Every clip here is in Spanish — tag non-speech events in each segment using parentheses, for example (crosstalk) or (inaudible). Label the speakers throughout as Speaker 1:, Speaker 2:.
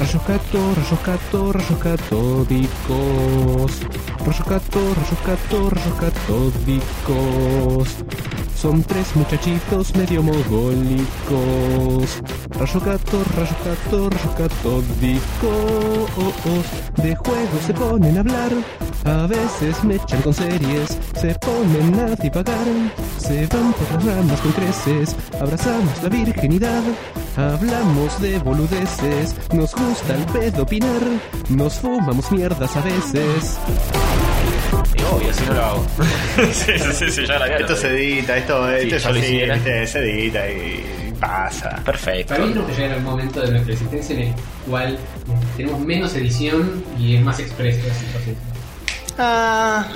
Speaker 1: Rayos gato, rayos gato, rayos catódicos. Rayos gato, rayos gato, rayos catódicos. Son tres muchachitos medio mogólicos. Rayos gato, rayos gato, rayos catódicos. De juegos se ponen a hablar. A veces me echan con series. Se ponen a divagar. Se van por las ramas con creces. Abrazamos la virginidad. Hablamos de boludeces, nos gusta el pedo opinar, nos fumamos mierdas a veces.
Speaker 2: Y obvio, así no lo hago.
Speaker 3: (laughs) sí, sí, sí, sí, ya la vi.
Speaker 2: Esto se edita, esto, esto es
Speaker 3: yo lo
Speaker 2: así,
Speaker 3: hiciera.
Speaker 2: ¿viste? se edita y pasa.
Speaker 3: Perfecto.
Speaker 4: Para mí tenemos que llegar a un momento de nuestra existencia en el cual tenemos menos edición y es más expreso la situación.
Speaker 2: Ah,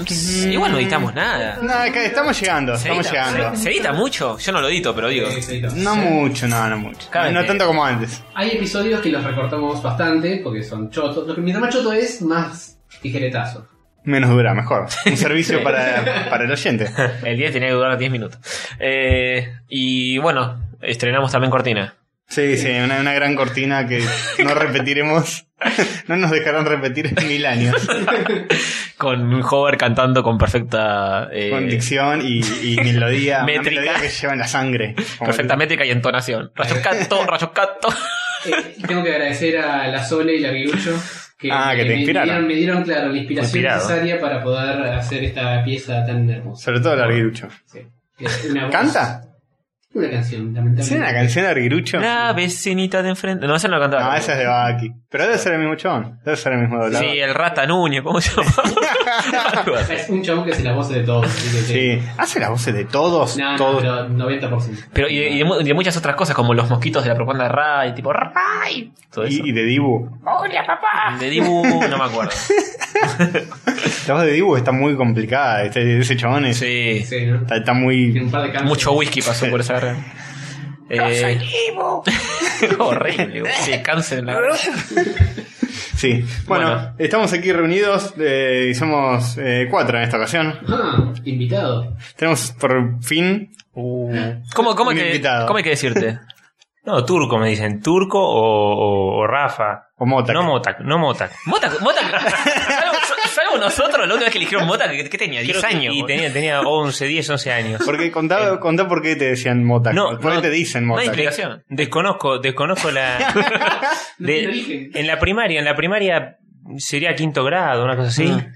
Speaker 3: Igual no editamos nada.
Speaker 2: no, acá estamos llegando,
Speaker 3: Se
Speaker 2: estamos
Speaker 3: edita-
Speaker 2: llegando.
Speaker 3: se- se edita mucho. Yo no lo edito, pero digo.
Speaker 4: Eh, Sedito.
Speaker 2: No mucho, no, no mucho.
Speaker 3: Cada vez
Speaker 2: no
Speaker 3: que-
Speaker 2: tanto como antes.
Speaker 4: Hay episodios que los recortamos bastante porque son chotos. Lo que mientras más choto es, más tijeretazo.
Speaker 2: Menos dura, mejor. Un servicio para, para el oyente.
Speaker 3: El 10 tenía que durar 10 minutos. Eh, y bueno, estrenamos también Cortina.
Speaker 2: Sí, sí, una, una gran cortina que no repetiremos. (laughs) No nos dejarán repetir en mil años.
Speaker 3: Con Hover cantando con perfecta. eh,
Speaker 2: Con dicción y, y melodía. una
Speaker 3: Métrica.
Speaker 2: melodía que lleva en la sangre. Como
Speaker 3: perfecta métrica y
Speaker 2: (laughs)
Speaker 3: entonación. Rayo canto, rayo canto.
Speaker 4: Eh, tengo que agradecer a la Sole y la Virucho que,
Speaker 2: Ah, que te
Speaker 4: me,
Speaker 2: inspiraron.
Speaker 4: dieron, me dieron, claro, la inspiración
Speaker 3: Inspirado.
Speaker 4: necesaria para poder hacer esta pieza tan hermosa.
Speaker 2: Sobre todo el arguirucho.
Speaker 4: Sí. Es una voz-
Speaker 2: ¿Canta?
Speaker 4: Una canción,
Speaker 2: ¿Es una
Speaker 4: lamentablemente.
Speaker 2: canción de arguirucho?
Speaker 3: La vecinita de enfrente. No, esa no la cantaba.
Speaker 2: No, esa es de Baki. Pero debe ser el mismo chabón. Debe ser el mismo doblador.
Speaker 3: Sí, el rata Núñez, ¿cómo se
Speaker 2: (laughs)
Speaker 3: llama?
Speaker 4: Es un chabón que hace las voces de todos. así que-
Speaker 2: Sí. Hace las voces de todos.
Speaker 4: No, no,
Speaker 2: todos.
Speaker 4: pero 90%.
Speaker 3: Pero y de, y de mu- de muchas otras cosas, como los mosquitos de la propaganda de Ray, tipo Ray. Todo eso.
Speaker 2: y, y de Dibu.
Speaker 3: De Dibu, no me
Speaker 5: (laughs)
Speaker 3: acuerdo.
Speaker 2: La voz de Dibu está muy complicada. Este, ese chabón es-
Speaker 3: Sí.
Speaker 4: Sí, ¿no?
Speaker 2: está, está
Speaker 4: Tiene un
Speaker 2: muy.
Speaker 4: par de canciones.
Speaker 3: Mucho whisky pasó por esa
Speaker 5: (laughs)
Speaker 3: guerra. Eh, (laughs) horrible, se cáncer en
Speaker 5: (laughs)
Speaker 3: la
Speaker 2: Sí. Bueno,
Speaker 3: Bueno.
Speaker 2: estamos aquí reunidos eh, y somos eh, cuatro en esta ocasión.
Speaker 4: (laughs) Ah, invitado.
Speaker 2: Tenemos por fin. uh,
Speaker 3: ¿Cómo, cómo,
Speaker 2: Un
Speaker 3: hay que,
Speaker 2: invitado.
Speaker 3: cómo hay que decirte?
Speaker 5: (laughs) No, turco me dicen. Turco o, o- o Rafa.
Speaker 2: O Mota.
Speaker 5: No Motac, no Motac.
Speaker 3: Mota, Mota, (laughs) salvo, salvo nosotros, la última vez que eligieron Mota, que, que tenía 10
Speaker 5: Creo que-
Speaker 3: años.
Speaker 5: Y
Speaker 3: boludo.
Speaker 5: tenía, tenía 11, 10, 11 años.
Speaker 2: Porque contá, contá por qué te decían Mota.
Speaker 5: No,
Speaker 2: por
Speaker 5: no,
Speaker 2: qué te dicen
Speaker 3: Eh. no hay
Speaker 2: Mota.
Speaker 3: explicación.
Speaker 5: Desconozco, desconozco la. de-
Speaker 4: No tiene origen.
Speaker 5: en la primaria, en la primaria sería quinto grado, una cosa así.
Speaker 3: Ah.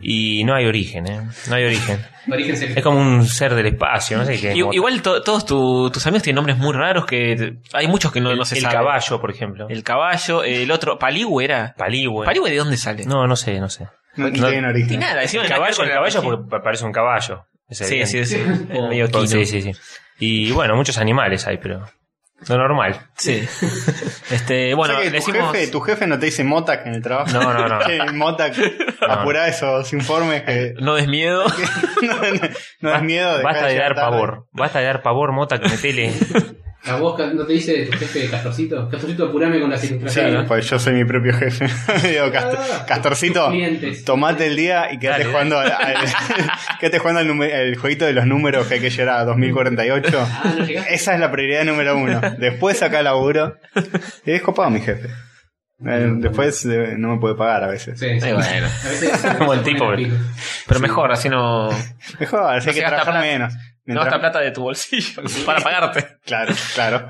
Speaker 5: Y no hay origen, ¿eh? No hay origen.
Speaker 4: Origen serio.
Speaker 5: Es como un ser del espacio, no sé qué. es
Speaker 3: I-
Speaker 5: Motac.
Speaker 3: igual to- todos tu- tus amigos tienen nombres muy raros que te- hay muchos que no, no se
Speaker 5: el
Speaker 3: saben.
Speaker 5: caballo, por ejemplo. El
Speaker 3: El caballo, el otro, Paligüe era.
Speaker 5: paligüe.
Speaker 3: Paligüe, ¿de dónde sale?
Speaker 5: No, no sé, no sé.
Speaker 2: No, no
Speaker 5: No-
Speaker 2: tienen origen.
Speaker 3: Ni nada, encima
Speaker 5: El
Speaker 3: en la
Speaker 5: caballo,
Speaker 3: calle
Speaker 5: el
Speaker 3: con
Speaker 5: caballo
Speaker 3: la-
Speaker 5: porque pa- parece un caballo. Es
Speaker 3: Sí,
Speaker 5: evidente.
Speaker 3: sí, sí.
Speaker 5: Es (laughs) medio
Speaker 3: Todo,
Speaker 5: quino. Sí, sí, sí. Y bueno, muchos animales hay, pero lo normal.
Speaker 3: Sí.
Speaker 5: (laughs)
Speaker 3: Este, bueno,
Speaker 2: o sea que
Speaker 3: le
Speaker 2: tu,
Speaker 3: decimos.
Speaker 2: jefe, tu jefe no te dice Motac en el trabajo.
Speaker 5: No, no,
Speaker 2: (laughs)
Speaker 5: no.
Speaker 2: Che, Motac, apurá esos informes que.
Speaker 3: No des miedo.
Speaker 2: (laughs) no, no, no es miedo de
Speaker 5: Basta de dar
Speaker 2: pavor.
Speaker 5: pavor. Basta de dar pavor, mota, que metele.
Speaker 3: (laughs)
Speaker 4: ¿A vos Ca- no te dice tu jefe Castorcito? Castorcito, apurame con las
Speaker 2: Sí,
Speaker 4: ilustraciones.
Speaker 2: pues yo soy mi propio jefe. (laughs) Digo, Castor-
Speaker 4: Ah,
Speaker 2: Castorcito,
Speaker 4: tus clientes.
Speaker 2: tomate el día y quédate
Speaker 5: Dale.
Speaker 2: jugando, al, (laughs) al- quédate jugando al nume- el jueguito de los números que hay que llegar a 2048.
Speaker 4: (laughs) Ah, no llegaste.
Speaker 2: Esa es la prioridad número uno. Después acá laburo. Y es copado mi jefe. Eh, Después eh, no me puede pagar a veces.
Speaker 4: Sí, sí.
Speaker 3: Eh, bueno.
Speaker 4: A veces-
Speaker 5: Buen
Speaker 4: se ponen
Speaker 5: tipo, pero-
Speaker 4: al pico.
Speaker 3: Pero mejor, así no.
Speaker 2: Mejor, así
Speaker 3: No
Speaker 2: hay
Speaker 3: se
Speaker 2: que
Speaker 3: gasta
Speaker 2: trabajar
Speaker 3: plata.
Speaker 2: menos.
Speaker 3: No
Speaker 2: Mientras-
Speaker 3: gasta plata de tu bolsillo para pagarte.
Speaker 2: Claro, claro.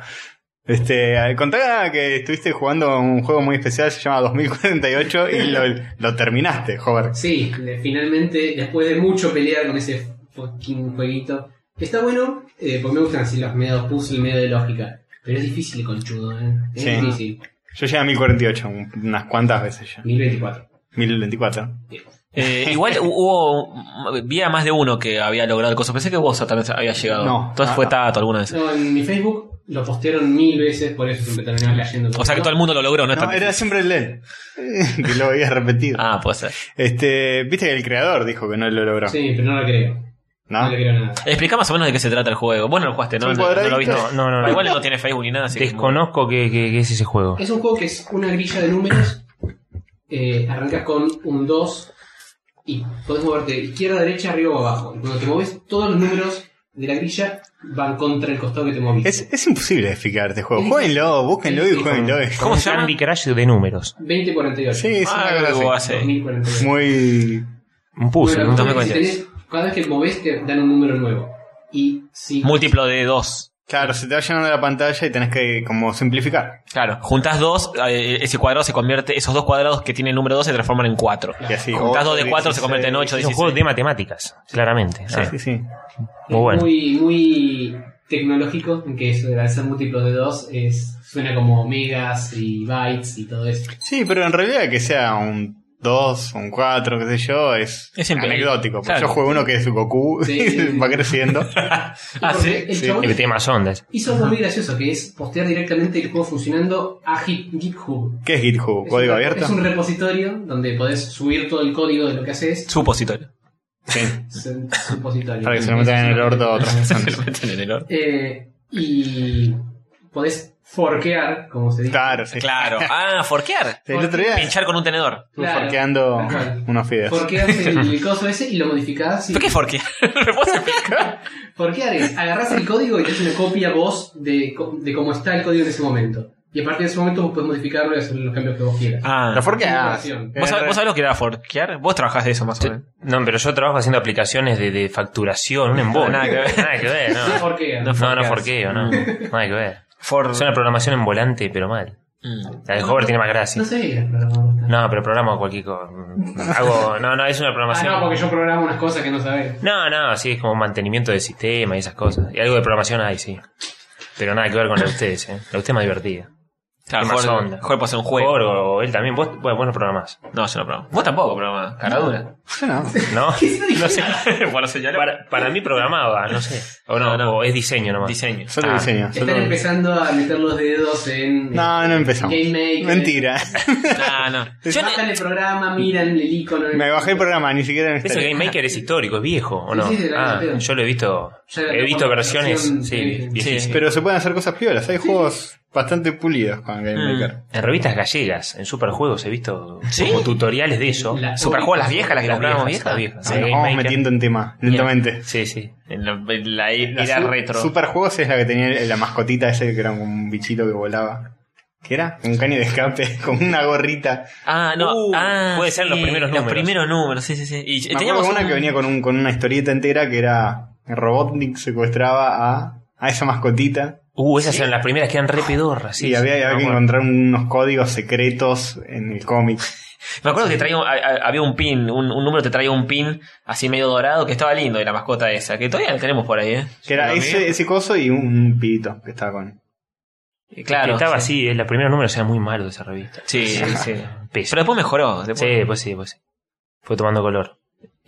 Speaker 2: Este, contá que estuviste jugando un juego muy especial, se llama 2048 y lo, lo terminaste, joven.
Speaker 4: Sí, le- finalmente, después de mucho pelear con ese fucking jueguito, que está bueno, eh, porque me gustan así los medios puzzle, medio de lógica. Pero es difícil, conchudo, ¿eh? Es
Speaker 2: Sí.
Speaker 4: difícil.
Speaker 2: Yo llegué a 1048 un- unas cuantas veces ya.
Speaker 4: 1024.
Speaker 2: 1024.
Speaker 4: Bien.
Speaker 3: Eh,
Speaker 2: (laughs)
Speaker 3: igual hu- hubo. Vi a más de uno que había logrado el coso. Pensé que vos también habías llegado.
Speaker 2: No.
Speaker 3: Entonces
Speaker 2: Ah,
Speaker 3: fue
Speaker 2: no.
Speaker 3: Tato alguna vez.
Speaker 4: No, en mi Facebook lo postearon mil veces, por eso siempre terminaba cayendo.
Speaker 3: O sea que todo el mundo lo logró, no, es
Speaker 2: No,
Speaker 3: tan
Speaker 2: era siempre el de él. (laughs) que lo había repetido.
Speaker 3: Ah, puede ser.
Speaker 2: Este, viste que el creador dijo que no lo logró.
Speaker 4: Sí, pero no lo creo. No,
Speaker 2: ¿No?
Speaker 4: le creo nada.
Speaker 3: Explica más o menos de qué se trata el juego. Vos no lo jugaste, ¿no?
Speaker 2: Son
Speaker 3: No, no lo viste.
Speaker 2: cuadraditos. (laughs)
Speaker 5: No, no, no, no.
Speaker 3: Igual no tiene Facebook ni nada, así que-
Speaker 5: Desconozco que, que- que es ese juego.
Speaker 4: Es un juego que es una grilla de números. Eh, arrancas con un 2 y podés moverte izquierda, derecha, arriba o abajo. Y Cuando te moves, todos los números de la grilla van contra el costado que te moviste.
Speaker 2: Es, es imposible explicar este juego. Jueguenlo, búsquenlo y jueguenlo.
Speaker 5: ¿Cómo se llama? Candy Crush de números.
Speaker 4: 2048.
Speaker 2: Sí, es una
Speaker 3: Algo
Speaker 2: cosa así.
Speaker 3: así.
Speaker 4: 2048.
Speaker 2: Muy.
Speaker 5: Un puzzle,
Speaker 4: Bueno,
Speaker 5: ¿no?
Speaker 3: me
Speaker 4: si
Speaker 3: cuentes.
Speaker 4: tenés- cada vez que moves te dan un número nuevo. Y si
Speaker 3: Múltiplo de dos.
Speaker 2: Claro, se te va llenando la pantalla y tenés que como simplificar.
Speaker 3: Claro. Juntas dos, eh, ese cuadrado se convierte, esos dos cuadrados que tiene el número dos se transforman en cuatro.
Speaker 2: Y así. eh,
Speaker 3: Juntas dos
Speaker 2: ocho,
Speaker 3: de cuatro se
Speaker 2: 16.
Speaker 3: convierte en ocho,
Speaker 5: Es un
Speaker 3: 16.
Speaker 5: juego de matemáticas, claramente.
Speaker 2: Sí,
Speaker 5: Ah,
Speaker 2: sí, sí.
Speaker 4: es
Speaker 5: muy bueno.
Speaker 4: muy, muy tecnológico, en que eso de hacer múltiplos de dos es, suena como megas y bytes y todo eso.
Speaker 2: Sí, pero en realidad que sea un 2, un 4, qué sé yo, es,
Speaker 3: Es simple.
Speaker 2: anecdótico. porque
Speaker 3: Claro.
Speaker 2: Yo juego uno que es Goku (laughs)
Speaker 4: Sí, sí, sí.
Speaker 2: y va creciendo.
Speaker 4: Y
Speaker 3: Ah,
Speaker 4: porque
Speaker 3: sí,
Speaker 4: el
Speaker 2: sí.
Speaker 4: chabón
Speaker 5: Y que tiene más ondas.
Speaker 4: hizo algo muy gracioso, que es postear directamente el juego funcionando a Git- GitHub.
Speaker 2: ¿Qué es GitHub?
Speaker 4: Es
Speaker 2: ¿Código
Speaker 4: un-
Speaker 2: abierto?
Speaker 4: Es un repositorio donde podés subir todo el código de lo que haces.
Speaker 3: Supositorio. (laughs)
Speaker 2: Sí,
Speaker 4: Es un repositorio.
Speaker 2: para que se lo metan en el orto a otras personas.
Speaker 4: (laughs) Eh, y podés forquear, como se dice.
Speaker 2: Claro, sí.
Speaker 3: Claro. Ah, forquear.
Speaker 2: Sí, El otro día
Speaker 3: Pinchar con un tenedor.
Speaker 2: estuve
Speaker 4: Claro.
Speaker 2: forqueando
Speaker 4: Ajá.
Speaker 2: unos fideos.
Speaker 4: Forqueas el,
Speaker 2: (laughs)
Speaker 4: el coso ese y lo modificás. y-
Speaker 3: ¿Pero qué es forquear? ¿Me puedes explicar?
Speaker 4: Forquear es, agarrás el código y te haces una copia vos de, co- de cómo está el código en ese momento. Y a partir de ese momento vos podés modificarlo y hacer los cambios que vos quieras.
Speaker 3: Ah.
Speaker 2: ¿Lo forqueás?
Speaker 4: Innovación.
Speaker 3: ¿Vos, sab-
Speaker 2: Eh,
Speaker 3: vos sabés lo que era forquear? Vos trabajás de eso más o menos.
Speaker 5: No, pero yo trabajo haciendo aplicaciones de, de facturación, un embole.
Speaker 3: nada que ver.
Speaker 5: Nada que ver,
Speaker 2: Ah.
Speaker 5: no.
Speaker 4: Forquear.
Speaker 3: (laughs) No, Mm.
Speaker 5: No, no
Speaker 3: forcas.
Speaker 5: forqueo, no. Nada que ver.
Speaker 3: For...
Speaker 5: Es una programación en volante, pero mal.
Speaker 3: Mm.
Speaker 5: La de Hover tiene más gracia.
Speaker 4: No sé, era programador.
Speaker 5: No, pero programo cualquier cosa. Hago. No, no, es una
Speaker 4: Ah,
Speaker 5: programación.
Speaker 4: no, porque yo programo unas cosas que no sabés.
Speaker 5: No, no, sí, es como mantenimiento de sistema y esas cosas. Y algo de programación hay, sí. Pero nada que ver con la de ustedes, ¿eh? La de ustedes es más divertida.
Speaker 3: Claro,
Speaker 5: Qué más
Speaker 3: Jorge-
Speaker 5: onda.
Speaker 3: Jorge puede hacer un juego.
Speaker 5: Jorge o él también. Vos, bueno, vos no programás,
Speaker 3: No, yo no programo. Vos tampoco programás. Caradura.
Speaker 2: Yo no.
Speaker 4: (laughs)
Speaker 5: ¿no?
Speaker 3: No sé. (laughs) Bueno, señalar.
Speaker 5: Para, para mí programaba, no sé. O no,
Speaker 3: No, no.
Speaker 5: o es diseño nomás.
Speaker 3: Diseño.
Speaker 2: Solo
Speaker 5: Ah.
Speaker 2: diseño. solo-
Speaker 4: Están empezando a meter los dedos en. eh,
Speaker 2: No, no empezamos.
Speaker 4: Game Maker.
Speaker 2: Mentira. (laughs)
Speaker 3: No, Ah, no. Yo no-
Speaker 4: Bajan el programa, miran el icono.
Speaker 2: Me bajé el programa, ni siquiera este. me
Speaker 5: Ese Game Maker es histórico, es viejo, ¿o
Speaker 4: Sí,
Speaker 5: no?
Speaker 4: sí, de la
Speaker 5: ah,
Speaker 4: generación.
Speaker 5: yo lo he visto.
Speaker 4: Ya la
Speaker 5: he visto
Speaker 4: tengo
Speaker 5: versiones.
Speaker 4: versión,
Speaker 5: Sí,
Speaker 4: sí.
Speaker 5: viejísimas.
Speaker 3: Sí.
Speaker 2: Pero se pueden hacer cosas piolas. Hay juegos bastante pulidos con Game
Speaker 3: Mm.
Speaker 2: Maker.
Speaker 5: En revistas gallegas, en superjuegos, he visto
Speaker 3: ¿Sí?
Speaker 5: como tutoriales de eso.
Speaker 4: La-
Speaker 3: Superjuegos, las viejas, las que
Speaker 5: Las
Speaker 3: compramos
Speaker 5: viejas,
Speaker 3: viejas.
Speaker 5: las viejas.
Speaker 2: Ah,
Speaker 5: Sí,
Speaker 2: nos
Speaker 5: Game
Speaker 2: vamos
Speaker 5: Maker.
Speaker 2: metiendo en tema, lentamente.
Speaker 5: Sí, sí.
Speaker 3: En la, en la
Speaker 2: La
Speaker 3: era
Speaker 2: su-
Speaker 3: retro.
Speaker 2: Superjuegos es la que tenía la mascotita ese que era un bichito que volaba. ¿Qué era? Un caño de escape (laughs) con una gorrita.
Speaker 3: Ah, no.
Speaker 5: Uh,
Speaker 3: ah,
Speaker 5: puede ser los
Speaker 3: sí,
Speaker 5: primeros números.
Speaker 3: Los primeros números, sí, sí, sí. Y
Speaker 2: Me acuerdo una
Speaker 3: un-
Speaker 2: que venía con, un- con una historieta entera que era Robotnik secuestraba a, a esa mascotita
Speaker 5: Uh, esas eran las primeras que eran re pedorras. Sí,
Speaker 2: y había,
Speaker 5: sí,
Speaker 2: había
Speaker 5: me
Speaker 2: que
Speaker 5: acuerdo.
Speaker 2: encontrar unos códigos secretos en el cómic.
Speaker 3: Me acuerdo que traía un- a- a- había un pin, un, un número te traía un pin así medio dorado que estaba lindo y la mascota esa, que todavía la tenemos por ahí, ¿eh?
Speaker 2: Que era
Speaker 3: Lo mío.
Speaker 2: ese, ese coso y un, un pibito que estaba con.
Speaker 3: Eh,
Speaker 5: Que
Speaker 3: Claro.
Speaker 5: estaba
Speaker 3: sí.
Speaker 5: así, eh, los primeros números eran muy malos de esa revista.
Speaker 3: Sí,
Speaker 2: (laughs)
Speaker 3: sí, sí.
Speaker 5: Peso.
Speaker 3: Pero después mejoró. después-
Speaker 5: Sí, pues sí, pues sí. Fue tomando color.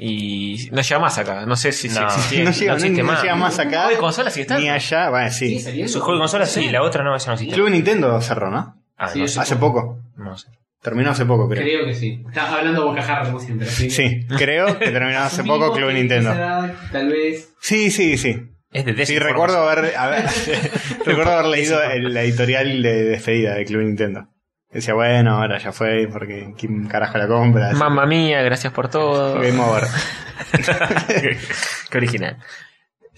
Speaker 3: Y no llega más acá. No sé si si
Speaker 5: No.
Speaker 3: existía.
Speaker 2: No llega,
Speaker 5: no existe
Speaker 2: no
Speaker 5: más.
Speaker 2: llega más acá
Speaker 3: Hoy consola sigue estando.
Speaker 2: ni allá. Bueno,
Speaker 4: ¿Sigue
Speaker 2: sí.
Speaker 4: saliendo?
Speaker 5: Su juego de consola sí, la otra no, esa no
Speaker 2: El
Speaker 5: existe.
Speaker 2: Club Nintendo cerró, ¿no?
Speaker 5: Ah,
Speaker 4: Sí,
Speaker 5: no,
Speaker 4: es-
Speaker 5: sé,
Speaker 2: Hace poco.
Speaker 5: no sé.
Speaker 2: Terminó hace poco, creo.
Speaker 4: Creo que sí. Está hablando bocajarra como siempre. así que-
Speaker 2: Sí, creo que terminó hace poco
Speaker 4: Supongo
Speaker 2: Club
Speaker 4: que
Speaker 2: Nintendo.
Speaker 4: quizá, Tal vez.
Speaker 2: Sí, sí, sí.
Speaker 5: Es de
Speaker 2: Sí,
Speaker 5: desinformación.
Speaker 2: recuerdo haber,
Speaker 3: (laughs)
Speaker 2: haber- (laughs) recuerdo haber leído el- la editorial de despedida de Club Nintendo. Decía, bueno, ahora ya fue, porque ¿quién carajo la compra?
Speaker 3: Mamma mía, gracias por todo.
Speaker 2: Game over.
Speaker 3: Qué original.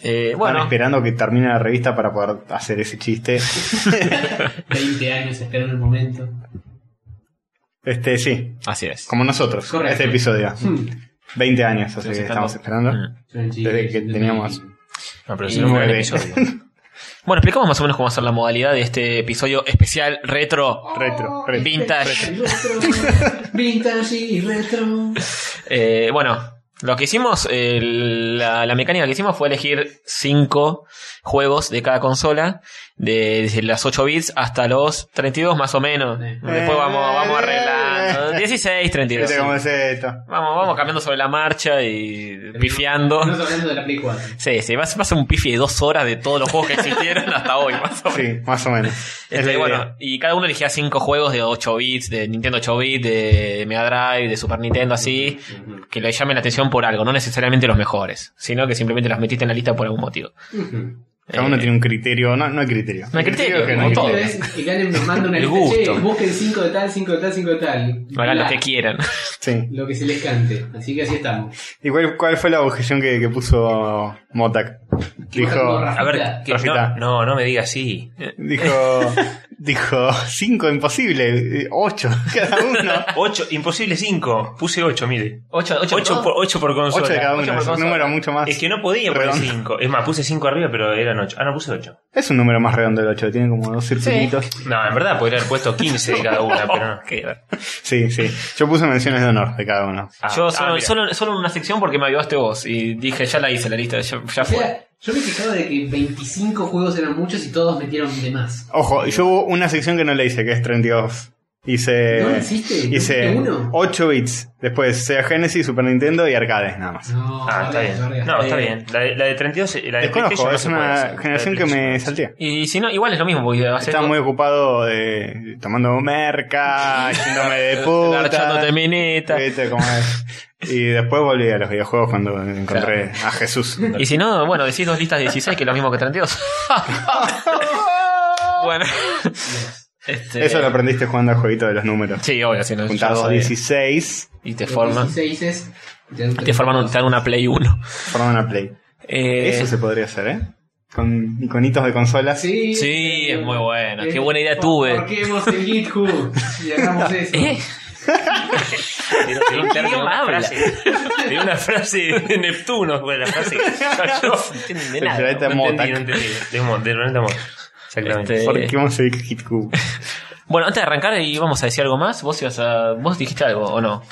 Speaker 3: Eh,
Speaker 2: Bueno.
Speaker 3: bueno,
Speaker 2: esperando que termine la revista para poder hacer ese chiste.
Speaker 4: 20 años esperan el momento.
Speaker 2: Este, sí,
Speaker 3: así es.
Speaker 2: como nosotros,
Speaker 4: Correcto.
Speaker 2: este episodio.
Speaker 3: Mm.
Speaker 4: (laughs) Hmm.
Speaker 2: 20 años, así
Speaker 3: Nos
Speaker 2: que
Speaker 3: están-
Speaker 2: estamos esperando.
Speaker 3: Mm.
Speaker 2: Desde que teníamos- (laughs)
Speaker 5: No, pero
Speaker 3: Y
Speaker 5: si no fue el
Speaker 2: nueve.
Speaker 5: episodio.
Speaker 3: Bueno, explicamos más o menos cómo va a ser la modalidad de este episodio especial retro.
Speaker 2: Retro, retro.
Speaker 3: Vintage.
Speaker 4: Retro. Vintage y retro.
Speaker 3: Eh, bueno, lo que hicimos, eh, la, la mecánica que hicimos fue elegir cinco juegos de cada consola, de, desde las 8 bits hasta los 32 más o menos.
Speaker 4: Sí.
Speaker 3: Después vamos, vamos
Speaker 2: Eh. (laughs)
Speaker 3: arreglando. 16, 32.
Speaker 2: Viste cómo es esto?
Speaker 3: Vamos, vamos cambiando sobre la marcha y pifiando.
Speaker 4: Estamos hablando de la Play 4.
Speaker 3: Sí, sí, va a, ser- va a ser un pifi de dos horas de todos los juegos que
Speaker 2: (laughs)
Speaker 3: existieron hasta hoy, más o menos.
Speaker 2: Sí, más o menos.
Speaker 3: Este,
Speaker 2: Es la idea.
Speaker 3: bueno, y cada uno elegía cinco juegos de 8 bits, de Nintendo 8 bits, de Mega Drive, de Super Nintendo, así, que le llamen la atención por algo, no necesariamente los mejores, sino que simplemente los metiste en la lista por algún motivo.
Speaker 4: Ujú.
Speaker 2: Cada
Speaker 3: eh,
Speaker 2: uno tiene un criterio. No, no hay criterio.
Speaker 3: No hay criterio,
Speaker 2: es que no
Speaker 4: Este
Speaker 3: como todo.
Speaker 2: hay criterio.
Speaker 4: Es que Ganem nos manda una
Speaker 5: El
Speaker 4: lista.
Speaker 5: gusto.
Speaker 4: Che, busquen 5 de tal, 5 de tal, 5 de tal.
Speaker 2: Mm.
Speaker 3: Hagan lo
Speaker 4: Mirá,
Speaker 3: que quieran.
Speaker 2: Sí.
Speaker 4: lo que se les cante. Así que así estamos.
Speaker 2: ¿Y cuál, cuál fue la objeción que, que puso Motak? Dijo.
Speaker 4: Motak?
Speaker 5: A ver, que-
Speaker 2: Rafita.
Speaker 5: no, no, no me digas así. (laughs)
Speaker 2: Dijo. Dijo. Cinco imposible. eh, Ocho (laughs) cada uno.
Speaker 5: 8, imposible 5. Puse 8, mire.
Speaker 3: 8, 8,
Speaker 5: 8 por, ocho por consola.
Speaker 2: Ocho de cada
Speaker 3: ocho
Speaker 2: uno.
Speaker 3: por
Speaker 2: Es un
Speaker 3: consola.
Speaker 2: número mucho más.
Speaker 5: Es que no podía poner
Speaker 2: Redondo.
Speaker 5: 5. Es más, puse 5 arriba, pero eran 8. Ah, no, puse 8.
Speaker 2: Es un número más redondo el ocho. Tiene como dos circulitos.
Speaker 5: No, en verdad podría haber puesto 15 de cada una, pero
Speaker 3: (laughs)
Speaker 5: no.
Speaker 2: Sí, sí. Yo puse menciones de honor de cada uno.
Speaker 5: Ah,
Speaker 3: Yo
Speaker 5: ah,
Speaker 3: solo,
Speaker 5: mira.
Speaker 3: solo, solo en una sección porque me ayudaste vos y dije, ya la hice la lista, ya, ya
Speaker 4: O
Speaker 3: fue.
Speaker 4: sea, yo me quejaba de que 25 juegos eran muchos y todos metieron de más.
Speaker 2: Ojo, yo hubo una sección que no le hice, que es 32. Hice.
Speaker 4: ¿No la hiciste?
Speaker 2: Hice
Speaker 4: ¿No hiciste uno?
Speaker 2: 8 bits. Después Sega Genesis, Super Nintendo y arcades, nada más.
Speaker 4: No,
Speaker 5: Ah, está
Speaker 4: bardeas,
Speaker 5: bien.
Speaker 4: bardeas.
Speaker 5: No,
Speaker 3: Eh,
Speaker 5: está bien. La de, la de 32, eh, la de
Speaker 2: Desconozco,
Speaker 5: PlayStation no
Speaker 2: es
Speaker 5: se puede hacer. La
Speaker 2: una
Speaker 5: de
Speaker 2: generación que me
Speaker 5: PlayStation.
Speaker 2: salté.
Speaker 3: Y si no, igual es lo mismo, porque hacer
Speaker 2: Estaba muy ocupado de,
Speaker 3: (laughs)
Speaker 2: tomando merca, yéndome de puta.
Speaker 3: Larchándote mineta.
Speaker 2: Viste cómo es. Y después volví a los videojuegos cuando encontré a Jesús.
Speaker 3: Y si no, bueno, decís dos listas de 16, que es lo mismo que 32. bueno. Este,
Speaker 2: Eso lo aprendiste jugando al jueguito de los números.
Speaker 3: Sí, obvio, si no. yo
Speaker 2: Juntado
Speaker 3: sabía.
Speaker 2: 16,
Speaker 3: Y te
Speaker 4: Los
Speaker 3: forman.
Speaker 4: 16 es-
Speaker 3: Te forman un- te dan una Play 1.
Speaker 2: forman una play.
Speaker 3: Eh,
Speaker 2: Eso se podría hacer, ¿eh? Con iconitos de consolas.
Speaker 4: Sí,
Speaker 3: Sí, es muy bueno. Qué buena idea
Speaker 4: ¿Por-
Speaker 3: tuve.
Speaker 4: ¿Por qué hemos
Speaker 3: (laughs)
Speaker 4: el GitHub? Y hagamos eso.
Speaker 3: ¿Eh?
Speaker 5: Te dio- te dio un
Speaker 3: ¿Qué (laughs)
Speaker 5: terno,
Speaker 3: idioma
Speaker 5: una
Speaker 3: habla?
Speaker 5: frase. Te dio una frase de Neptuno, fue
Speaker 3: (laughs)
Speaker 5: la frase. que cayó.
Speaker 3: entienden de
Speaker 2: El
Speaker 3: nada.
Speaker 2: planeta
Speaker 5: No
Speaker 2: Motak.
Speaker 5: entendí, no entendí. De Mon- del planeta Motak. Exactamente.
Speaker 3: Este-
Speaker 2: ¿Por qué vamos a ir
Speaker 3: (laughs)
Speaker 2: Hitcube?
Speaker 3: Bueno, antes de arrancar y vamos a decir algo más, vos ibas a. vos dijiste algo, ¿o no?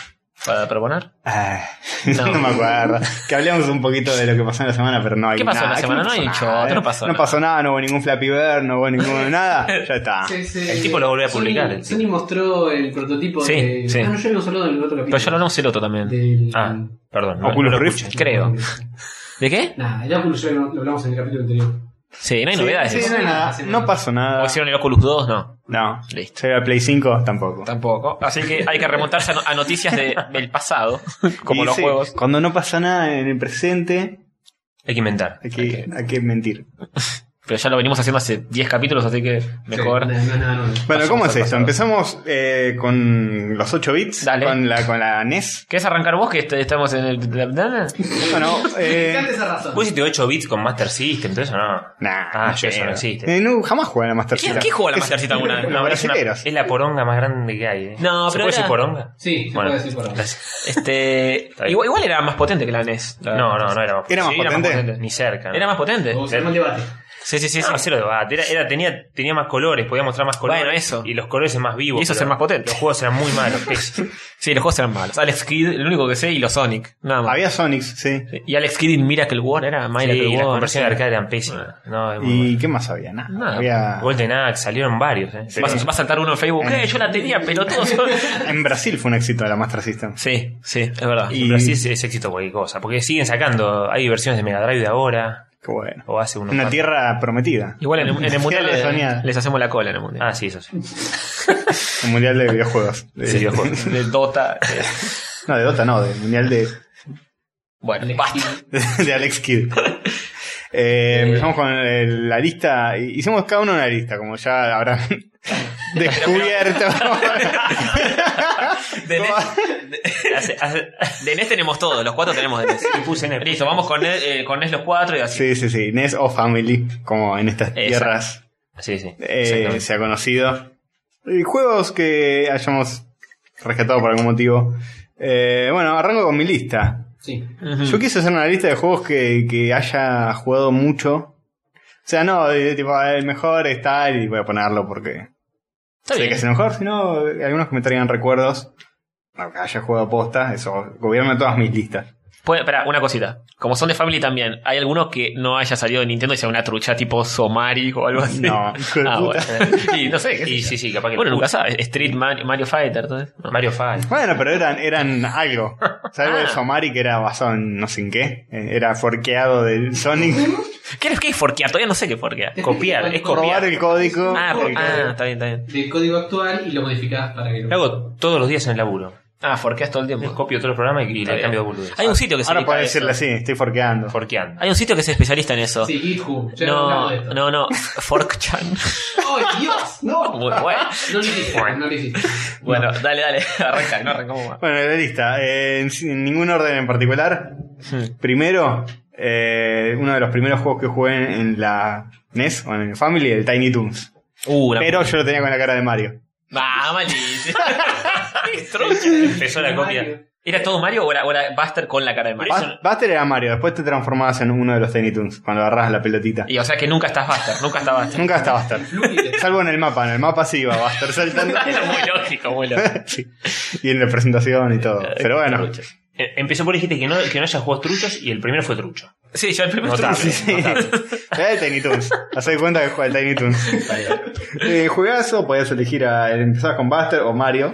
Speaker 3: Para proponer.
Speaker 2: Ah, (laughs)
Speaker 3: No.
Speaker 2: no. me acuerdo. Que hablamos un poquito de lo que pasó en la semana, pero no hay
Speaker 3: ¿Qué pasó en
Speaker 2: nada.
Speaker 3: la semana? No hay
Speaker 2: nada,
Speaker 3: choto, no
Speaker 2: eh.
Speaker 3: pasó
Speaker 2: No
Speaker 3: nada.
Speaker 2: pasó nada, no hubo ningún Flappy Bird, no hubo
Speaker 3: (laughs)
Speaker 2: ningún nada. Ya está.
Speaker 4: Sí, sí.
Speaker 5: El tipo lo volvió a publicar,
Speaker 4: Sony,
Speaker 5: el tipo.
Speaker 4: Sony mostró el prototipo
Speaker 3: este. Sí,
Speaker 4: de.
Speaker 3: sí.
Speaker 4: Ah, no, ya habíamos hablado del otro capítulo.
Speaker 3: Pero ya lo hablamos el otro también.
Speaker 4: Del-
Speaker 5: Ah, perdón. no-
Speaker 2: Oculus
Speaker 5: no lo
Speaker 2: Rift.
Speaker 5: escuché.
Speaker 3: Creo. ¿De qué?
Speaker 4: Nada, el Oculus ya lo, lo hablamos en el capítulo anterior.
Speaker 3: Sí, no hay
Speaker 2: Sí,
Speaker 3: novedades.
Speaker 2: sí, no, hay nada. no pasó
Speaker 3: ¿O
Speaker 2: nada.
Speaker 3: hicieron el Oculus 2? No.
Speaker 2: No.
Speaker 3: Listo.
Speaker 2: Se ve a Play 5 tampoco.
Speaker 3: Tampoco. Así que hay que remontarse a, no- a noticias de- del pasado, (laughs) como
Speaker 2: Y
Speaker 3: los
Speaker 2: sí,
Speaker 3: juegos.
Speaker 2: Cuando no pasa nada en el presente,
Speaker 5: Hay que inventar.
Speaker 2: hay que, hay que mentir.
Speaker 3: Pero ya lo venimos haciendo hace 10 capítulos, así que mejor.
Speaker 4: Sí, nada, nada, nada.
Speaker 2: Bueno,
Speaker 3: Pasamos
Speaker 2: ¿cómo es
Speaker 3: al
Speaker 2: esto?
Speaker 3: pasado.
Speaker 2: Empezamos eh, con los 8 bits,
Speaker 3: Dale.
Speaker 2: con la, con la E NES.
Speaker 3: ¿Querés arrancar vos que est- estamos en el. la- la- la-
Speaker 2: Bueno, (laughs)
Speaker 4: Me
Speaker 2: eh,
Speaker 4: encanta esa razón.
Speaker 5: Vos hiciste 8 bits con Master System, todo eso no.
Speaker 2: nah,
Speaker 5: Ah, yo eso no
Speaker 2: creo.
Speaker 5: existe.
Speaker 2: Eh, no, jamás jugué a la Master
Speaker 3: ¿Quién,
Speaker 2: System.
Speaker 3: ¿Quién jugó a la
Speaker 2: Es-
Speaker 3: mastercita alguna vez?
Speaker 2: (laughs) Los
Speaker 5: No, es, una-
Speaker 2: brasileros.
Speaker 5: es la poronga más grande que hay. eh.
Speaker 3: No,
Speaker 5: ¿Se
Speaker 3: pero era-
Speaker 5: puede decir poronga?
Speaker 4: Sí, se
Speaker 5: Bueno,
Speaker 4: puede decir por ahora.
Speaker 5: las-
Speaker 3: Este.
Speaker 5: Está bien.
Speaker 3: Igual, igual era más potente que la NES. la- E
Speaker 5: No, no, no era más
Speaker 2: ¿Era más
Speaker 5: sí,
Speaker 2: potente?
Speaker 5: Ni cerca. ¿no?
Speaker 3: Era más potente.
Speaker 4: Vamos a hacer un debate.
Speaker 3: Sí, sí, sí. sí.
Speaker 5: No, cero debate. ah, Era, era- tenía, tenía más colores, podía mostrar más colores.
Speaker 3: Bueno, eso.
Speaker 5: Y los colores eran más vivos.
Speaker 3: Y eso es
Speaker 5: pero
Speaker 3: ser más potente.
Speaker 5: Los juegos eran muy
Speaker 3: (laughs)
Speaker 5: malos. pésimos.
Speaker 3: Sí, los juegos eran malos. Alex Kidd, el único que sé, y los Sonic. Nada más.
Speaker 2: Había Sonics, sí.
Speaker 3: Y Alex Kidd in Miracle War era Miracle
Speaker 5: Sí, las
Speaker 3: War.
Speaker 5: conversiones de
Speaker 3: no sé.
Speaker 5: arcade eran pésimas. No, es muy
Speaker 2: ¿Y qué más había? Nada.
Speaker 3: Nada.
Speaker 2: Había...
Speaker 5: malo. Golden Axe, salieron varios. Eh.
Speaker 3: Va, a- va a saltar uno en Facebook. ¡Eh, yo la tenía,
Speaker 5: (laughs)
Speaker 3: pelotudo!
Speaker 2: En Brasil fue un éxito la Master System.
Speaker 3: sí, sí, es verdad.
Speaker 5: Y en Brasil es, es éxito cualquier cosa. Porque siguen sacando. Hay versiones de Mega Drive de ahora.
Speaker 2: Qué bueno.
Speaker 5: O hace unos.
Speaker 2: Una
Speaker 5: cuantos.
Speaker 2: tierra prometida.
Speaker 3: Igual en, el- en el mundial
Speaker 2: Tierra
Speaker 3: le- (laughs)
Speaker 2: soñada.
Speaker 3: les hacemos la cola en el mundial.
Speaker 5: Ah, sí, eso sí.
Speaker 3: (laughs)
Speaker 2: Un mundial de videojuegos. De-
Speaker 5: Sí, los juegos.
Speaker 3: De Dota. eh,
Speaker 2: No, de Dota no, del mundial de, (laughs)
Speaker 3: Bueno,
Speaker 4: (laughs)
Speaker 3: basta.
Speaker 2: de Alex Kidd. Eh, empezamos con el- la lista. Hicimos cada uno una lista, como ya habrán (laughs) descubierto.
Speaker 3: De NES,
Speaker 5: Hace- hace-
Speaker 3: de NES tenemos todo, los cuatro tenemos de NES.
Speaker 5: le puse en el-
Speaker 3: Listo, vamos con NES,
Speaker 5: E,
Speaker 3: eh, con NES los cuatro y así.
Speaker 2: sí, sí, sí. NES o Family, como en estas
Speaker 3: Exacto.
Speaker 2: tierras
Speaker 5: Sí, sí.
Speaker 2: eh,
Speaker 5: exactamente.
Speaker 2: se ha conocido. Y juegos que hayamos rescatado por algún motivo. Eh, bueno, arranco con mi lista.
Speaker 4: Sí.
Speaker 3: Ujú.
Speaker 2: Yo quise hacer una lista de juegos que, que haya jugado mucho. O sea, no, de- tipo, el mejor es tal y voy a ponerlo porque
Speaker 3: Está
Speaker 2: sé
Speaker 3: bien.
Speaker 2: que es el mejor, sino eh, algunos que me traigan recuerdos. No, que haya jugado posta, eso gobierna todas mis listas.
Speaker 3: Puede- pará, Pues, una cosita. Como son de Family también, ¿hay alguno que no haya salido de Nintendo y sea una trucha tipo Somari o
Speaker 5: (laughs)
Speaker 3: algo así? (laughs)
Speaker 2: No, hijo de
Speaker 3: Ah,
Speaker 2: puta.
Speaker 3: bueno. Y no sé. qué sé
Speaker 5: Y
Speaker 3: yo.
Speaker 5: sí, sí, capaz que.
Speaker 3: Bueno, nunca sabes. Street Mario, Mario Fighter, todo eso. No.
Speaker 5: Mario Fall.
Speaker 2: Bueno, pero eran, eran algo. Salvo
Speaker 3: Ah.
Speaker 2: de Somari que era basado en no sé en qué. eh, Era forqueado
Speaker 3: (laughs)
Speaker 2: del Sonic.
Speaker 3: ¿Qué es, qué es forquear? Todavía no sé qué es forquear.
Speaker 5: Copiar, es
Speaker 2: robar
Speaker 5: copiar.
Speaker 2: el código.
Speaker 3: Ah, ro-
Speaker 2: el
Speaker 3: ah,
Speaker 2: código.
Speaker 3: está bien, está bien.
Speaker 4: Del código actual y lo modificás para que
Speaker 5: Lo hago todos los días en el laburo.
Speaker 3: Ah, forqueas todo el
Speaker 5: Les
Speaker 3: tiempo.
Speaker 5: copio todos los programas y
Speaker 3: Está
Speaker 5: le
Speaker 3: bien.
Speaker 5: cambio de boludez.
Speaker 3: Hay un sitio que se
Speaker 2: Ahora
Speaker 3: dedica a
Speaker 2: podés
Speaker 3: eso.
Speaker 2: decirle así, estoy forqueando.
Speaker 5: Forqueando.
Speaker 3: Hay un sitio que es especialista en eso.
Speaker 4: Sí, GitHub. Ya hablamos de
Speaker 3: No,
Speaker 4: esto.
Speaker 3: no, no. (laughs) Forkchan.
Speaker 4: ¡Oh, Dios! ¡No!
Speaker 3: Muy (laughs) bueno.
Speaker 4: No lo hiciste, no lo hiciste.
Speaker 3: Bueno, dale, dale. (laughs) Arranca, no arrancamos más.
Speaker 2: Bueno, la lista. eh, en, sin ningún orden en particular. Primero, eh, uno de los primeros juegos que jugué en, en la NES o en el Family, el Tiny Toons.
Speaker 3: Uh, (laughs) una
Speaker 2: Pero yo lo tenía con la cara de Mario.
Speaker 3: Va, malísimo.
Speaker 5: (laughs)
Speaker 3: Qué trucho.
Speaker 5: Empezó la copia.
Speaker 4: Mario.
Speaker 3: ¿Era todo Mario o era, o era Buster con la cara de Mario?
Speaker 2: Bas- Buster era Mario, después te transformabas en uno de los Tiny Toons cuando agarras la pelotita.
Speaker 3: Y o sea que nunca estás Buster, nunca estás
Speaker 5: (laughs)
Speaker 3: Buster.
Speaker 2: Nunca está Buster. (laughs)
Speaker 4: Fluide.
Speaker 2: Salvo en el mapa, en el mapa sí iba Buster saltando.
Speaker 3: muy lógico, muy lógico.
Speaker 2: Sí. Y en la presentación y todo. Pero bueno,
Speaker 3: Trucho.
Speaker 5: Eh, Empezó por dijiste que no, que no haya juegos truchos y el primero fue trucho.
Speaker 3: Sí, yo el primer
Speaker 5: Notable.
Speaker 3: truco.
Speaker 5: notable.
Speaker 2: Era el Eh, Tiny Toons. Hacé cuenta que juega el Tiny Toons. Eh, juegazo, podías elegir a. Empezabas con Buster o Mario.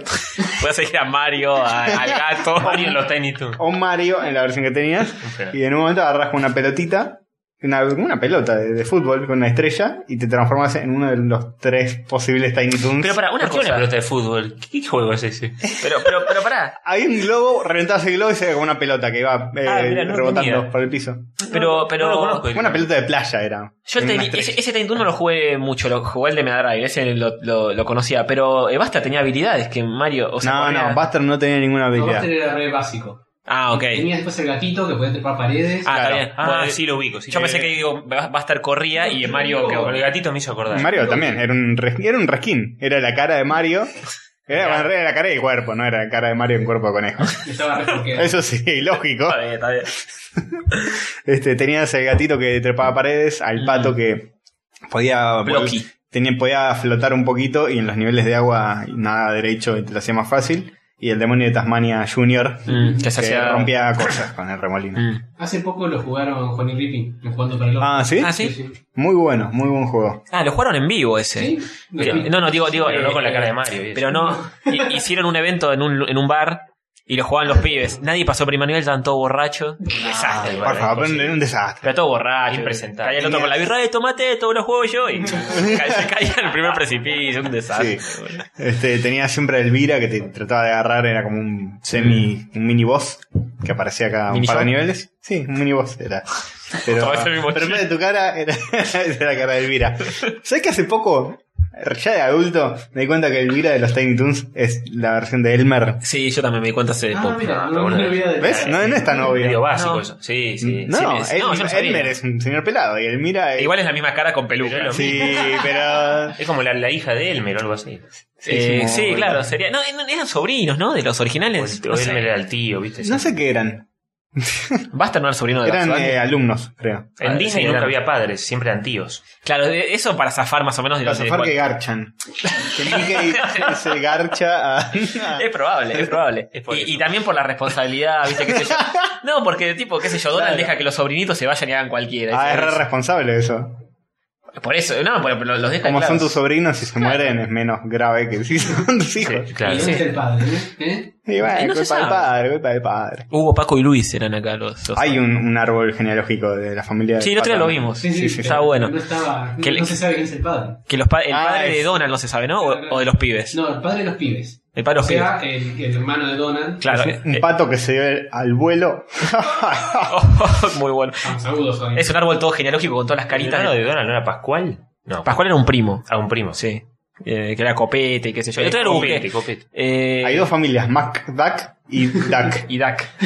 Speaker 3: Voy a seguir a Mario, a- al (laughs) gato.
Speaker 5: Mario en los Tiny Toons.
Speaker 2: O Mario en la versión que
Speaker 5: (laughs)
Speaker 2: tenías.
Speaker 5: Pero-
Speaker 2: Y en un momento agarras con una pelotita. Una, una pelota de, de fútbol con una estrella y te transformas en uno de los tres posibles Tiny Toons.
Speaker 3: Pero para, una
Speaker 5: ¿Por qué una
Speaker 3: cosa.
Speaker 5: pelota de fútbol? ¿Qué juego es ese?
Speaker 3: Pero, pero, pero pará.
Speaker 2: Había un globo, reventabas el globo y se veía como una pelota que iba eh,
Speaker 5: Ah, mirá, no
Speaker 2: rebotando
Speaker 5: tenía.
Speaker 2: por el piso.
Speaker 3: Pero,
Speaker 5: No lo
Speaker 3: pero.
Speaker 5: conozco.
Speaker 2: Una pelota de playa era.
Speaker 3: Yo el
Speaker 2: Una
Speaker 3: Tiny-
Speaker 2: estrella.
Speaker 3: ese, ese (laughs) Tiny Toon no lo jugué mucho, lo jugué el de Mega Drive, ese lo, lo, lo conocía, pero eh, Basta tenía habilidades que Mario. O sea,
Speaker 2: no,
Speaker 3: corría-
Speaker 2: no, Buster no tenía ninguna
Speaker 4: No,
Speaker 2: habilidad.
Speaker 4: Buster era re básico.
Speaker 3: Ah, ok.
Speaker 4: Tenía después el gatito que podía trepar paredes.
Speaker 3: Ah, está
Speaker 2: Claro.
Speaker 3: bien.
Speaker 5: Ah,
Speaker 3: Bueno,
Speaker 5: sí lo ubico. sí
Speaker 3: yo
Speaker 5: lo-
Speaker 3: pensé que digo, Buster corría y Mario.
Speaker 5: Con el
Speaker 3: que-
Speaker 5: gatito me hizo acordar.
Speaker 2: Mario también, era un, res- era un reskin, era la cara de
Speaker 5: (laughs)
Speaker 2: Mario. Era, bueno, era la cara y cuerpo, no era la cara de Mario en cuerpo de conejo.
Speaker 4: Estaba re forqueado.
Speaker 2: Eso sí, (laughs) lógico.
Speaker 3: Está bien, está bien.
Speaker 2: Este, tenías el gatito que trepaba paredes, al pato que podía,
Speaker 3: Blocky.
Speaker 2: tenía, podía flotar un poquito y en los niveles de agua nada derecho y te lo hacía más fácil. Y el demonio de Tasmania Junior
Speaker 3: Mm, que se
Speaker 2: que
Speaker 3: hacía.
Speaker 2: rompía cosas con el remolino.
Speaker 3: Mm.
Speaker 4: Hace poco lo jugaron Juan y Ripping, lo jugando para el otro.
Speaker 2: Ah, ¿sí?
Speaker 3: Ah, sí.
Speaker 4: Sí,
Speaker 2: Muy bueno, muy buen juego.
Speaker 3: Ah, lo jugaron en vivo ese.
Speaker 4: Sí.
Speaker 3: Pero- no, no, digo, digo.
Speaker 5: Pero no
Speaker 3: eh,
Speaker 5: con la cara de
Speaker 3: eh,
Speaker 5: Mario. (laughs) y eso.
Speaker 3: Pero no. hi- Hicieron un evento en un, en un bar y lo jugaban los pibes. Nadie pasó primer nivel, estaban todos (laughs) borrachos.
Speaker 5: Desastre,
Speaker 2: Por
Speaker 5: bueno,
Speaker 2: favor,
Speaker 5: imposible.
Speaker 2: era un desastre.
Speaker 3: Pero todo borracho.
Speaker 5: Impresentable.
Speaker 3: Caía el otro con la
Speaker 5: "Eh,
Speaker 3: birra de tomate, todos los juegos yo. (laughs) Y se caía en el primer precipicio, un desastre. boludo.
Speaker 2: Este, tenía siempre a Elvira que te trataba de agarrar, era como un semi, un mini boss que aparecía cada un
Speaker 3: ¿Mini
Speaker 2: par de
Speaker 3: show?
Speaker 2: niveles. Sí, un mini boss era. Pero,
Speaker 3: Otra vez el mismo
Speaker 2: pero en
Speaker 3: chiste.
Speaker 2: vez de tu cara era, (laughs) era la cara de Elvira. ¿Sabes que hace poco, ya de adulto, me di cuenta que Elvira de los Tiny Toons es la versión de Elmer?
Speaker 3: Sí, yo también me di cuenta hace
Speaker 4: Ah,
Speaker 3: poco.
Speaker 4: mira,
Speaker 5: Ah,
Speaker 4: no, no
Speaker 5: bueno.
Speaker 4: me olvidé de
Speaker 2: ¿Ves? No, no es tan
Speaker 5: Medio
Speaker 2: obvio.
Speaker 5: básico
Speaker 3: No. Mm.
Speaker 5: eso. Sí, sí.
Speaker 2: No,
Speaker 3: Sí, me-
Speaker 2: El-
Speaker 3: no, yo no sabía.
Speaker 2: Elmer es un señor pelado y Elmira es...
Speaker 3: Igual es la misma cara con peluca. (laughs)
Speaker 2: Sí, pero...
Speaker 5: Es como la, la hija de Elmer o algo así.
Speaker 3: Eh,
Speaker 2: es como-
Speaker 3: sí, claro, sería. No, no, eran sobrinos, ¿no? De los
Speaker 5: O,
Speaker 3: originales.
Speaker 5: el- o
Speaker 3: No sé.
Speaker 5: Elmer era el tío, ¿viste?
Speaker 2: No
Speaker 5: Sí.
Speaker 2: sé qué eran.
Speaker 3: Basta no era el sobrino de
Speaker 2: Eran
Speaker 3: Bugs Bunny.
Speaker 2: eh, alumnos, creo.
Speaker 5: En
Speaker 3: Ah,
Speaker 5: Disney
Speaker 3: sí,
Speaker 5: nunca
Speaker 3: eran-
Speaker 5: había padres, siempre eran tíos.
Speaker 3: Claro, de- eso para zafar más o menos de
Speaker 2: eh, Para
Speaker 3: los
Speaker 2: zafar que
Speaker 3: de-
Speaker 2: garchan. Que (laughs) Mickey se garcha a.
Speaker 3: Es probable, (laughs) es probable.
Speaker 5: Es por
Speaker 3: y,
Speaker 5: eso.
Speaker 3: y también por la responsabilidad,
Speaker 2: (laughs)
Speaker 3: ¿viste? Qué sé yo. No, porque, tipo, qué sé yo, Donald
Speaker 2: Claro.
Speaker 3: deja que los sobrinitos se vayan y hagan cualquiera.
Speaker 2: Ah, es
Speaker 3: Eso-
Speaker 2: re responsable eso.
Speaker 3: Por eso, no, pero pero los deja
Speaker 2: Como
Speaker 3: claro.
Speaker 2: son tus sobrinos, si se mueren es menos grave que si son tus hijos.
Speaker 4: ¿Y dónde
Speaker 5: Sí.
Speaker 4: está el padre? ¿eh? ¿Eh?
Speaker 2: Y bueno,
Speaker 3: Y no se
Speaker 2: culpa del
Speaker 3: sabe.
Speaker 2: padre, culpa del padre.
Speaker 3: Hugo, Paco y Luis eran acá los. los-
Speaker 2: Hay un, un árbol genealógico de la familia.
Speaker 3: Sí, el
Speaker 2: no
Speaker 3: otro día lo vimos.
Speaker 2: Sí, sí,
Speaker 3: Está
Speaker 4: pero
Speaker 3: bueno.
Speaker 4: No, estaba, no,
Speaker 3: Que le-
Speaker 4: no se sabe quién es el padre.
Speaker 3: Que los pa- el
Speaker 2: Ah,
Speaker 3: padre de
Speaker 2: es-
Speaker 3: Donald no se sabe, ¿no? O, o de los pibes.
Speaker 4: No, el padre de los pibes.
Speaker 3: El padre de
Speaker 4: O
Speaker 3: los pibes.
Speaker 4: sea, el, el hermano de Donald.
Speaker 2: (laughs)
Speaker 3: Claro.
Speaker 2: Un
Speaker 3: eh,
Speaker 2: pato que se dio al vuelo.
Speaker 3: (laughs) oh, muy bueno.
Speaker 4: Vamos, agudos hoy.
Speaker 3: Es un árbol todo genealógico con todas las
Speaker 5: ¿El
Speaker 3: caritas.
Speaker 5: hermano de Donald no era Pascual? No.
Speaker 3: Pascual era un primo.
Speaker 5: A un primo.
Speaker 3: Sí. Eh, que era copete y qué sé yo. El otro día lo
Speaker 5: Copete,
Speaker 3: busqué.
Speaker 5: copete.
Speaker 3: Eh,
Speaker 2: Hay dos familias, Mac Duck y Duck.
Speaker 3: y Dak. (laughs)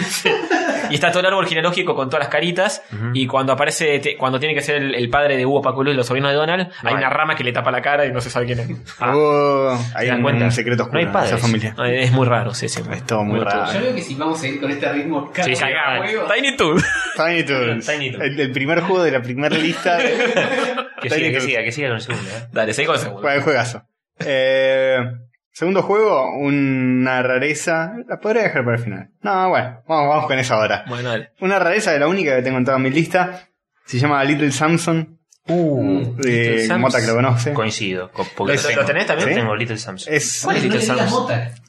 Speaker 3: y está todo el árbol genealógico con todas las caritas.
Speaker 5: Ujú.
Speaker 3: Y cuando aparece, te- cuando tiene que ser el, el padre de Hugo Paculo y los sobrinos de Donald, hay
Speaker 5: hay.
Speaker 3: una rama que le tapa la cara y no se sabe quién es.
Speaker 5: Ah.
Speaker 2: Oh, hay
Speaker 5: dan
Speaker 2: un,
Speaker 5: cuenta?
Speaker 2: un secreto oscuro
Speaker 5: No hay
Speaker 2: en
Speaker 5: padres.
Speaker 2: esa familia.
Speaker 3: No, es muy raro, sí, sí.
Speaker 2: Es todo muy raro.
Speaker 4: Yo veo que si vamos a ir con este ritmo,
Speaker 5: Sí,
Speaker 4: cada
Speaker 5: sí,
Speaker 4: cada
Speaker 5: ah,
Speaker 4: juego-
Speaker 3: Tiny Toon.
Speaker 2: Tiny Toons.
Speaker 5: Tiny Toons.
Speaker 2: El, el primer juego de la primera
Speaker 5: (laughs)
Speaker 2: lista. de-
Speaker 5: Que
Speaker 2: Tiny
Speaker 5: siga, que
Speaker 2: Toons.
Speaker 5: siga, que siga con el segundo. ¿eh?
Speaker 3: Dale, seguí con el segundo.
Speaker 2: Bueno, juegazo. Eh, segundo juego, una rareza. La podría dejar para el final. No, bueno, vamos, vamos con esa ahora.
Speaker 3: Bueno, dale.
Speaker 2: Una rareza de la única que tengo en toda mi lista. Se llama Little Samson.
Speaker 4: Uh,
Speaker 2: Eh,
Speaker 3: Little
Speaker 2: Mota
Speaker 3: Samson.
Speaker 2: que lo conoce.
Speaker 5: Coincido. co-
Speaker 3: ¿Lo,
Speaker 5: Porque
Speaker 3: lo
Speaker 5: tengo.
Speaker 3: tenés también?
Speaker 2: ¿Sí?
Speaker 5: Tengo Little Samson.
Speaker 2: Es.
Speaker 4: ¿Cuál es el
Speaker 3: Little
Speaker 4: de la
Speaker 3: Samson.
Speaker 4: mota? Es-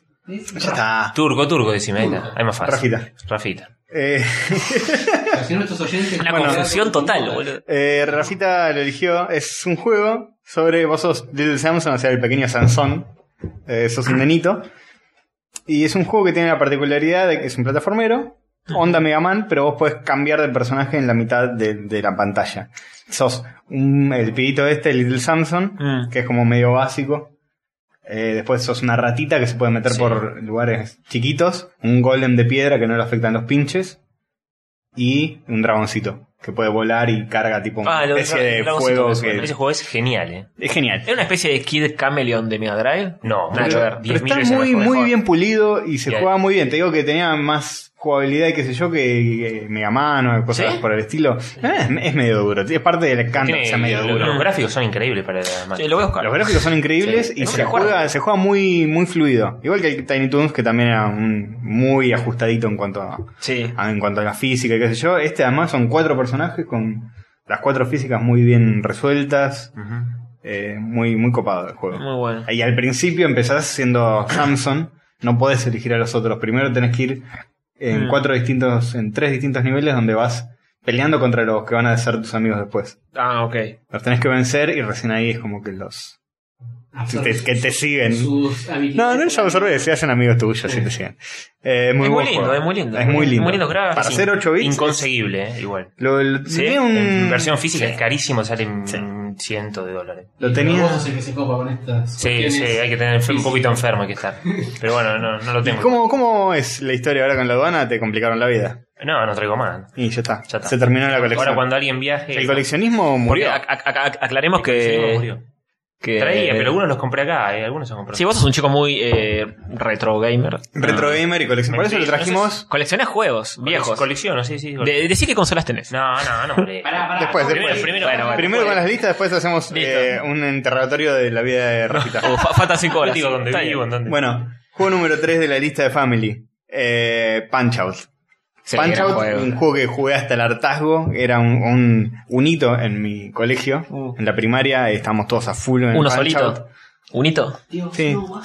Speaker 2: Ya está.
Speaker 5: Turco, turco, decime. Ahí está.
Speaker 4: Turco.
Speaker 5: Ahí más fácil.
Speaker 2: Rafita.
Speaker 5: Rafita.
Speaker 2: Eh,
Speaker 4: Pero si no, nuestros oyentes-
Speaker 3: Una
Speaker 2: Bueno.
Speaker 3: confusión total, boludo.
Speaker 2: eh, Rafita lo eligió. Es un juego sobre. Vos sos Little Samson, o sea, el pequeño Sansón. Eh, sos un nenito. Y es un juego que tiene la particularidad de que es un plataformero, onda Mega Man, pero vos podés cambiar de personaje en la mitad de, de la pantalla. Sos un- el pibito este, el Little Samson,
Speaker 3: Mm.
Speaker 2: que es como medio básico. Eh, después sos una ratita que se puede meter
Speaker 3: Sí.
Speaker 2: por lugares chiquitos. Un golem de piedra que no le afectan los pinches. Y un dragoncito que puede volar y carga tipo una
Speaker 5: Ah, lo
Speaker 2: especie
Speaker 5: Dra-
Speaker 2: de
Speaker 5: Dragon
Speaker 2: fuego.
Speaker 5: City me suena.
Speaker 2: que-
Speaker 5: Ese juego es genial, ¿eh?
Speaker 2: Es genial.
Speaker 3: ¿Era una especie de Kid Chameleon de Mega Drive?
Speaker 5: No,
Speaker 3: Nada que
Speaker 2: Pero-
Speaker 3: ver.
Speaker 2: Pero
Speaker 5: 10.000
Speaker 2: está
Speaker 5: veces
Speaker 2: muy,
Speaker 5: mejor.
Speaker 2: muy bien pulido y se
Speaker 5: Bien.
Speaker 2: juega muy bien. Te digo que tenía más jugabilidad y qué sé yo que, que Mega Man o cosas
Speaker 3: ¿Sí?
Speaker 2: por el estilo. Eh, es, es medio duro. Es parte del encanto que
Speaker 5: Tiene-
Speaker 2: sea medio
Speaker 5: lo-
Speaker 2: duro.
Speaker 5: Los gráficos son increíbles para la
Speaker 3: Sí, lo voy a buscar.
Speaker 2: Los gráficos son increíbles
Speaker 3: Sí.
Speaker 2: y
Speaker 3: No
Speaker 2: se
Speaker 3: me acuerdo.
Speaker 2: juega, se juega muy, muy fluido. Igual que el Tiny Toons, que también era un- muy ajustadito en cuanto a,
Speaker 3: Sí.
Speaker 2: a- en cuanto a la física y qué sé yo. Este además son cuatro personajes con las cuatro físicas muy bien resueltas. Eh, muy, muy copado el juego.
Speaker 3: Muy bueno.
Speaker 2: Y al principio empezás siendo Samson, no podés elegir a los otros. Primero tenés que ir en
Speaker 3: Mm.
Speaker 2: cuatro distintos, en tres distintos niveles donde vas peleando contra los que van a ser tus amigos después.
Speaker 3: Ah, ok.
Speaker 2: Los tenés que vencer y recién ahí es como que los que
Speaker 4: Absorbe
Speaker 2: te, que te siguen.
Speaker 4: sus
Speaker 2: No,
Speaker 4: habilidades.
Speaker 2: no es absorber, se hacen amigos tuyos, si te siguen. Eh, muy
Speaker 3: Es muy
Speaker 2: buen
Speaker 3: lindo,
Speaker 2: juego.
Speaker 3: es muy lindo.
Speaker 2: Es muy lindo.
Speaker 3: Muy lindos gráficos.
Speaker 2: Para
Speaker 3: Sí.
Speaker 2: ser 8 bits.
Speaker 5: Inconseguible, ¿eh? Igual.
Speaker 2: Lo, lo-
Speaker 5: Sí,
Speaker 2: tenía un-
Speaker 5: en versión física
Speaker 2: Sí.
Speaker 5: es carísimo, salen
Speaker 2: Sí.
Speaker 5: cientos de dólares.
Speaker 2: Lo
Speaker 4: Pero
Speaker 2: tenía.
Speaker 4: vos sos el que se copa con estas.
Speaker 5: Sí,
Speaker 4: cuestiones.
Speaker 5: sí, hay que tener enfer- un poquito enfermo hay que estar. Pero bueno, no, no lo
Speaker 2: ¿Y
Speaker 5: tengo.
Speaker 2: ¿Cómo, ¿Cómo es la historia ahora con la aduana? Te complicaron la vida.
Speaker 5: No, no traigo más.
Speaker 2: Y ya está.
Speaker 5: Ya está.
Speaker 2: Se terminó la colección.
Speaker 5: Ahora cuando alguien viaje... eh,
Speaker 2: El coleccionismo
Speaker 3: Porque
Speaker 2: murió.
Speaker 3: ac- ac- ac- aclaremos
Speaker 5: Sí,
Speaker 3: que,
Speaker 5: murió.
Speaker 3: que-
Speaker 5: Traía, pero algunos los compré acá, eh, algunos se compraron.
Speaker 3: Sí, vos sos un chico muy eh, retro gamer. Ah.
Speaker 2: Retro gamer y colección. Por eso lo
Speaker 5: Mentira,
Speaker 2: trajimos
Speaker 3: Coleccionás juegos
Speaker 5: Cole-
Speaker 3: viejos.
Speaker 5: Colecciono, sí, sí. cole-
Speaker 3: De- decí qué consolas tenés.
Speaker 5: No, no, no, hombre.
Speaker 4: Pará, pará.
Speaker 2: después,
Speaker 4: ¿cómo
Speaker 2: después.
Speaker 4: fue?
Speaker 5: Primero-
Speaker 3: Bueno, bueno.
Speaker 2: Primero con las listas, después hacemos
Speaker 3: Listo.
Speaker 2: eh, un interrogatorio de la vida de Rafita.
Speaker 3: (laughs) O (laughs) fa- faltan cinco
Speaker 5: Yo
Speaker 3: horas.
Speaker 5: digo dónde
Speaker 3: Está
Speaker 5: vivo,
Speaker 3: bien.
Speaker 5: en dónde...
Speaker 2: Bueno, juego número 3 de la lista de Family. Eh, Punch Out.
Speaker 3: Sí,
Speaker 2: Punch
Speaker 3: gran
Speaker 2: Out,
Speaker 3: juego.
Speaker 2: un juego que jugué hasta el hartazgo, era un, un, un hito en mi colegio.
Speaker 3: Mm.
Speaker 2: En la primaria eh, estábamos todos a full en el
Speaker 3: Uno
Speaker 2: Punch Out.
Speaker 3: solito. Un hito.
Speaker 4: Dios,
Speaker 2: Sí.
Speaker 4: no, guau.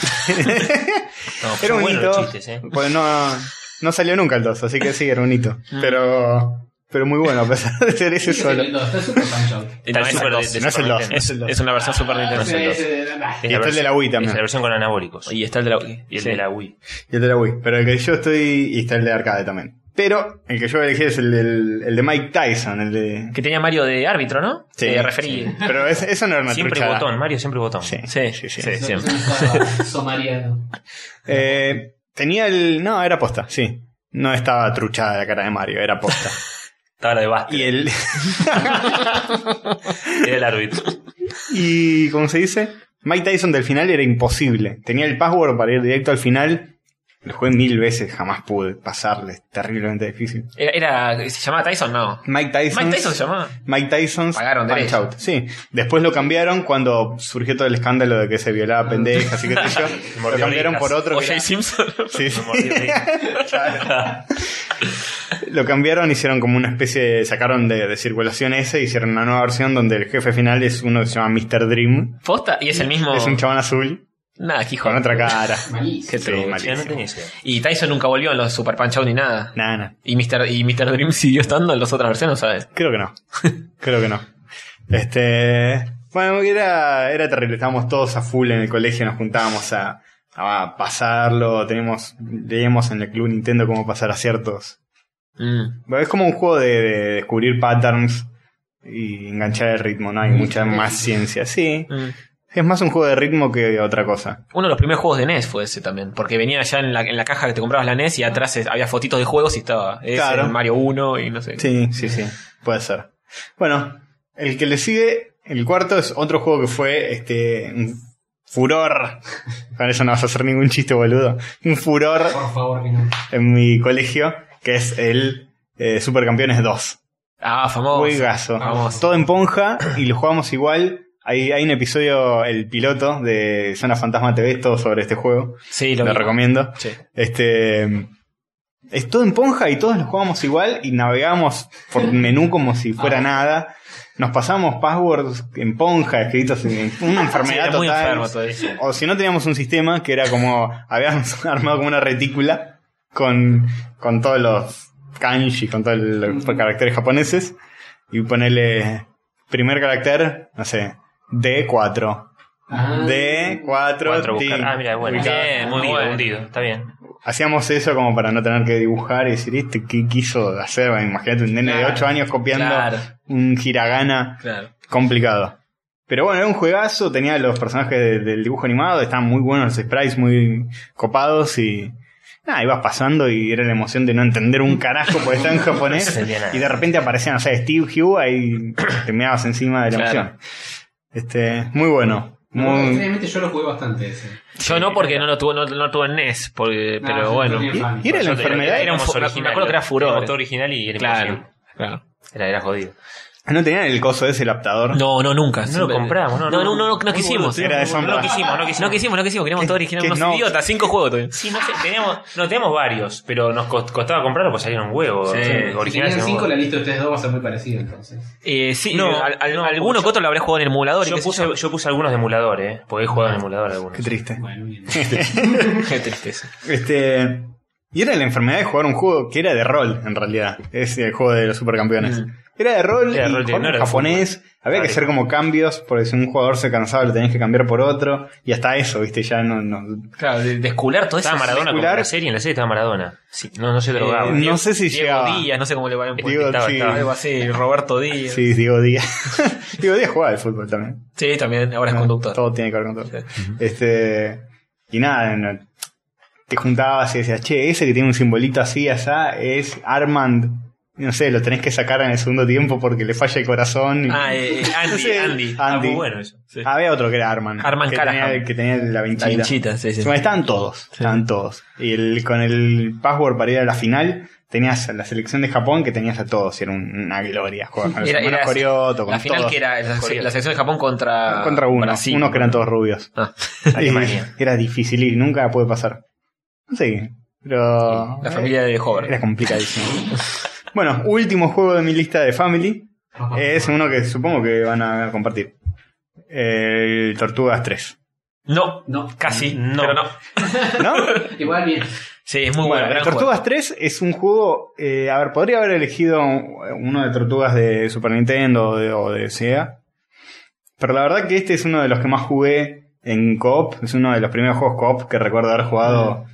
Speaker 5: No,
Speaker 2: Era un
Speaker 5: buenos
Speaker 2: hito.
Speaker 5: los chistes, eh.
Speaker 2: Pues no, no salió nunca el 2, así que sí, era un hito. Pero, pero muy bueno, a pesar de ser ese
Speaker 4: Sí, (laughs)
Speaker 2: solo.
Speaker 4: el dos, Está súper punch out.
Speaker 5: Está
Speaker 3: No,
Speaker 5: el
Speaker 3: es
Speaker 5: Super
Speaker 3: el
Speaker 5: de-
Speaker 3: dos.
Speaker 5: de
Speaker 2: No es el
Speaker 5: Super
Speaker 2: dos.
Speaker 5: Nintendo.
Speaker 3: Es, es una versión Super Nintendo.
Speaker 4: Sí, sí, sí, bah.
Speaker 5: Es
Speaker 2: Y está el de la Wii
Speaker 5: Es la
Speaker 2: también.
Speaker 5: versión con anabólicos.
Speaker 3: Y está el de la Wii.
Speaker 5: Y el
Speaker 3: Sí.
Speaker 5: de la Wii.
Speaker 2: Y el de la Wii. Pero el que yo estoy. Y está el de arcade también. Pero el que yo elegí es el, del- el de Mike Tyson, el de.
Speaker 3: Que tenía Mario de árbitro, ¿no?
Speaker 2: Sí,
Speaker 3: De referí.
Speaker 2: sí. (laughs) Pero es- eso no era una
Speaker 5: Siempre
Speaker 2: truchada.
Speaker 5: botón, Mario, siempre botón.
Speaker 2: Sí.
Speaker 3: Sí,
Speaker 2: Sí,
Speaker 3: sí,
Speaker 2: sí.
Speaker 3: sí.
Speaker 4: Eso
Speaker 3: siempre. (laughs)
Speaker 4: es un Somariano.
Speaker 2: Eh, tenía el. No, era posta, sí. No estaba truchada la cara de Mario,
Speaker 3: (laughs)
Speaker 2: era posta.
Speaker 5: Estaba la de básquet,
Speaker 2: y el.
Speaker 5: era
Speaker 2: (laughs)
Speaker 5: el árbitro.
Speaker 2: Y. ¿Cómo se dice? Mike Tyson del final era imposible. Tenía el password para ir directo al final. Lo jugué mil veces, jamás pude pasarle. es Terriblemente difícil.
Speaker 3: Era, era- ¿Se llamaba Tyson? No.
Speaker 2: Mike Tyson.
Speaker 3: Mike Tyson se llamaba.
Speaker 2: Mike Tyson's
Speaker 3: Pagaron
Speaker 2: Punch
Speaker 3: derecho.
Speaker 2: Out. Sí. Después lo cambiaron cuando surgió todo el escándalo de que se violaba pendeja, así que sé yo. lo
Speaker 5: Mordió
Speaker 2: cambiaron
Speaker 5: orejas.
Speaker 2: por otro. que
Speaker 3: O.J.
Speaker 2: era-
Speaker 3: Simpson.
Speaker 2: Sí, sí.
Speaker 5: Me mordí el dedo.
Speaker 2: (laughs) Claro. Lo cambiaron, hicieron como una especie de. sacaron de, de circulación ese, hicieron una nueva versión donde el jefe final es uno que se llama Mr. Dream.
Speaker 3: (laughs) Posta. Y es el mismo.
Speaker 2: Es un chabón azul
Speaker 3: Nada, que hijo.
Speaker 2: con otra (laughs) cara.
Speaker 4: Malísimo.
Speaker 3: Qué
Speaker 2: Sí,
Speaker 3: trucha.
Speaker 5: Ya no tenía
Speaker 2: malísimo.
Speaker 5: idea.
Speaker 3: Y Tyson nunca volvió en los Super Punch Out ni nada.
Speaker 2: Nada, nada.
Speaker 3: Y Mr. Y Mr. Dream (laughs) siguió estando en las otras versiones, ¿sabes?
Speaker 2: Creo que no. Creo que no. Este. Bueno, era, era terrible. Estábamos todos a full en el colegio, nos juntábamos a, a pasarlo. Teníamos, leíamos en el club Nintendo cómo pasar aciertos.
Speaker 3: Mm.
Speaker 2: Bueno, Es como un juego de, de descubrir patterns y enganchar el ritmo, no hay mucha más ciencia. Sí,
Speaker 3: Mm.
Speaker 2: es más un juego de ritmo que otra cosa.
Speaker 3: Uno de los primeros juegos de NES fue ese también. Porque venía ya en la, en la caja que te comprabas la NES y atrás es- había fotitos de juegos y estaba ese,
Speaker 2: Claro.
Speaker 3: el Mario 1 y no sé.
Speaker 2: Sí, sí, sí, puede ser. Bueno, el que le sigue, el cuarto es otro juego que fue este un furor. Con eso no vas a hacer ningún chiste, boludo. Un furor
Speaker 4: Por favor, que no.
Speaker 2: en mi colegio, que es el eh, Supercampeones 2.
Speaker 3: Ah, famoso.
Speaker 2: Juegazo.
Speaker 3: Famoso.
Speaker 2: Todo en ponja y lo jugamos igual. Hay, hay un episodio, el piloto de Zona Fantasma TV, todo sobre este juego.
Speaker 3: Sí,
Speaker 2: Lo,
Speaker 3: lo vi.
Speaker 2: recomiendo.
Speaker 3: Sí.
Speaker 2: Este. Es todo en ponja y todos lo jugábamos igual y navegábamos
Speaker 3: (laughs)
Speaker 2: por menú como si fuera
Speaker 4: Ah.
Speaker 2: nada. Nos pasábamos passwords en ponja, escritos en en una
Speaker 3: (laughs) Sí,
Speaker 2: enfermedad
Speaker 3: era muy
Speaker 2: total.
Speaker 3: enfermo todo eso.
Speaker 2: O si no teníamos un sistema que era como. Habíamos (laughs) armado como una retícula con, con todos los kanji, con todos los
Speaker 4: Mm.
Speaker 2: caracteres japoneses. Y ponerle primer carácter, no sé, D4.
Speaker 4: Ah.
Speaker 2: D4.
Speaker 5: Cuatro
Speaker 2: tin.
Speaker 5: buscar. Ah, mira, bueno.
Speaker 2: Ubicado.
Speaker 3: Bien, muy
Speaker 5: hundido,
Speaker 3: bueno.
Speaker 5: hundido. Está bien.
Speaker 2: Hacíamos eso como para no tener que dibujar y decir, ¿este qué quiso hacer? Bueno, Imagínate un nene de
Speaker 3: Claro,
Speaker 2: 8 años copiando
Speaker 3: claro.
Speaker 2: un hiragana
Speaker 3: Claro.
Speaker 2: complicado. Pero bueno, era un juegazo, tenía los personajes de- del dibujo animado, estaban muy buenos los sprites, muy copados y... Nada, ibas pasando y era la emoción de no entender un carajo porque estaba en
Speaker 5: No
Speaker 2: japonés
Speaker 5: entendía nada.
Speaker 2: y de repente aparecían, o sea, Steve Hugh ahí te meabas encima de la
Speaker 3: Claro.
Speaker 2: emoción. Este, muy bueno.
Speaker 4: No,
Speaker 2: Muy...
Speaker 4: extrañamente yo lo jugué bastante ese.
Speaker 3: Yo no porque no lo tuve, no, no tuve en NES, porque,
Speaker 4: No,
Speaker 3: pero
Speaker 4: yo
Speaker 3: bueno.
Speaker 4: tenía fan.
Speaker 2: Y era la
Speaker 5: Nosotros
Speaker 2: enfermedad,
Speaker 5: éramos
Speaker 3: Me acuerdo
Speaker 5: originales,
Speaker 3: que era furor.
Speaker 5: Éramos todo original y era
Speaker 3: Claro.
Speaker 5: imposible.
Speaker 3: claro.
Speaker 5: Era, era jodido.
Speaker 2: No tenían el coso ese, el adaptador.
Speaker 3: No, no, nunca.
Speaker 5: No
Speaker 3: Siempre-
Speaker 5: lo compramos, no, E
Speaker 3: No, no, no, no,
Speaker 5: Muy
Speaker 3: quisimos.
Speaker 5: boludo,
Speaker 2: Era de
Speaker 5: no
Speaker 2: sombra.
Speaker 5: quisimos, no quisimos.
Speaker 3: No quisimos, no quisimos, queríamos (laughs)
Speaker 2: Que-
Speaker 3: todo original.
Speaker 2: que
Speaker 3: Unos
Speaker 2: no.
Speaker 3: idiotas, cinco juegos todavía.
Speaker 5: Sí, no sé, teníamos, no, tenemos varios, pero nos cost- costaba comprarlos porque salieron huevos.
Speaker 3: Sí.
Speaker 5: O sea,
Speaker 4: Eh, Si
Speaker 5: originales
Speaker 4: tenían
Speaker 5: eran
Speaker 4: 5,
Speaker 5: huevos.
Speaker 4: la lista de ustedes dos va a ser muy parecida entonces.
Speaker 3: Eh, sí,
Speaker 5: No,
Speaker 3: eh, al- al-
Speaker 5: no,
Speaker 3: alguno
Speaker 5: yo-
Speaker 3: que otro lo habré jugado en emulador. y
Speaker 5: yo,
Speaker 3: qué sé Ah.
Speaker 5: puse, yo puse algunos de emulador, ¿eh? Porque he jugado en emulador algunos.
Speaker 2: Qué triste.
Speaker 3: (laughs)
Speaker 4: Bueno, bien.
Speaker 3: yo. Qué tristeza.
Speaker 2: Este. Y era la enfermedad de jugar un juego que era de rol, en realidad. Es el juego de los supercampeones.
Speaker 3: Mm.
Speaker 2: Era de rol,
Speaker 5: Era de
Speaker 2: y
Speaker 5: rol,
Speaker 2: jugar
Speaker 5: no era de
Speaker 2: japonés. Había que
Speaker 5: Claro.
Speaker 2: hacer como cambios, porque si un jugador se cansaba lo tenías que cambiar por otro. Y hasta eso, viste, ya no. no-
Speaker 3: Claro, de, de escular todo eso.
Speaker 5: Estaba Maradona como en
Speaker 2: Escular.
Speaker 5: la serie, en la serie estaba Maradona. Sí, no, no se drogaba.
Speaker 2: Eh, no sé si
Speaker 3: Diego
Speaker 2: llegaba.
Speaker 3: Díaz, no sé cómo le van a poner.
Speaker 2: Diego,
Speaker 5: estaba-
Speaker 2: sí.
Speaker 5: estaba-
Speaker 3: Algo así, Roberto Díaz. Sí,
Speaker 2: Sí, Diego (laughs) Díaz. Diego Díaz jugaba al fútbol también.
Speaker 3: también, ahora es
Speaker 2: Ah,
Speaker 3: conductor.
Speaker 2: Todo tiene que ver con todo. Este. Y nada, no- te juntabas y decías, che, ese que tiene un simbolito así, allá, es Armand. Y No sé, lo tenés que sacar en el segundo tiempo porque le falla el corazón. y-
Speaker 3: Ah, eh,
Speaker 2: (laughs)
Speaker 3: eh, Andy,
Speaker 2: Sí.
Speaker 3: Andy.
Speaker 2: Ah,
Speaker 5: Ah,
Speaker 2: Andy.
Speaker 5: muy bueno eso.
Speaker 3: Sí.
Speaker 2: Había otro que era Armand.
Speaker 3: Armand
Speaker 2: que
Speaker 3: Callahan.
Speaker 2: tenía, que tenía la vinchita.
Speaker 3: La hinchita, sí, sí.
Speaker 2: Bueno, estaban todos, estaban todos. Y el, con el password para ir a la final, tenías a la selección de Japón que tenías a todos. Y era un- una gloria jugar con los
Speaker 3: Era-
Speaker 2: hermanos
Speaker 3: era-
Speaker 2: Corioto, con
Speaker 3: La final
Speaker 2: todos.
Speaker 3: que era la, sec- la sección de Japón contra.
Speaker 2: Contra uno,
Speaker 3: Brasil.
Speaker 2: unos que eran todos rubios. (laughs)
Speaker 3: Ah,
Speaker 5: Alemania.
Speaker 2: Y Era difícil y nunca puede pasar. No sé, pero...
Speaker 3: la familia de
Speaker 2: Era
Speaker 3: Hover.
Speaker 2: complicadísimo. bueno, último juego de mi lista de Family.
Speaker 4: Papá.
Speaker 3: Eh.
Speaker 2: Es uno que supongo que van a compartir. El Tortugas 3.
Speaker 3: No,
Speaker 4: No.
Speaker 3: casi,
Speaker 5: No.
Speaker 3: pero no.
Speaker 2: ¿No?
Speaker 3: (laughs)
Speaker 4: Igual bien.
Speaker 3: Sí, es muy bueno.
Speaker 2: bueno, el
Speaker 3: gran
Speaker 2: Tortugas 3 es un juego... eh, a ver, podría haber elegido uno de Tortugas de Super Nintendo o de, o de Sega. Pero la verdad que este es uno de los que más jugué en coop. Es uno de los primeros juegos coop que recuerdo haber jugado.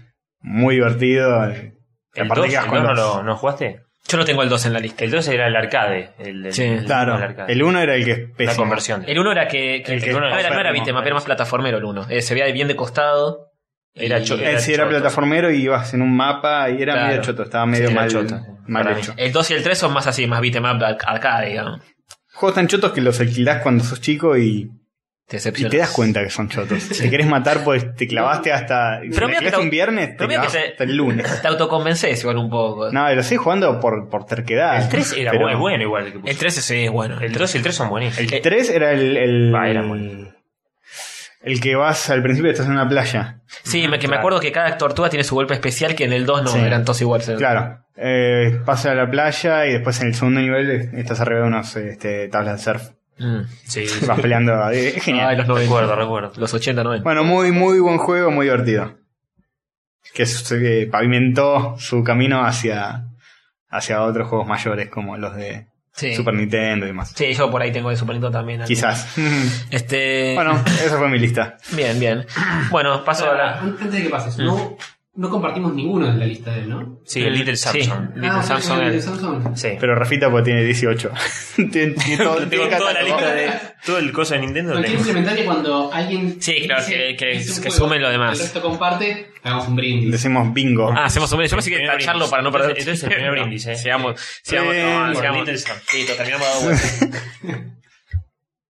Speaker 2: Muy divertido.
Speaker 5: ¿El
Speaker 2: Aparte
Speaker 5: 2,
Speaker 2: que ibas
Speaker 5: el
Speaker 2: con
Speaker 5: 2 no,
Speaker 2: los-
Speaker 5: lo, no jugaste?
Speaker 3: juego. Yo no tengo el 2 en la lista.
Speaker 5: El 2 era el arcade. El, el-
Speaker 3: Sí,
Speaker 5: el-
Speaker 2: Claro,
Speaker 5: el arcade.
Speaker 2: el uno era el que es
Speaker 5: la
Speaker 2: pésimo.
Speaker 5: conversión.
Speaker 3: El 1 era que. que-
Speaker 5: El que
Speaker 3: no,
Speaker 5: uno
Speaker 3: era, no
Speaker 5: era
Speaker 3: era
Speaker 5: enfermo,
Speaker 3: beatmap, era más
Speaker 5: parece.
Speaker 3: plataformero el 1. se veía bien de costado.
Speaker 5: Era
Speaker 3: Y-
Speaker 5: cho-
Speaker 2: Él Eh, sí era
Speaker 5: choto.
Speaker 2: plataformero y ibas en un mapa y era
Speaker 3: Claro.
Speaker 2: medio choto, estaba medio
Speaker 5: era
Speaker 2: mal,
Speaker 5: choto, sí.
Speaker 2: mal
Speaker 5: Para mí.
Speaker 2: hecho.
Speaker 3: El 2 y el 3 son más así, más beatmap arcade, digamos.
Speaker 2: Juegos tan chotos que los alquilás cuando sos chico y,
Speaker 3: Te
Speaker 2: y
Speaker 3: decepcionas.
Speaker 2: te das cuenta que son chotos. Te querés matar, pues te clavaste hasta. si
Speaker 3: Pero
Speaker 2: te
Speaker 3: mira que
Speaker 2: clavaste
Speaker 3: te-
Speaker 2: un viernes, te
Speaker 3: pero mira que
Speaker 2: clavás
Speaker 3: te-
Speaker 2: hasta el lunes.
Speaker 3: Te autoconvences igual un poco.
Speaker 2: No, lo estoy jugando por, por terquedad.
Speaker 5: El 3 era
Speaker 2: pero
Speaker 5: muy bueno igual. que
Speaker 3: El
Speaker 5: puse.
Speaker 3: 13 sí es bueno.
Speaker 5: El 2 y el 3 son buenísimos.
Speaker 2: El 3 era el. el
Speaker 5: Ah, era
Speaker 2: el que vas al principio estás en una playa.
Speaker 3: Sí, me, que me
Speaker 5: Claro.
Speaker 3: acuerdo que cada tortuga tiene su golpe especial que en el 2 no,
Speaker 2: Sí.
Speaker 3: eran todos iguales.
Speaker 2: Claro. Eh, pasas a la playa y después en el segundo nivel estás arriba de unos este, tablas de surf.
Speaker 3: Mm.
Speaker 5: Sí,
Speaker 2: Y vas peleando. eh, Es genial.
Speaker 3: Ay, los 90.
Speaker 5: recuerdo, recuerdo.
Speaker 3: Los 80, 90.
Speaker 2: Bueno, muy, muy buen juego, muy divertido. Que se eh, pavimentó su camino hacia, hacia otros juegos mayores como los de
Speaker 3: sí.
Speaker 2: Super Nintendo y demás.
Speaker 3: Sí, yo por ahí tengo el Super Nintendo también. algo.
Speaker 2: Quizás.
Speaker 3: (laughs) Este.
Speaker 2: bueno, esa fue mi lista.
Speaker 3: Bien, bien. Bueno, paso a Mm. la.
Speaker 4: An- Antes de que pases, no, no compartimos ninguno de la lista de él, ¿no?
Speaker 5: Sí, el Little Samson.
Speaker 3: Sí, Little
Speaker 4: Ah,
Speaker 3: Samson.
Speaker 4: Little
Speaker 3: el-
Speaker 4: Samson.
Speaker 5: Sí.
Speaker 2: Pero Rafita porque tiene 18. tiene, tiene todo-
Speaker 5: Tengo
Speaker 2: tiene
Speaker 5: toda la
Speaker 2: catálogo.
Speaker 5: lista de todo el coso de Nintendo.
Speaker 4: Lo
Speaker 5: lo
Speaker 4: quiero
Speaker 5: tengo.
Speaker 4: implementar que cuando alguien.
Speaker 3: Sí, claro, que- que-
Speaker 4: hizo un
Speaker 3: que
Speaker 4: juego,
Speaker 3: sumen lo demás.
Speaker 4: El resto comparte, hagamos un brindis.
Speaker 2: Decimos bingo.
Speaker 3: Ah, hacemos un brindis. Yo pensé
Speaker 5: El
Speaker 3: que
Speaker 5: primer
Speaker 3: tacharlo
Speaker 5: brindis.
Speaker 3: para no perder.
Speaker 5: Entonces, entonces el primer brindis, eh.
Speaker 3: Seamos. Seamos.
Speaker 2: Bien,
Speaker 3: no,
Speaker 2: por
Speaker 5: Por
Speaker 3: seamos-
Speaker 5: Little Samson.
Speaker 3: Listo, terminamos de dar
Speaker 5: (laughs)
Speaker 3: vuelta.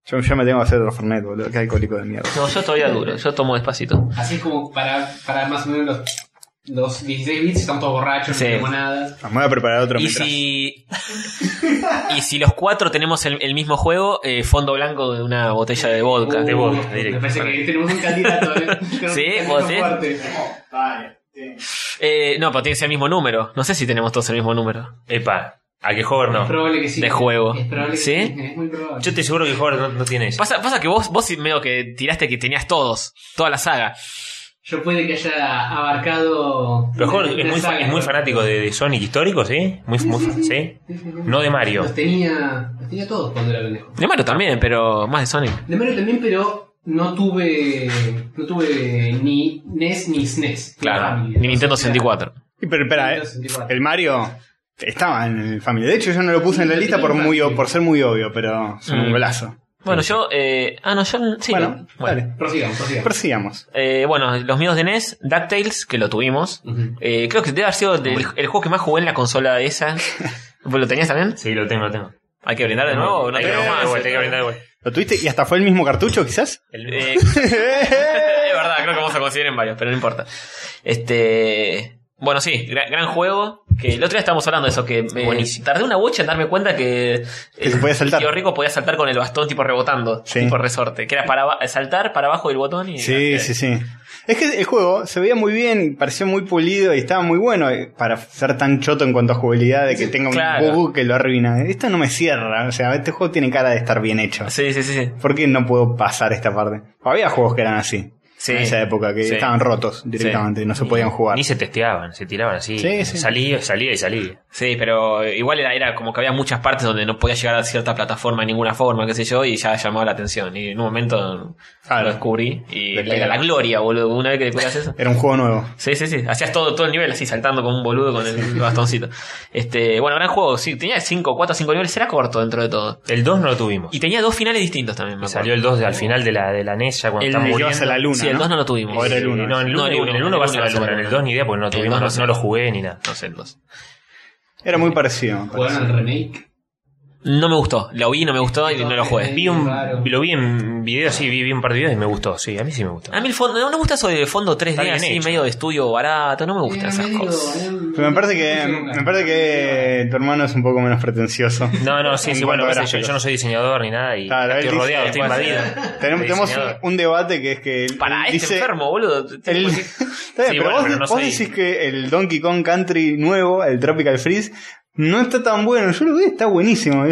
Speaker 2: Yo, yo me tengo que hacer otro Fernet, boludo. Qué alcohólico de mierda.
Speaker 3: No, yo todavía duro. Yo tomo despacito.
Speaker 4: Así es como para, para más o menos los, los 16 bits, están todos borrachos,
Speaker 3: Sí.
Speaker 4: no tenemos nada.
Speaker 2: Me voy a preparar otro
Speaker 3: Y
Speaker 2: mientras.
Speaker 3: si, y si los cuatro tenemos el, el mismo juego, eh, fondo blanco de una botella de vodka.
Speaker 4: Uh,
Speaker 5: de vodka,
Speaker 4: Me
Speaker 5: directo.
Speaker 4: parece que tenemos un
Speaker 3: (laughs)
Speaker 4: candidato. ¿eh? Tenemos
Speaker 3: Sí,
Speaker 4: un candidato
Speaker 3: vos sí.
Speaker 4: fuerte.
Speaker 3: Eh, no, pero tiene que ser el mismo número. No sé si tenemos todos el mismo número
Speaker 5: Epa, a que Hover
Speaker 4: Es
Speaker 5: no.
Speaker 4: probable que sí.
Speaker 3: de juego.
Speaker 4: Es probable que
Speaker 3: ¿Sí?
Speaker 4: sí. Es muy probable.
Speaker 5: Yo te seguro que Hover no, no tiene eso.
Speaker 3: Pasa, pasa que vos, vos medio que tiraste que tenías todos, toda la saga.
Speaker 4: Yo puede que haya abarcado.
Speaker 5: Pero
Speaker 4: una-
Speaker 5: Hover es
Speaker 4: una
Speaker 5: muy, fa-
Speaker 4: saga.
Speaker 5: es muy fanático de, de Sonic histórico, ¿sí? Muy, muy fa- ¿sí? No de Mario.
Speaker 4: Los tenía, los tenía todos cuando era pendejo.
Speaker 3: De Mario también, pero más de Sonic.
Speaker 4: De Mario también, pero no tuve, no tuve ni NES ni SNES.
Speaker 3: Claro,
Speaker 4: Family,
Speaker 3: ni Nintendo
Speaker 4: Ah, o sea, era-
Speaker 3: 64.
Speaker 2: Y Pero espera, eh,
Speaker 4: Nintendo 64.
Speaker 2: el Mario estaba en el Family. De hecho, yo no lo puse en la lista por muy o- por ser muy obvio, pero son un
Speaker 3: Mm.
Speaker 2: golazo.
Speaker 3: Bueno, yo. eh, ah, no, yo. Sí,
Speaker 2: bueno,
Speaker 3: no. Bueno.
Speaker 2: dale.
Speaker 4: Prosigamos, prosigamos.
Speaker 2: Persigamos.
Speaker 3: Eh, bueno, los míos de NES, DuckTales, que lo tuvimos.
Speaker 4: Ujú.
Speaker 3: Eh, creo que debe haber sido del- el juego que más jugué en la consola esa. ¿Vos lo tenías también?
Speaker 5: Sí, lo tengo, lo tengo.
Speaker 3: ¿Hay que brindar de nuevo? o No
Speaker 5: Hay que
Speaker 2: Eh,
Speaker 3: tenemos
Speaker 5: brindar de
Speaker 3: más.
Speaker 5: vuelta, hay que brindar de vuelta.
Speaker 2: ¿Lo tuviste? ¿Y hasta fue el mismo cartucho, quizás? (laughs)
Speaker 3: Eh, (laughs) es verdad, creo que vamos a coincidir en varios, pero no importa. Este. Bueno, sí, gran, gran juego. Que el otro día estábamos hablando de eso, que me
Speaker 5: Buenísimo.
Speaker 3: tardé una bocha en darme cuenta que,
Speaker 2: Que se podía saltar.
Speaker 3: el tío rico podía saltar con el bastón tipo rebotando,
Speaker 2: Sí.
Speaker 3: tipo resorte, que era para aba- saltar para abajo del botón y
Speaker 2: Sí, sí, sí. Es que el juego se veía muy bien, pareció muy pulido y estaba muy bueno eh, para ser tan choto en cuanto a jugabilidad de que tenga un
Speaker 3: claro.
Speaker 2: bug que lo arruina. Esto no me cierra, o sea, este juego tiene cara de estar bien hecho.
Speaker 3: sí, sí, sí, sí.
Speaker 2: ¿Por qué no puedo pasar esta parte? Había juegos que eran así.
Speaker 3: Sí.
Speaker 2: En esa época, que
Speaker 3: Sí.
Speaker 2: estaban rotos directamente, no se podían jugar.
Speaker 5: Ni se testeaban, se tiraban así.
Speaker 2: Sí, sí.
Speaker 5: Salía, salía y salía.
Speaker 3: Sí, pero igual era, era como que había muchas partes donde no podía llegar a cierta plataforma de ninguna forma, qué sé yo, y ya llamaba la atención. Y en un momento
Speaker 2: Claro.
Speaker 3: lo descubrí y
Speaker 2: Le
Speaker 3: era la gloria, boludo, una vez que descubrías eso.
Speaker 2: Era un juego nuevo.
Speaker 3: Sí, sí, sí. Hacías todo, todo el nivel así, saltando como un boludo con el bastoncito. Este, bueno, gran juego, sí. Tenía 5, 4, 5 niveles, era corto dentro de todo.
Speaker 5: El 2 no lo tuvimos.
Speaker 3: Y pues. tenía dos finales distintos también, me
Speaker 5: Y
Speaker 3: acuerdo.
Speaker 5: salió el 2 de- al final de la, de la NES ya cuando
Speaker 3: El
Speaker 5: está
Speaker 3: de
Speaker 2: Te
Speaker 5: muriendo.
Speaker 2: llevas a la luna.
Speaker 3: Sí, el 2 no lo tuvimos.
Speaker 2: O era el
Speaker 5: Sí,
Speaker 2: 1.
Speaker 5: No, en el
Speaker 3: No,
Speaker 5: 1
Speaker 3: el uno,
Speaker 5: en el
Speaker 3: el
Speaker 5: 1 va a
Speaker 3: uno
Speaker 5: ser la
Speaker 3: va a ser
Speaker 5: luna. En
Speaker 3: la
Speaker 5: el 2 ni idea porque no lo
Speaker 3: El
Speaker 5: tuvimos,
Speaker 3: dos no
Speaker 5: no,
Speaker 3: sé.
Speaker 5: no lo jugué ni nada.
Speaker 3: No sé, el 2.
Speaker 2: Era muy parecido. me parece.
Speaker 4: ¿Jugaron al remake?
Speaker 3: No me gustó. Lo vi, no me gustó y no lo jugué.
Speaker 5: Vi un,
Speaker 4: Claro.
Speaker 5: lo vi en video, sí, vi, vi un par de videos y me gustó, sí, a mí sí me gustó.
Speaker 3: A mí el fondo, no me gusta eso de fondo 3D
Speaker 5: Está bien
Speaker 3: así,
Speaker 5: hecho.
Speaker 3: medio de estudio barato, no me gustan
Speaker 4: Era
Speaker 3: esas
Speaker 4: medio-
Speaker 3: cosas.
Speaker 4: era un-
Speaker 2: Pero me parece que,
Speaker 4: no sé,
Speaker 2: me parece que tu hermano es un poco menos (laughs) pretencioso.
Speaker 5: No, no, sí,
Speaker 2: En
Speaker 5: sí, bueno,
Speaker 2: cuanto a
Speaker 5: pasa que yo,
Speaker 2: gráficos.
Speaker 5: yo no soy diseñador ni nada y
Speaker 2: Claro, él
Speaker 5: estoy
Speaker 2: dice,
Speaker 5: rodeado, estoy
Speaker 3: después-
Speaker 5: invadido.
Speaker 2: (laughs) Tenemos,
Speaker 5: de
Speaker 2: tenemos
Speaker 5: diseñador.
Speaker 2: un debate que es que. él-
Speaker 3: Para
Speaker 2: él
Speaker 3: este
Speaker 2: dice-
Speaker 3: enfermo, boludo.
Speaker 2: (laughs) el-
Speaker 3: Tengo que-
Speaker 2: Está bien,
Speaker 5: Sí,
Speaker 2: pero
Speaker 5: bueno,
Speaker 2: vos,
Speaker 5: pero no
Speaker 2: vos
Speaker 5: soy-
Speaker 2: decís que el Donkey Kong Country nuevo, el Tropical Freeze, no está tan bueno. Yo lo vi, está buenísimo.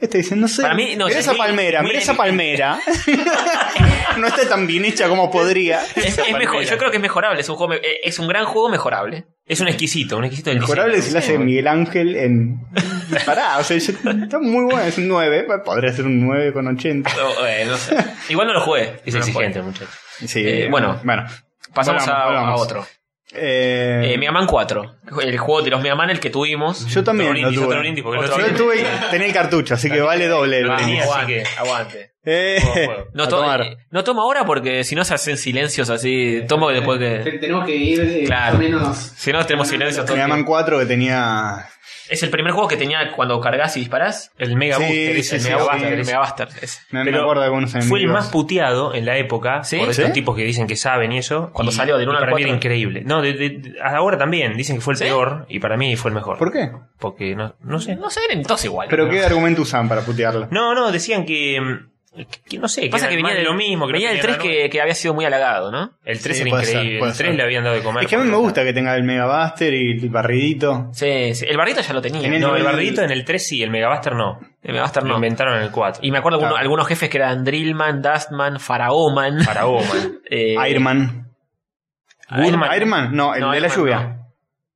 Speaker 2: Este dice, no sé.
Speaker 3: Para mí, no,
Speaker 2: mirá
Speaker 3: sí,
Speaker 2: esa
Speaker 3: sí,
Speaker 2: palmera,
Speaker 3: muy
Speaker 2: mirá
Speaker 3: en-
Speaker 2: esa
Speaker 3: (laughs)
Speaker 2: palmera. no está tan bien hecha como podría.
Speaker 3: Es, es mejor, yo creo que es mejorable, es un, juego, me- eh, es un gran juego mejorable.
Speaker 5: Es un exquisito, un exquisito del
Speaker 2: Mejorable si
Speaker 5: diseño.
Speaker 2: lo hace Miguel Ángel en. Pará, o sea, yo- está muy bueno, es un 9, podría ser un 9 con 80.
Speaker 3: No, eh, no sé. Igual no lo jugué.
Speaker 5: Es
Speaker 3: no lo jugué.
Speaker 5: exigente, muchacho.
Speaker 2: Sí,
Speaker 3: Eh, bueno.
Speaker 2: bueno.
Speaker 3: Pasamos
Speaker 2: Volvamos,
Speaker 3: a, a
Speaker 2: volvamos.
Speaker 3: otro.
Speaker 2: Eh,
Speaker 3: Eh, Mega Man 4. El juego de los Mega Man, el que tuvimos.
Speaker 2: yo también
Speaker 5: Otro
Speaker 2: lo
Speaker 5: brindis,
Speaker 2: tuve.
Speaker 5: otro brindis, porque el
Speaker 3: Otro
Speaker 5: otro
Speaker 2: Yo
Speaker 3: brindis.
Speaker 2: tuve, tenía el cartucho, así que vale doble. el
Speaker 5: Lo
Speaker 2: brindis.
Speaker 5: tenía, así que-
Speaker 2: (laughs)
Speaker 3: aguante.
Speaker 2: Eh,
Speaker 5: Ah, Juego, juego.
Speaker 3: No,
Speaker 2: a
Speaker 3: to-
Speaker 2: tomar.
Speaker 3: eh, no tomo ahora porque si no se hacen silencios así. Tomo después que.
Speaker 4: Te- Tenemos que ir eh,
Speaker 3: Claro.
Speaker 4: más o menos.
Speaker 3: Si no, tenemos silencios todo el
Speaker 2: Mega Man
Speaker 3: tiempo.
Speaker 2: 4 que tenía.
Speaker 3: Es el primer juego que tenía cuando cargas y disparás.
Speaker 5: El Mega
Speaker 2: Sí,
Speaker 5: Booster,
Speaker 2: sí,
Speaker 5: el
Speaker 2: sí,
Speaker 5: Mega
Speaker 2: sí.
Speaker 5: Buster,
Speaker 3: El
Speaker 5: ese.
Speaker 3: Mega Buster. ese.
Speaker 2: Me, me
Speaker 5: Pero
Speaker 2: acuerdo de algunos enemigos.
Speaker 5: Fue el más puteado en la época
Speaker 3: ¿Sí?
Speaker 5: por estos
Speaker 2: ¿Sí?
Speaker 5: tipos que dicen que saben y eso.
Speaker 3: Cuando
Speaker 5: y-
Speaker 3: salió del
Speaker 5: y
Speaker 3: 1 al
Speaker 5: Para mí era
Speaker 3: 4.
Speaker 5: increíble. No, de- de- ahora también dicen que fue el
Speaker 3: ¿Sí?
Speaker 5: peor y para mí fue el mejor.
Speaker 2: ¿Por qué?
Speaker 5: Porque no, no sé.
Speaker 3: No sé, eran todos iguales.
Speaker 2: ¿Pero qué argumento usan para putearlo?
Speaker 5: No, no, decían que. mm, que- que no sé,
Speaker 3: Pasa
Speaker 5: era
Speaker 3: que venía
Speaker 5: más
Speaker 3: del,
Speaker 5: lo mismo. que
Speaker 3: venía
Speaker 5: no
Speaker 3: del 3
Speaker 5: tenía nada nuevo.
Speaker 3: que, que había sido muy halagado, ¿no?
Speaker 5: El 3
Speaker 2: Sí,
Speaker 5: era
Speaker 2: puede ser,
Speaker 5: increíble.
Speaker 2: puede
Speaker 5: el 3
Speaker 2: ser.
Speaker 5: le habían dado de comer.
Speaker 2: es que a mí me gusta que tenga el Mega Buster y el barridito.
Speaker 3: Sí, sí. El barrito ya lo tenía.
Speaker 2: Tenía el
Speaker 5: No, el
Speaker 2: nivel-
Speaker 5: barrito en el 3 sí, el Megabuster no.
Speaker 3: El Mega Buster
Speaker 5: Lo
Speaker 3: no.
Speaker 5: inventaron en el 4.
Speaker 3: Y me acuerdo algunos,
Speaker 2: Claro.
Speaker 3: algunos jefes que eran Drillman, Dustman,
Speaker 2: (laughs)
Speaker 3: Faraoman.
Speaker 5: para Oman.
Speaker 3: eh,
Speaker 2: Ironman.
Speaker 5: Goodman.
Speaker 2: Ironman, no, el
Speaker 3: No,
Speaker 2: de la
Speaker 3: Ironman
Speaker 2: lluvia.
Speaker 3: no.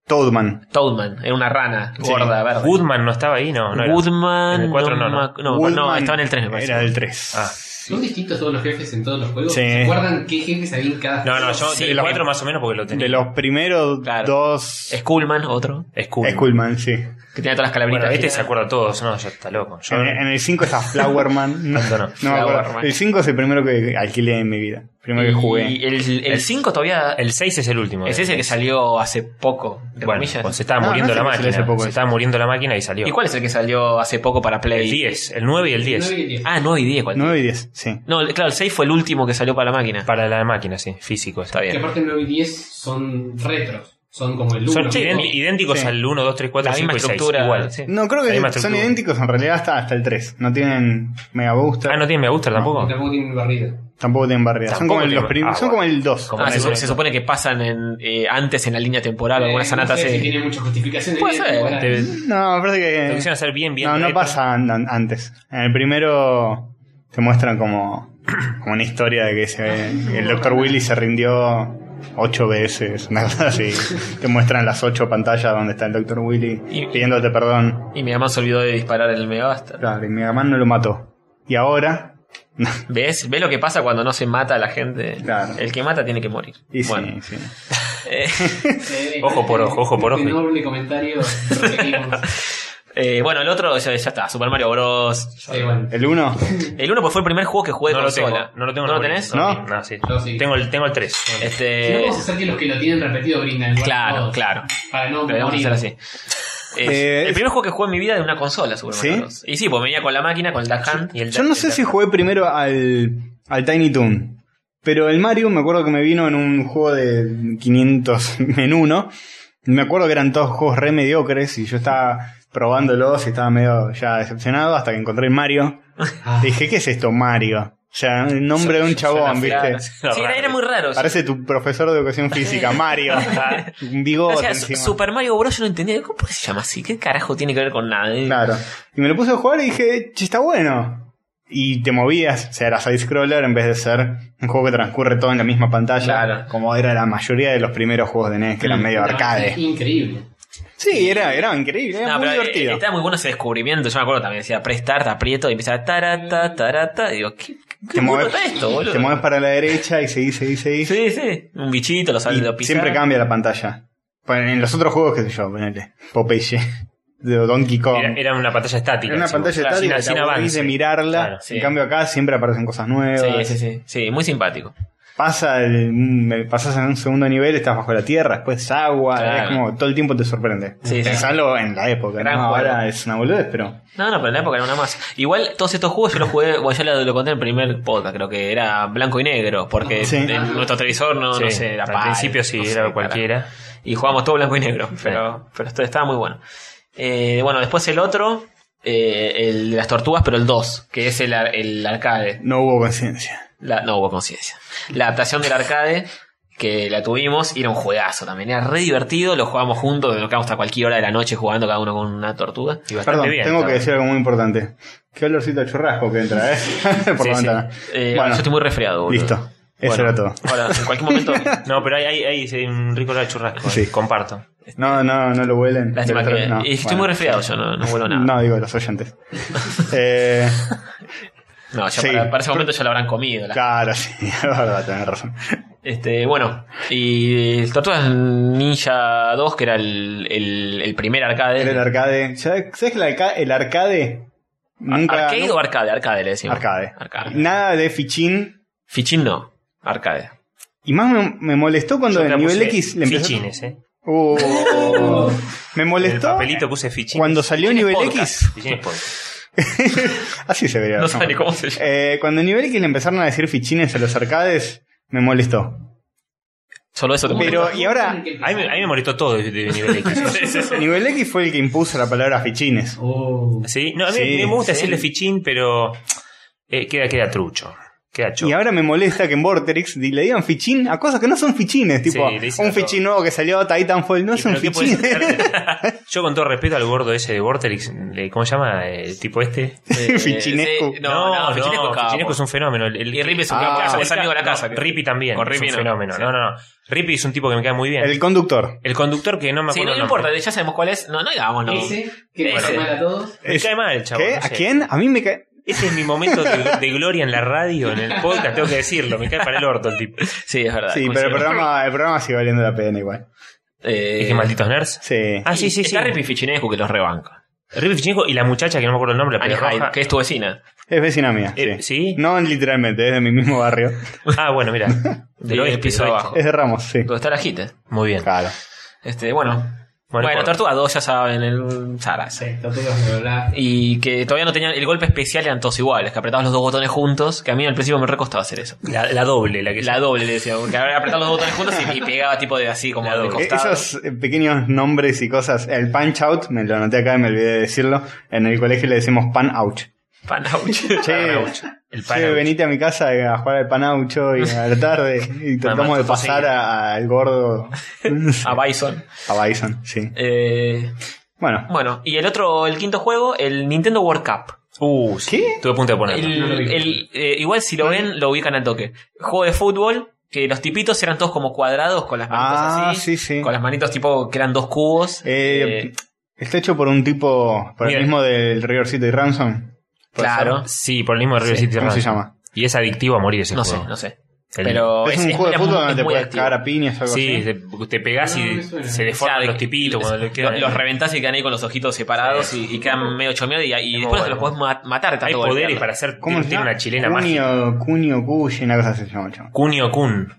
Speaker 2: Toadman.
Speaker 3: Toadman, era una rana
Speaker 2: Sí.
Speaker 3: gorda, verde.
Speaker 5: Goodman no estaba ahí, no. no era.
Speaker 3: Woodman.
Speaker 5: En el cuatro no,
Speaker 3: me
Speaker 5: ¿no?
Speaker 3: ac- no, no,
Speaker 2: Woodman
Speaker 3: estaba en el 3, me parece.
Speaker 2: Era del 3.
Speaker 5: Ah.
Speaker 4: Son distintos todos los jefes en todos los juegos.
Speaker 2: Sí.
Speaker 4: ¿Se acuerdan qué jefes había en cada
Speaker 5: No, no, yo
Speaker 2: Sí,
Speaker 5: del
Speaker 2: lo-
Speaker 5: 4 más o menos porque lo tenía.
Speaker 2: De los primeros
Speaker 3: Claro.
Speaker 2: dos.
Speaker 3: Skullman, otro.
Speaker 5: Es cool.
Speaker 2: Skullman, sí.
Speaker 3: Que tenía todas las calabritas.
Speaker 5: Bueno, este
Speaker 3: gigantes.
Speaker 5: se acuerda a todos, no, ya está loco. Yo,
Speaker 2: En, en el 5 está
Speaker 5: (laughs)
Speaker 2: Flowerman.
Speaker 5: Tanto no.
Speaker 2: me acuerdo.
Speaker 3: Flowerman.
Speaker 2: El 5 es el primero que alquilé en mi vida. Primero que
Speaker 3: Y
Speaker 2: jugué.
Speaker 3: el, el 5 todavía.
Speaker 5: el 6 es el último.
Speaker 3: es ese que salió hace poco. entre
Speaker 5: Bueno,
Speaker 3: comillas.
Speaker 5: pues se estaba
Speaker 2: No,
Speaker 5: muriendo
Speaker 2: Ah, no sé
Speaker 5: la
Speaker 2: si salió hace
Speaker 5: máquina.
Speaker 2: poco
Speaker 5: Se
Speaker 2: ese.
Speaker 5: estaba muriendo la máquina y salió.
Speaker 3: ¿Y cuál es el que salió hace poco para Play?
Speaker 5: El 10, el 9 y el 10.
Speaker 4: 9 y 10.
Speaker 3: Ah, 9 y 10. cualquiera.
Speaker 2: 9 y 10, sí.
Speaker 3: No, el- claro, el 6 fue el último que salió para la máquina.
Speaker 5: Para la máquina, sí, físico.
Speaker 3: Está
Speaker 4: Que
Speaker 3: bien.
Speaker 4: aparte el 9 y 10 son retros. Son como el 1.
Speaker 5: Son idénti- idénticos
Speaker 2: Sí.
Speaker 5: al 1, 2, 3, 4,
Speaker 3: La
Speaker 5: 5
Speaker 3: misma
Speaker 5: y 6.
Speaker 3: estructura.
Speaker 5: Igual.
Speaker 3: sí.
Speaker 2: No, creo
Speaker 5: Ahí
Speaker 2: que
Speaker 5: más
Speaker 2: son
Speaker 5: estructura.
Speaker 2: idénticos en realidad hasta, hasta el 3. No tienen Mega Booster.
Speaker 5: Ah, no tiene Mega Booster tampoco.
Speaker 4: Tampoco tienen barrido.
Speaker 2: Tampoco tienen barrera. Son
Speaker 5: Tampoco
Speaker 2: como el, los
Speaker 5: tienen-
Speaker 2: prim-
Speaker 5: ah,
Speaker 2: son
Speaker 5: bueno.
Speaker 2: como el 2.
Speaker 5: Como
Speaker 3: Ah,
Speaker 5: Bueno,
Speaker 3: se,
Speaker 5: eso
Speaker 3: su-
Speaker 5: no
Speaker 3: se
Speaker 5: importa.
Speaker 3: supone que pasan en, eh, antes en la línea temporal.
Speaker 4: Eh,
Speaker 3: algunas
Speaker 4: no
Speaker 3: zanatas
Speaker 4: sé
Speaker 3: se-
Speaker 4: si tiene muchas justificaciones. eh,
Speaker 3: Puede
Speaker 4: bien,
Speaker 3: ser.
Speaker 4: igual a-
Speaker 5: Te-
Speaker 2: No, me parece
Speaker 5: Lo
Speaker 2: que.
Speaker 5: quisieron hacer bien, bien.
Speaker 2: no, no
Speaker 5: retro.
Speaker 2: pasa an- an- antes. En el primero te muestran como, (clears throat) como una historia de que se ve- el Dr. Willy se rindió ocho veces, una
Speaker 3: (laughs)
Speaker 2: cosa así. Te muestran las ocho pantallas donde está el Dr. Willy
Speaker 3: Y-
Speaker 2: pidiéndote perdón.
Speaker 3: Y mi mamá se olvidó de disparar el Mega Buster.
Speaker 2: Claro, y Mega Man no lo mató. Y ahora
Speaker 3: ¿Ves? ¿Ves lo que pasa cuando no se mata a la gente?
Speaker 2: Claro.
Speaker 3: El que mata tiene que morir.
Speaker 2: Y
Speaker 3: bueno.
Speaker 2: sí, sí.
Speaker 3: Eh,
Speaker 5: Ojo por ojo, ojo por ojo.
Speaker 4: Enorme este comentario. proseguimos.
Speaker 3: (laughs) eh, bueno, el otro ya, ya está, Super Mario Bros.
Speaker 4: Sí, eh, bueno.
Speaker 2: ¿El 1?
Speaker 3: El uno pues, fue el primer juego que jugué de
Speaker 5: no lo tengo.
Speaker 3: consola.
Speaker 5: No lo tengo.
Speaker 3: ¿No lo
Speaker 5: en el
Speaker 3: tenés?
Speaker 5: bolsillo.
Speaker 2: ¿No?
Speaker 5: No, sí.
Speaker 4: Yo sí.
Speaker 5: Tengo el, tengo el 3.
Speaker 4: Si no,
Speaker 3: Este.
Speaker 4: vamos a hacer que los que lo tienen repetido brindan. igual
Speaker 3: Claro,
Speaker 4: todos,
Speaker 3: claro.
Speaker 4: Para no
Speaker 3: Lo debemos
Speaker 4: morir.
Speaker 3: hacer así. Es
Speaker 2: Eh,
Speaker 3: el primer juego que jugué en mi vida de una consola, Super
Speaker 2: ¿Sí?
Speaker 3: Mario Bros. Y sí, pues me venía con la máquina, con el Duck Hunt y el
Speaker 5: (laughs)
Speaker 2: Yo no sé si jugué primero al, al Tiny Toon. Pero el Mario me acuerdo que me vino en un juego de 500 (laughs) en uno. Me acuerdo que eran todos juegos re mediocres y yo estaba probándolos y estaba medio ya decepcionado hasta que encontré el Mario.
Speaker 4: Ah.
Speaker 2: Dije, ¿qué es esto Mario? O sea, el nombre de un chabón, (laughs) ¿viste?
Speaker 3: Sí, era, era muy raro. sí.
Speaker 2: Parece tu profesor de educación
Speaker 3: (laughs)
Speaker 2: física, Mario. Un
Speaker 3: O
Speaker 2: bigote
Speaker 3: sea,
Speaker 2: encima.
Speaker 3: Super Mario Bros. yo no entendía. ¿Cómo por qué se llama así? ¿Qué carajo tiene que ver con nada? eh?
Speaker 2: Claro. Y me lo puse a jugar y dije, che, está bueno. Y te movías, o sea, era side-scroller en vez de ser un juego que transcurre todo en la misma pantalla,
Speaker 3: Claro.
Speaker 2: como era la mayoría de los primeros juegos de NES, que eran
Speaker 3: Mm,
Speaker 2: medio
Speaker 4: No,
Speaker 2: arcade.
Speaker 4: es increíble.
Speaker 2: Sí, era, era increíble, era
Speaker 3: No,
Speaker 2: muy
Speaker 3: pero, eh,
Speaker 2: divertido.
Speaker 3: Estaba muy bueno ese descubrimiento. Yo me acuerdo también decía prestar, aprieto y empezaba tarata, tarata. Y digo, ¿qué, qué- qué
Speaker 2: Te
Speaker 3: bueno
Speaker 2: mueves,
Speaker 3: está esto, boludo?
Speaker 2: te mueves para la derecha y seguís, seguís, seguís.
Speaker 3: Sí, sí. Un bichito, lo
Speaker 2: y
Speaker 3: sale de pisar.
Speaker 2: siempre cambia la pantalla. Bueno, en los otros juegos, qué sé yo, ponele, Popeye, de Donkey Kong.
Speaker 5: Era, era una pantalla estática.
Speaker 2: Era una
Speaker 5: decimos.
Speaker 2: pantalla
Speaker 5: Claro,
Speaker 2: estática,
Speaker 5: sin,
Speaker 2: te
Speaker 5: sin
Speaker 2: aburrís
Speaker 5: avance.
Speaker 2: de mirarla.
Speaker 5: Claro,
Speaker 3: sí.
Speaker 2: En cambio acá siempre aparecen cosas nuevas.
Speaker 3: Sí, sí, sí. Sí, muy simpático.
Speaker 2: pasa el- mm, pasas en un segundo nivel, estás bajo la tierra, después agua,
Speaker 3: Claro.
Speaker 2: es como todo el tiempo te sorprende.
Speaker 3: Sí, sí.
Speaker 2: Pensalo en la época,
Speaker 3: Gran
Speaker 2: ¿no?
Speaker 3: juego.
Speaker 2: ahora es una boludez, pero
Speaker 3: No, no, pero en la época era una más. Igual todos estos juegos yo los jugué, bueno, ya lo, lo conté en el primer podcast, creo que era blanco y negro, porque
Speaker 2: Sí.
Speaker 3: en nuestro televisor no, no
Speaker 5: Sí,
Speaker 3: sé, era
Speaker 5: al
Speaker 3: PAL,
Speaker 5: principio sí,
Speaker 3: no sé,
Speaker 5: era
Speaker 3: cara.
Speaker 5: cualquiera.
Speaker 3: Y jugábamos todo blanco y negro, pero, pero esto estaba muy bueno. Eh, bueno, después el otro, eh, el de las tortugas, pero el 2, que es el, ar- el arcade.
Speaker 2: no hubo conciencia.
Speaker 3: La- no hubo conciencia. La adaptación del arcade, que la tuvimos, y era un juegazo también, era re divertido, lo jugábamos juntos, nos quedamos hasta cualquier hora de la noche jugando cada uno con una tortuga.
Speaker 5: Y bastante
Speaker 2: Perdón,
Speaker 5: bien,
Speaker 2: tengo que
Speaker 5: estaba.
Speaker 2: decir algo muy importante. Qué olorcito a churrasco que entra, ¿eh? (laughs) Por
Speaker 3: Sí,
Speaker 2: la
Speaker 3: sí.
Speaker 2: ventana.
Speaker 3: Eh,
Speaker 2: bueno,
Speaker 3: yo estoy muy resfriado, boludo.
Speaker 2: listo. Eso
Speaker 3: Bueno,
Speaker 2: era todo.
Speaker 3: Ahora, en cualquier momento.
Speaker 5: (laughs) No, pero hay, hay, hay sí, un rico olor a churrasco.
Speaker 2: Sí.
Speaker 5: eh, Comparto.
Speaker 2: No, no, no lo huelen.
Speaker 3: este, Lástima
Speaker 2: (laughs) Pero-
Speaker 3: que.
Speaker 2: no,
Speaker 3: y estoy
Speaker 2: bueno.
Speaker 3: muy resfriado, yo no, no vuelo nada. No,
Speaker 2: No, digo los
Speaker 3: (laughs)
Speaker 2: oyentes. eh,
Speaker 3: ya
Speaker 2: Sí.
Speaker 3: para, para ese momento ya lo habrán comido. la-
Speaker 2: claro, sí, (laughs) es verdad, tenés razón.
Speaker 3: Este, bueno, y el Tortugas Ninja 2, que era el, el, el primer arcade.
Speaker 2: Era el arcade. ¿Sabes sabes que el arca- el arcade? Nunca,
Speaker 3: ¿Arcade o arcade? Arcade le decimos.
Speaker 2: Arcade. Nada de fichín.
Speaker 3: Fichín no, arcade.
Speaker 2: Y más me, me molestó cuando
Speaker 5: Yo la
Speaker 2: en nivel
Speaker 5: puse
Speaker 2: X le empezó.
Speaker 5: Fichines, ¿eh?
Speaker 2: Oh. me
Speaker 5: En el
Speaker 2: molestó
Speaker 5: papelito puse fichines.
Speaker 2: cuando salió nivel X.
Speaker 5: Fichines podcast.
Speaker 2: Así se veía.
Speaker 3: No sé ni cómo se llama.
Speaker 2: Eh, cuando en nivel X le empezaron a decir fichines a los arcades, me molestó.
Speaker 3: Solo eso te molesta.
Speaker 2: Pero, y ahora,
Speaker 5: A mí, me- a mí me molestó todo de,
Speaker 3: (laughs)
Speaker 5: de nivel X.
Speaker 3: Sí, sí, sí.
Speaker 2: nivel X fue el que impuso la palabra fichines.
Speaker 4: Oh.
Speaker 5: ¿Sí? No, a mí
Speaker 2: Sí,
Speaker 5: me gusta
Speaker 2: sí.
Speaker 5: decirle fichín, pero eh, queda, queda trucho. Queda
Speaker 2: Y
Speaker 5: choco.
Speaker 2: ahora me molesta que en Vorterix di- le digan fichín a cosas que no son fichines. Tipo,
Speaker 5: Sí, le dicen
Speaker 2: un
Speaker 5: todo.
Speaker 2: fichín nuevo que salió, Titanfall, no
Speaker 5: ¿Y
Speaker 2: es un
Speaker 5: pero qué
Speaker 2: fichín. (laughs)
Speaker 5: podés hacer? (laughs) Yo con todo respeto al gordo ese de Vorterix, eh, ¿cómo se llama? El tipo este.
Speaker 3: Eh,
Speaker 2: Fichinesco.
Speaker 3: sí, no, no, Fichinesco es capo.
Speaker 5: Fichinesco es un fenómeno. El, el-
Speaker 3: Y Rippy es un
Speaker 2: Ah,
Speaker 3: capo,
Speaker 2: bueno,
Speaker 3: es amigo de la casa.
Speaker 5: No, Rippy también.
Speaker 3: Con
Speaker 5: es
Speaker 3: Rippy
Speaker 5: un
Speaker 3: no.
Speaker 5: fenómeno.
Speaker 3: Sí.
Speaker 5: No, no, no. Rippy es un tipo que me cae muy bien.
Speaker 2: El
Speaker 5: El,
Speaker 2: conductor.
Speaker 5: conductor que no me
Speaker 3: Sí,
Speaker 5: acuerdo.
Speaker 3: no,
Speaker 5: el
Speaker 3: no
Speaker 5: nombre.
Speaker 3: importa, ya sabemos cuál es. No, no digamos, no.
Speaker 4: Ese, que
Speaker 3: Ese.
Speaker 4: pasa mal a todos.
Speaker 5: Me
Speaker 2: Es-
Speaker 5: cae mal el chavo.
Speaker 2: ¿Qué? ¿A quién? A mí me cae.
Speaker 5: Ese es mi momento de, de gloria en la radio, en el podcast, tengo que decirlo. Me cae para el orto el tipo.
Speaker 3: Sí,
Speaker 5: Ah,
Speaker 3: es verdad.
Speaker 2: Sí, pero
Speaker 3: coincido.
Speaker 2: el programa, el programa sigue valiendo la pena igual.
Speaker 3: Eh,
Speaker 5: Es que malditos nerds.
Speaker 2: Sí.
Speaker 5: Ah, sí, sí, sí.
Speaker 3: Está Rippy Fichinesco que los rebanca.
Speaker 5: Rippy Fichinesco y la muchacha que no me acuerdo el nombre, la
Speaker 3: Annie Hyde,
Speaker 5: pelirroja.
Speaker 3: que es tu vecina.
Speaker 2: Es vecina mía.
Speaker 5: Eh,
Speaker 2: sí.
Speaker 5: ¿sí?
Speaker 2: No literalmente, es de mi mismo barrio.
Speaker 5: Ah,
Speaker 3: (laughs)
Speaker 5: bueno, mira.
Speaker 3: Del
Speaker 5: Del oeste,
Speaker 3: piso
Speaker 5: del oeste.
Speaker 3: abajo.
Speaker 2: Es de Ramos, sí.
Speaker 3: Donde está la Jite.
Speaker 5: Muy bien. Ah.
Speaker 2: Claro.
Speaker 3: Este, bueno. Bueno,
Speaker 5: Bueno, por-
Speaker 3: Tortuga 2 ya saben, el Sara.
Speaker 4: Sí, tortugas, bla, bla, bla.
Speaker 3: Y que todavía no tenían. El golpe especial eran todos iguales, que apretabas los dos botones juntos, que a mí al principio me recostaba hacer eso.
Speaker 5: La, la doble, la que
Speaker 3: La doble le decía, porque apretabas los dos botones juntos y, y pegaba tipo de así, como
Speaker 5: La
Speaker 3: de
Speaker 5: doble.
Speaker 2: Eh,
Speaker 3: costado.
Speaker 2: Esos eh, pequeños nombres y cosas. El punch out, me lo anoté acá y me olvidé de decirlo. En el colegio le decimos pan out.
Speaker 3: Panauch.
Speaker 5: (laughs)
Speaker 2: Che,
Speaker 5: El pan
Speaker 2: che, venite a mi casa a jugar al panaucho y a la tarde. Y tratamos de
Speaker 5: tocó
Speaker 2: pasar a- al gordo
Speaker 3: A Bison.
Speaker 2: (laughs) a Bison, sí.
Speaker 3: Eh,
Speaker 2: Bueno,
Speaker 3: bueno, y el otro, el quinto juego, el Nintendo World Cup.
Speaker 5: Uh, sí.
Speaker 2: ¿Qué?
Speaker 5: Estuve a punto de ponerlo.
Speaker 3: El-
Speaker 4: no lo vi.
Speaker 3: el- eh, igual si lo ven, lo ubican al toque. Juego de fútbol, que los tipitos eran todos como cuadrados con las manitos
Speaker 2: Ah,
Speaker 3: así.
Speaker 2: sí, sí.
Speaker 3: Con las manitos tipo que eran dos cubos.
Speaker 2: Eh,
Speaker 3: Eh,
Speaker 2: está hecho por un tipo, por el
Speaker 5: Mira.
Speaker 2: mismo del Rivercito y Ransom. ¿Puede
Speaker 3: claro.
Speaker 5: Sí, por el mismo River
Speaker 2: ser?
Speaker 5: City
Speaker 2: ¿Cómo se
Speaker 5: Ransom.
Speaker 2: llama?
Speaker 5: Y es adictivo a morir ese
Speaker 3: No sé,
Speaker 5: juego.
Speaker 3: no sé.
Speaker 5: El-
Speaker 3: Pero
Speaker 2: Es, un juego de
Speaker 3: era
Speaker 2: fútbol
Speaker 3: muy-
Speaker 2: donde
Speaker 3: Oh, es
Speaker 2: te
Speaker 3: muy
Speaker 2: puedes
Speaker 3: activo.
Speaker 2: cagar a piñas o algo
Speaker 5: Sí,
Speaker 2: así.
Speaker 5: te, te pegás
Speaker 4: No, no
Speaker 5: y
Speaker 4: me suena.
Speaker 5: se
Speaker 3: Claro,
Speaker 5: deforman
Speaker 3: que-
Speaker 5: los tipitos
Speaker 3: los,
Speaker 5: cuando le quedan
Speaker 3: los,
Speaker 5: ahí.
Speaker 3: reventás y quedan ahí con los ojitos separados y, y quedan medio chomeados y, y
Speaker 5: Es muy
Speaker 3: después te los
Speaker 5: bueno.
Speaker 3: podés ma- matar
Speaker 5: Hay
Speaker 3: tanto
Speaker 5: poderes
Speaker 3: golpearlos.
Speaker 5: para hacer
Speaker 2: ¿Cómo
Speaker 5: tiene,
Speaker 2: se
Speaker 5: tiene
Speaker 2: llama?
Speaker 5: una chilena mágica.
Speaker 2: Cunio, Cunio, Cuyo, una cosa así se llama, chaval.
Speaker 5: Kunio Kun.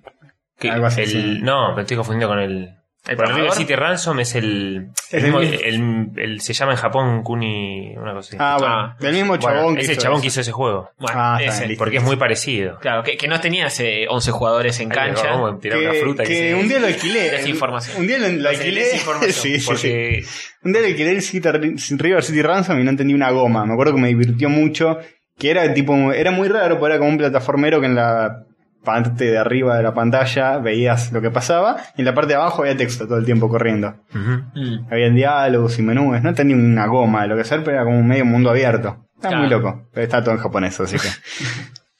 Speaker 5: Que
Speaker 2: Algo así,
Speaker 5: el-
Speaker 2: sí.
Speaker 5: No, me estoy confundiendo con el.
Speaker 3: ¿El
Speaker 5: Bueno,
Speaker 3: probador?
Speaker 5: River City Ransom es el.
Speaker 2: Es el
Speaker 5: el mismo-
Speaker 2: mismo.
Speaker 5: el- el- se llama en Japón Kuni. Una cosa así.
Speaker 2: Ah, bueno.
Speaker 3: Ah,
Speaker 2: del mismo
Speaker 5: Bueno,
Speaker 2: chabón
Speaker 5: es
Speaker 2: que
Speaker 5: el chabón que hizo ese juego.
Speaker 3: Bueno,
Speaker 2: Ah, está
Speaker 3: ese.
Speaker 2: bien, listo.
Speaker 5: Porque es muy parecido.
Speaker 3: Claro, que, que no tenías eh, 11 jugadores en cancha.
Speaker 5: Vamos a tirar una
Speaker 2: Que-
Speaker 5: fruta que,
Speaker 2: que
Speaker 5: se-
Speaker 2: un día lo alquilé.
Speaker 3: Desinformación.
Speaker 2: Un día lo, lo
Speaker 5: no sé,
Speaker 2: alquilé.
Speaker 5: desinformación,
Speaker 2: (laughs) Sí, sí, sí.
Speaker 5: porque
Speaker 2: Un día le alquilé el City- River City Ransom y no entendí una goma. Me acuerdo que me divirtió mucho. Que era tipo, era muy raro, porque era como un plataformero que en la parte de arriba de la pantalla veías lo que pasaba y en la parte de abajo había texto todo el tiempo corriendo.
Speaker 5: Ujú.
Speaker 3: Mm.
Speaker 2: Había diálogos y menús, no tenía una goma de lo que hacer, pero era como un medio mundo abierto. Está
Speaker 3: Claro.
Speaker 2: muy loco, pero está todo en japonés, así que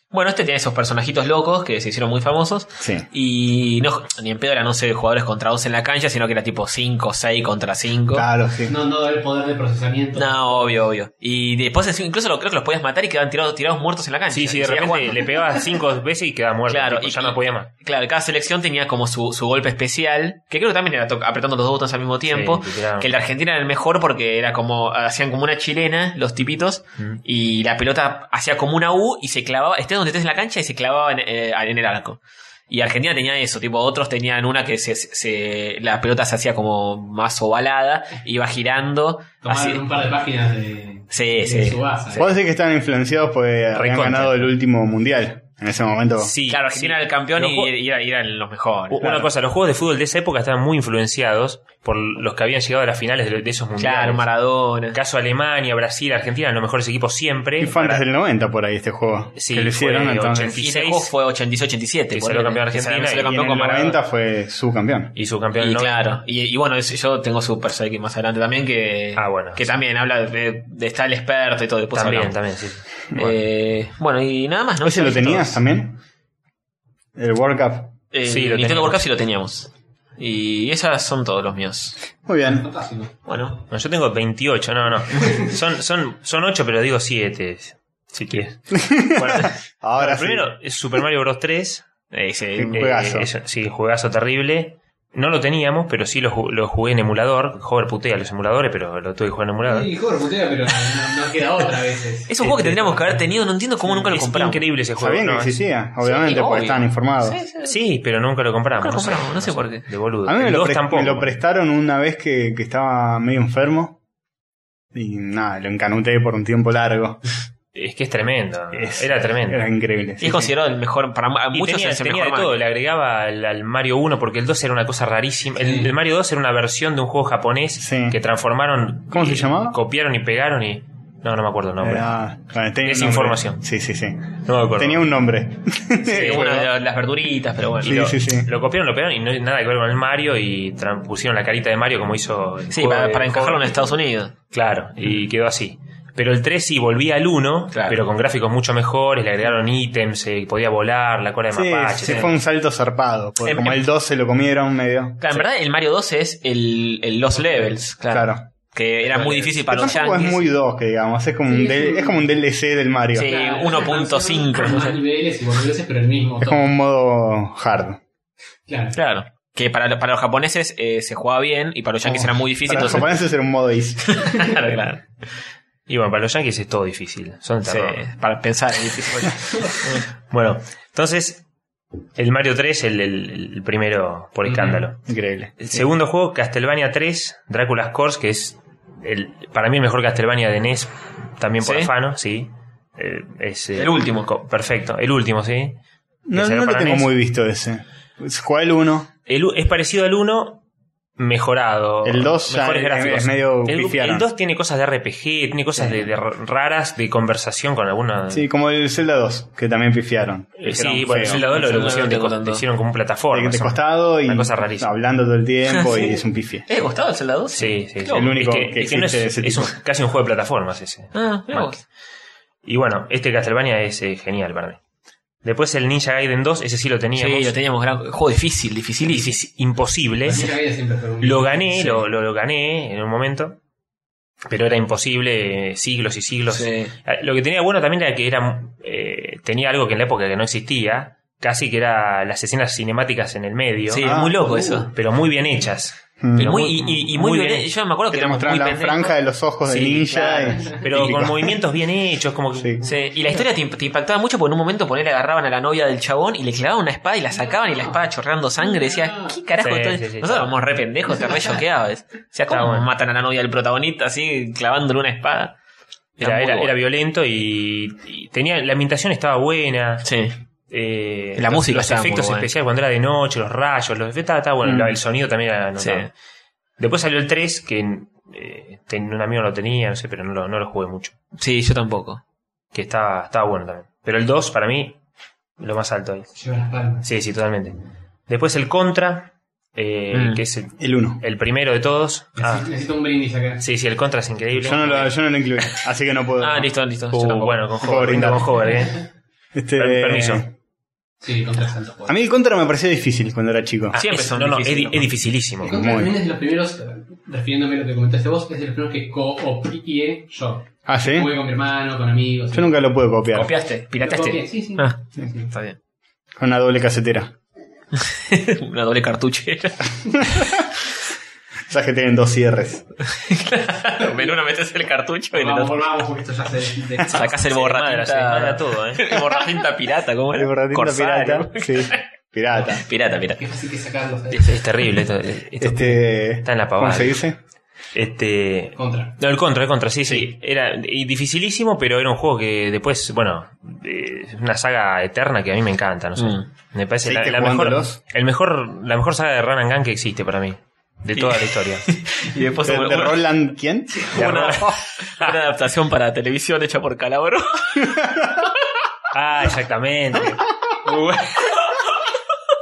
Speaker 3: Bueno, este tiene esos personajitos locos que se hicieron muy famosos.
Speaker 2: sí.
Speaker 3: Y no, ni en pedo eran 11 jugadores contra 11 en la cancha, sino que era tipo 5, 6 contra 5.
Speaker 2: Claro, sí.
Speaker 4: No, no el poder de procesamiento.
Speaker 3: No, obvio, obvio. Y después encima, incluso lo, creo que los podías matar y quedaban tirados, tirados muertos en la cancha.
Speaker 5: Sí, sí,
Speaker 3: Y
Speaker 5: de
Speaker 3: seguías
Speaker 5: repente
Speaker 3: jugando.
Speaker 5: le pegaba cinco veces y quedaba muerto.
Speaker 3: Claro,
Speaker 5: tipo,
Speaker 3: y-
Speaker 5: ya no podía más.
Speaker 3: Claro, cada selección tenía como su, su golpe especial, que creo que también era to- apretando los dos botones al mismo tiempo.
Speaker 5: Sí, literal.
Speaker 3: que el de Argentina era el mejor porque era como, hacían como una chilena, los tipitos,
Speaker 5: Mm.
Speaker 3: y la pelota hacía como una U y se clavaba, estés donde estés en la cancha y se clavaba en, eh, en el arco. Y Argentina tenía eso, tipo, otros tenían una que se, se- la pelota se hacía como más ovalada, iba girando,
Speaker 4: Tomaron
Speaker 3: así.
Speaker 4: un par de páginas de,
Speaker 3: Sí,
Speaker 4: de
Speaker 3: sí.
Speaker 4: Tsubasa.
Speaker 2: Puedo decir que estaban influenciados porque habían
Speaker 5: Recontra.
Speaker 2: ganado el último mundial en ese momento.
Speaker 5: Sí,
Speaker 3: Claro, Argentina
Speaker 5: sí.
Speaker 3: era el campeón
Speaker 5: Los
Speaker 3: y,
Speaker 5: ju-
Speaker 3: y era- y eran los
Speaker 5: U-
Speaker 3: mejores.
Speaker 5: Una
Speaker 2: Claro.
Speaker 5: cosa, los juegos de fútbol de esa época estaban muy influenciados por los que habían llegado a las finales de, de esos mundiales.
Speaker 3: Claro, Maradona.
Speaker 5: El caso Alemania, Brasil, Argentina, los mejores equipos siempre.
Speaker 2: Y fue antes
Speaker 5: Para-
Speaker 2: del 90 por ahí este juego.
Speaker 5: Sí,
Speaker 2: que lo hicieron
Speaker 5: fue
Speaker 2: entonces.
Speaker 5: 80.
Speaker 3: Y ese
Speaker 5: 16,
Speaker 3: juego fue 86-87.
Speaker 5: que
Speaker 3: ponele.
Speaker 5: salió campeón
Speaker 3: Que
Speaker 5: Argentina
Speaker 3: salió
Speaker 5: y
Speaker 2: Y en
Speaker 3: campeón
Speaker 2: el
Speaker 3: con Maradona.
Speaker 2: 90 fue subcampeón.
Speaker 5: Y subcampeón
Speaker 3: Y
Speaker 5: ¿no?
Speaker 3: claro, y, y bueno, es- yo tengo su persona aquí más adelante también que,
Speaker 5: Ah, bueno.
Speaker 3: que también habla de, de estar el experto y todo. Después
Speaker 5: También,
Speaker 3: hablamos.
Speaker 5: también, sí.
Speaker 3: Eh, bueno. y nada más, ¿no?
Speaker 2: ¿Ese lo tenías también? El World Cup.
Speaker 3: Eh,
Speaker 5: Sí, lo
Speaker 3: Nintendo
Speaker 5: teníamos.
Speaker 3: World Cup sí lo teníamos. Y esas son todos los míos.
Speaker 2: Muy bien.
Speaker 4: Fantástico.
Speaker 3: Bueno,
Speaker 5: No, yo tengo
Speaker 3: (laughs)
Speaker 5: 28, no, no. Son, son, son 8, pero digo 7. Si quieres. Bueno,
Speaker 2: Ahora
Speaker 5: el
Speaker 2: sí.
Speaker 5: primero es Super Mario Bros. eh, 3.
Speaker 3: ese,
Speaker 2: Sí. Juegazo.
Speaker 5: eso- sí, juegazo terrible. No lo teníamos, pero sí lo, ju- lo jugué en emulador. Joder, putea los emuladores, pero lo tuve que jugar en emulador. Este,
Speaker 4: Sí, joder, putea, pero no, no queda otra a veces.
Speaker 3: es un juego que tendríamos que haber tenido, no entiendo cómo nunca lo
Speaker 5: es
Speaker 3: compramos.
Speaker 5: increíble ese juego.
Speaker 2: Sabían
Speaker 5: no,
Speaker 2: que
Speaker 5: es-
Speaker 2: existía, obviamente, porque
Speaker 3: obvio.
Speaker 2: estaban informados.
Speaker 3: Sí, sí.
Speaker 5: Sí, pero nunca lo compramos.
Speaker 3: Nunca lo
Speaker 5: sé,
Speaker 3: compramos, no sé por qué.
Speaker 5: De boludo.
Speaker 2: A mí me
Speaker 5: El
Speaker 2: lo,
Speaker 5: dos
Speaker 2: pres-
Speaker 5: tampoco.
Speaker 2: me lo prestaron una vez que, que estaba medio enfermo. Y nada, lo encanuté por un tiempo largo.
Speaker 5: Es que es tremendo.
Speaker 2: Es-
Speaker 5: Era tremendo.
Speaker 2: Era increíble.
Speaker 3: Y es considerado el mejor, para mu-
Speaker 5: Y
Speaker 3: muchos
Speaker 5: tenía,
Speaker 3: es el
Speaker 5: tenía
Speaker 3: mejor
Speaker 5: de todo,
Speaker 3: Mario.
Speaker 5: le agregaba al, al Mario 1 porque el 2 era una cosa rarísima. El,
Speaker 4: Sí.
Speaker 5: el Mario 2 era una versión de un juego japonés
Speaker 2: Sí.
Speaker 5: que transformaron.
Speaker 2: ¿Cómo se
Speaker 5: y
Speaker 2: llamaba?
Speaker 5: Copiaron y pegaron y. No, no me acuerdo el nombre.
Speaker 2: Era- bueno, tenía un
Speaker 5: Es
Speaker 2: nombre.
Speaker 5: información.
Speaker 2: Sí, sí, sí.
Speaker 5: No me acuerdo.
Speaker 2: Eh, Tenía un nombre.
Speaker 3: Sí,
Speaker 2: (laughs)
Speaker 5: bueno.
Speaker 3: una de la- las verduritas, pero bueno.
Speaker 5: Y lo,
Speaker 2: Sí, sí, sí.
Speaker 5: lo copiaron, lo pegaron y no hay nada que ver con el Mario y tran- pusieron la carita de Mario como hizo. el
Speaker 3: Sí,
Speaker 5: juego
Speaker 3: para,
Speaker 5: de-
Speaker 3: para encajarlo en Estados Unidos.
Speaker 5: Claro, y quedó así. Pero el 3 sí volvía al 1,
Speaker 3: Claro.
Speaker 5: pero con gráficos mucho mejores, le agregaron ítems, se podía volar, la cola de
Speaker 2: Sí,
Speaker 5: mapache.
Speaker 2: sí,
Speaker 5: tenía-
Speaker 2: fue un salto zarpado. Porque
Speaker 3: Em-
Speaker 2: como
Speaker 3: em-
Speaker 2: el 12 lo comieron medio.
Speaker 3: Claro, en verdad el Mario 2 es el, el Los Levels, claro.
Speaker 2: Claro.
Speaker 3: Que era muy difícil para
Speaker 2: Pero
Speaker 3: los
Speaker 2: tampoco
Speaker 3: yankees.
Speaker 2: es muy 2, que digamos. Es como,
Speaker 4: Sí,
Speaker 2: un
Speaker 4: es
Speaker 2: del-
Speaker 4: un-
Speaker 2: es como un DLC del Mario.
Speaker 3: Sí.
Speaker 4: Claro,
Speaker 3: 1.5,
Speaker 4: más
Speaker 3: no sé.
Speaker 4: niveles y boludeces, pero el mismo.
Speaker 2: Es
Speaker 4: tono.
Speaker 2: como un modo hard.
Speaker 4: Claro.
Speaker 3: Claro. Que para, para los japoneses eh, se jugaba bien y para los yankees era muy difícil.
Speaker 2: Oh. Para los
Speaker 3: Entonces,
Speaker 2: japoneses era un modo easy.
Speaker 3: claro, claro.
Speaker 5: (laughs) Y bueno, para los yankees es todo difícil. Son de
Speaker 3: Sí,
Speaker 5: terror.
Speaker 3: para pensar es
Speaker 2: (laughs)
Speaker 3: difícil.
Speaker 5: Bueno, entonces, el Mario 3, el, el- el primero por
Speaker 4: Ujú.
Speaker 5: escándalo.
Speaker 2: Increíble.
Speaker 5: El segundo juego, Castlevania 3, Drácula's Course, que es el, para mí el mejor Castlevania de NES, también por
Speaker 3: ¿Sí?
Speaker 5: afano, sí. Eh, es, eh,
Speaker 3: El último.
Speaker 5: co- Perfecto, el último, sí.
Speaker 2: No,
Speaker 5: salió
Speaker 2: no lo
Speaker 5: para
Speaker 2: tengo
Speaker 5: NES.
Speaker 2: muy visto ese. Juega el 1.
Speaker 5: El u- es parecido al 1, mejorado.
Speaker 2: El 2 ya
Speaker 5: mejores
Speaker 2: es-
Speaker 5: gráficos.
Speaker 2: es medio
Speaker 5: el,
Speaker 2: pifiaron.
Speaker 5: el 2 tiene cosas de RPG, tiene cosas de, de r- raras, de conversación con alguna.
Speaker 2: Sí, como el Zelda 2, que también pifiaron.
Speaker 5: Eh,
Speaker 2: Era
Speaker 5: sí
Speaker 2: un
Speaker 5: bueno,
Speaker 2: feo.
Speaker 5: el Zelda 2 lo,
Speaker 3: El
Speaker 5: lo
Speaker 3: Zelda
Speaker 5: pusieron
Speaker 3: no
Speaker 5: de,
Speaker 3: tengo
Speaker 5: co-
Speaker 3: tanto.
Speaker 5: hicieron como un plataforma.
Speaker 2: De, de
Speaker 5: más o menos.
Speaker 2: costado y
Speaker 5: Una cosa rarísima.
Speaker 2: hablando todo el
Speaker 5: (laughs)
Speaker 2: tiempo y es un pifie.
Speaker 3: ¿Te gustado Eh, el Zelda 2?
Speaker 5: Sí, sí, sí.
Speaker 2: El único
Speaker 5: Es
Speaker 2: que
Speaker 5: es no es,
Speaker 2: existe de ese
Speaker 5: es un-
Speaker 2: tipo.
Speaker 5: casi un juego de plataformas ese.
Speaker 3: Ah, mira vos.
Speaker 5: Y bueno, este Castlevania es eh, genial para mí. Después el Ninja Gaiden 2, ese sí lo teníamos.
Speaker 3: Sí, lo teníamos gran juego difícil,
Speaker 5: Y
Speaker 3: dificilísimo.
Speaker 5: es imposible.
Speaker 4: La vida siempre fue un-
Speaker 5: Lo gané, lo, lo- lo gané en un momento. Pero era imposible, eh, siglos y siglos.
Speaker 3: Sí.
Speaker 5: Ah, Lo que tenía bueno también era que era, eh, tenía algo que en la época que no existía, casi que era las escenas cinemáticas en el medio,
Speaker 3: Sí,
Speaker 2: Ah,
Speaker 3: es muy loco
Speaker 2: uh,
Speaker 3: eso.
Speaker 5: pero muy bien hechas.
Speaker 2: Mm.
Speaker 5: Pero
Speaker 3: Muy-
Speaker 5: muy,
Speaker 3: y, y- y muy,
Speaker 5: bien
Speaker 3: violen-
Speaker 5: hechas.
Speaker 3: Yo me acuerdo
Speaker 2: Que
Speaker 3: que
Speaker 2: te
Speaker 3: era muy
Speaker 2: mostraban la
Speaker 3: pendejo.
Speaker 2: franja de los ojos de
Speaker 5: Sí,
Speaker 2: ninja. y-
Speaker 5: Pero
Speaker 2: típico.
Speaker 5: con movimientos bien hechos, como que...
Speaker 2: Sí.
Speaker 3: Sí, y la historia te, imp- te impactaba mucho porque en un momento poner agarraban a la novia del chabón y le clavaban una espada y la sacaban y la espada chorreando sangre. Decía, ¿qué carajo?
Speaker 5: Sí,
Speaker 3: esto es?
Speaker 5: sí, sí,
Speaker 3: Nosotros
Speaker 5: está.
Speaker 3: éramos re pendejos, te re choqueabas. O sea, ¿cómo
Speaker 5: Está bueno.
Speaker 3: matan a la novia del protagonista así clavándole una espada?
Speaker 5: Era,
Speaker 3: muy
Speaker 5: era,
Speaker 3: bueno.
Speaker 5: era violento y, y tenía la ambientación estaba buena.
Speaker 3: Sí.
Speaker 5: eh,
Speaker 3: La
Speaker 5: los-
Speaker 3: música
Speaker 5: Los
Speaker 3: estaba muy
Speaker 5: efectos
Speaker 3: buena.
Speaker 5: especiales cuando era de noche, los rayos, los efectos, estaba, estaba bueno.
Speaker 2: Mm.
Speaker 5: la- El sonido también era notable.
Speaker 3: Sí.
Speaker 5: Después salió el 3, que eh, ten- un amigo lo tenía, no sé, pero no lo, no lo jugué mucho.
Speaker 3: Sí, yo tampoco.
Speaker 5: Que estaba, estaba bueno también. Pero el 2, para mí, lo más alto ahí.
Speaker 4: Lleva las palmas.
Speaker 5: Sí, sí, totalmente. Después el Contra, eh,
Speaker 3: Mm.
Speaker 5: que es el,
Speaker 2: El 1.
Speaker 5: el primero de todos. Ah,
Speaker 4: Necesito- Necesito un brindis acá.
Speaker 5: sí, sí, el Contra es increíble.
Speaker 2: Yo no lo, yo no lo incluí, así que no puedo.
Speaker 3: Ah, listo, listo.
Speaker 5: Uh,
Speaker 3: Yo tampoco.
Speaker 5: bueno, con
Speaker 2: Puedo
Speaker 5: Hover,
Speaker 2: brindar.
Speaker 5: con Hover,
Speaker 2: (laughs)
Speaker 5: ¿eh?
Speaker 2: Este,
Speaker 5: Per- permiso.
Speaker 4: Sí, contra Santos.
Speaker 2: A mí el contra me pareció difícil cuando era chico.
Speaker 5: Ah,
Speaker 3: Siempre
Speaker 5: es-
Speaker 3: son
Speaker 5: no, no, es,
Speaker 3: difíciles,
Speaker 5: di-
Speaker 3: ¿no?
Speaker 5: es dificilísimo.
Speaker 4: El contra
Speaker 2: Muy.
Speaker 4: también es de los primeros, eh, refiriéndome a lo que comentaste vos, es de los primeros que copié yo.
Speaker 2: Ah, sí.
Speaker 4: Jugué con mi hermano, con amigos.
Speaker 2: Yo nunca lo pude copiar.
Speaker 3: Copiaste,
Speaker 4: Lo copié,
Speaker 3: (laughs) pirateaste.
Speaker 4: Sí, sí.
Speaker 3: Ah,
Speaker 4: Sí, sí.
Speaker 3: está bien.
Speaker 2: Con una doble casetera.
Speaker 3: Una doble
Speaker 5: (laughs)
Speaker 3: cartuchera.
Speaker 2: Esas que tienen dos cierres.
Speaker 3: en una metes el cartucho y en el
Speaker 4: Vamos,
Speaker 3: otro
Speaker 4: vamos, porque esto ya se... de-
Speaker 3: sacás el
Speaker 5: Se desmadra, se desmadra
Speaker 3: borratinta.
Speaker 5: todo, ¿eh?
Speaker 3: El borratinta pirata, ¿cómo era?
Speaker 2: El borratín era
Speaker 3: Corsario.
Speaker 2: pirata.
Speaker 5: (laughs)
Speaker 2: Sí. Pirata.
Speaker 3: Pirata, pirata.
Speaker 4: Qué fácil que sacarlos. ¿sabes?
Speaker 5: Es, es terrible esto. esto-
Speaker 3: eh,
Speaker 2: Este.
Speaker 5: Está en la pavada.
Speaker 2: ¿Cómo se dice?
Speaker 5: Este.
Speaker 4: Contra.
Speaker 5: No, el contra, el contra, sí, sí.
Speaker 3: Sí.
Speaker 5: Era y dificilísimo, pero era un juego que después, bueno, eh, es una saga eterna que a mí me encanta, no sé.
Speaker 3: Mm.
Speaker 5: Me parece la,
Speaker 2: ¿Seguiste
Speaker 5: la mejor,
Speaker 2: jugándolos?
Speaker 5: el mejor, la mejor saga de Run and Gun que existe para mí. De toda
Speaker 3: (laughs)
Speaker 5: la historia.
Speaker 3: Y después
Speaker 2: ¿De,
Speaker 3: hubo-
Speaker 2: de
Speaker 3: hubo-
Speaker 2: Roland
Speaker 5: (laughs)
Speaker 2: quién?
Speaker 3: hubo una, (laughs) una adaptación para televisión hecha por Calabro.
Speaker 5: ah, exactamente. Muy bueno.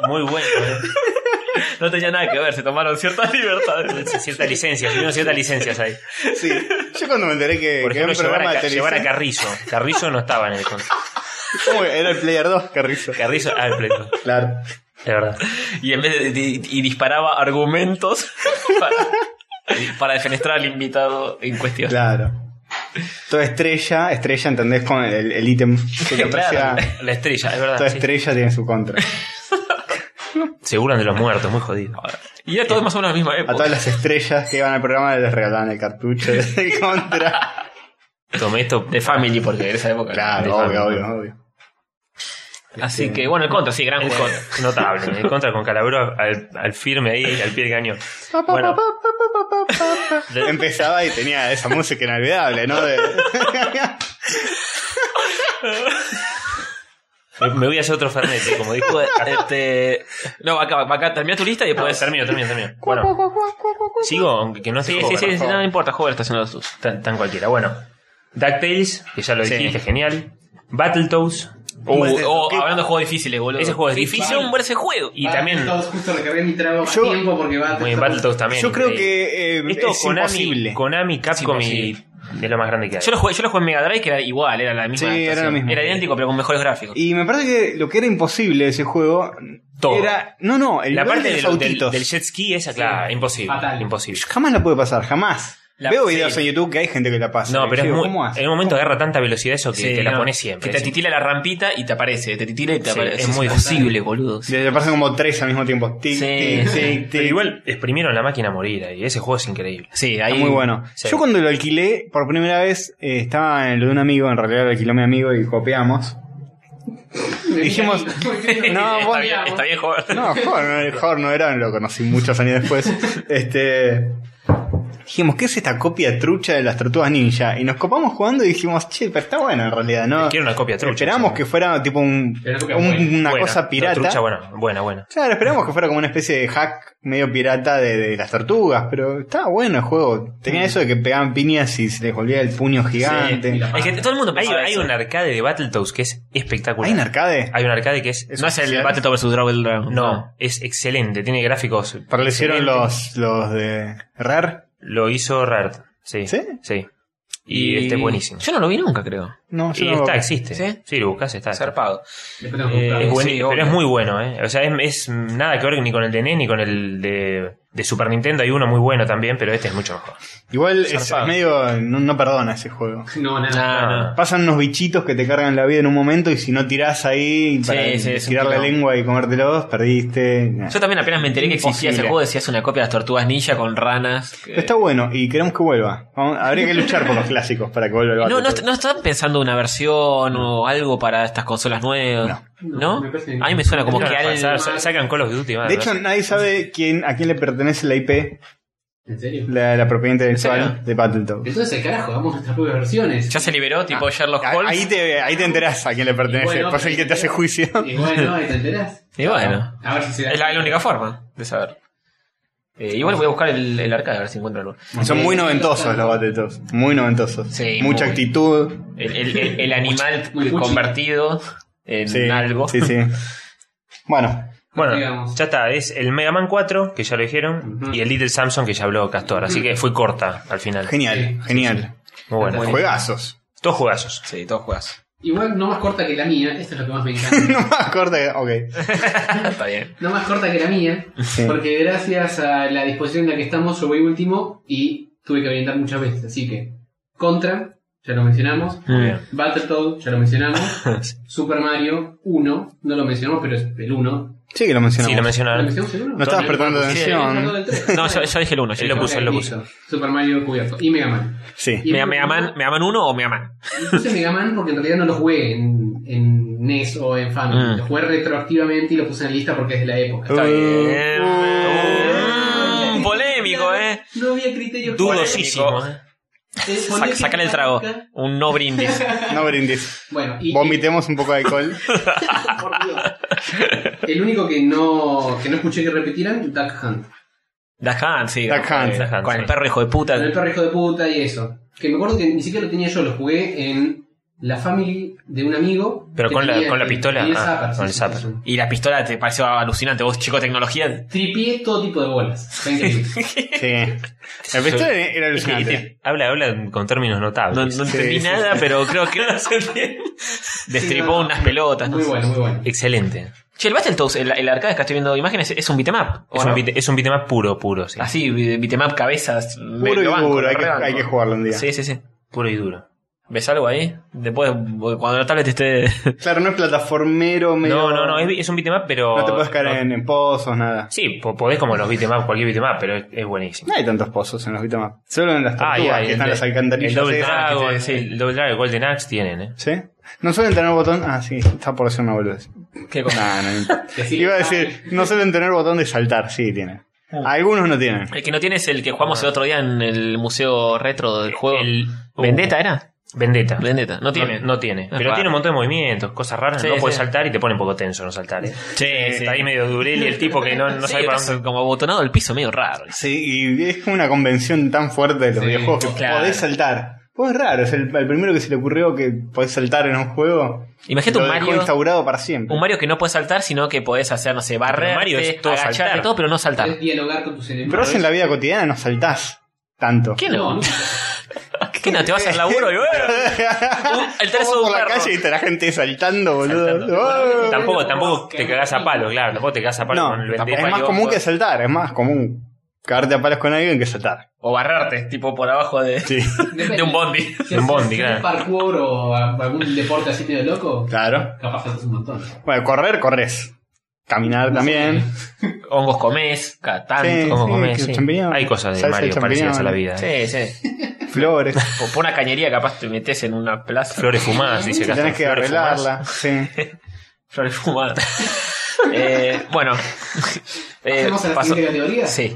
Speaker 5: Muy bueno, eh.
Speaker 3: No tenía nada que ver, se tomaron ciertas libertades.
Speaker 5: Ciertas licencias, tuvieron ciertas licencias ahí.
Speaker 2: Sí. Yo cuando me enteré que,
Speaker 5: Por
Speaker 2: que era
Speaker 5: ejemplo,
Speaker 2: un
Speaker 5: llevar
Speaker 2: programa
Speaker 5: a,
Speaker 2: de
Speaker 5: Ca- llevar a
Speaker 2: televisión.
Speaker 5: Carrizo. Carrizo no estaba en el contra.
Speaker 2: ¿Cómo que era el Player 2, Carrizo.
Speaker 5: Carrizo, ah, el Play Doh.
Speaker 2: Claro.
Speaker 5: De verdad.
Speaker 3: Y en vez de, di- y disparaba argumentos (laughs) para, para defenestrar al invitado en cuestión.
Speaker 2: Claro. Toda estrella, estrella, ¿entendés? Con el el ítem que
Speaker 5: (laughs)
Speaker 2: te
Speaker 3: Claro.
Speaker 2: aprecia.
Speaker 5: La estrella, es verdad.
Speaker 2: Toda
Speaker 5: sí.
Speaker 2: estrella tiene su contra.
Speaker 5: Se burlan de los muertos, muy jodido.
Speaker 3: Y era todo más o menos la misma
Speaker 2: A todas
Speaker 3: época.
Speaker 2: las estrellas que iban al programa les regalaban el cartucho
Speaker 5: (laughs)
Speaker 2: de contra.
Speaker 5: Tomé esto
Speaker 3: De Family, porque en esa época.
Speaker 2: Claro, obvio, obvio, obvio.
Speaker 3: Así que, bueno, el contra, sí, gran
Speaker 5: El
Speaker 3: juego.
Speaker 5: con- notable. El contra con Calabro al, al firme ahí, al pie del cañón. Bueno. De-
Speaker 2: Empezaba y tenía esa música inolvidable, ¿no?
Speaker 5: (laughs)
Speaker 2: De-
Speaker 5: Me, me voy a hacer otro Fernet, como dijo.
Speaker 3: Este, no, acá, acá termina tu lista y después.
Speaker 5: Pues, termino, termino, termino. Bueno, sigo, aunque que no
Speaker 3: sí,
Speaker 5: sigo,
Speaker 3: sí, sí,
Speaker 5: bueno,
Speaker 3: sí, no importa, joven, está haciendo los sus.
Speaker 5: Tan, tan cualquiera. Bueno, DuckTales, que ya lo
Speaker 2: Sí.
Speaker 5: dijiste, genial. Battletoads.
Speaker 3: Uh,
Speaker 2: Ese-
Speaker 3: oh,
Speaker 2: ¿qué?
Speaker 3: hablando de juegos difíciles, boludo.
Speaker 5: Ese juego es
Speaker 3: difícil. Ah,
Speaker 5: difícil.
Speaker 3: hombre, ese juego.
Speaker 5: Y también.
Speaker 4: Todos justo recargué mi trago a
Speaker 2: Yo-
Speaker 4: tiempo porque va a
Speaker 5: Muy bien, Battletoads también.
Speaker 2: Yo creo
Speaker 5: increíble.
Speaker 2: que eh,
Speaker 5: Esto
Speaker 2: es
Speaker 5: Konami,
Speaker 2: imposible.
Speaker 5: Konami, Capcom
Speaker 3: Es
Speaker 5: y. Es lo más grande que hay.
Speaker 3: Yo lo, jugué, yo lo jugué en Mega Drive, que era igual, era la misma.
Speaker 2: Sí, era
Speaker 3: adaptación.
Speaker 2: lo mismo.
Speaker 3: Era idéntico, pero con mejores gráficos.
Speaker 2: Y me parece que lo que era imposible de ese juego
Speaker 5: Todo.
Speaker 2: era. No, no, el
Speaker 5: la
Speaker 2: nivel
Speaker 5: parte
Speaker 2: de
Speaker 5: del,
Speaker 2: los
Speaker 5: del-
Speaker 2: autitos.
Speaker 5: del jet ski, esa, claro, imposible.
Speaker 4: Fatal.
Speaker 5: Imposible.
Speaker 2: Jamás la pude pasar, jamás.
Speaker 3: La-
Speaker 2: Veo
Speaker 3: sí.
Speaker 2: videos en YouTube que hay gente que la pasa.
Speaker 5: No,
Speaker 2: Y
Speaker 5: pero es
Speaker 2: digo,
Speaker 5: muy-
Speaker 2: ¿cómo hace?
Speaker 5: en un momento agarra tanta velocidad eso que
Speaker 3: Sí,
Speaker 5: te la
Speaker 3: no,
Speaker 5: pones siempre.
Speaker 3: Que te
Speaker 5: es
Speaker 3: titila la rampita y te aparece. Te titila y te
Speaker 5: Sí,
Speaker 3: aparece.
Speaker 5: es muy
Speaker 3: posible, boludo.
Speaker 2: Le le pasan como tres al mismo tiempo.
Speaker 3: Sí.
Speaker 2: Tic, tic, tic,
Speaker 5: Pero
Speaker 2: tic.
Speaker 5: igual exprimieron la máquina a morir ahí. Ese juego es increíble.
Speaker 3: Sí, ahí.
Speaker 2: Está muy bueno.
Speaker 5: sí.
Speaker 2: Yo cuando lo alquilé por primera vez, eh, estaba en lo de un amigo, en realidad lo alquiló mi amigo y
Speaker 5: (laughs)
Speaker 2: copiamos. Dijimos- No,
Speaker 3: está,
Speaker 2: vos-
Speaker 3: bien, está bien,
Speaker 2: (laughs)
Speaker 3: joven.
Speaker 2: No, Jorge no, el Jorge no era, lo conocí muchos años después. Este. Dijimos, ¿qué es esta copia trucha de las tortugas ninja? Y nos copamos jugando y dijimos, che, pero está bueno en realidad, ¿no?
Speaker 5: Quiero una copia trucha.
Speaker 2: Esperamos
Speaker 5: esa.
Speaker 2: que fuera tipo un,
Speaker 4: Pero una copia
Speaker 2: un-
Speaker 4: buena.
Speaker 2: una
Speaker 5: Buena.
Speaker 2: cosa
Speaker 5: No,
Speaker 2: pirata.
Speaker 5: trucha, buena, buena, buena.
Speaker 2: Claro, esperamos que fuera como una especie de hack medio pirata de, de las tortugas, pero estaba bueno el juego.
Speaker 5: Mm.
Speaker 2: Tenía eso de que pegaban piñas y se les volvía el puño gigante.
Speaker 4: y la-
Speaker 3: Es que todo el mundo
Speaker 5: Hay,
Speaker 3: pensaba
Speaker 5: hay
Speaker 3: eso.
Speaker 5: un arcade de Battletoads que es espectacular.
Speaker 2: ¿Hay un arcade?
Speaker 5: Hay un arcade que es.
Speaker 2: ¿Es
Speaker 3: No es el
Speaker 2: oficial?
Speaker 3: Battle vs. Dragon Dragon.
Speaker 5: No, es excelente. Tiene gráficos.
Speaker 2: Pero lo hicieron los,
Speaker 5: excelentes.
Speaker 2: los de Rare.
Speaker 5: Lo hizo Rare. Sí.
Speaker 2: ¿Sí?
Speaker 5: Sí. Y, este es buenísimo.
Speaker 3: Yo no lo vi nunca, creo.
Speaker 2: No, yo
Speaker 5: Y
Speaker 2: no lo-
Speaker 5: está, existe.
Speaker 3: ¿Sí?
Speaker 5: lo buscas, está.
Speaker 3: Zarpado.
Speaker 4: Después tenemos que
Speaker 3: Eh,
Speaker 4: buscarlo.
Speaker 5: Es
Speaker 3: Sí,
Speaker 5: buenísimo, pero
Speaker 3: obvio.
Speaker 5: es muy bueno, ¿eh? O sea, es, es nada que ver ni con el de NES ni con el de De Super Nintendo hay uno muy bueno también, pero este es mucho mejor.
Speaker 2: Igual es
Speaker 5: Zarpado.
Speaker 2: medio. No, no perdona ese juego.
Speaker 4: No, nada.
Speaker 3: Ah,
Speaker 5: Ah.
Speaker 2: Pasan unos bichitos que te cargan la vida en un momento y si no tirás ahí para
Speaker 3: Sí, sí, es un
Speaker 2: tirar la
Speaker 3: quilombo.
Speaker 2: lengua y comértelos, perdiste. Nah.
Speaker 3: Yo también apenas me enteré que existía
Speaker 2: Imposible.
Speaker 3: ese juego, decías una copia de las tortugas ninja con ranas. que-
Speaker 2: Está bueno y queremos que vuelva. Vamos- habría que luchar por los clásicos para que vuelva el
Speaker 3: No, no,
Speaker 2: Battletoads.
Speaker 3: no están pensando una versión o algo para estas consolas nuevas.
Speaker 4: No.
Speaker 3: ¿No?
Speaker 4: Me parece que
Speaker 3: a mí
Speaker 4: no.
Speaker 3: me suena como
Speaker 5: Claro,
Speaker 3: que
Speaker 5: para
Speaker 3: algo.
Speaker 5: sa- sa- sacan Call of Duty,
Speaker 2: De
Speaker 5: madre,
Speaker 2: hecho,
Speaker 5: no sé.
Speaker 2: nadie sabe quién, a quién le pertenece la IP,
Speaker 4: ¿En serio?
Speaker 2: la, la propiedad intelectual
Speaker 3: serio?
Speaker 2: de Battletoads.
Speaker 4: Entonces, al carajo, hagamos nuestras propias versiones.
Speaker 3: Ya se liberó, tipo Sherlock
Speaker 2: Ah,
Speaker 3: Holmes. eh,
Speaker 2: Ahí te, ahí te enterás a quién le pertenece.
Speaker 4: Bueno,
Speaker 2: Después
Speaker 4: pero-
Speaker 2: el que te hace juicio.
Speaker 4: Y bueno, no, ¿te enterás?
Speaker 3: Y bueno,
Speaker 4: A ver si se da.
Speaker 3: es la, la única forma de saber. Eh, igual voy a buscar el, el arcade a ver si encuentro algo.
Speaker 2: (laughs) Son muy noventosos los Battletoads. Muy noventosos.
Speaker 3: Sí,
Speaker 2: Mucha
Speaker 3: muy.
Speaker 2: actitud.
Speaker 3: El, el- el- el
Speaker 4: (laughs)
Speaker 3: animal
Speaker 4: muy cuchi.
Speaker 3: convertido en
Speaker 2: Sí,
Speaker 3: algo.
Speaker 2: Sí,
Speaker 3: (laughs)
Speaker 2: sí. Bueno,
Speaker 5: Bueno,
Speaker 4: digamos.
Speaker 5: ya está, es el Mega Man 4, que ya lo dijeron,
Speaker 4: Ujú.
Speaker 5: y el Little Samson, que ya habló Castor, así que fue corta al final.
Speaker 2: genial, genial.
Speaker 5: Muy bueno.
Speaker 3: Muy-
Speaker 2: Juegazos. (laughs)
Speaker 5: Todos jugazos.
Speaker 3: Sí, todos juegas.
Speaker 4: Igual no más corta que la mía, esto es lo que más me encanta.
Speaker 2: (laughs) No me acuerdo. Ok.
Speaker 3: Está bien.
Speaker 4: no más corta que la mía,
Speaker 2: Sí.
Speaker 4: porque gracias a la disposición en la que estamos, yo voy último y tuve que orientar muchas veces. Así que, Contra, ya lo mencionamos.
Speaker 5: Bien.
Speaker 4: Battletoad, ya lo mencionamos. Super Mario 1, no lo mencionamos, pero es el 1.
Speaker 2: Sí que lo
Speaker 5: Sí,
Speaker 2: mencionamos.
Speaker 5: lo
Speaker 4: ¿Lo
Speaker 5: mencionaron.
Speaker 4: mencionamos el 1?
Speaker 2: No estabas
Speaker 5: Sí,
Speaker 2: prestando atención.
Speaker 3: No, yo, yo dije el uno. yo dije
Speaker 5: Él lo
Speaker 3: el
Speaker 5: puso,
Speaker 3: uno.
Speaker 5: él lo puso.
Speaker 4: Super Mario cubierto. Y Mega Man.
Speaker 2: Sí.
Speaker 4: Y
Speaker 3: Mega,
Speaker 4: el-
Speaker 3: Mega Man, ¿Mega Man 1 o Mega Man?
Speaker 4: Y Puse Mega Man porque en realidad no lo jugué en, en NES o en Family.
Speaker 5: Ah.
Speaker 3: Mm.
Speaker 4: Lo jugué retroactivamente y lo puse en la lista porque es de la época.
Speaker 3: Está
Speaker 2: Uh,
Speaker 3: bien.
Speaker 2: uh.
Speaker 3: Mm, polémico, eh.
Speaker 4: No había criterio.
Speaker 5: Dudosísimo. ¿eh?
Speaker 3: Sac- sacar el trago. Un no brindis.
Speaker 4: (laughs)
Speaker 2: No brindis.
Speaker 4: Bueno, y
Speaker 2: Vomitemos un poco de
Speaker 5: (laughs)
Speaker 2: alcohol.
Speaker 4: (laughs) por Dios. El único que no, que no escuché que repetieran, Duck Hunt.
Speaker 3: Duck Hunt, sí.
Speaker 2: Duck
Speaker 3: con-
Speaker 2: Hunt,
Speaker 3: eh,
Speaker 5: Duck Hunt,
Speaker 3: Con
Speaker 5: sí.
Speaker 3: el perro hijo de puta.
Speaker 4: Con el perro hijo de puta y eso. Que me acuerdo que ni siquiera lo tenía yo, lo jugué en la family de un amigo.
Speaker 5: Pero
Speaker 4: que
Speaker 5: con la-
Speaker 4: tenía
Speaker 5: con la
Speaker 4: el-
Speaker 5: pistola.
Speaker 4: y el
Speaker 5: Ah,
Speaker 4: zapper,
Speaker 5: con
Speaker 4: sí,
Speaker 5: el
Speaker 4: sí,
Speaker 5: zapper.
Speaker 4: sí, sí.
Speaker 3: Y la pistola te pareció alucinante. Vos, chico, tecnología.
Speaker 4: Tripié todo tipo de bolas. Fue
Speaker 5: (laughs)
Speaker 4: increíble.
Speaker 2: Sí. La pistola era alucinante.
Speaker 5: Habla, habla con términos
Speaker 3: No,
Speaker 5: notables.
Speaker 3: no entendí
Speaker 2: sí,
Speaker 3: nada, pero creo que
Speaker 4: (laughs)
Speaker 3: no se entiende. Destripó
Speaker 4: Sí, no, no.
Speaker 3: unas pelotas. no
Speaker 4: muy
Speaker 3: sé.
Speaker 4: bueno, muy bueno.
Speaker 5: Excelente.
Speaker 3: Che, el Battletoads, el, el arcade que estoy viendo imágenes, es un beatemap.
Speaker 5: Es, un beat- es un beatmap puro, puro,
Speaker 2: Ah,
Speaker 5: sí.
Speaker 3: Así, beatemap, cabezas. me-
Speaker 2: Puro y
Speaker 3: lo banco,
Speaker 2: duro.
Speaker 3: lo
Speaker 2: Hay que,
Speaker 3: rebanco.
Speaker 2: hay que jugarlo un día.
Speaker 3: Sí, sí, sí.
Speaker 5: Puro y duro.
Speaker 3: ¿Ves algo ahí? Después, cuando la tablet
Speaker 5: (laughs)
Speaker 3: esté.
Speaker 2: Claro, no es plataformero. medio-
Speaker 5: No, no, no, es, es un beatmap, pero.
Speaker 2: No te puedes caer
Speaker 5: no-
Speaker 2: en, en pozos, nada.
Speaker 5: Sí, po- podés como los beatmap, cualquier beatmap, pero es, es buenísimo.
Speaker 2: No hay tantos pozos en los bitmaps. Solo en las tortugas,
Speaker 5: Ah, y hay
Speaker 2: que están
Speaker 5: el-
Speaker 2: las alcantarillas.
Speaker 5: El Double
Speaker 2: esas que
Speaker 5: Dragon,
Speaker 2: te-
Speaker 5: sí, el Double Dragon, el Golden Axe tienen, ¿eh?
Speaker 2: ¿Sí? No suelen tener botón. Ah, sí, está por decir una boludez.
Speaker 3: ¿Qué cosa?
Speaker 2: Nah, no importa.
Speaker 4: Decir-
Speaker 2: Iba a decir, no suelen tener botón de saltar. Sí, tiene. Algunos no tienen.
Speaker 3: El que no tiene es el que jugamos el otro día en el museo retro del juego.
Speaker 5: Ah. El-
Speaker 3: ¿Vendetta era?
Speaker 5: Vendetta.
Speaker 3: Vendetta. No tiene.
Speaker 5: No, no tiene. pero
Speaker 3: raro.
Speaker 5: tiene un montón de movimientos, cosas raras.
Speaker 3: Sí,
Speaker 5: no puedes
Speaker 3: sí.
Speaker 5: saltar y te pone un poco tenso no saltar. ¿eh?
Speaker 3: Sí, sí.
Speaker 5: Está ahí medio durel y el tipo que no, no
Speaker 3: Sí,
Speaker 5: sabe para
Speaker 3: eso,
Speaker 5: dónde.
Speaker 3: como abotonado el piso, medio raro.
Speaker 2: Sí, y es como una convención tan fuerte de los
Speaker 4: Sí,
Speaker 2: videojuegos que
Speaker 3: claro.
Speaker 2: podés saltar. Pues es raro, es el, el primero que se le ocurrió que podés saltar en un juego.
Speaker 3: Imagínate
Speaker 2: lo
Speaker 3: un
Speaker 2: dejó
Speaker 3: Mario.
Speaker 2: instaurado para siempre.
Speaker 3: Un Mario que no puede saltar, sino que podés hacer, no sé, barrer,
Speaker 5: Mario es todo
Speaker 3: agacharte
Speaker 5: saltar.
Speaker 3: todo, pero no
Speaker 4: Es
Speaker 3: saltar.
Speaker 4: dialogar con tus enemigos.
Speaker 2: Pero vos en la vida cotidiana no saltás tanto. (laughs)
Speaker 3: ¿Qué
Speaker 4: No,
Speaker 5: (laughs)
Speaker 3: no?
Speaker 4: nunca.
Speaker 3: ¿Qué no? Te vas al laburo y. Un- el terzo
Speaker 2: Vos
Speaker 3: de un
Speaker 2: por la
Speaker 3: perro.
Speaker 2: calle y está la gente saltando, boludo.
Speaker 3: Saltando.
Speaker 2: ¡Oh!
Speaker 5: Tampoco, tampoco te cagás a palo, claro. Tampoco te cagás a palo
Speaker 2: No,
Speaker 5: con el
Speaker 2: tampoco.
Speaker 5: vendetta.
Speaker 2: es más
Speaker 3: y
Speaker 2: común
Speaker 3: ojo.
Speaker 2: que saltar, es más común cagarte a palos con alguien que saltar.
Speaker 3: O barrarte, tipo por abajo de,
Speaker 2: Sí,
Speaker 4: Depende.
Speaker 3: de un (laughs) bondi.
Speaker 4: Si
Speaker 5: Un
Speaker 4: haces
Speaker 5: bondi, claro.
Speaker 4: parkour o a- algún deporte así medio loco,
Speaker 2: claro.
Speaker 4: capaz haces un montón.
Speaker 5: Eh,
Speaker 2: Bueno, correr, corres. Caminar también.
Speaker 3: Hongos comés, cada tanto.
Speaker 5: Como
Speaker 2: Sí,
Speaker 5: comer,
Speaker 2: que
Speaker 5: sí.
Speaker 2: champiñón.
Speaker 5: Hay cosas de
Speaker 2: Salsa de
Speaker 5: Mario parecidas a la
Speaker 2: champiñón.
Speaker 5: vida. ¿eh?
Speaker 3: Sí, sí.
Speaker 2: Flores.
Speaker 3: O por una cañería capaz te metes en una plaza.
Speaker 5: Flores fumadas, dice
Speaker 2: Si
Speaker 5: Castro,
Speaker 2: tenés que
Speaker 5: flores fumadas.
Speaker 2: arreglarla. Sí.
Speaker 3: Flores fumadas.
Speaker 5: (laughs)
Speaker 3: Eh, bueno. Eh,
Speaker 4: ¿Pasemos a la
Speaker 3: paso-
Speaker 4: siguiente categoría?
Speaker 3: Sí.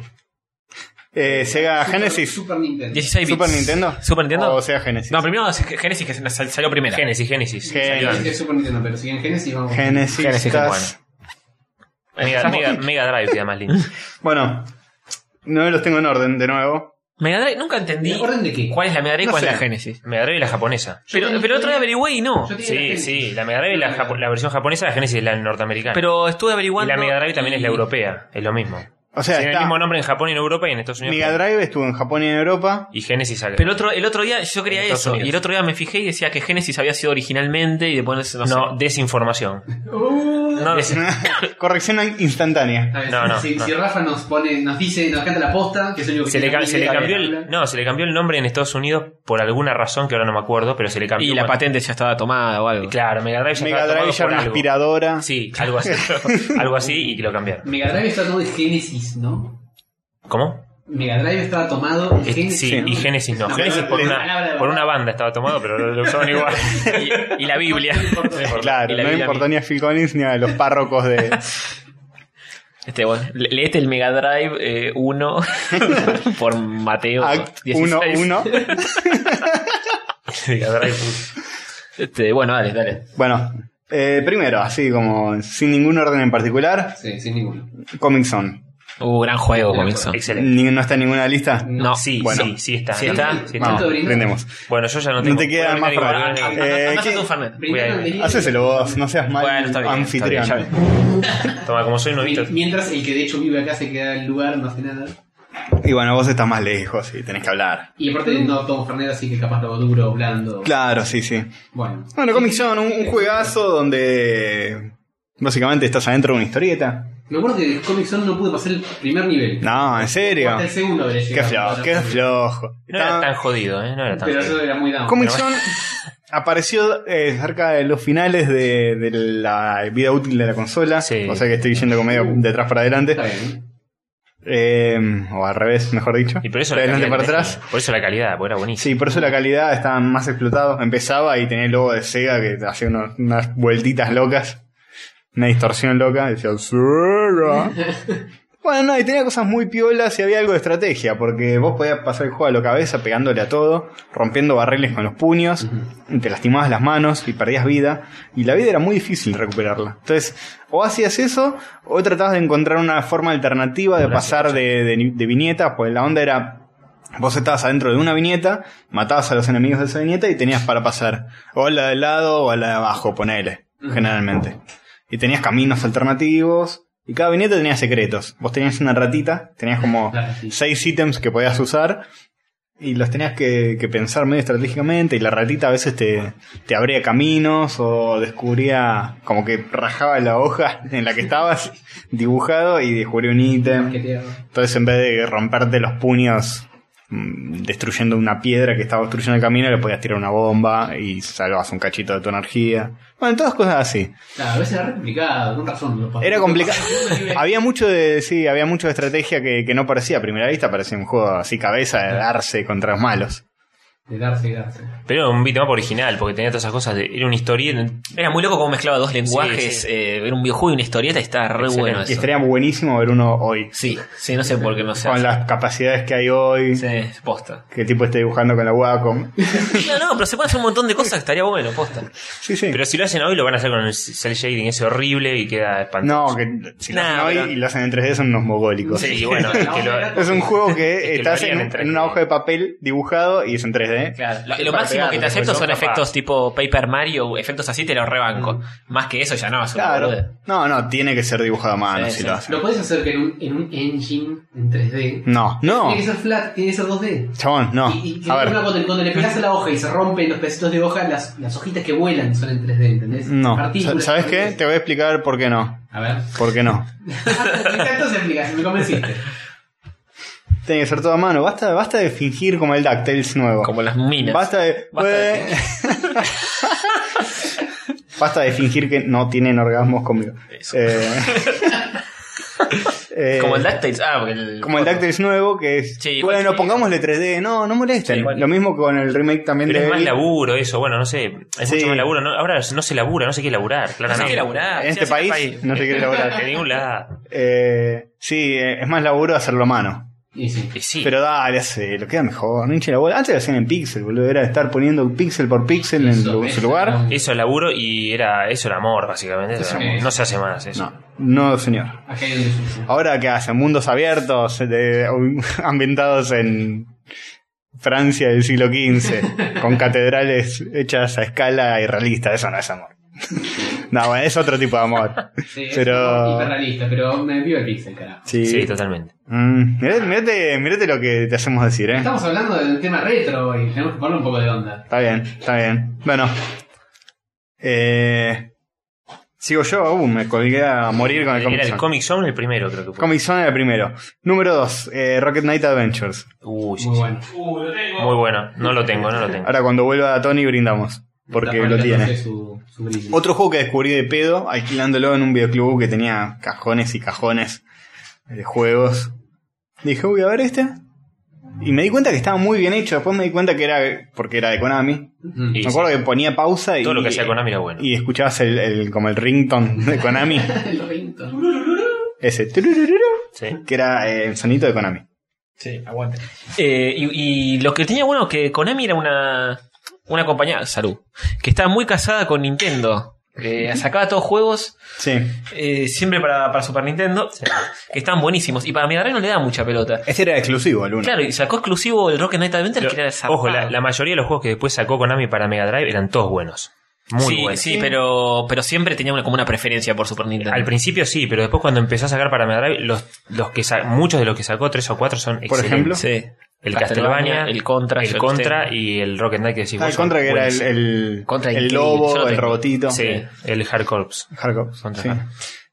Speaker 2: Eh, Sega
Speaker 4: Super-
Speaker 2: Genesis.
Speaker 4: Super Nintendo.
Speaker 3: 16 bits.
Speaker 2: Super Nintendo. Oh,
Speaker 3: Super Nintendo.
Speaker 2: O Sega Genesis.
Speaker 3: no, primero Genesis que sal- salió primero.
Speaker 5: Génesis, Génesis.
Speaker 2: Gen-
Speaker 5: Salió
Speaker 4: Sí,
Speaker 5: antes.
Speaker 4: Este es Super Nintendo, pero si en Genesis vamos.
Speaker 2: Genesis.
Speaker 5: Genesis,
Speaker 2: estás-
Speaker 5: Mega, Mega, Mega Drive queda más lindo.
Speaker 2: Bueno. No los tengo en orden de nuevo.
Speaker 3: Mega Drive, nunca
Speaker 4: ¿Y
Speaker 3: entendí
Speaker 4: acuerdan de qué?
Speaker 3: (laughs) cuál es la Mega Drive y
Speaker 2: No
Speaker 3: cuál
Speaker 2: sé.
Speaker 3: es la Genesis.
Speaker 5: Mega Drive y la japonesa.
Speaker 4: Yo
Speaker 3: Pero,
Speaker 4: tenía-
Speaker 3: pero otro día averigüé y no.
Speaker 4: Yo tenía la
Speaker 5: Sí,
Speaker 4: Genesis.
Speaker 5: sí, la Mega Drive y la, japo- la versión japonesa, la Genesis es la norteamericana.
Speaker 3: Pero estuve
Speaker 5: y
Speaker 3: averiguando.
Speaker 5: la Mega Drive también
Speaker 3: y-
Speaker 5: es la europea, es lo mismo.
Speaker 2: O sea,
Speaker 5: Tiene el
Speaker 2: está-
Speaker 5: mismo nombre en Japón y en Europa y en Estados Unidos.
Speaker 2: Mega Drive estuvo en Japón y en Europa.
Speaker 5: Y Genesis acá.
Speaker 3: Pero el otro, el otro día yo creía
Speaker 5: Estados
Speaker 3: eso,
Speaker 5: Unidos.
Speaker 3: y el otro día me fijé y decía que Genesis había sido originalmente y después no, sé.
Speaker 5: No, desinformación.
Speaker 4: Uh,
Speaker 5: No, des-
Speaker 2: Corrección instantánea.
Speaker 4: a ver,
Speaker 5: no, no,
Speaker 4: si, si-
Speaker 5: no.
Speaker 4: si Rafa nos pone, nos dice, nos canta la posta, que es el único que
Speaker 5: se le,
Speaker 4: tiene
Speaker 5: ca- se le
Speaker 4: idea de
Speaker 5: cambió
Speaker 4: qué
Speaker 5: el,
Speaker 4: habla.
Speaker 5: no, se le cambió el nombre en Estados Unidos por alguna razón que ahora no me acuerdo, pero se le cambió.
Speaker 3: Y la
Speaker 5: cuando-
Speaker 3: patente ya estaba tomada o algo.
Speaker 5: Claro, Mega Drive ya
Speaker 2: Mega
Speaker 5: estaba
Speaker 2: Drive
Speaker 5: tomado
Speaker 2: ya
Speaker 5: por
Speaker 2: era una
Speaker 5: algo.
Speaker 2: aspiradora.
Speaker 5: Sí, algo así.
Speaker 2: (laughs)
Speaker 5: algo así y que lo cambiaron.
Speaker 4: Mega Drive está todo de Génesis, ¿no?
Speaker 5: ¿Cómo?
Speaker 4: Mega Drive estaba tomado de
Speaker 5: Eh,
Speaker 4: Génesis.
Speaker 5: sí,
Speaker 4: ¿no?
Speaker 5: y Genesis no.
Speaker 4: No,
Speaker 5: Genesis
Speaker 2: no,
Speaker 5: por,
Speaker 2: no,
Speaker 4: palabra
Speaker 5: una,
Speaker 4: de
Speaker 5: por
Speaker 4: verdad.
Speaker 5: una banda estaba tomado, pero lo, lo
Speaker 2: (laughs)
Speaker 5: usaban igual.
Speaker 3: Y, y la Biblia.
Speaker 2: Claro,
Speaker 3: Y la
Speaker 2: no
Speaker 3: Biblia
Speaker 2: importó ni a Phil Collins ni a los párrocos de.
Speaker 3: Este, bueno, le- leete el Mega Drive 1 (laughs) por Mateo
Speaker 2: Act
Speaker 3: 16.
Speaker 2: 1-1.
Speaker 5: Mega Drive, puto.
Speaker 3: Este, bueno, dale, dale.
Speaker 2: Bueno, eh, primero, así como sin ningún orden en particular,
Speaker 4: Sí, sin ninguno.
Speaker 2: Comic Zone.
Speaker 3: Uh, gran juego, comienzo.
Speaker 5: Excelente.
Speaker 2: Ni- No está en ninguna lista.
Speaker 4: No.
Speaker 3: No,
Speaker 5: Sí,
Speaker 2: Bueno.
Speaker 5: sí, sí está.
Speaker 3: Sí está.
Speaker 5: Sí está.
Speaker 2: Vamos,
Speaker 4: ¿Tanto brindar?
Speaker 2: brindemos.
Speaker 5: Bueno, yo ya no
Speaker 2: No
Speaker 5: tengo.
Speaker 2: te queda
Speaker 5: Voy a
Speaker 2: más
Speaker 5: brindar
Speaker 2: para-
Speaker 5: igual.
Speaker 2: Eh,
Speaker 4: Ah,
Speaker 3: Andás a
Speaker 2: ¿qué-
Speaker 3: tu Fernet.
Speaker 4: Brindar
Speaker 5: Voy a-
Speaker 4: con alegría.
Speaker 2: Hacéselo vos, no seas mal
Speaker 3: Bueno, está bien,
Speaker 5: Está bien,
Speaker 2: anfitrión.
Speaker 5: ya ven. Toma, como soy novito.
Speaker 4: Mi- Mientras el que de hecho vive acá se queda en el lugar, no hace nada.
Speaker 2: y bueno, vos estás más lejos y tenés que hablar.
Speaker 4: Y aparte no tomo Fernet, así que capaz lo duro, blando.
Speaker 2: Mm. Claro, sí, sí.
Speaker 4: Bueno.
Speaker 2: Bueno, Comic Zone, un, un juegazo donde básicamente estás adentro de una historieta.
Speaker 4: Me acuerdo que el Comic Zone no pude pasar el primer nivel.
Speaker 2: No, en serio.
Speaker 4: Hasta el segundo habré
Speaker 2: Qué
Speaker 4: llegado.
Speaker 2: flojo, qué flojo.
Speaker 5: No era
Speaker 2: Está-
Speaker 5: tan jodido, ¿eh? No era tan
Speaker 4: Pero
Speaker 5: jodido.
Speaker 4: eso era muy down.
Speaker 2: Comic Zone apareció eh, cerca de los finales de, de la vida útil de la consola.
Speaker 5: Sí.
Speaker 2: O sea que estoy yendo como medio de atrás para adelante.
Speaker 4: Está bien.
Speaker 2: Eh, o al revés, mejor dicho.
Speaker 5: Y por eso eh,
Speaker 2: de
Speaker 5: la
Speaker 2: adelante
Speaker 5: calidad.
Speaker 2: para atrás.
Speaker 5: Por eso la calidad, porque era buenísimo.
Speaker 2: Sí, por eso la calidad estaba más explotado. Empezaba y tenía el logo de Sega que hacía unos- unas vueltitas locas. Una distorsión loca. Decía Sega. bueno, no, y tenía cosas muy piolas y había algo de estrategia. Porque vos podías pasar el juego a la cabeza pegándole a todo, rompiendo barriles con los puños. y Te lastimabas las manos y perdías vida. Y la vida era muy difícil recuperarla. Entonces, o hacías eso, o tratabas de encontrar una forma alternativa de
Speaker 5: Gracias,
Speaker 2: pasar de, de, de viñetas. Pues la onda era Vos estabas adentro de una viñeta, matabas a los enemigos de esa viñeta y tenías para pasar. O a la de lado o a la de abajo, ponele, generalmente. Y tenías caminos alternativos. Y cada viñeta tenía secretos. Vos tenías una ratita, tenías como
Speaker 4: (laughs) La ratita.
Speaker 2: seis ítems que podías usar. Y los tenías que, que pensar medio estratégicamente. Y la ratita a veces te, te abría caminos o descubría, como que rajaba la hoja en la que estabas (laughs) dibujado y descubría un ítem.
Speaker 4: Que te hago.
Speaker 2: Entonces, en vez de romperte los puños mm, destruyendo una piedra que estaba obstruyendo el camino, le podías tirar una bomba y salvas un cachito de tu energía. Bueno, todas cosas así.
Speaker 4: Claro, a veces era re complicado, con razón. lo pasé.
Speaker 2: Era complicado.
Speaker 4: Pasé el segundo
Speaker 2: (laughs)
Speaker 4: nivel.
Speaker 2: había mucho de, sí, había mucho de estrategia que, que no parecía a primera vista, parecía un juego así cabeza de darse contra los malos.
Speaker 4: De darse y darse.
Speaker 5: Pero era un beatmap original, porque tenía todas esas cosas. De, era una historieta.
Speaker 3: Era muy loco cómo mezclaba dos lenguajes.
Speaker 5: sí.
Speaker 3: eh, era un videojuego y una historieta y estaba re
Speaker 5: Excelente.
Speaker 3: bueno
Speaker 2: Y
Speaker 3: eso.
Speaker 2: estaría buenísimo ver uno hoy.
Speaker 3: Sí, sí, no sé por qué no se
Speaker 2: Con
Speaker 3: hace.
Speaker 2: las capacidades que hay hoy.
Speaker 3: Sí, es posta.
Speaker 2: Que el tipo esté dibujando con la Wacom.
Speaker 3: No, no, pero se puede hacer un montón de cosas que estaría bueno, posta.
Speaker 2: Sí, sí.
Speaker 5: Pero si lo hacen hoy, lo van a hacer con el cel shading ese horrible y queda espantoso.
Speaker 2: no, que si lo hacen
Speaker 3: Nah,
Speaker 2: hoy
Speaker 3: pero-
Speaker 2: y lo hacen en 3D son unos mogólicos.
Speaker 4: (laughs)
Speaker 5: Sí, bueno, es que lo-
Speaker 2: Es un juego
Speaker 3: (laughs)
Speaker 2: que
Speaker 5: que lo
Speaker 2: estás
Speaker 5: harían
Speaker 2: en,
Speaker 5: en 3D.
Speaker 2: en una hoja de papel dibujado y es en 3D.
Speaker 3: Claro, lo,
Speaker 5: Sí,
Speaker 3: lo
Speaker 5: para
Speaker 3: máximo que
Speaker 5: pegarle,
Speaker 3: te acepto
Speaker 5: porque
Speaker 3: son
Speaker 5: son
Speaker 3: efectos
Speaker 5: capaz.
Speaker 3: tipo Paper Mario, efectos así te los rebanco. Más que eso ya no, es una boludez.
Speaker 2: No, no, tiene que ser dibujado a mano
Speaker 3: Sí,
Speaker 2: si
Speaker 3: sí.
Speaker 2: lo hacen.
Speaker 4: Lo puedes hacer que en un, en un engine en 3D.
Speaker 2: No, no.
Speaker 4: Tiene que ser flat, tiene que ser 2D.
Speaker 2: Chabón, no.
Speaker 4: Y, y
Speaker 2: Ah, A ver.
Speaker 4: una, cuando, cuando le pegas a la hoja y se rompen los pedacitos de hoja, las, las hojitas que vuelan son en 3D, ¿entendés?
Speaker 2: No. Sa-
Speaker 4: Partículas.
Speaker 2: ¿Sabes qué? Te voy a explicar por qué no.
Speaker 4: A ver. (laughs)
Speaker 2: ¿Por qué no?
Speaker 4: me encantó esa explicación, me convenciste.
Speaker 2: Tiene que ser todo a mano. Basta, basta de fingir como el DuckTales nuevo.
Speaker 3: Como las minas.
Speaker 2: Basta de.
Speaker 3: Basta de-
Speaker 2: (laughs) Basta de fingir que no tienen orgasmos conmigo. Eh, (laughs) eh,
Speaker 3: Como el DuckTales. Ah, porque el.
Speaker 2: Como el DuckTales nuevo, que es.
Speaker 3: Sí, igual
Speaker 2: bueno,
Speaker 3: sí.
Speaker 2: pongámosle 3D. No, no molesten.
Speaker 3: Sí, igual.
Speaker 2: Lo mismo con el remake también
Speaker 5: Pero
Speaker 2: de.
Speaker 5: es más
Speaker 2: Elite.
Speaker 5: laburo eso, bueno, no sé. Hay
Speaker 2: Sí.
Speaker 5: mucho más laburo. no- ahora no se labura, no sé qué laburar,
Speaker 3: No
Speaker 5: claramente.
Speaker 3: sé qué laburar.
Speaker 2: En
Speaker 3: sí,
Speaker 2: este
Speaker 3: así que
Speaker 2: país no se
Speaker 5: (laughs)
Speaker 2: quiere
Speaker 5: De
Speaker 2: laburar.
Speaker 5: ningún lado.
Speaker 2: Eh, sí, eh, es más laburo hacerlo a mano.
Speaker 4: Y sí.
Speaker 5: Y sí.
Speaker 2: Pero dale, hace, lo queda mejor. No hinche la bola. Antes lo hacían en pixel, boludo. Era estar poniendo pixel por pixel en
Speaker 4: Eso,
Speaker 2: lo-
Speaker 4: eso,
Speaker 2: su lugar.
Speaker 4: no.
Speaker 5: Eso es laburo y era eso era amor, básicamente. Eso era amor. no se hace más eso.
Speaker 2: No, no, señor.
Speaker 4: Acá hay un desuso.
Speaker 2: Ahora, ¿qué hacen? Mundos abiertos, de- (laughs) ambientados en Francia del siglo
Speaker 4: (laughs)
Speaker 2: XV, con catedrales hechas a escala y realistas. Eso no es amor. (laughs) No, bueno, es otro tipo de amor.
Speaker 4: Sí,
Speaker 2: Pero-
Speaker 4: es hiperrealista, pero me envío el pixel, carajo.
Speaker 2: Sí.
Speaker 5: Sí, totalmente.
Speaker 2: Mm, mirate, mirate- mirate lo que te hacemos decir, ¿eh?
Speaker 4: Estamos hablando del tema retro hoy, tenemos que ponerle un poco de onda.
Speaker 2: Está bien, está bien. Bueno. Eh, sigo yo, uh, me colgué a morir con el Comic
Speaker 5: Era el
Speaker 2: Zone.
Speaker 5: Comic Zone el primero, creo que fue.
Speaker 2: Comic Zone era el primero. Número 2, Rocket Knight Adventures.
Speaker 5: Uy, sí,
Speaker 4: Muy
Speaker 5: sí.
Speaker 4: bueno.
Speaker 5: Muy bueno. No lo tengo, no lo tengo.
Speaker 2: Ahora cuando vuelva a Tony brindamos. Porque
Speaker 4: Está
Speaker 2: lo tiene.
Speaker 4: marcándose Su, su brindis.
Speaker 2: Otro juego que descubrí de pedo, alquilándolo en un videoclub que tenía cajones y cajones de juegos. Dije, uy, a ver este. Y me di cuenta que estaba muy bien hecho. Después me di cuenta que era porque era de Konami.
Speaker 4: Mm.
Speaker 5: Y
Speaker 2: me acuerdo que ponía pausa y,
Speaker 5: Todo lo que hacía Konami era bueno.
Speaker 2: y escuchabas el, el- como el ringtone
Speaker 3: (laughs)
Speaker 2: de Konami.
Speaker 4: Lo pinto.
Speaker 2: ese tururururu,
Speaker 5: Sí.
Speaker 2: que era eh, el sonido de Konami.
Speaker 3: Sí, aguante. Eh, y, y lo que tenía bueno que Konami era una, una compañía, salud, que estaba muy casada con Nintendo. Que sacaba todos juegos
Speaker 2: Sí.
Speaker 3: eh, siempre para, para Super Nintendo que estaban buenísimos. Y para Mega Drive no le daba mucha pelota.
Speaker 2: Este era exclusivo, el uno.
Speaker 3: Claro, y sacó exclusivo el Rocket Knight Adventure que era zarpado.
Speaker 5: Ojo, la, la mayoría de los juegos que después sacó Konami para Mega Drive eran todos buenos. Muy
Speaker 3: sí,
Speaker 5: buenos.
Speaker 3: sí, pero, pero siempre tenía una, como una preferencia por Super Nintendo.
Speaker 5: Al principio sí, pero después cuando empezó a sacar para Mega Drive, los, los que sa- muchos de los que sacó, tres o cuatro, son
Speaker 2: Por ejemplo,
Speaker 5: excelentes.
Speaker 3: Sí.
Speaker 5: el Castlevania,
Speaker 3: el Contra,
Speaker 5: el
Speaker 3: yo
Speaker 5: Contra
Speaker 3: tengo.
Speaker 5: y el Rocket Knight que decís
Speaker 2: Ah,
Speaker 5: vos,
Speaker 2: el contra
Speaker 5: son
Speaker 2: que era el,
Speaker 5: buenísimos.
Speaker 2: el,
Speaker 3: Contra
Speaker 2: el
Speaker 3: increíble, yo
Speaker 2: lobo,
Speaker 3: lo
Speaker 2: el
Speaker 3: tengo.
Speaker 2: robotito.
Speaker 5: Sí, el Hard Corps.
Speaker 2: Hardcore.
Speaker 5: Contra
Speaker 2: sí.
Speaker 5: Hardcore.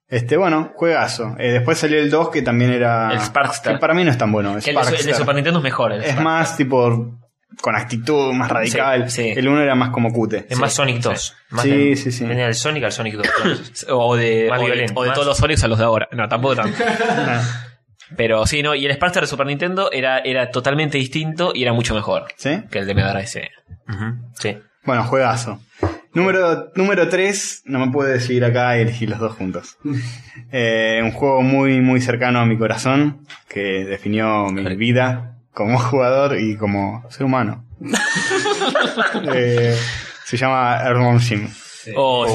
Speaker 2: Este, bueno, juegazo. Eh, después salió el 2 que también era.
Speaker 3: El Sparkstar.
Speaker 2: Que para mí no es tan bueno.
Speaker 3: Que el, de, su- el de
Speaker 2: Sparkstar.
Speaker 3: Super Nintendo es mejor. el
Speaker 2: es más tipo con actitud, más radical.
Speaker 3: sí.
Speaker 2: El 1 era más como cute.
Speaker 5: Es más Sonic 2. Más
Speaker 2: Sí,
Speaker 5: del-
Speaker 2: sí, sí.
Speaker 5: Tenía el Sonic al Sonic
Speaker 2: (coughs)
Speaker 5: 2.
Speaker 3: O de,
Speaker 5: Más
Speaker 3: o de-
Speaker 5: violento,
Speaker 3: o de
Speaker 5: más-
Speaker 3: todos los Sonics a los de ahora. No, tampoco
Speaker 2: (laughs)
Speaker 3: tanto. Pero sí, no, y el Sparkstar de Super Nintendo era, era totalmente distinto y era mucho mejor
Speaker 2: ¿Sí?
Speaker 3: que el de Mega Drive. sí.
Speaker 5: Ujú, sí.
Speaker 2: Bueno, juegazo. Número, número 3, no me puedo decidir acá y elegir los dos
Speaker 5: (laughs)
Speaker 2: juntos. Eh, un juego muy, muy cercano a mi corazón, que definió mi vida como (laughs) jugador y como ser
Speaker 5: (laughs)
Speaker 2: humano. Eh, se llama Earthworm Jim.
Speaker 3: Oh,
Speaker 5: Oh,
Speaker 3: sí,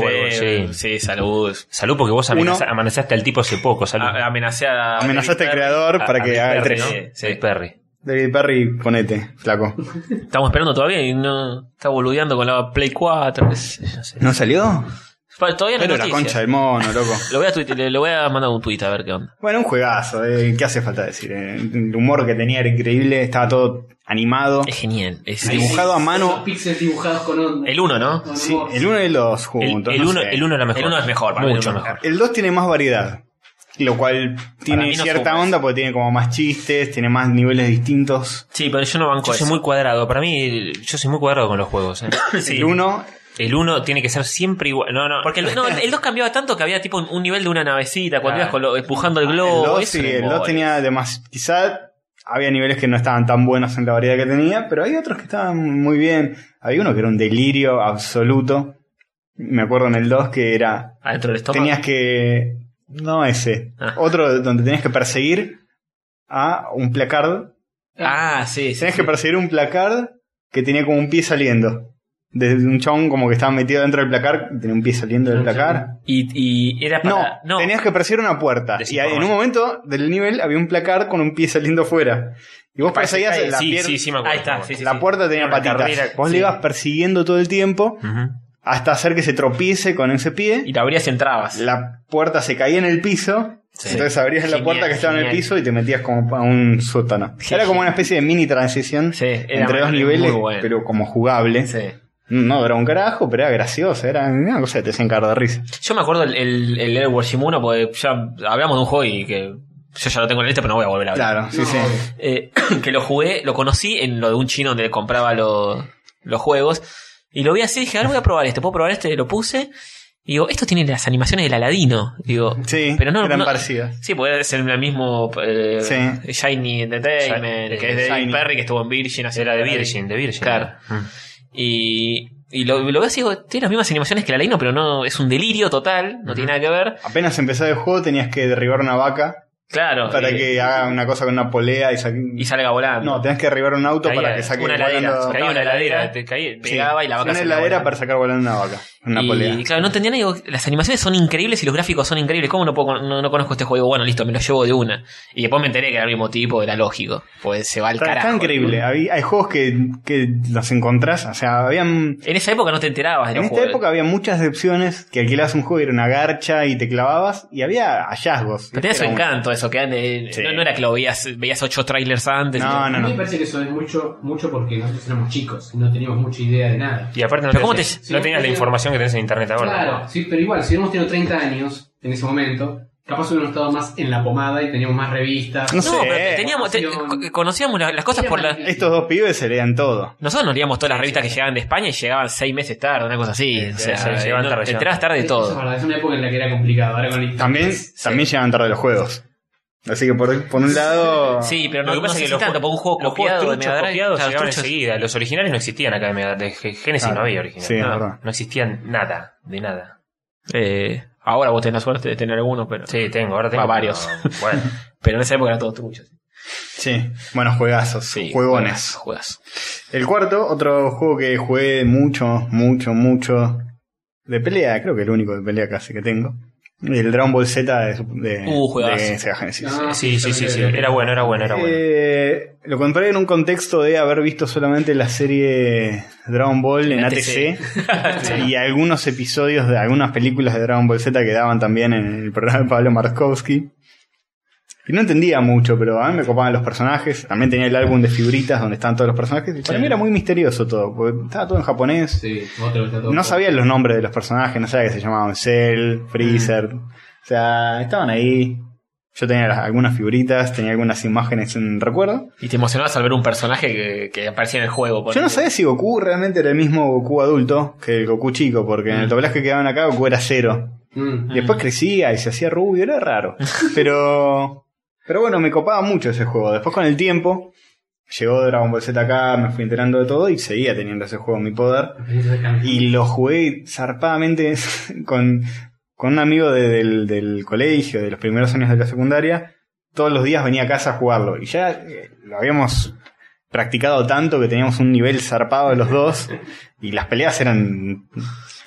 Speaker 3: sí,
Speaker 5: bueno, sí.
Speaker 3: salud.
Speaker 5: Salud porque vos amenaza-
Speaker 2: Uno. Ah,
Speaker 5: amenazaste al tipo hace poco, salud.
Speaker 3: A- Amenacé a.
Speaker 2: Amenazaste
Speaker 3: David
Speaker 2: al
Speaker 3: Perry.
Speaker 2: creador para
Speaker 5: a
Speaker 2: que
Speaker 5: Bill
Speaker 2: haga el
Speaker 5: Perry,
Speaker 2: 3.
Speaker 5: ¿no?
Speaker 3: Sí, sí.
Speaker 5: David Perry.
Speaker 2: David Perry, ponete, flaco.
Speaker 3: Estamos esperando todavía y no. Está boludeando con la Play 4. qué sé yo, No sé.
Speaker 2: ¿No salió?
Speaker 3: Pa- Todavía no hay
Speaker 2: Pero la
Speaker 3: noticias.
Speaker 2: concha del mono, loco.
Speaker 3: Lo voy a tuite- le, le voy a mandar un tweet a ver qué onda.
Speaker 2: Bueno, un juegazo, eh, ¿qué hace falta decir? eh? El humor que tenía era increíble, estaba todo animado.
Speaker 3: Es genial. Es,
Speaker 2: Ahí dibujado a mano.
Speaker 4: Esos píxeles dibujados con onda.
Speaker 3: el 1, ¿no?
Speaker 4: Con
Speaker 2: Sí,
Speaker 4: humor.
Speaker 2: el 1 y el 2
Speaker 5: El,
Speaker 2: juntos.
Speaker 5: el
Speaker 2: no
Speaker 5: uno,
Speaker 2: sé.
Speaker 5: el uno era mejor.
Speaker 3: El uno es mejor, para mí el
Speaker 5: Mucho
Speaker 3: uno es
Speaker 5: mejor.
Speaker 2: El 2 tiene más variedad, lo cual tiene
Speaker 3: mí no
Speaker 2: cierta
Speaker 3: suma
Speaker 2: onda porque tiene como más chistes, tiene más niveles distintos.
Speaker 3: Sí, pero yo no banco
Speaker 5: Yo
Speaker 3: eso.
Speaker 5: soy muy cuadrado. Para mí, yo soy muy cuadrado con los
Speaker 3: (coughs)
Speaker 5: juegos. ¿eh?
Speaker 2: El 1,
Speaker 5: El 1 tiene que ser siempre igual. No, no.
Speaker 3: Porque el, no, el 2 cambiaba tanto que había tipo un, un nivel de una navecita cuando
Speaker 5: Claro.
Speaker 3: ibas con lo- empujando el
Speaker 2: Ah, el
Speaker 3: globo.
Speaker 2: 2
Speaker 3: eso
Speaker 2: sí,
Speaker 3: era
Speaker 2: el
Speaker 3: un
Speaker 2: 2
Speaker 3: bodrio.
Speaker 2: tenía además, quizá había niveles que no estaban tan buenos en la variedad que tenía, pero hay otros que estaban muy bien. Había uno que era un delirio absoluto. Me acuerdo en el 2 que era
Speaker 3: Adentro Ah, del estómago.
Speaker 2: tenías que. No ese.
Speaker 3: Ah.
Speaker 2: Otro donde tenías que perseguir a un placard.
Speaker 3: Ah, sí. sí,
Speaker 2: Tenías
Speaker 3: sí.
Speaker 2: que perseguir un placard que tenía como un pie saliendo. Desde un chabón como que estaba metido dentro del placard y tenía un pie saliendo del
Speaker 4: Un
Speaker 2: placard.
Speaker 3: Y, y era
Speaker 2: No,
Speaker 3: para. No,
Speaker 2: tenías que perseguir una puerta. Y ahí, en un momento del nivel había un placard con un pie saliendo fuera. Y vos
Speaker 5: Parece
Speaker 2: perseguías
Speaker 5: que-
Speaker 2: la,
Speaker 5: sí,
Speaker 2: pier-
Speaker 5: sí, sí, me acuerdo.
Speaker 3: Ahí está,
Speaker 5: me acuerdo.
Speaker 3: sí, sí.
Speaker 2: la puerta tenía
Speaker 5: Era una
Speaker 2: patitas.
Speaker 5: carrera,
Speaker 2: vos le
Speaker 5: sí.
Speaker 2: ibas persiguiendo todo el tiempo
Speaker 5: Ujú.
Speaker 2: hasta hacer que se tropiece con ese pie.
Speaker 3: Y la abrías y entrabas.
Speaker 2: la puerta se caía en el piso.
Speaker 3: Sí.
Speaker 2: Entonces abrías la
Speaker 3: Genial,
Speaker 2: puerta que estaba en el
Speaker 3: genial.
Speaker 2: piso y te metías como a un sótano. Era como una especie de mini transición
Speaker 3: Sí, era
Speaker 2: entre dos
Speaker 3: muy
Speaker 2: niveles,
Speaker 3: bueno.
Speaker 2: pero como jugable.
Speaker 3: Sí.
Speaker 2: No era un carajo, pero era gracioso. Era una cosa que te hacían cagar de risa.
Speaker 3: Yo me acuerdo el, el, el Air Warship 1 porque ya hablamos de un juego y que yo ya lo tengo en la lista, pero no voy a volver a hablar.
Speaker 2: Claro, sí,
Speaker 4: No,
Speaker 2: sí.
Speaker 4: obvio.
Speaker 3: Eh, (clears throat) que lo jugué, lo conocí en lo de un chino donde compraba lo- los juegos. Y lo vi así y dije, a ver, voy a probar este, puedo probar este, lo puse. Y digo, esto tiene las animaciones del Aladino. Digo,
Speaker 2: Sí,
Speaker 3: pero no,
Speaker 2: eran
Speaker 3: no-
Speaker 2: parecidas.
Speaker 3: Sí, porque es el mismo eh,
Speaker 2: Sí.
Speaker 3: Shiny Entertainment,
Speaker 5: Shi-
Speaker 3: que es de David
Speaker 2: Shiny.
Speaker 3: Perry, que estuvo en Virgin. hace-
Speaker 5: Era de Virgin, de Virgin.
Speaker 3: Claro.
Speaker 5: Mm.
Speaker 3: Y, y lo, lo veo así, digo, tiene las mismas animaciones que el Aladino, pero no, es un delirio total, no tiene nada que ver.
Speaker 2: Apenas empezaba el juego tenías que derribar una vaca
Speaker 3: Claro.
Speaker 2: para
Speaker 3: Ah, y-
Speaker 2: que haga una cosa con una polea y saque...
Speaker 3: y salga volando.
Speaker 2: No, tenías que derribar un auto
Speaker 5: Caía
Speaker 2: para que saque
Speaker 3: una heladera,
Speaker 2: volando-
Speaker 3: se
Speaker 5: Caía
Speaker 3: Estaba
Speaker 5: una
Speaker 3: en la
Speaker 5: heladera,
Speaker 3: heladera,
Speaker 5: te caía.
Speaker 2: Sí,
Speaker 3: pegaba y la vaca
Speaker 2: una
Speaker 3: salía
Speaker 2: heladera
Speaker 3: volando.
Speaker 2: para sacar volando una vaca. Una
Speaker 3: y
Speaker 2: polea.
Speaker 3: claro, no entendía nada. digo, las animaciones son increíbles y los gráficos son increíbles. ¿Cómo no, puedo, con- no, no conozco este juego? Bueno, listo, me lo llevo de una. Y después me enteré que era el mismo tipo, era lógico. Pues se va al
Speaker 2: Está, está
Speaker 3: carajo.
Speaker 2: increíble. Habí- hay juegos que, que los encontrás. O sea, habían.
Speaker 3: En esa época no te enterabas de
Speaker 2: En
Speaker 3: los
Speaker 2: esta
Speaker 3: juegos.
Speaker 2: época había muchas opciones que alquilabas un juego y era una garcha y te clavabas y había hallazgos.
Speaker 3: Pero tenía su
Speaker 2: Era un-
Speaker 3: encanto eso, que eh,
Speaker 2: Sí.
Speaker 3: no, no era que lo veías, veías ocho trailers antes.
Speaker 2: No,
Speaker 5: Ah,
Speaker 3: y-
Speaker 2: no,
Speaker 4: A mí
Speaker 2: no.
Speaker 4: me parece que eso es mucho, mucho porque nosotros éramos chicos, no teníamos mucha idea de nada.
Speaker 5: Y aparte no,
Speaker 3: Pero ¿cómo
Speaker 5: tenías,
Speaker 4: te-
Speaker 5: no tenías la
Speaker 4: sí.
Speaker 5: información que tenés en internet ahora.
Speaker 4: Claro, sí, pero igual, si hubiéramos tenido 30 años en ese momento, capaz hubiéramos estado más en la pomada y teníamos más revistas.
Speaker 2: No
Speaker 3: No,
Speaker 2: Sí.
Speaker 3: pero teníamos, te- co- conocíamos la- las cosas por la...
Speaker 2: Estos dos pibes se leían todo.
Speaker 3: Nosotros nos leíamos todas las revistas que llegaban de España y llegaban seis meses tarde, una cosa así. O sea,
Speaker 5: sí, llegaban
Speaker 3: no-
Speaker 5: tarde,
Speaker 3: te
Speaker 5: llegaban.
Speaker 3: enterabas tarde de
Speaker 4: Es,
Speaker 3: todo.
Speaker 4: verdad, es una época en la que era complicado. Ahora con el internet
Speaker 2: También, también llegaban tarde los juegos. Así que por, por un lado.
Speaker 3: Sí, pero
Speaker 5: Lo
Speaker 3: no,
Speaker 5: que
Speaker 3: no
Speaker 5: pasa
Speaker 3: sé
Speaker 5: es que
Speaker 3: si
Speaker 5: los
Speaker 3: tanto,
Speaker 5: ju-
Speaker 3: porque un juego
Speaker 5: Los
Speaker 3: copiado
Speaker 5: juegos
Speaker 3: de
Speaker 5: truchos
Speaker 3: Mega Drive,
Speaker 5: copiados
Speaker 3: claro,
Speaker 5: llegaban
Speaker 3: truchos.
Speaker 5: enseguida. Los originales no existían acá de Mega Drive. De Ge- Genesis
Speaker 2: Claro.
Speaker 5: no había original.
Speaker 2: Ah, Sí, es
Speaker 5: no,
Speaker 2: verdad.
Speaker 5: no existían nada, de nada.
Speaker 3: Eh, ahora vos tenés la suerte de tener algunos, pero,
Speaker 5: Sí, tengo, ahora tengo.
Speaker 3: Ah, varios.
Speaker 5: pero,
Speaker 3: (laughs)
Speaker 5: Bueno,
Speaker 3: pero en esa época eran todos truchos.
Speaker 2: Sí. Buenos juegazos.
Speaker 3: Sí,
Speaker 2: juegones.
Speaker 3: Juegas.
Speaker 2: El cuarto, otro juego que jugué mucho, mucho, mucho. De pelea, creo que el único de pelea casi que tengo. El Dragon Ball Z de, de,
Speaker 3: Uh, juegazo.
Speaker 2: de Sega Genesis.
Speaker 4: Ah,
Speaker 5: sí, sí, sí, sí.
Speaker 4: también
Speaker 5: Era bueno, era bueno, era bueno.
Speaker 2: Eh, lo compré en un contexto de haber visto solamente la serie Dragon Ball en
Speaker 3: En
Speaker 2: ATC, (laughs) y algunos episodios de algunas películas de Dragon Ball Z que daban también en el programa de Pablo Markovsky. Y no entendía mucho, pero a mí me copaban los personajes. También tenía el álbum de figuritas donde estaban todos los personajes. Y para mí era muy misterioso todo, porque estaba todo en japonés.
Speaker 4: Sí, vos te gusta todo.
Speaker 2: No sabía los nombres de los personajes, no sabía que se llamaban Cell, Freezer.
Speaker 3: Mm.
Speaker 2: O sea, estaban ahí. Yo tenía las- algunas figuritas, tenía algunas imágenes en recuerdo.
Speaker 3: Y te emocionabas al ver un personaje que, que aparecía en el juego. por
Speaker 2: Yo no
Speaker 3: ejemplo.
Speaker 2: sabía si Goku realmente era el mismo Goku adulto que el Goku chico, porque
Speaker 3: Mm.
Speaker 2: en el doblaje que daban acá Goku era cero.
Speaker 4: Mm.
Speaker 2: Después crecía y se hacía rubio, era
Speaker 3: (laughs)
Speaker 2: raro. Pero. Pero bueno, me copaba mucho ese juego. Después con el tiempo, llegó Dragon Ball Z acá, me fui enterando de todo y seguía teniendo ese juego en mi poder. Y lo jugué zarpadamente (laughs) con, con un amigo de- del, del colegio, de los primeros años de la secundaria. Todos los días venía a casa a jugarlo. Y ya eh, lo habíamos practicado tanto que teníamos un nivel zarpado los dos. Y las peleas eran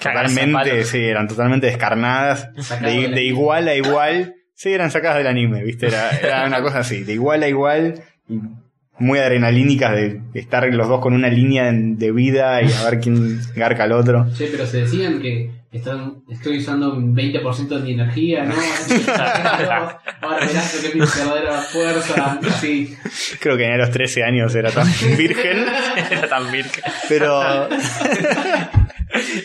Speaker 3: Cagadas a
Speaker 2: totalmente,
Speaker 3: palos.
Speaker 2: sí, eran totalmente descarnadas.
Speaker 4: Sacado
Speaker 2: De,
Speaker 4: del
Speaker 2: de igual a igual. Sí, eran sacadas del anime, ¿viste? Era, era una cosa así. De igual a igual. y Muy adrenalínicas de estar los dos con una línea en- de vida y a ver quién garca al otro.
Speaker 4: Che, pero se decían que están, estoy usando un 20% de mi energía,
Speaker 5: (laughs)
Speaker 4: ¿no? Ahora verás lo que es mi verdadera fuerza. Así.
Speaker 2: Creo que a los 13 años era tan virgen.
Speaker 3: (laughs) Era tan virgen.
Speaker 2: Pero,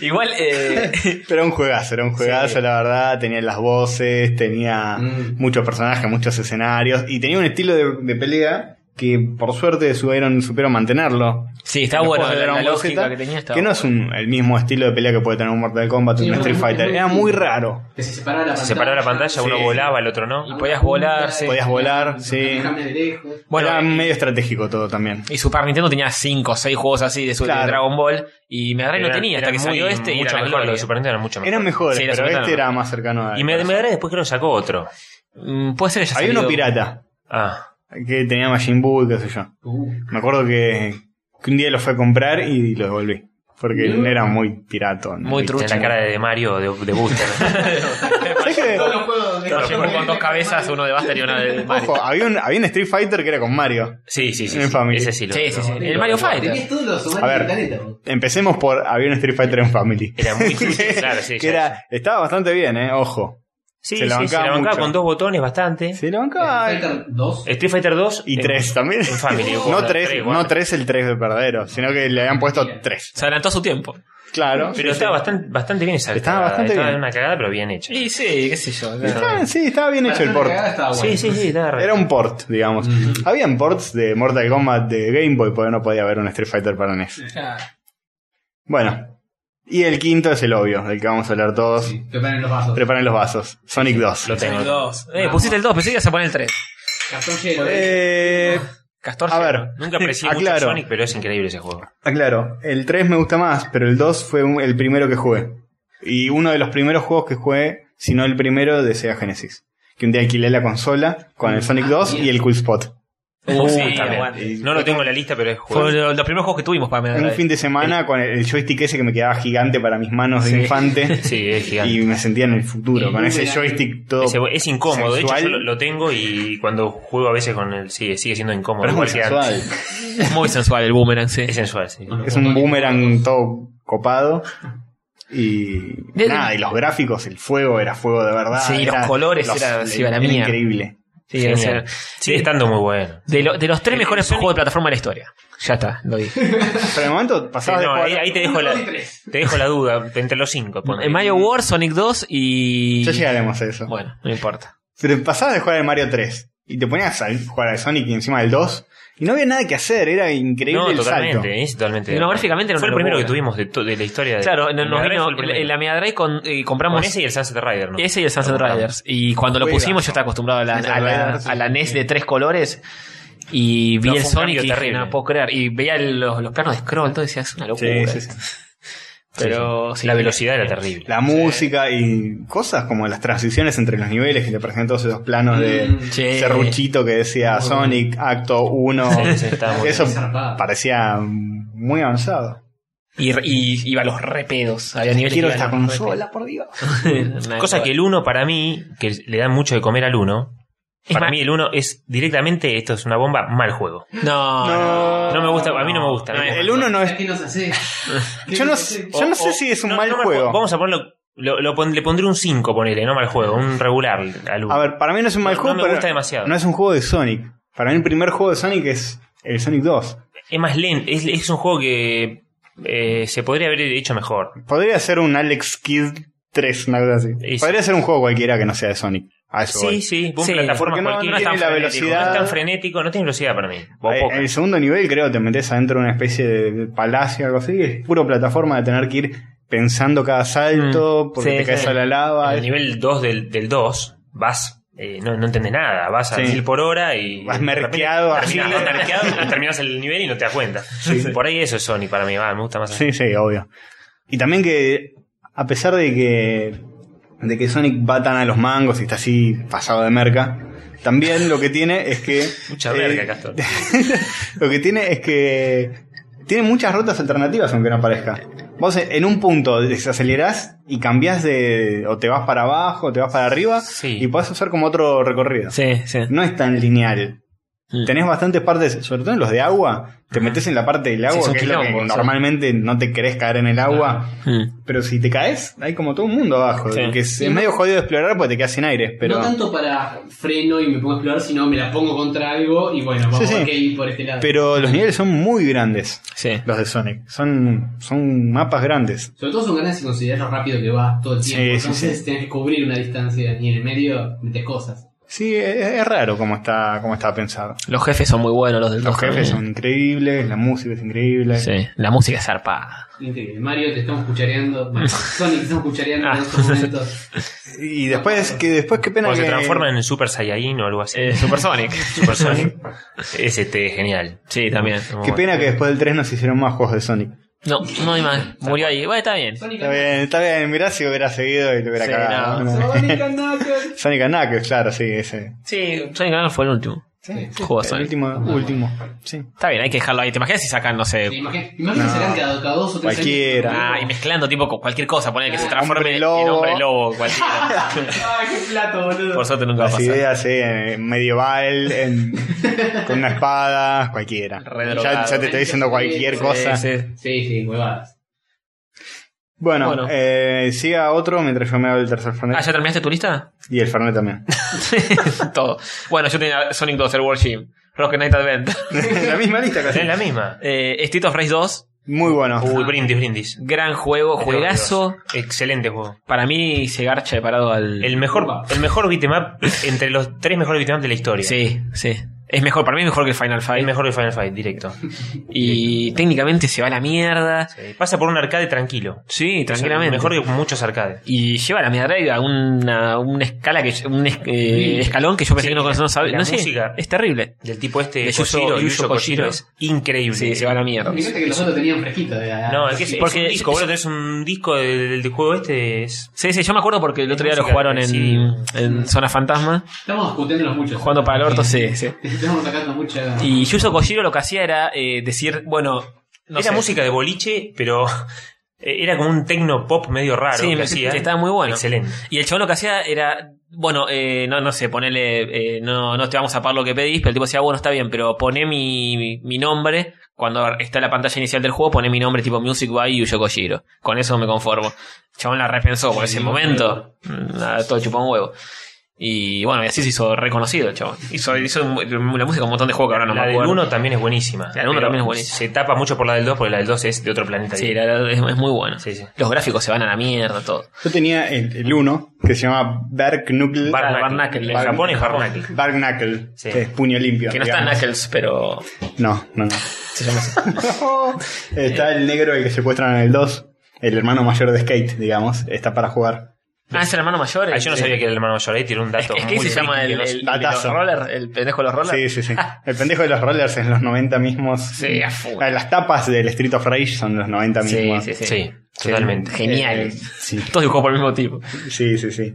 Speaker 3: Igual, eh,
Speaker 2: pero un juegazo, era un juegazo,
Speaker 3: Sí.
Speaker 2: la verdad. Tenía las voces, tenía
Speaker 4: Mm.
Speaker 2: muchos personajes, muchos escenarios. Y tenía un estilo de, de pelea que por suerte supieron, supieron mantenerlo.
Speaker 3: sí, está
Speaker 2: Los
Speaker 3: bueno
Speaker 2: juegos de
Speaker 3: la, la
Speaker 2: Dragon Ball
Speaker 3: lógica
Speaker 2: Z,
Speaker 3: que tenía. Estaba
Speaker 2: Que no es un- el mismo estilo de pelea que puede tener un Mortal Kombat o
Speaker 4: Sí,
Speaker 2: un
Speaker 4: no,
Speaker 2: Street
Speaker 4: no,
Speaker 2: Fighter.
Speaker 4: no,
Speaker 2: Era
Speaker 4: no.
Speaker 2: muy raro.
Speaker 4: Que se separaba la pantalla.
Speaker 5: (laughs) Se separaba la pantalla, uno
Speaker 2: Sí.
Speaker 5: volaba, el otro no.
Speaker 3: Y podías volar, sí.
Speaker 2: Podías volar, sí.
Speaker 4: Cambia de lejos.
Speaker 3: Bueno, eh,
Speaker 2: era
Speaker 3: y-
Speaker 2: medio estratégico todo también.
Speaker 3: Y Super Nintendo tenía 5 o 6 juegos así de, su, de
Speaker 2: Claro.
Speaker 3: Dragon Ball. Y Mega Drive no
Speaker 5: Era-
Speaker 3: tenía hasta
Speaker 5: era
Speaker 3: que
Speaker 5: muy-
Speaker 3: salió este y era
Speaker 5: mucho
Speaker 3: la
Speaker 5: mejor.
Speaker 3: gloria.
Speaker 5: Los de Super Nintendo eran mucho mejor.
Speaker 2: Eran mejores,
Speaker 3: Sí, era
Speaker 2: pero
Speaker 3: cercano.
Speaker 2: este era más cercano a.
Speaker 5: Y Mega Mega Drive después creo que sacó otro.
Speaker 3: Mm, Puede ser que ya
Speaker 2: Había
Speaker 3: salió-
Speaker 2: uno pirata
Speaker 5: Ah,
Speaker 2: que tenía Majin Buu y qué sé yo.
Speaker 4: Uh,
Speaker 2: Me acuerdo que, que un día lo fue a comprar y lo devolví. Porque
Speaker 4: Mm.
Speaker 2: era muy pirato. ¿no?
Speaker 3: Muy
Speaker 2: ¿Viste?
Speaker 5: tiene
Speaker 3: trucha.
Speaker 5: la cara de Mario de,
Speaker 3: (laughs)
Speaker 5: de Booster.
Speaker 2: (laughs) ¿Sabés qué?
Speaker 4: todos los juegos de
Speaker 3: Todos los juegos con dos cabezas, uno de Buster y uno de Mario.
Speaker 2: Ojo, había un, había un Street Fighter que era con Mario.
Speaker 5: sí, sí, sí.
Speaker 2: Mi
Speaker 5: sí.
Speaker 2: familia.
Speaker 5: Ese sí lo
Speaker 3: Sí, sí, sí.
Speaker 5: lo-
Speaker 3: El
Speaker 5: lo-
Speaker 3: Mario
Speaker 5: lo-
Speaker 3: Fighter.
Speaker 4: Tenías todos los
Speaker 2: A
Speaker 4: humanos
Speaker 2: ver.
Speaker 4: del planeta. bro.
Speaker 2: Empecemos por había un Street Fighter en Family.
Speaker 5: Era
Speaker 2: (laughs)
Speaker 5: muy trucho, claro, sí.
Speaker 2: que
Speaker 5: ya-
Speaker 2: era, estaba bastante bien, eh, ojo.
Speaker 5: Sí,
Speaker 2: se la
Speaker 5: sí, se
Speaker 2: bancaba
Speaker 5: la bancaba
Speaker 2: mucho.
Speaker 5: con dos botones bastante.
Speaker 2: Se lo bancaba.
Speaker 4: Fighter 2.
Speaker 5: Street Fighter eh, 2
Speaker 2: Y tres también.
Speaker 5: En
Speaker 2: (laughs)
Speaker 5: Family.
Speaker 2: No tres,
Speaker 5: bueno.
Speaker 2: no tres el tres de perdero, sino que le habían puesto tres.
Speaker 3: Se adelantó su tiempo.
Speaker 2: Claro.
Speaker 5: Pero
Speaker 2: sí,
Speaker 5: estaba
Speaker 2: sí.
Speaker 5: bastante, bastante bien esa
Speaker 2: Estaba
Speaker 5: cagada.
Speaker 2: bastante
Speaker 5: Estaba
Speaker 2: bien.
Speaker 5: una cagada, pero bien hecha.
Speaker 3: Y sí, ah, qué sé yo. no.
Speaker 2: Estaba- sí, estaba bien hecho el port.
Speaker 5: Sí, sí, sí, estaba re-
Speaker 2: Era un port, digamos.
Speaker 4: Mm.
Speaker 2: Habían ports de Mortal Kombat de Game Boy, porque no podía haber un Street Fighter para NES. Bueno. Y el quinto es el obvio, del que vamos a hablar todos.
Speaker 4: Sí, te ponen los vasos.
Speaker 2: Preparen los vasos. Sonic 2.
Speaker 5: Lo
Speaker 3: El
Speaker 5: tengo.
Speaker 3: dos. Eh, pusiste el 2, pensé que ibas a poner el 3.
Speaker 4: Cartón lleno, ¿eh?
Speaker 2: Eh,
Speaker 3: Castor.
Speaker 2: a ver,
Speaker 5: Nunca aprecié mucho
Speaker 2: Aclaro.
Speaker 5: Sonic, pero es increíble ese juego.
Speaker 2: aclaro. Ah, El 3 me gusta más, pero el 2 fue un- el primero que jugué. Y uno de los primeros juegos que jugué, si no el primero, de Sega Genesis. Que un día alquilé la consola con el Sonic 2 y el Cool Spot.
Speaker 3: Uh, sí,
Speaker 5: también.
Speaker 3: aguante.
Speaker 5: No lo tengo en la lista, pero es
Speaker 3: Fue
Speaker 5: juego.
Speaker 3: lo- los primeros juegos que tuvimos para Mega
Speaker 2: En un
Speaker 3: Drive.
Speaker 2: fin de semana con el joystick ese que me quedaba gigante para mis manos
Speaker 5: Sí.
Speaker 2: de infante.
Speaker 5: Sí, es gigante.
Speaker 2: Y me sentía en el futuro,
Speaker 4: Y
Speaker 2: con ese
Speaker 4: mira,
Speaker 2: joystick todo.
Speaker 5: Ese- es incómodo, de hecho
Speaker 2: sensual.
Speaker 5: yo lo, lo tengo y cuando juego a veces con él sigue, sigue siendo incómodo.
Speaker 2: pero es muy
Speaker 5: igual que
Speaker 2: sensual. Ah.
Speaker 5: antes.
Speaker 3: Muy sensual el boomerang, sí.
Speaker 5: Es sensual, sí.
Speaker 4: Bueno,
Speaker 2: Es un boomerang todo copado. Y
Speaker 3: De-
Speaker 2: nada, y los gráficos, el fuego era fuego de verdad.
Speaker 3: Sí, los
Speaker 2: era-
Speaker 3: colores era- sí, la mía.
Speaker 2: increíble.
Speaker 3: Sí, o
Speaker 5: Genial.
Speaker 3: sea,
Speaker 5: Sigue estando muy bueno.
Speaker 3: de, lo- de los tres
Speaker 5: El-
Speaker 3: mejores
Speaker 5: el Sonic-
Speaker 3: juegos de plataforma de la historia. Ya está, lo (laughs) dije.
Speaker 2: Pero de momento
Speaker 5: Sí,
Speaker 2: pasabas
Speaker 5: no,
Speaker 2: de
Speaker 5: ahí,
Speaker 2: jugar-
Speaker 5: ahí te dejo la,
Speaker 4: Uno y tres.
Speaker 5: te dejo la duda, entre los cinco. ponele.
Speaker 3: En Mario War, Sonic 2 y.
Speaker 2: Ya llegaremos a eso.
Speaker 3: Bueno, no importa.
Speaker 2: Pero pasabas de jugar al Mario 3 y te ponías a jugar al Sonic y encima del 2 y no había nada que hacer, era increíble
Speaker 5: No,
Speaker 2: el
Speaker 5: totalmente, eh,
Speaker 2: salto.
Speaker 5: es totalmente.
Speaker 3: No, gráficamente era
Speaker 5: Fue
Speaker 3: una
Speaker 5: el primero que
Speaker 3: locura.
Speaker 5: tuvimos de, to- de la historia de.
Speaker 3: Claro,
Speaker 5: de
Speaker 3: no- nos
Speaker 5: Mega Drive
Speaker 3: vino
Speaker 5: fue el primero.
Speaker 3: la la Mega Drive con, y compramos
Speaker 5: Con ese y el Sunset Rider, ¿no?
Speaker 3: Ese y el Sunset
Speaker 5: Lo
Speaker 3: Riders. Y cuando lo
Speaker 2: Juegazo.
Speaker 3: pusimos, yo estaba acostumbrado a la,
Speaker 2: Sunset
Speaker 3: a la-
Speaker 2: Riders,
Speaker 3: a la
Speaker 2: sí.
Speaker 3: NES de tres colores. Y vi
Speaker 5: No,
Speaker 3: el
Speaker 5: fue un
Speaker 3: Sonic y
Speaker 5: cambio
Speaker 3: dije,
Speaker 5: terrible.
Speaker 3: no puedo creer. Y veía los, los planos de scroll, entonces decía, es una locura.
Speaker 2: Sí, sí, sí.
Speaker 3: Pero sí.
Speaker 5: La velocidad era terrible.
Speaker 2: La música y cosas como las transiciones entre los niveles que te presentan todos esos planos de
Speaker 4: Mm,
Speaker 3: sí.
Speaker 2: serruchito que decía Sonic, Acto 1.
Speaker 5: eh. Sí, sí, estaba muy
Speaker 2: Eso
Speaker 4: bien. Zarpado.
Speaker 2: parecía muy avanzado.
Speaker 3: Y, y iba a los repedos. Había niveles
Speaker 2: Quiero
Speaker 3: que iban
Speaker 2: esta
Speaker 3: a los (laughs)
Speaker 2: consola, por Dios.
Speaker 3: repedos. Nada,
Speaker 5: Cosa que el 1 para mí, que le dan mucho de comer al 1,
Speaker 3: Es
Speaker 5: para
Speaker 3: más-
Speaker 5: mí el 1 es directamente, esto es una bomba, mal juego.
Speaker 3: No, no.
Speaker 5: No me gusta, a mí no me gusta. no me gusta.
Speaker 2: El 1 no es.
Speaker 4: ¿Qué nos hace? ¿Qué
Speaker 2: Yo no,
Speaker 4: nos
Speaker 2: sé-
Speaker 4: hace?
Speaker 2: yo no
Speaker 5: O-
Speaker 2: sé
Speaker 5: o-
Speaker 2: si es un
Speaker 5: no,
Speaker 2: mal
Speaker 5: no mal
Speaker 2: juego.
Speaker 5: Vamos a ponerlo, lo- lo pon- le pondré un 5, ponele, no mal juego, un regular al 1.
Speaker 2: A ver, para mí no es un mal
Speaker 5: No,
Speaker 2: juego,
Speaker 5: no me
Speaker 2: pero
Speaker 5: gusta demasiado.
Speaker 2: no es un juego de Sonic. Para mí el primer juego de Sonic es el Sonic 2.
Speaker 5: Es más lento, es, es un juego que eh, se podría haber hecho mejor.
Speaker 2: Podría ser un Alex Kidd 3, una cosa así.
Speaker 5: Y sí.
Speaker 2: Podría ser un juego cualquiera que no sea de Sonic. A eso
Speaker 5: Sí,
Speaker 2: voy.
Speaker 5: sí,
Speaker 3: Sí,
Speaker 5: plataforma
Speaker 2: porque no-
Speaker 5: cualquiera.
Speaker 2: no tiene la
Speaker 5: frenético,
Speaker 2: velocidad.
Speaker 5: No es tan frenético, no tiene velocidad para mí. O
Speaker 2: Eh,
Speaker 5: poca.
Speaker 2: En el segundo nivel creo te metes adentro de una especie de palacio o algo así. y Es puro plataforma de tener que ir pensando cada salto,
Speaker 3: Mm,
Speaker 2: porque
Speaker 3: sí,
Speaker 2: te caes
Speaker 3: sí.
Speaker 2: a la
Speaker 5: En
Speaker 2: lava.
Speaker 5: el nivel 2 del, del 2 vas, eh, no, no entendés nada, vas a
Speaker 2: Sí.
Speaker 5: 1000 por hora y...
Speaker 2: Vas
Speaker 5: de repente
Speaker 2: merqueado,
Speaker 5: terminás,
Speaker 2: así.
Speaker 5: vas merqueado (laughs) y terminás el nivel y no te das cuenta. Por ahí eso es Sony para mí, va, me gusta más.
Speaker 2: Sí, sí, obvio. Y también que, a pesar de que, de que Sonic va tan a los mangos y está así pasado de merca, también lo que tiene es que.
Speaker 5: (laughs) Mucha
Speaker 2: eh,
Speaker 5: verga, Castor.
Speaker 2: (laughs) lo que tiene es que. Tiene muchas rutas alternativas, aunque no parezca. Vos eh, en un punto desacelerás y cambiás de. o te vas para abajo, o te vas para arriba,
Speaker 5: Sí.
Speaker 2: y podés hacer como otro recorrido.
Speaker 3: Sí, sí.
Speaker 2: No es tan lineal.
Speaker 3: Mm.
Speaker 2: Tenés bastantes partes, sobre todo en los de agua, te metes en la parte del agua,
Speaker 3: es un
Speaker 2: que es lo que
Speaker 3: quilombo, sí.
Speaker 2: normalmente no te querés caer en el agua.
Speaker 3: Mm.
Speaker 2: Pero si te caes, hay como todo un mundo abajo.
Speaker 3: Sí.
Speaker 2: Que es, es medio jodido de explorar porque te quedas sin aire. Pero
Speaker 4: No tanto para freno y me pongo a explorar, sino me la pongo contra algo y bueno, vamos
Speaker 2: Sí, sí.
Speaker 4: a ver qué hay por este lado.
Speaker 2: pero los niveles son muy grandes,
Speaker 3: Sí.
Speaker 2: los de Sonic. Son, son mapas grandes.
Speaker 4: Sobre todo son ganas de considerar lo rápido que vas todo el
Speaker 2: Sí,
Speaker 4: tiempo.
Speaker 2: sí,
Speaker 4: Entonces tenés que cubrir una distancia y en el medio metes cosas.
Speaker 2: Sí, es, es raro como está, como está pensado.
Speaker 3: Los jefes son muy buenos, los del
Speaker 2: Los
Speaker 3: dos
Speaker 2: jefes son
Speaker 3: también.
Speaker 2: increíbles, la música es increíble.
Speaker 3: Sí, la música es zarpada.
Speaker 4: Increíble. Mario, te estamos cuchareando.
Speaker 3: (laughs)
Speaker 4: Bueno, Sonic, te estamos cuchareando en
Speaker 3: Ah,
Speaker 4: estos momentos.
Speaker 2: Y después, que, después qué pena
Speaker 3: Pues
Speaker 5: Cuando se
Speaker 2: que-
Speaker 5: transforma en Super Saiyajin o algo así.
Speaker 3: Eh, Super
Speaker 5: (laughs)
Speaker 3: Sonic. (laughs)
Speaker 5: Super Sonic. es este, genial.
Speaker 3: Sí, también.
Speaker 2: Qué pena que después del 3 no se hicieron más juegos de Sonic.
Speaker 3: No, no hay más. Murió ahí. Bueno, está bien.
Speaker 4: Sonic
Speaker 2: Está bien, está bien. Mirá si hubiera seguido y lo hubiera
Speaker 3: Sí,
Speaker 2: cagado.
Speaker 3: no.
Speaker 4: Sonic and Knuckles.
Speaker 2: (laughs) Sonic and Knuckles, claro, sí, ese.
Speaker 3: Sí, Sonic Adventure fue el último. Juego de
Speaker 2: El
Speaker 3: Sonic.
Speaker 2: último, último. Sí.
Speaker 3: Está bien, hay que dejarlo ahí. ¿Te imaginas si sacan, no sé,
Speaker 4: Sí, Imagínate imagínate
Speaker 2: No.
Speaker 4: que serán cada, cada dos o tres
Speaker 2: Cualquiera.
Speaker 3: Ah, y
Speaker 4: años.
Speaker 3: mezclando tipo con cualquier cosa, poner que se
Speaker 2: Hombre
Speaker 3: transforme en
Speaker 2: lobo.
Speaker 3: hombre lobo cualquiera.
Speaker 4: Ah, (laughs) qué plato, boludo.
Speaker 3: Por suerte nunca va a
Speaker 2: Las
Speaker 3: pasar.
Speaker 2: ideas, sí, en
Speaker 3: (laughs)
Speaker 2: medieval, en- con una espada, cualquiera.
Speaker 3: Re
Speaker 2: Ya,
Speaker 3: drogado.
Speaker 2: ya te estoy diciendo cualquier
Speaker 4: Sí,
Speaker 2: cosa.
Speaker 3: Sí,
Speaker 4: Sí, sí, huevadas.
Speaker 2: Bueno,
Speaker 3: Bueno.
Speaker 2: eh, siga otro mientras yo me hago el tercer Fernet.
Speaker 3: Ah, ¿ya terminaste tu lista? (laughs)
Speaker 2: Y el Fernet también. (laughs)
Speaker 3: Todo. Bueno, yo tenía Sonic 2, el World Gym, Rocket Knight Advent, (laughs)
Speaker 2: la misma lista casi.
Speaker 5: (laughs) Es la misma.
Speaker 3: eh, Street of Race 2,
Speaker 2: Muy bueno.
Speaker 5: Uy,
Speaker 2: (laughs)
Speaker 5: brindis, brindis.
Speaker 3: gran juego, juegazo.
Speaker 5: Excelente juego.
Speaker 3: Para mí se garcha de parado al...
Speaker 5: El mejor,
Speaker 4: Upa.
Speaker 5: el mejor beatmap entre los tres mejores beatmaps de la historia.
Speaker 3: Sí, sí. Es mejor, para mí es mejor que Final
Speaker 5: Es
Speaker 3: Fight.
Speaker 5: mejor que Final Fight, directo.
Speaker 3: Y técnicamente se va a la mierda.
Speaker 5: Sí, Pasa por un arcade tranquilo.
Speaker 3: Sí, tranquilamente.
Speaker 5: Mejor que muchos arcades.
Speaker 3: y lleva la Mega Drive a una, una escala que yo- un es- eh, escalón que yo pensé
Speaker 5: Sí,
Speaker 3: que no
Speaker 5: la-
Speaker 3: no sabía.
Speaker 5: la
Speaker 3: No sé,
Speaker 5: música.
Speaker 3: es terrible.
Speaker 5: Del tipo este
Speaker 3: De Yuzo-
Speaker 5: Koshiro,
Speaker 3: Yuzo
Speaker 5: Yuzo Koshiro
Speaker 3: Koshiro.
Speaker 5: es increíble.
Speaker 3: Sí, se va a la mierda.
Speaker 4: Fíjate que los otros tenían fresquito. eh, ah, de-
Speaker 5: No, es que es, es
Speaker 3: Porque-
Speaker 5: un disco, boludo, tenés un disco del, del juego este es
Speaker 3: Sí, sí, yo me acuerdo porque el otro día lo
Speaker 5: música
Speaker 3: jugaron
Speaker 5: de
Speaker 3: en,
Speaker 5: CD.
Speaker 3: en Zona Fantasma.
Speaker 4: Estamos discutiéndolos mucho.
Speaker 3: Jugando para el orto, sí, sí.
Speaker 4: Estamos sacando mucha.
Speaker 3: Y Yuzo Koshiro lo que hacía era eh, decir, bueno, no
Speaker 5: era
Speaker 3: sé.
Speaker 5: música de boliche, pero eh, era como un techno pop medio raro.
Speaker 3: Sí,
Speaker 5: que
Speaker 3: me-
Speaker 5: hacía.
Speaker 3: que estaba muy bueno.
Speaker 5: Excelente.
Speaker 3: Y el chabón lo que hacía era, bueno, eh, no, no sé, ponele, eh, no, no te vamos a pagar lo que pedís, pero el tipo decía, "Ah, bueno, está bien, pero poné mi, mi- mi nombre, cuando está la pantalla inicial del juego, poné mi nombre tipo Music by Yuyo Koshiro. Con eso me conformo. El chabón la repensó por ese
Speaker 4: Sí,
Speaker 3: momento. Mm, Nada, todo chupó un huevo. Y bueno, y así se hizo reconocido el chabón. Hizo, hizo la música con un montón de juegos que ahora no
Speaker 5: la
Speaker 3: me
Speaker 5: del
Speaker 3: acuerdo.
Speaker 5: 1 también es buenísima.
Speaker 3: La del uno
Speaker 5: pero
Speaker 3: también es buenísima.
Speaker 5: Se tapa mucho por la del 2 porque la del 2 es de otro planeta.
Speaker 3: Sí, la- la- es, es muy bueno.
Speaker 5: Sí, sí.
Speaker 3: Los gráficos se van a la mierda, todo.
Speaker 2: Yo tenía el, el uno que se llama Dark Knuckle.
Speaker 5: Bar-
Speaker 3: Ah,
Speaker 5: Knuckle.
Speaker 3: Knuckle,
Speaker 5: En
Speaker 2: Bar-
Speaker 5: Japón es Barnacle.
Speaker 2: Dark Knuckle,
Speaker 5: Sí.
Speaker 2: que es puño limpio.
Speaker 3: Que no está
Speaker 2: digamos.
Speaker 3: Knuckles, pero
Speaker 2: No, no, no.
Speaker 3: se llama así.
Speaker 2: (laughs) está el negro, el que secuestran en el 2. El hermano mayor de Skate, digamos. Está para jugar.
Speaker 3: Ah, es el hermano mayor.
Speaker 5: Ah,
Speaker 3: el-
Speaker 5: yo no sabía que era el hermano mayor. Ahí tiene un dato.
Speaker 3: Es que
Speaker 5: muy
Speaker 3: se llama
Speaker 5: friki
Speaker 3: el,
Speaker 5: que no sé.
Speaker 3: el-
Speaker 2: Datazo.
Speaker 3: los roller, el pendejo de los rollers.
Speaker 2: Sí, sí,
Speaker 3: (laughs)
Speaker 2: sí. El pendejo de los rollers en los 90 mismos.
Speaker 3: Sí, a full.
Speaker 2: Ah, Las tapas del Street of Rage son los 90 mismos.
Speaker 3: sí, sí.
Speaker 5: Sí,
Speaker 2: Sí.
Speaker 5: totalmente.
Speaker 3: Genial.
Speaker 2: Eh, sí,
Speaker 3: Todos dibujados por el mismo tipo.
Speaker 2: sí, sí, sí.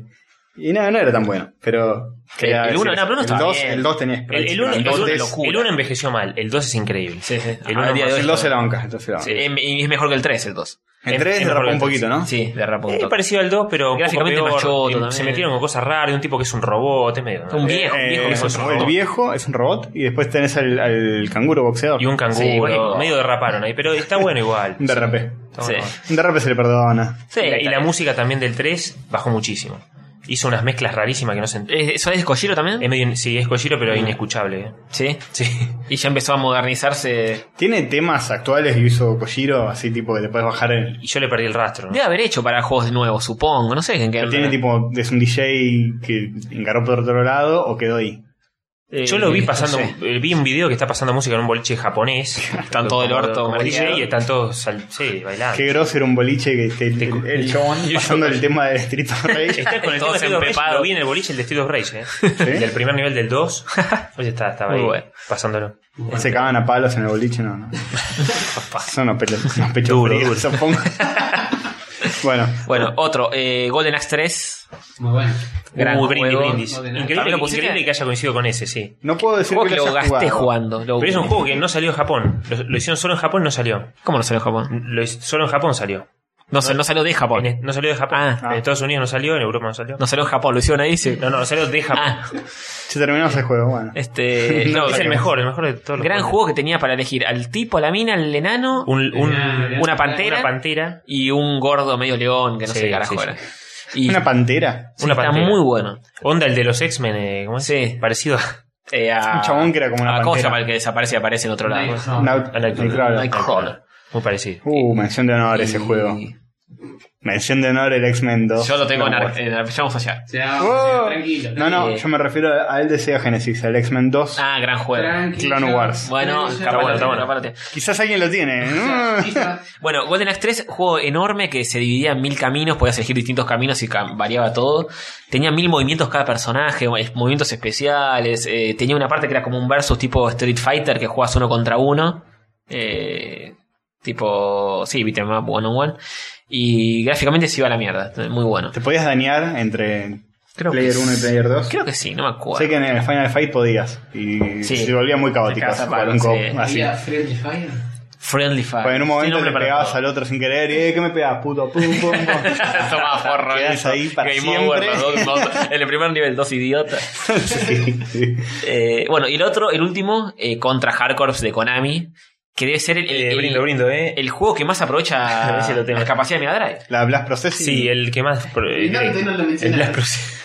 Speaker 2: Y nada, no era tan bueno. Pero. quería
Speaker 3: el uno-
Speaker 2: decir
Speaker 3: no, pero uno
Speaker 2: eso.
Speaker 3: estaba
Speaker 2: el 2
Speaker 3: bien.
Speaker 2: El 2 tenía
Speaker 5: El,
Speaker 2: sprites
Speaker 5: el, uno, el,
Speaker 2: grandotes.
Speaker 5: uno-
Speaker 3: locura.
Speaker 5: el uno envejeció mal, el 2 es increíble.
Speaker 3: Sí, sí.
Speaker 5: El
Speaker 3: Ah,
Speaker 5: uno
Speaker 3: día de
Speaker 5: más-
Speaker 3: hoy.
Speaker 2: El 2 era banca. El 2 era
Speaker 3: Sí,
Speaker 2: banca.
Speaker 3: em- y es mejor que el 3, el 2.
Speaker 2: El
Speaker 5: en-
Speaker 2: 3
Speaker 5: en
Speaker 2: derrapó un
Speaker 5: Rollers,
Speaker 2: poquito, ¿no?
Speaker 3: Sí, derrapó un
Speaker 5: Eh,
Speaker 3: toque.
Speaker 5: parecido al 2, pero un poco
Speaker 3: Gráficamente
Speaker 5: peor.
Speaker 3: más choto
Speaker 5: Eh, Se
Speaker 3: también.
Speaker 5: metieron con cosas raras, un tipo que es un robot, es medio.
Speaker 3: Un viejo, un viejo
Speaker 2: Eh,
Speaker 3: que es
Speaker 5: un
Speaker 2: el
Speaker 5: robot.
Speaker 2: viejo es un robot y después tenés al, al canguro boxeador.
Speaker 5: Y un canguro,
Speaker 3: Sí, boludo.
Speaker 5: medio derraparon ahí, pero está
Speaker 2: (laughs)
Speaker 5: bueno igual.
Speaker 2: Un derrapé.
Speaker 5: Está
Speaker 3: Sí.
Speaker 5: bueno.
Speaker 2: Un derrape se le perdona.
Speaker 3: Sí,
Speaker 5: y la, y la
Speaker 3: tal-
Speaker 5: música también del 3 bajó muchísimo. Hizo unas mezclas rarísimas que no se ent-
Speaker 3: ¿Es- ¿Eso es Kojiro también?
Speaker 5: Eh, Es medio, sí, es Kojiro, pero inescuchable. eh.
Speaker 3: Sí.
Speaker 5: Sí.
Speaker 3: (laughs) Y ya empezó a modernizarse.
Speaker 2: Tiene temas actuales que hizo Kojiro, así tipo que te puedes bajar el.
Speaker 5: Y yo le perdí el rastro. ¿no?
Speaker 3: Debe haber hecho para juegos nuevos, supongo. No sé en qué
Speaker 2: Pero tiene tipo, es un DJ que encaró por otro lado o quedó ahí.
Speaker 3: Eh,
Speaker 5: Yo lo vi
Speaker 3: no
Speaker 5: pasando,
Speaker 3: sé.
Speaker 5: eh, vi un video que está pasando música en un
Speaker 2: (laughs)
Speaker 5: boliche japonés.
Speaker 3: Están todo el orto,
Speaker 5: como, como
Speaker 3: mareado.
Speaker 5: DJ y están todos sal- sí, bailando.
Speaker 2: Qué grosso era un boliche que te, el, el, chabón pasando el tema del Street of Rage.
Speaker 5: (laughs) Está Este con
Speaker 3: Todos
Speaker 5: el tema de Street of Rage,
Speaker 3: empepados.
Speaker 5: lo vi en el boliche el de Street of Rage, eh. Del primer nivel del 2. (laughs) Oye, estaba, estaba
Speaker 3: Muy
Speaker 5: ahí
Speaker 3: bueno.
Speaker 5: pasándolo.
Speaker 2: Se cagan a palos en el boliche, no, no. Son unos, pelo- unos pechos
Speaker 5: Duro,
Speaker 2: fríos,
Speaker 5: duro.
Speaker 2: supongo. bueno,
Speaker 3: Bueno, otro, eh, Golden Axe 3.
Speaker 4: Muy bueno.
Speaker 3: Gran
Speaker 5: Muy brindis,
Speaker 3: juego.
Speaker 5: brindis.
Speaker 4: No, de nada.
Speaker 5: Increíble,
Speaker 3: ¿También lo pusiste?
Speaker 5: increíble que haya coincidido con ese, sí.
Speaker 2: no puedo decir
Speaker 3: Juego que lo
Speaker 2: haya
Speaker 3: gasté
Speaker 2: jugado.
Speaker 3: jugando. lo-
Speaker 5: Pero es un juego que no salió en Japón. Lo, lo hicieron solo en Japón, no salió.
Speaker 3: ¿Cómo no salió en Japón?
Speaker 5: Lo, hic- solo en Japón salió.
Speaker 3: No, sal- no salió de Japón.
Speaker 5: En- este- no salió de Japón.
Speaker 3: Ah.
Speaker 5: en Estados Unidos no salió, en Europa no salió.
Speaker 3: No salió en Japón, lo hicieron ahí. sí.
Speaker 5: No, no, salió de Japón.
Speaker 3: Ah,
Speaker 2: Se terminó ese juego, bueno.
Speaker 3: este.
Speaker 2: No,
Speaker 3: no,
Speaker 5: es
Speaker 3: es
Speaker 5: el
Speaker 3: el
Speaker 5: mejor, el mejor de todos los
Speaker 3: gran
Speaker 5: juegos.
Speaker 3: juego que tenía para elegir al tipo, a la mina, al enano
Speaker 5: Un, un-
Speaker 4: Una-
Speaker 3: pantera.
Speaker 5: una pantera. Una pantera.
Speaker 3: y un gordo medio león que no
Speaker 5: Sí,
Speaker 3: sé qué carajo
Speaker 5: sí, sí.
Speaker 3: era. Y
Speaker 2: Una pantera.
Speaker 3: sí,
Speaker 5: una
Speaker 3: está
Speaker 5: pantera.
Speaker 3: muy bueno.
Speaker 5: Onda el de los X-Men, eh, ¿cómo es?
Speaker 3: Sí.
Speaker 5: Parecido a. (laughs)
Speaker 3: Eh, a,
Speaker 2: Un chabón que era como
Speaker 3: a
Speaker 2: una
Speaker 3: Ah, ¿cómo se
Speaker 2: pantera.
Speaker 3: llama el que desaparece y aparece en otro lado.
Speaker 4: Nightcrawler.
Speaker 2: Naut-
Speaker 5: a Nightcrawler.
Speaker 2: Nightcrawler.
Speaker 3: Nightcrawler.
Speaker 5: Muy parecido.
Speaker 2: Uh, mención de honor ese
Speaker 3: Y-
Speaker 2: juego. Mención de honor el X-Men 2.
Speaker 3: Yo lo tengo en,
Speaker 2: No,
Speaker 3: ar- en ar- ya vamos allá.
Speaker 4: O sea,
Speaker 2: Oh.
Speaker 4: tranquilo.
Speaker 2: No, no, yo me refiero al de Sega Genesis, al X-Men 2.
Speaker 3: Ah, gran juego.
Speaker 4: Tranquilo.
Speaker 2: Clone Wars.
Speaker 3: Bueno,
Speaker 4: Tranquilo.
Speaker 3: capaz
Speaker 5: bueno,
Speaker 3: lo
Speaker 5: está
Speaker 3: tengo,
Speaker 5: bueno.
Speaker 3: capaz lo tengo.
Speaker 2: Quizás alguien
Speaker 3: (laughs)
Speaker 2: lo tiene. Mm.
Speaker 4: Ahí está.
Speaker 3: Bueno, Golden Axe 3, juego enorme que se dividía en mil caminos, podías elegir distintos caminos y cam- variaba todo. Tenía mil movimientos cada personaje, mo- movimientos especiales. eh, tenía una parte que era como un versus tipo Street Fighter que jugabas uno contra uno. eh, tipo, sí, beat 'em up, one on one. Y gráficamente se iba a la mierda, muy bueno.
Speaker 2: Te podías dañar entre
Speaker 3: Creo
Speaker 2: Player
Speaker 3: que
Speaker 2: 1 y Player 2.
Speaker 3: Creo que sí, no me acuerdo.
Speaker 2: Sé que en el Final Fight podías. Y
Speaker 3: Sí.
Speaker 2: se volvía muy caótico.
Speaker 3: Te cagas a
Speaker 2: jugar
Speaker 3: palos,
Speaker 2: un co-
Speaker 3: sí.
Speaker 2: así.
Speaker 4: Había Friendly Fire.
Speaker 3: Friendly Fire.
Speaker 2: Porque en un
Speaker 3: Tiene
Speaker 2: momento
Speaker 3: nombre
Speaker 2: le
Speaker 3: para
Speaker 2: pegabas
Speaker 3: todo. (laughs)
Speaker 2: al otro sin querer. Y, eh, ¿qué me pegas, puto? Pum, pum, pum. (laughs)
Speaker 3: Tomá, forro,
Speaker 2: Quedás
Speaker 3: eso.
Speaker 2: ahí para
Speaker 3: Game over,
Speaker 2: siempre.
Speaker 3: los dos- dos- en el primer nivel, dos idiotas.
Speaker 2: Sí, sí. (laughs)
Speaker 3: Eh, bueno, y el otro, el último, eh, contra Hardcorps de Konami, que debe ser el, el-
Speaker 5: Eh,
Speaker 3: el-
Speaker 5: brindo, brindo, ¿eh.
Speaker 3: el juego que más
Speaker 5: A (laughs)
Speaker 3: aprovecha
Speaker 5: ver si lo tengo.
Speaker 3: las capacidades de Mega Drive.
Speaker 2: La Blast Processing.
Speaker 5: sí, el que más. eh,
Speaker 4: Y no, usted no lo
Speaker 5: el
Speaker 4: menciona.
Speaker 5: Blast Crusade.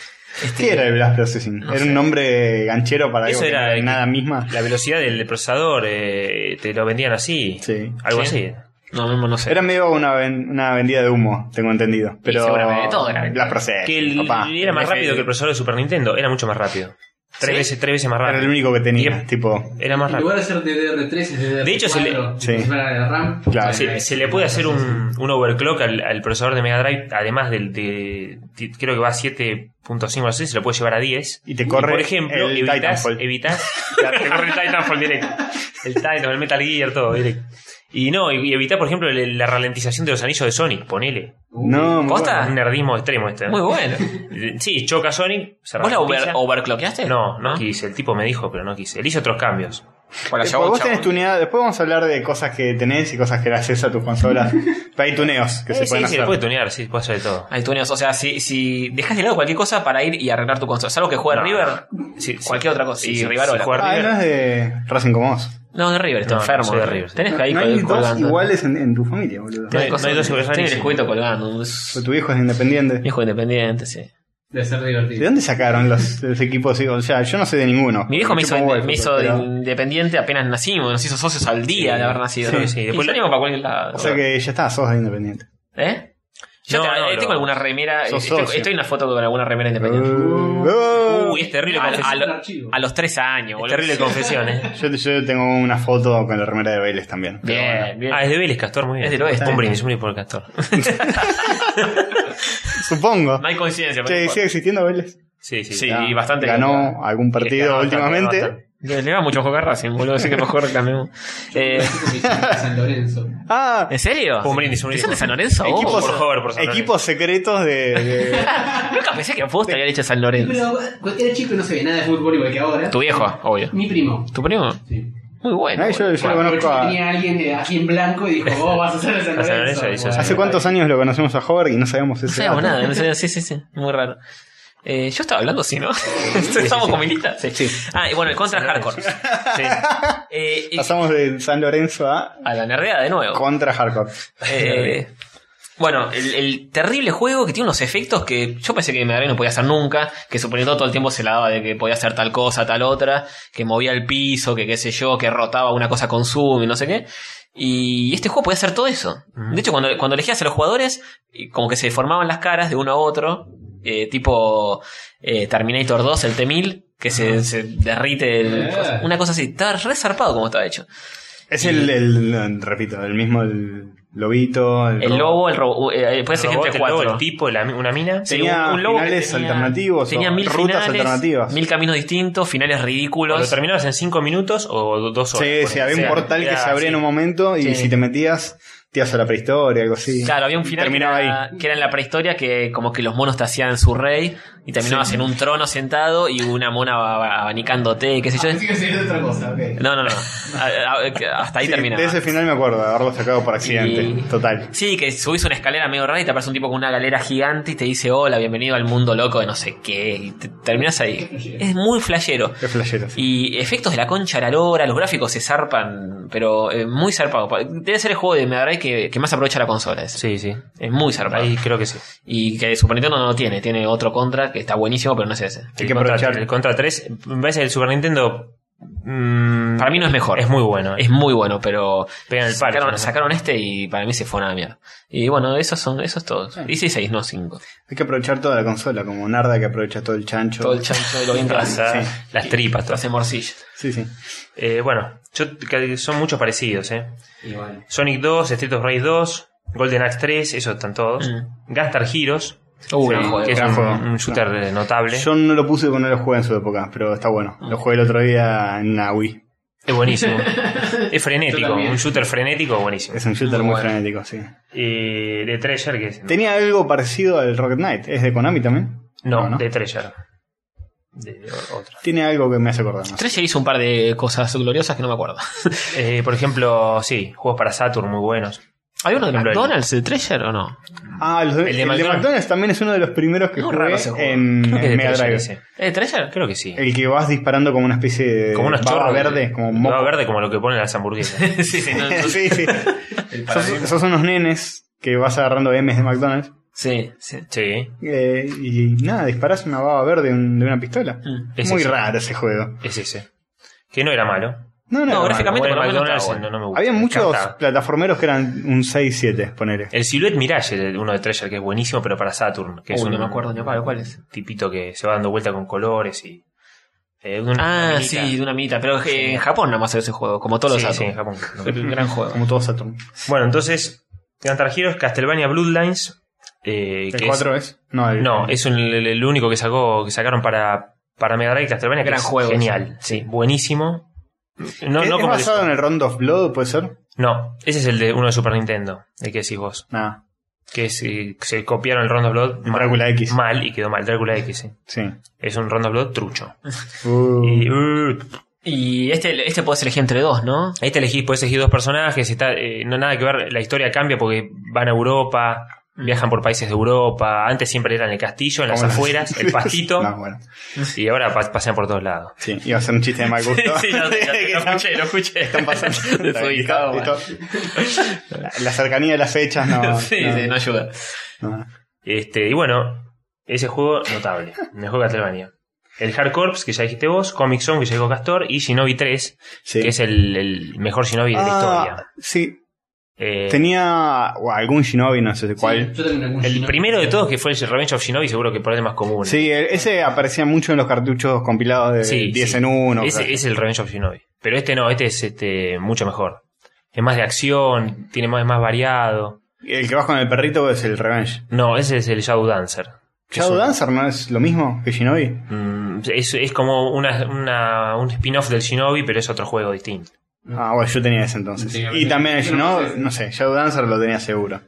Speaker 2: ¿Qué era el Blast Processing? era un nombre ganchero para
Speaker 5: Eso
Speaker 2: algo que
Speaker 5: era
Speaker 2: no
Speaker 5: el que-
Speaker 2: nada misma.
Speaker 5: La velocidad del procesador, eh, te lo vendían así.
Speaker 2: Sí.
Speaker 5: Algo
Speaker 3: Sí.
Speaker 5: así.
Speaker 3: No, no, no sé.
Speaker 2: Era medio una, ven- una vendida de humo, tengo entendido. Pero
Speaker 3: seguramente, todo era vendida.
Speaker 2: Blast Processing,
Speaker 5: Que el-
Speaker 2: papá.
Speaker 5: era más
Speaker 3: el F-
Speaker 5: rápido que el procesador de Super Nintendo. Era mucho más rápido. Tres,
Speaker 3: ¿Sí?
Speaker 5: veces, tres veces más
Speaker 2: Era
Speaker 5: rápido.
Speaker 2: el único que tenía,
Speaker 5: Y-
Speaker 2: tipo.
Speaker 5: Era más
Speaker 4: En
Speaker 5: rápido.
Speaker 4: lugar de ser DDR3, es DDR4.
Speaker 5: De hecho, se le-
Speaker 2: sí.
Speaker 4: la RAM.
Speaker 2: Claro,
Speaker 5: Se, se le puede hacer un, un overclock al, al procesador de Mega Drive, además del de, de- creo que va a 7.5, así, se lo puede llevar a 10.
Speaker 2: Y te corre
Speaker 5: por ejemplo,
Speaker 2: el
Speaker 5: evitas,
Speaker 2: Titanfall.
Speaker 5: evitas- te corre el Titanfall directo. El Titanfall, el Metal Gear, todo directo. Y no, y, y evitar, por ejemplo, el- la ralentización de los anillos de Sonic, ponele.
Speaker 2: No, muy
Speaker 3: ¿Posta?
Speaker 5: Un nerdismo extremo este.
Speaker 3: Muy
Speaker 5: (laughs)
Speaker 3: bueno.
Speaker 5: Sí, choca Sonic, se
Speaker 3: ¿Vos la over-
Speaker 5: ralentiza.
Speaker 3: overclockeaste?
Speaker 5: No, no quise. El tipo me dijo, pero no quise. Él hizo otros cambios.
Speaker 3: Bueno,
Speaker 2: Eh,
Speaker 3: ya
Speaker 2: vos
Speaker 3: vos,
Speaker 2: tenés
Speaker 3: chabón.
Speaker 2: tuneada- después vamos a hablar de cosas que tenés y cosas que le haces a tus
Speaker 5: (laughs)
Speaker 2: consolas. Pero hay tuneos que
Speaker 5: Eh,
Speaker 2: se
Speaker 5: sí,
Speaker 2: pueden
Speaker 5: sí,
Speaker 2: hacer.
Speaker 5: le puede tunear, sí, puede hacer de todo.
Speaker 3: Hay tuneos, o sea, si, si dejas de lado cualquier cosa para ir y arreglar tu consola, salvo que juegue
Speaker 5: No.
Speaker 3: River,
Speaker 5: Sí, sí.
Speaker 3: cualquier otra cosa,
Speaker 5: Sí,
Speaker 3: y
Speaker 5: sí,
Speaker 3: Rivarola.
Speaker 5: sí, jugar
Speaker 2: Ah,
Speaker 5: River.
Speaker 2: no es de Racing como vos.
Speaker 3: No, de River, está
Speaker 5: No, no,
Speaker 3: enfermo.
Speaker 5: soy de River, sí.
Speaker 3: Tenés que
Speaker 2: No,
Speaker 3: ahí
Speaker 2: no
Speaker 3: col-
Speaker 2: hay dos
Speaker 3: colgando.
Speaker 2: iguales en, en tu familia, boludo.
Speaker 5: No hay-
Speaker 3: cosas-
Speaker 5: no hay dos iguales,
Speaker 3: Tiene el
Speaker 5: sí.
Speaker 3: escueto colgando. es-
Speaker 2: O tu viejo es independiente.
Speaker 3: Viejo independiente, sí.
Speaker 4: Debe ser
Speaker 2: ¿De
Speaker 4: divertido.
Speaker 2: dónde sacaron los, los equipos? O sea, yo no sé de ninguno.
Speaker 3: Mi viejo me hizo,
Speaker 2: chupa un huevo el
Speaker 3: me hizo
Speaker 2: fútbol, pero-
Speaker 3: independiente apenas nacimos, nos hizo socios al día
Speaker 5: Sí.
Speaker 3: de haber nacido.
Speaker 5: Sí, sí,
Speaker 3: Y
Speaker 5: después-
Speaker 3: salimos para cualquier lado.
Speaker 2: O sea que ya está, sos de independiente.
Speaker 3: ¿Eh? Yo
Speaker 5: No,
Speaker 3: te-
Speaker 5: no,
Speaker 3: eh,
Speaker 5: no.
Speaker 3: tengo alguna remera.
Speaker 2: Sos
Speaker 3: estoy,
Speaker 2: socio.
Speaker 3: estoy en una foto con alguna remera independiente.
Speaker 2: Uh,
Speaker 5: Uy, Ah, es terrible,
Speaker 3: a,
Speaker 5: confesión,
Speaker 3: a lo-
Speaker 4: Ah, un archivo.
Speaker 3: a los tres años, boludo.
Speaker 5: terrible
Speaker 3: (laughs)
Speaker 5: confesión, eh.
Speaker 2: yo, yo tengo una foto con la remera de Vélez también. pero bueno.
Speaker 3: Bien, bien.
Speaker 5: Ah, es de Vélez, Castor, muy bien.
Speaker 3: Es del oeste.
Speaker 5: Un brindis, un brindis por el Castor.
Speaker 2: Supongo.
Speaker 3: No hay coincidencia. pero
Speaker 2: Che,
Speaker 3: no
Speaker 2: ¿sigue existiendo Vélez?
Speaker 5: Sí, sí.
Speaker 3: Sí.
Speaker 5: Ah,
Speaker 3: Y bastante
Speaker 2: Ganó algún partido
Speaker 5: ganó bastante,
Speaker 2: últimamente.
Speaker 5: bastante.
Speaker 3: importa. Le va mucho jugar a Racing, boludo. Así que mejor
Speaker 5: (laughs)
Speaker 3: cambiemos. Eh,
Speaker 4: San Lorenzo.
Speaker 2: Ah,
Speaker 3: ¿En serio?
Speaker 5: Un brindis, un
Speaker 3: ¿Te
Speaker 5: brindis.
Speaker 3: son de San Lorenzo? vos?
Speaker 2: equipos,
Speaker 5: por favor, por favor.
Speaker 2: equipos secretos de, de-
Speaker 3: Nunca pensé que vos te había hecho San Lorenzo.
Speaker 4: Pero cuando era chico no sabía nada de fútbol igual que ahora.
Speaker 3: Tu viejo, obvio.
Speaker 4: Mi primo.
Speaker 3: ¿Tu primo?
Speaker 4: Sí.
Speaker 3: Muy bueno.
Speaker 2: Ay, Ah, yo-
Speaker 3: boludo.
Speaker 2: yo lo conozco a-
Speaker 4: Tenía a alguien de- así en blanco y dijo, vos vas a ser de San
Speaker 5: (laughs) A San
Speaker 4: Lorenzo.
Speaker 5: Lorenzo, dice,
Speaker 4: Bueno,
Speaker 2: ¿Hace
Speaker 4: (laughs)
Speaker 2: cuántos años lo conocemos a Hover y no sabemos ese
Speaker 3: No sabemos
Speaker 2: dato?
Speaker 3: nada, no sé, sí, sí, sí, muy raro. Eh, yo estaba hablando así, ¿no? (laughs) Estamos con Milita. Sí. Ah, y bueno, el contra hardcore.
Speaker 5: Sí.
Speaker 3: Eh, y-
Speaker 2: Pasamos de San Lorenzo a
Speaker 3: a la nerdeada de nuevo.
Speaker 2: contra Hardcore.
Speaker 3: Oh. Eh, bueno, el, el terrible juego que tiene unos efectos que yo pensé que Mega no podía hacer nunca, que suponiendo todo el tiempo se la daba de que podía hacer tal cosa, tal otra, que movía el piso, que qué sé yo, que rotaba una cosa con zoom y no sé qué. Y este juego podía hacer todo eso. De hecho, cuando, cuando elegías a los jugadores, y como que se formaban las caras de uno a otro, eh, tipo eh, Terminator 2, el T-1000, que se, se derrite el-
Speaker 4: Ah.
Speaker 3: una cosa así. Estaba re zarpado como estaba hecho.
Speaker 2: Es el, el- repito, el mismo el lobito.
Speaker 3: El lobo, el robo, eh, eh, puede ser
Speaker 5: Robot,
Speaker 3: gente
Speaker 5: el lobo,
Speaker 3: 4.
Speaker 5: el tipo, la- una mina.
Speaker 3: Sí,
Speaker 2: Tenía
Speaker 3: lobo que
Speaker 2: finales alternativos o
Speaker 3: Tenía mil
Speaker 2: rutas
Speaker 3: finales,
Speaker 2: alternativas.
Speaker 3: Mil caminos distintos, finales
Speaker 5: Lo
Speaker 3: ridículos.
Speaker 5: terminabas en 5 minutos o do- dos horas.
Speaker 2: Sí,
Speaker 5: ponele.
Speaker 2: sí, había
Speaker 5: O
Speaker 2: un
Speaker 5: sea,
Speaker 2: portal que
Speaker 5: era
Speaker 2: se abría en
Speaker 5: así.
Speaker 2: un momento y
Speaker 3: Sí.
Speaker 2: si te metías, te ibas a la prehistoria, algo así.
Speaker 3: Claro, había un final que
Speaker 2: Terminaba
Speaker 3: era,
Speaker 2: ahí.
Speaker 3: que era en la prehistoria que como que los monos te hacían su rey y terminabas en un trono sentado y una mona ab- ab- abanicándote, qué sé
Speaker 2: Ah,
Speaker 3: yo.
Speaker 4: Así que sería otra cosa, ok.
Speaker 3: No, no, no. A- a- que Hasta ahí
Speaker 2: Sí,
Speaker 3: terminaba.
Speaker 2: de ese final me acuerdo, de haberlo sacado por accidente.
Speaker 3: Y-
Speaker 2: Total.
Speaker 3: Sí, que subís una escalera medio rara y te aparece un tipo con una galera gigante y te dice hola, bienvenido al mundo loco de no sé qué. Y te- terminás ahí. Es muy flashero.
Speaker 2: Qué flashero. sí.
Speaker 3: Y efectos de la concha, la lora, los gráficos se zarpan, pero eh, muy zarpado. Pa- Debe ser el juego de Mega Drive que, que más aprovecha la consola. ese.
Speaker 5: Sí, sí.
Speaker 3: Es muy zarpado.
Speaker 5: Ahí creo que sí.
Speaker 3: Y que Super Nintendo no lo tiene. Tiene otro contra que está buenísimo, pero no es ese.
Speaker 2: Hay
Speaker 5: El
Speaker 2: que
Speaker 5: Contra-
Speaker 2: aprovechar.
Speaker 5: El Contra 3, me parece que el Super Nintendo. mm,
Speaker 3: Para mí no es mejor.
Speaker 5: es muy bueno.
Speaker 3: Es muy bueno, pero
Speaker 5: Pega en el parque.
Speaker 3: sacaron,
Speaker 5: ¿no?
Speaker 3: sacaron este y para mí se fue a la mierda. Y bueno, esos son, esos todos. 16, no 5.
Speaker 2: Hay que aprovechar toda la consola, como Narda que aprovecha todo el chancho.
Speaker 3: Todo el chancho de lo bien que hace.
Speaker 5: Pasa,
Speaker 2: Sí.
Speaker 5: Las tripas, todo.
Speaker 3: Hace morcilla.
Speaker 2: Sí, sí.
Speaker 5: Eh, bueno, yo, que son muchos parecidos, ¿eh?
Speaker 4: Y bueno.
Speaker 5: Sonic 2, Street of Rage 2, Golden Axe 3, esos están todos.
Speaker 3: Mm.
Speaker 5: Gastar Heroes,
Speaker 3: Uh,
Speaker 2: Sí,
Speaker 3: gran juego.
Speaker 5: que es
Speaker 2: gran
Speaker 5: un,
Speaker 2: juego.
Speaker 5: un shooter eh, notable.
Speaker 2: Yo no lo puse porque no lo jugué en su época, pero está bueno.
Speaker 3: Ah.
Speaker 2: Lo jugué el otro día en la Wii. (laughs)
Speaker 5: Es buenísimo. es
Speaker 4: Yo
Speaker 5: frenético,
Speaker 4: también.
Speaker 5: un shooter frenético buenísimo.
Speaker 2: Es un shooter
Speaker 3: Muy
Speaker 2: muy,
Speaker 3: Ah, bueno.
Speaker 2: frenético, sí.
Speaker 5: Y de Treasure, que es...
Speaker 2: Tenía algo parecido al Rocket Knight. ¿Es de Konami también?
Speaker 5: No,
Speaker 2: no, no.
Speaker 5: de Treasure. De, de o- otra.
Speaker 2: Tiene algo que me hace acordar. no sé.
Speaker 3: Trece hizo un par de cosas gloriosas que no me acuerdo. (laughs)
Speaker 5: Eh, por ejemplo, sí, juegos para Saturn muy buenos.
Speaker 3: ¿Hay uno de
Speaker 5: Ejemplo, el-
Speaker 3: McDonald's de Treasure o no?
Speaker 2: Ah, los de- el, de, McDonald's. también es uno de los primeros que
Speaker 3: Muy
Speaker 2: jugué
Speaker 3: raro ese juego.
Speaker 5: (laughs)
Speaker 2: en,
Speaker 5: Creo que
Speaker 2: en
Speaker 5: de
Speaker 2: Mm, Mega
Speaker 5: Treasure
Speaker 2: Drive.
Speaker 5: ese.
Speaker 3: ¿Eh, ¿Treasure?
Speaker 5: Creo que sí.
Speaker 2: El que vas disparando como una especie de
Speaker 5: Como unos
Speaker 2: baba
Speaker 5: chorros. eh.
Speaker 2: verdes, Eh, como un
Speaker 5: Baba
Speaker 2: moco.
Speaker 5: verde como lo que ponen las hamburguesas.
Speaker 2: (laughs)
Speaker 3: sí, sí, (laughs) no, no-
Speaker 2: sí,
Speaker 5: (laughs)
Speaker 2: sí. sos, sos unos nenes que vas agarrando M's de McDonald's
Speaker 3: sí, sí.
Speaker 5: sí.
Speaker 2: eh, y nada, disparás una baba verde un- de una pistola.
Speaker 3: Mm.
Speaker 5: Es
Speaker 2: Muy
Speaker 5: ese.
Speaker 2: raro ese juego.
Speaker 5: Es ese. Que no era malo.
Speaker 2: No, no,
Speaker 3: No,
Speaker 2: era
Speaker 3: gráficamente
Speaker 2: malo.
Speaker 5: Como
Speaker 3: por
Speaker 5: era
Speaker 3: lo menos
Speaker 5: McDonald's,
Speaker 3: estaba bueno.
Speaker 5: no, no me gusta.
Speaker 2: Había
Speaker 5: Me
Speaker 2: muchos
Speaker 5: encantaba.
Speaker 2: plataformeros que eran un 6-7, ponele.
Speaker 5: El Silhouette Mirage, el- uno de Treasure, que es buenísimo, pero para Saturn. Que es
Speaker 3: Uy,
Speaker 5: un,
Speaker 3: no me acuerdo ni a palo, ¿cuál es?
Speaker 5: Tipito que se va dando vuelta con colores y. eh, una-
Speaker 3: Ah,
Speaker 5: una
Speaker 3: sí, de
Speaker 5: minita.
Speaker 3: una minita. Pero eh, en Japón nada más hay ese juego, como todos
Speaker 5: Sí,
Speaker 3: los
Speaker 5: sí, en
Speaker 3: Saturn.
Speaker 5: Japón. No.
Speaker 3: Gran juego.
Speaker 2: Como todo Saturn.
Speaker 5: bueno, entonces, Cantar Heroes, Castlevania Bloodlines. Eh,
Speaker 2: ¿El
Speaker 5: que
Speaker 2: 4 es? No,
Speaker 5: es,
Speaker 2: el,
Speaker 5: No, es un- el, el único que sacó que sacaron para, para Mega Drive Castlevania. que
Speaker 3: Gran
Speaker 5: es
Speaker 3: juego,
Speaker 5: Genial, sí, buenísimo. No,
Speaker 2: ¿Es-
Speaker 5: no
Speaker 2: Eh, ¿Es
Speaker 5: como
Speaker 2: basado en el Round of Blood, puede ser?
Speaker 5: No, ese es el de uno de Super Nintendo, el que decís vos.
Speaker 2: Nada.
Speaker 5: Que si se copiaron el Rondo Blood mal,
Speaker 2: Drácula X.
Speaker 5: mal y quedó mal. Drácula X, sí.
Speaker 2: Sí.
Speaker 5: Es un Rondo Blood trucho.
Speaker 2: Uh,
Speaker 5: Y, uh,
Speaker 3: Y este, este puedes elegir entre dos, ¿no?
Speaker 5: ahí te elegís, puedes elegir dos personajes. Está, eh, no nada que ver, la historia cambia porque van a Europa,
Speaker 2: Mm.
Speaker 5: viajan por países de Europa. Antes siempre eran el castillo, en las
Speaker 2: ¿cómo lo-
Speaker 5: afueras,
Speaker 2: (laughs)
Speaker 5: el pastito.
Speaker 2: No, bueno.
Speaker 5: Y ahora pa- pasan por todos lados.
Speaker 2: Sí, iba a ser un chiste de mal gusto.
Speaker 3: Sí,
Speaker 2: (laughs)
Speaker 3: no, sí, lo escuché, lo escuché.
Speaker 2: Están pasando.
Speaker 5: (laughs)
Speaker 3: Desubicado,
Speaker 2: Listo, listo. La, la cercanía de las fechas
Speaker 5: (laughs)
Speaker 2: no.
Speaker 3: Sí,
Speaker 2: no,
Speaker 3: sí, no ayuda.
Speaker 2: no.
Speaker 5: Este, y bueno, ese juego notable. mejor Castlevania. El Hard Corps, que ya dijiste vos, Comic Zone, que ya dijo Castor, y Shinobi 3,
Speaker 2: Sí.
Speaker 5: que es el, el mejor Shinobi de la
Speaker 2: Ah,
Speaker 5: historia.
Speaker 2: Sí,
Speaker 5: Eh,
Speaker 2: tenía o algún shinobi, no sé cuál.
Speaker 4: Sí, yo también algún
Speaker 5: el
Speaker 4: chino.
Speaker 5: primero de todos, que fue el Revenge of Shinobi, seguro que por ahí es más común.
Speaker 2: Sí, el- ese aparecía mucho en los cartuchos compilados de
Speaker 5: Sí,
Speaker 2: 10
Speaker 5: sí.
Speaker 2: en 1.
Speaker 5: ese ese es el Revenge of Shinobi. Pero este no, este es este, mucho mejor. Es más de acción, tiene más, es más variado.
Speaker 2: El que vas con el perrito es el Revenge.
Speaker 5: No, ese es el Shadow Dancer. que es
Speaker 2: Shadow
Speaker 5: un-
Speaker 2: Dancer no es lo mismo que Shinobi.
Speaker 5: Mm, es, es como una, una- un spin-off del Shinobi, pero es otro juego distinto.
Speaker 2: Ah, bueno, yo tenía ese entonces.
Speaker 4: Sí,
Speaker 2: y
Speaker 4: bueno.
Speaker 2: también el
Speaker 4: Yo no
Speaker 2: Shinobi,
Speaker 4: sé.
Speaker 2: no sé, Shadow Dancer lo tenía seguro.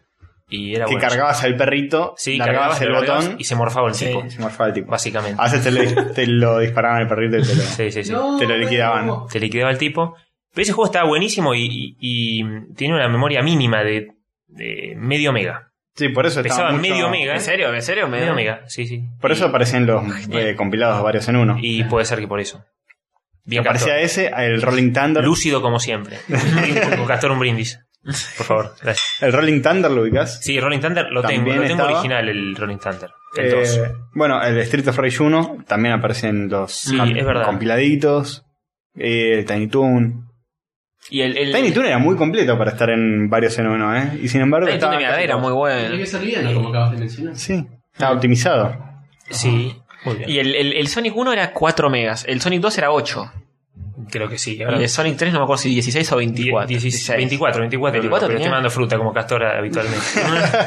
Speaker 5: Y era
Speaker 2: que
Speaker 5: bueno.
Speaker 2: cargabas al perrito,
Speaker 5: Sí,
Speaker 2: cargabas
Speaker 5: cargabas
Speaker 2: el
Speaker 5: lo cargabas
Speaker 2: botón Ah.
Speaker 5: y se morfaba el
Speaker 3: Sí.
Speaker 5: tipo,
Speaker 2: y se morfaba el tipo.
Speaker 5: básicamente.
Speaker 2: A veces te lo, (laughs) te lo disparaban al perrito y te lo...
Speaker 5: Sí, sí, sí.
Speaker 4: No,
Speaker 2: Te lo liquidaban.
Speaker 4: no.
Speaker 5: Te liquidaba el tipo. Pero ese juego estaba buenísimo y, y- y tiene una memoria mínima de, de medio mega.
Speaker 2: Sí, por eso estaba
Speaker 5: Pesaba
Speaker 2: mucho-
Speaker 5: medio mega.
Speaker 3: ¿En serio? ¿En serio?
Speaker 5: Medio mega, sí, sí.
Speaker 2: Por eso aparecían los eh, compilados varios en uno.
Speaker 5: Y puede ser que por eso. Bien,
Speaker 2: aparecía
Speaker 5: Castor.
Speaker 2: ese, el Rolling Thunder.
Speaker 5: Lúcido como siempre. Con Castor un brindis. Por favor, gracias.
Speaker 2: ¿El Rolling Thunder lo ubicás?
Speaker 5: Sí, Rolling Thunder lo tengo.
Speaker 2: También
Speaker 5: Lo tengo
Speaker 2: estaba.
Speaker 5: original, el Rolling Thunder. El
Speaker 2: Eh,
Speaker 5: 2.
Speaker 2: bueno, el Street of Rage 1 también aparecen los
Speaker 5: Sí,
Speaker 2: cam-
Speaker 5: es verdad.
Speaker 2: compiladitos. eh, el Tiny Toon.
Speaker 3: Y el, el
Speaker 2: Tiny Toon era muy completo para estar en varios en uno, ¿eh? Y sin embargo.
Speaker 3: Tiny Toon
Speaker 2: estaba
Speaker 3: de
Speaker 2: casi
Speaker 3: Miadera era muy
Speaker 2: todo-
Speaker 4: Tenía
Speaker 5: Eh.
Speaker 3: bueno.
Speaker 4: que ser liviano, como acabas de mencionar.
Speaker 2: Sí, estaba optimizado.
Speaker 5: Sí, muy bien.
Speaker 3: Y el, el- el Sonic 1 era 4 megas, el Sonic 2 era 8.
Speaker 5: Creo que sí.
Speaker 3: Y
Speaker 5: ahora-
Speaker 3: el Sonic 3 no me acuerdo si 16 o 24.
Speaker 5: 16, 24, 24,
Speaker 3: 24
Speaker 5: pero estoy
Speaker 3: tenía.
Speaker 5: mandando fruta como Castor habitualmente.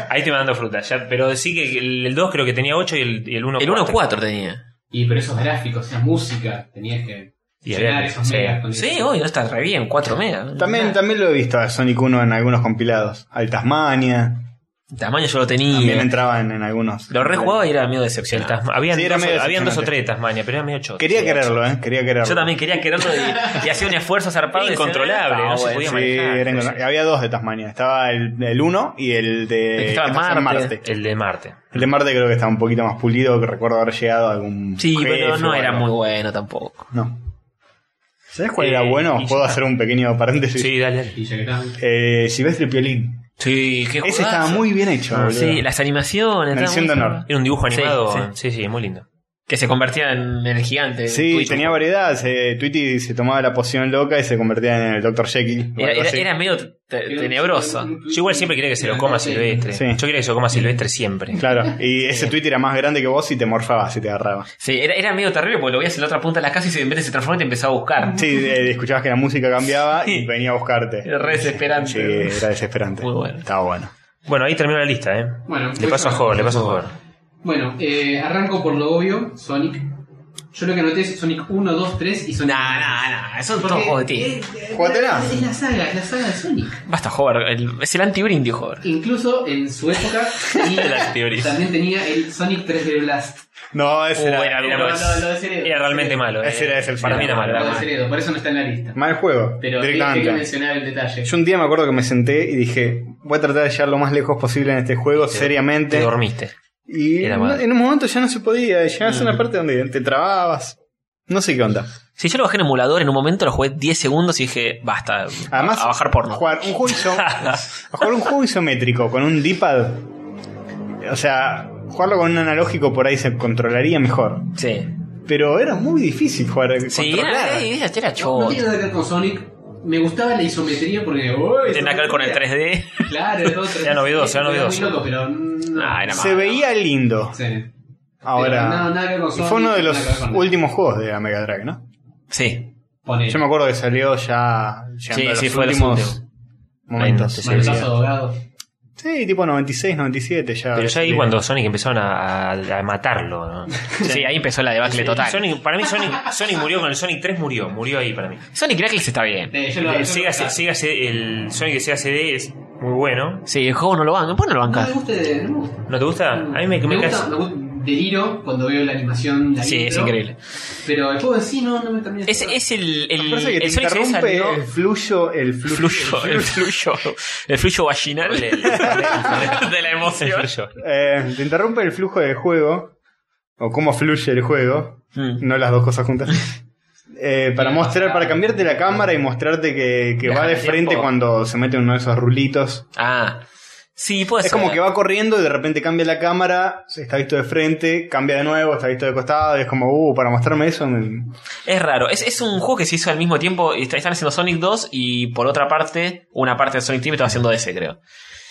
Speaker 5: Ahí estoy mandando fruta, ya, pero sí que el, el 2 creo que tenía 8 y el, y el 1
Speaker 3: El 1 4 tenía.
Speaker 4: Y pero esos gráficos, esa música, tenías que
Speaker 5: Y
Speaker 4: llenar
Speaker 5: había-
Speaker 4: esos
Speaker 5: sí.
Speaker 4: megas con
Speaker 3: Sí,
Speaker 4: eso.
Speaker 3: hoy no está re bien, 4 megas.
Speaker 2: También, también lo he visto a Sonic 1 en algunos compilados. Al Tasmania.
Speaker 3: Tamaño yo lo
Speaker 2: También
Speaker 3: tenía.
Speaker 2: entraban en algunos.
Speaker 3: eh. Lo rejugaba y era miedo decepcionante.
Speaker 5: habían,
Speaker 2: Sí, era
Speaker 5: dos,
Speaker 2: medio
Speaker 5: habían dos o
Speaker 2: decepcionante.
Speaker 5: tres de Tasmania, pero era medio 8.
Speaker 2: Quería quererlo, ¿eh? Quería quererlo.
Speaker 3: Yo también quería quererlo y, y hacía un esfuerzo zarpado.
Speaker 5: Era
Speaker 3: y decía,
Speaker 5: incontrolable,
Speaker 3: "Ah,
Speaker 5: no se
Speaker 3: bueno".
Speaker 5: podía
Speaker 2: Sí,
Speaker 5: manejar,
Speaker 2: era
Speaker 5: no
Speaker 2: incontra-
Speaker 5: sé.
Speaker 2: Había dos de Tasmania. Estaba el, el 1 y el de.
Speaker 3: El que estaba en
Speaker 2: que en
Speaker 3: Marte.
Speaker 5: El de Marte.
Speaker 2: El de Marte creo que estaba un poquito más pulido, que recuerdo haber llegado a algún.
Speaker 3: Sí,
Speaker 2: jefe
Speaker 3: pero
Speaker 2: o
Speaker 3: no era
Speaker 2: algo.
Speaker 3: muy bueno tampoco.
Speaker 2: No. ¿Sabes cuál era
Speaker 5: Eh,
Speaker 2: bueno?
Speaker 5: y
Speaker 2: Puedo
Speaker 5: ya.
Speaker 2: hacer un pequeño paréntesis.
Speaker 5: Sí, dale, dale.
Speaker 4: Y ya que estaban-
Speaker 2: Eh, Silvestre Piolín.
Speaker 3: Sí, qué
Speaker 2: Ese estaba muy bien hecho, boludo.
Speaker 3: Ah, Sí, las animaciones.
Speaker 2: Mención
Speaker 3: estaban
Speaker 2: de
Speaker 3: muy-
Speaker 2: honor.
Speaker 5: Era un dibujo
Speaker 3: Sí,
Speaker 5: animado.
Speaker 3: sí.
Speaker 5: Sí, sí, muy lindo.
Speaker 3: Que se convertía en el gigante.
Speaker 2: Sí,
Speaker 3: Twitch.
Speaker 2: tenía variedad. Se, Tweety se tomaba la poción loca y se convertía en el Dr. Jekyll. o
Speaker 3: Era,
Speaker 2: algo
Speaker 3: era-
Speaker 2: así.
Speaker 3: era medio te- tenebroso.
Speaker 5: Yo igual siempre quería que se lo coma Silvestre.
Speaker 2: Sí.
Speaker 5: Yo quería que se lo coma Silvestre siempre.
Speaker 3: (laughs)
Speaker 2: Claro, y ese Tweety era más grande que vos y te morfabas y te agarraba.
Speaker 3: Sí, era, era medio terrible porque lo veías en la otra punta de la casa y se- en vez de se transformar te empezaba a buscar.
Speaker 2: Sí, eh, escuchabas que la música cambiaba y
Speaker 3: Sí.
Speaker 2: venía a buscarte.
Speaker 3: Era re desesperante.
Speaker 2: Sí, era desesperante.
Speaker 3: Muy bueno.
Speaker 2: Estaba bueno.
Speaker 5: Bueno, ahí terminó la lista, ¿eh?
Speaker 4: Bueno,
Speaker 5: Le
Speaker 4: voy
Speaker 5: paso a
Speaker 4: yo.
Speaker 5: jugar, le paso a jugar.
Speaker 4: Bueno, eh, arranco por lo obvio, Sonic. Yo lo que anoté es Sonic 1, 2, 3 y Sonic.
Speaker 3: Nah, nah, nah, eso es todo
Speaker 4: Porque-
Speaker 3: juego de ti.
Speaker 4: eh, eh,
Speaker 2: Jugatela.
Speaker 4: Es la saga, es la saga de Sonic.
Speaker 3: Basta, Hover. el- es el anti-brindis, Hover.
Speaker 4: Incluso en su época tenía-
Speaker 5: Las teorías.
Speaker 4: también tenía el Sonic 3D Blast.
Speaker 2: No, ese
Speaker 5: Uh,
Speaker 2: era,
Speaker 5: era
Speaker 4: Lo-
Speaker 5: duro.
Speaker 4: lo-
Speaker 5: es-
Speaker 4: lo desheredo.
Speaker 5: Era realmente malo.
Speaker 2: Ese
Speaker 5: eh.
Speaker 2: era ese el
Speaker 5: Para mí era
Speaker 2: final.
Speaker 5: malo. era
Speaker 4: Lo
Speaker 5: malo.
Speaker 4: desheredo, por eso no está en la lista.
Speaker 2: mal juego.
Speaker 4: Pero hay que
Speaker 2: directamente.
Speaker 4: mencionar el detalle.
Speaker 2: Yo un día me acuerdo que me senté y dije, voy a tratar de llegar lo más lejos posible en este juego,
Speaker 5: Te
Speaker 2: seriamente.
Speaker 5: dormiste.
Speaker 2: Y
Speaker 5: Era
Speaker 2: en
Speaker 5: mal.
Speaker 2: en un momento ya no se podía, llegabas
Speaker 3: Mm.
Speaker 2: a una parte donde te trababas. No sé qué onda.
Speaker 3: Si yo lo bajé en emulador, en un momento lo jugué 10 segundos y dije, basta,
Speaker 2: Además,
Speaker 3: a bajar porno.
Speaker 2: Jugar un juego,
Speaker 3: (laughs)
Speaker 2: iso- a jugar un juego isométrico con un D-pad. O sea, jugarlo con un analógico por ahí se controlaría mejor.
Speaker 3: Sí.
Speaker 2: Pero era muy difícil jugar.
Speaker 3: Sí,
Speaker 2: controlar.
Speaker 3: era, era, era
Speaker 4: No
Speaker 3: choto.
Speaker 4: tiene nada que ver con Sonic. Me gustaba la isometría porque. uy,
Speaker 3: Tenía que ver con el 3D.
Speaker 4: Claro, era todo 3D.
Speaker 5: Era novedoso, era novedoso.
Speaker 4: Muy loco, pero. no.
Speaker 3: (laughs) Ah, era
Speaker 2: se veía lindo.
Speaker 4: Sí.
Speaker 2: Ahora.
Speaker 4: Pero no, nada que ver con
Speaker 2: y fue
Speaker 4: Sonic,
Speaker 2: uno de los
Speaker 4: nada que ver con-
Speaker 2: últimos juegos de la Mega Drive, ¿no?
Speaker 3: Sí.
Speaker 4: Ponele.
Speaker 2: Yo me acuerdo que salió ya llegando
Speaker 3: Sí,
Speaker 2: a los
Speaker 3: sí, fue de los
Speaker 2: últimos
Speaker 3: últimos.
Speaker 2: momentos.
Speaker 5: Ahí no te
Speaker 4: Manotazo de abogado.
Speaker 2: Sí, tipo 96, 97 ya.
Speaker 5: Pero ya ahí
Speaker 2: Sí.
Speaker 5: cuando Sonic empezaron a, a- a matarlo. ¿no?
Speaker 3: Sí, ahí empezó la debacle total. Sonic,
Speaker 5: Sonic- para mí Sonic, Sonic murió con el Sonic 3, murió, murió ahí para mí.
Speaker 3: Knuckles está bien.
Speaker 4: Eh, yo lo- yo
Speaker 5: El,
Speaker 4: lo-
Speaker 5: Sega, Sega CD el Sonic de Sega CD es muy bueno.
Speaker 3: Sí, el juego no lo banca. ¿Por qué no lo
Speaker 4: No me
Speaker 3: banca?
Speaker 4: gusta, de- no me gusta.
Speaker 5: ¿No te gusta? Ah, A mí me, me
Speaker 4: gusta,
Speaker 5: casi-
Speaker 4: me gusta- deliro cuando veo la animación. la
Speaker 3: Sí, es
Speaker 4: intro,
Speaker 3: increíble.
Speaker 4: Pero el juego en sí no, no me termina. de
Speaker 3: Es,
Speaker 4: cerrar.
Speaker 3: es el, el,
Speaker 2: Me parece que te
Speaker 3: el Sonic CD
Speaker 2: interrumpe
Speaker 3: salió-
Speaker 2: el fluyo, el fluyo.
Speaker 3: fluyo, el fluyo, el fluyo vaginal de la emoción.
Speaker 2: Eh, te interrumpe el flujo del juego, o cómo fluye el juego,
Speaker 3: Mm.
Speaker 2: no las dos cosas juntas. Eh, para
Speaker 4: Bien,
Speaker 2: mostrar,
Speaker 4: pasado.
Speaker 2: para cambiarte la cámara y mostrarte que, que
Speaker 3: Viajar
Speaker 2: va de
Speaker 3: al
Speaker 2: frente
Speaker 3: tiempo.
Speaker 2: cuando se mete uno de esos rulitos.
Speaker 3: Ah, sí, puede
Speaker 2: Es
Speaker 3: ser.
Speaker 2: como que va corriendo y de repente cambia la cámara, está visto de frente, cambia de nuevo, está visto de costado, y es como, uh, para mostrarme eso. me-
Speaker 3: Es raro. Es, es un juego que se hizo al mismo tiempo. está- Están haciendo Sonic 2 y por otra parte, una parte de Sonic Team estaba haciendo ese, creo.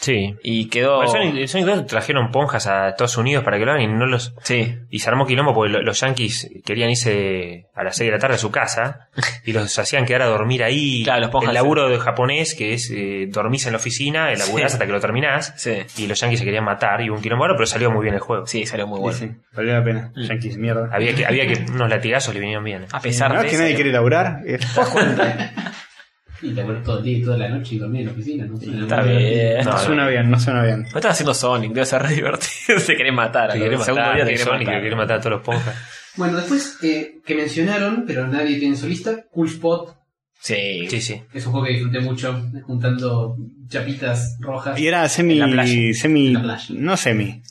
Speaker 5: Sí.
Speaker 3: Y quedó.
Speaker 5: Bueno, el Sonic, el Sonic 2 trajeron ponjas a Estados Unidos para que lo hagan y no los.
Speaker 3: Sí.
Speaker 5: Y se armó quilombo porque lo- los yankees querían irse de- a las 6 de la tarde a su casa y los hacían quedar a dormir ahí.
Speaker 3: Claro, los ponjas.
Speaker 5: el laburo de japonés, que es eh, dormís en la oficina, el laburás
Speaker 3: Sí.
Speaker 5: hasta que lo terminás.
Speaker 3: Sí.
Speaker 5: Y los yankees se querían matar y hubo un quilombo ahora, pero salió muy bien el juego.
Speaker 3: Sí, salió muy
Speaker 2: Y
Speaker 3: Oh, bueno.
Speaker 2: sí, valió la pena.
Speaker 3: Mm.
Speaker 2: Yankees, mierda.
Speaker 5: Había que, había que unos latigazos le vinieron bien.
Speaker 3: A pesar
Speaker 2: No
Speaker 3: de
Speaker 2: es que nadie
Speaker 3: eso-
Speaker 2: quiere laburar. eh.
Speaker 4: Y te acuerdas todo el día y toda la noche y dormir en la oficina. ¿no? Suena
Speaker 3: Está
Speaker 4: muy
Speaker 3: bien.
Speaker 5: No,
Speaker 2: No (laughs) suena bien, no suena bien.
Speaker 3: No estás haciendo Sonic, debe ser re divertido. (laughs) Se quiere matar.
Speaker 5: Te
Speaker 3: al
Speaker 5: quiere
Speaker 3: segundo
Speaker 5: matar,
Speaker 3: día te
Speaker 5: que
Speaker 3: quiere
Speaker 5: Sonic,
Speaker 3: matar.
Speaker 5: que quiere matar a todos los ponjas.
Speaker 4: Bueno, después eh, que mencionaron, pero nadie tiene solista, Cool Spot.
Speaker 3: Sí.
Speaker 5: Sí, sí.
Speaker 4: Es un juego que disfruté mucho, eh, juntando chapitas rojas.
Speaker 2: Y era semi.
Speaker 3: En la playa.
Speaker 2: semi
Speaker 4: En la playa.
Speaker 2: no semi.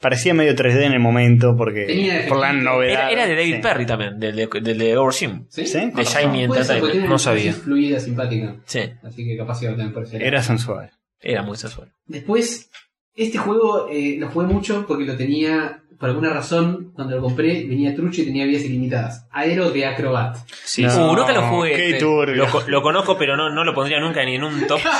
Speaker 2: Parecía medio 3D en el momento porque.
Speaker 4: Tenía
Speaker 2: por la
Speaker 4: efectito.
Speaker 2: novedad.
Speaker 3: Era, era de David
Speaker 2: Sí.
Speaker 3: Perry también, del de, del de Oversim.
Speaker 4: ¿Sí?
Speaker 2: Sí,
Speaker 4: Puede
Speaker 2: con
Speaker 3: Shiny
Speaker 2: razón.
Speaker 4: ser,
Speaker 3: Entertainment,
Speaker 4: porque tiene
Speaker 5: no
Speaker 4: una
Speaker 5: sabía.
Speaker 4: voz Fluida, simpática.
Speaker 3: Sí,
Speaker 4: Así que capaz iba a tener por ese lado.
Speaker 2: Era sensual.
Speaker 3: era muy sensual.
Speaker 4: Después, este juego eh, lo jugué mucho porque lo tenía, por alguna razón, cuando lo compré, venía trucho y tenía vías ilimitadas. Aero de Acrobat.
Speaker 5: sí,
Speaker 2: No,
Speaker 5: sí.
Speaker 3: Uh, nunca lo jugué,
Speaker 2: Qué
Speaker 3: este.
Speaker 2: turbio.
Speaker 5: Lo, co- lo conozco, pero no, no lo pondría nunca ni en un top. (laughs)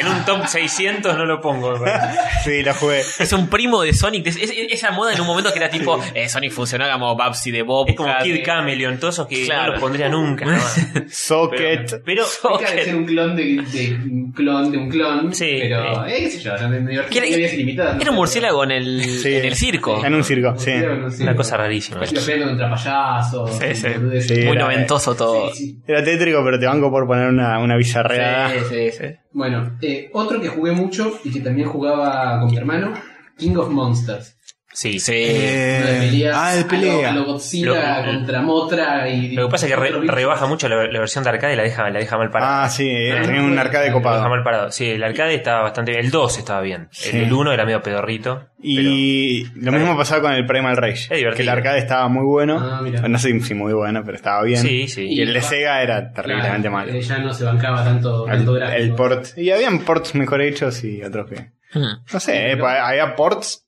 Speaker 5: En un top 600 no lo pongo. me parece.
Speaker 2: Sí, lo jugué.
Speaker 3: Es un primo de Sonic. Es, es- es- esa moda en un momento
Speaker 2: (laughs)
Speaker 3: que era tipo eh, Sonic funcionaba como Babsy de Bob. eh.
Speaker 5: Es como Kid Cameleon, todos esos que
Speaker 3: Claro.
Speaker 5: no los pondría nunca. (laughs) jamás.
Speaker 2: Socket.
Speaker 5: Pero, (laughs) pero
Speaker 4: Deja de ser un clon de, de un clon de un clon.
Speaker 5: Sí,
Speaker 4: Pero, eh, qué sé yo, era medio
Speaker 3: Que era-
Speaker 4: tenía vías ilimitadas. ¿no?
Speaker 3: Era un murciélago en el,
Speaker 2: Sí.
Speaker 3: en el circo.
Speaker 2: en un circo, sí.
Speaker 4: Murciélago, no sé.
Speaker 5: una cosa rarísima.
Speaker 4: Lo peleando contra payasos.
Speaker 3: Sí, sí.
Speaker 4: boludeces.
Speaker 2: Sí,
Speaker 3: Muy
Speaker 2: era- eh.
Speaker 3: noventoso todo. Ah.
Speaker 4: Sí, sí.
Speaker 2: Era tétrico, pero te banco por poner una, una bizarreada.
Speaker 3: sí, sí.
Speaker 4: Bueno, eh, otro que jugué mucho y que también jugaba con mi hermano, King of Monsters.
Speaker 5: Sí.
Speaker 3: Sí.
Speaker 4: Una de
Speaker 2: Eh,
Speaker 4: peleas
Speaker 2: ah, de
Speaker 4: a lo-
Speaker 2: pelea.
Speaker 4: a lo Godzilla
Speaker 5: Lo-
Speaker 4: contra Motra y...
Speaker 5: Lo que pasa es que re-
Speaker 4: otro bicho.
Speaker 5: rebaja mucho la, la versión de arcade y la deja, la deja mal parada.
Speaker 2: Ah, sí, eh,
Speaker 4: Ah,
Speaker 2: tenía
Speaker 4: no,
Speaker 2: un arcade
Speaker 4: no,
Speaker 5: La deja
Speaker 2: copado.
Speaker 5: mal parado. Sí, el arcade estaba bastante bien. El 2 estaba bien.
Speaker 2: Sí.
Speaker 5: El 1 era medio pedorrito.
Speaker 2: Y lo mismo pasaba con el Primal Rage.
Speaker 5: divertido.
Speaker 2: Que el arcade estaba muy bueno.
Speaker 4: Ah, mira.
Speaker 2: no sé si muy bueno, pero estaba bien.
Speaker 5: pero- Sí, sí.
Speaker 2: Y el de Sega era terriblemente
Speaker 4: Claro,
Speaker 2: malo.
Speaker 4: eh, Ya no se bancaba tanto, tanto
Speaker 2: El,
Speaker 4: gráfico.
Speaker 2: el port. Y habían ports mejor hechos y otros que.
Speaker 3: Mm,
Speaker 2: No sé, eh, pa- había ports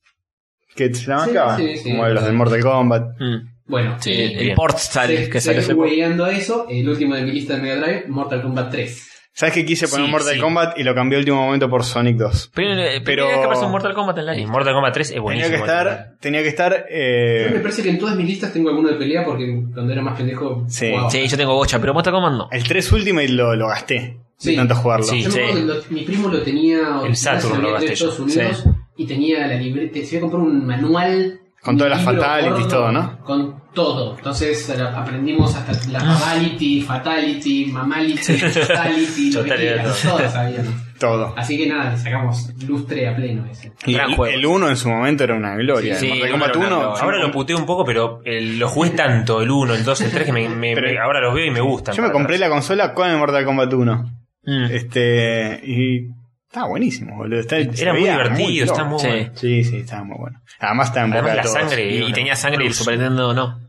Speaker 2: que se la
Speaker 4: Sí,
Speaker 2: bancaban.
Speaker 4: sí, sí.
Speaker 2: como los del Mortal Kombat.
Speaker 3: mm.
Speaker 4: Bueno,
Speaker 3: Sí,
Speaker 4: eh,
Speaker 3: el port sale,
Speaker 4: Se-
Speaker 3: que salió
Speaker 4: seguí
Speaker 3: ese port.
Speaker 4: hueveando a eso, el último de mi lista de Mega Drive, Mortal Kombat 3.
Speaker 2: ¿Sabes que quise poner
Speaker 3: Sí,
Speaker 2: Mortal
Speaker 3: sí.
Speaker 2: Kombat y lo cambié al último momento por Sonic 2?
Speaker 3: Primero, eh,
Speaker 2: Pero-
Speaker 3: primera vez que aparece un Mortal Kombat en la
Speaker 5: Y
Speaker 3: lista.
Speaker 5: Mortal Kombat 3 es buenísimo.
Speaker 2: Tenía que estar. Tenía que estar. eh,
Speaker 4: Yo me parece que en todas mis listas tengo alguno de pelea porque cuando era más pendejo.
Speaker 2: Sí,
Speaker 4: jugaba.
Speaker 3: Sí, yo tengo bocha, pero Mortal Kombat no.
Speaker 2: el 3 Ultimate lo, lo gasté.
Speaker 4: Sí.
Speaker 2: De tanto jugarlo.
Speaker 5: Sí.
Speaker 4: Yo me acuerdo que lo- mi primo lo tenía.
Speaker 5: El Saturn
Speaker 4: lo
Speaker 5: lo
Speaker 4: había traído de
Speaker 5: gasté yo.
Speaker 4: Estados Unidos y tenía la libreta. Se había comprado un manual.
Speaker 2: Con
Speaker 4: un
Speaker 2: todas las
Speaker 4: libro
Speaker 2: fatalities,
Speaker 4: gordo,
Speaker 2: todo, ¿no?
Speaker 4: Con todo. Entonces la- aprendimos hasta
Speaker 3: Ah.
Speaker 4: la Fatality, Fatality, Mamality,
Speaker 2: (laughs)
Speaker 4: Fatality, lo que
Speaker 5: Total, era
Speaker 4: quieras, todas sabíamos.
Speaker 2: Todo.
Speaker 4: Así que nada, le sacamos lustre a pleno ese.
Speaker 2: Y
Speaker 3: Ah, Gran
Speaker 2: el-
Speaker 3: juego.
Speaker 2: El 1 en su momento era una gloria.
Speaker 3: Sí,
Speaker 2: el
Speaker 3: sí,
Speaker 2: Mortal Kombat
Speaker 3: el uno era
Speaker 2: 1.
Speaker 3: una gloria.
Speaker 5: Ahora lo puteo un poco, pero eh, lo jugué tanto, el 1, el 2, el 3, que me, me-
Speaker 2: Pero-
Speaker 5: me- ahora los veo y me gustan.
Speaker 2: Yo me
Speaker 5: para
Speaker 2: compré
Speaker 5: atrás.
Speaker 2: la consola con el Mortal Kombat 1.
Speaker 3: Mm.
Speaker 2: Este. Y. Estaba buenísimo, boludo. Está- se
Speaker 5: Era muy
Speaker 2: veía
Speaker 5: divertido,
Speaker 2: loco.
Speaker 5: está muy
Speaker 3: Sí.
Speaker 5: bueno.
Speaker 2: Sí, sí, estaba muy bueno. Además estaba en boca
Speaker 5: Además
Speaker 2: de
Speaker 5: la
Speaker 2: todos.
Speaker 5: sangre.
Speaker 3: Y, y
Speaker 5: una-
Speaker 3: tenía sangre y el
Speaker 5: Plus.
Speaker 3: Super Nintendo no.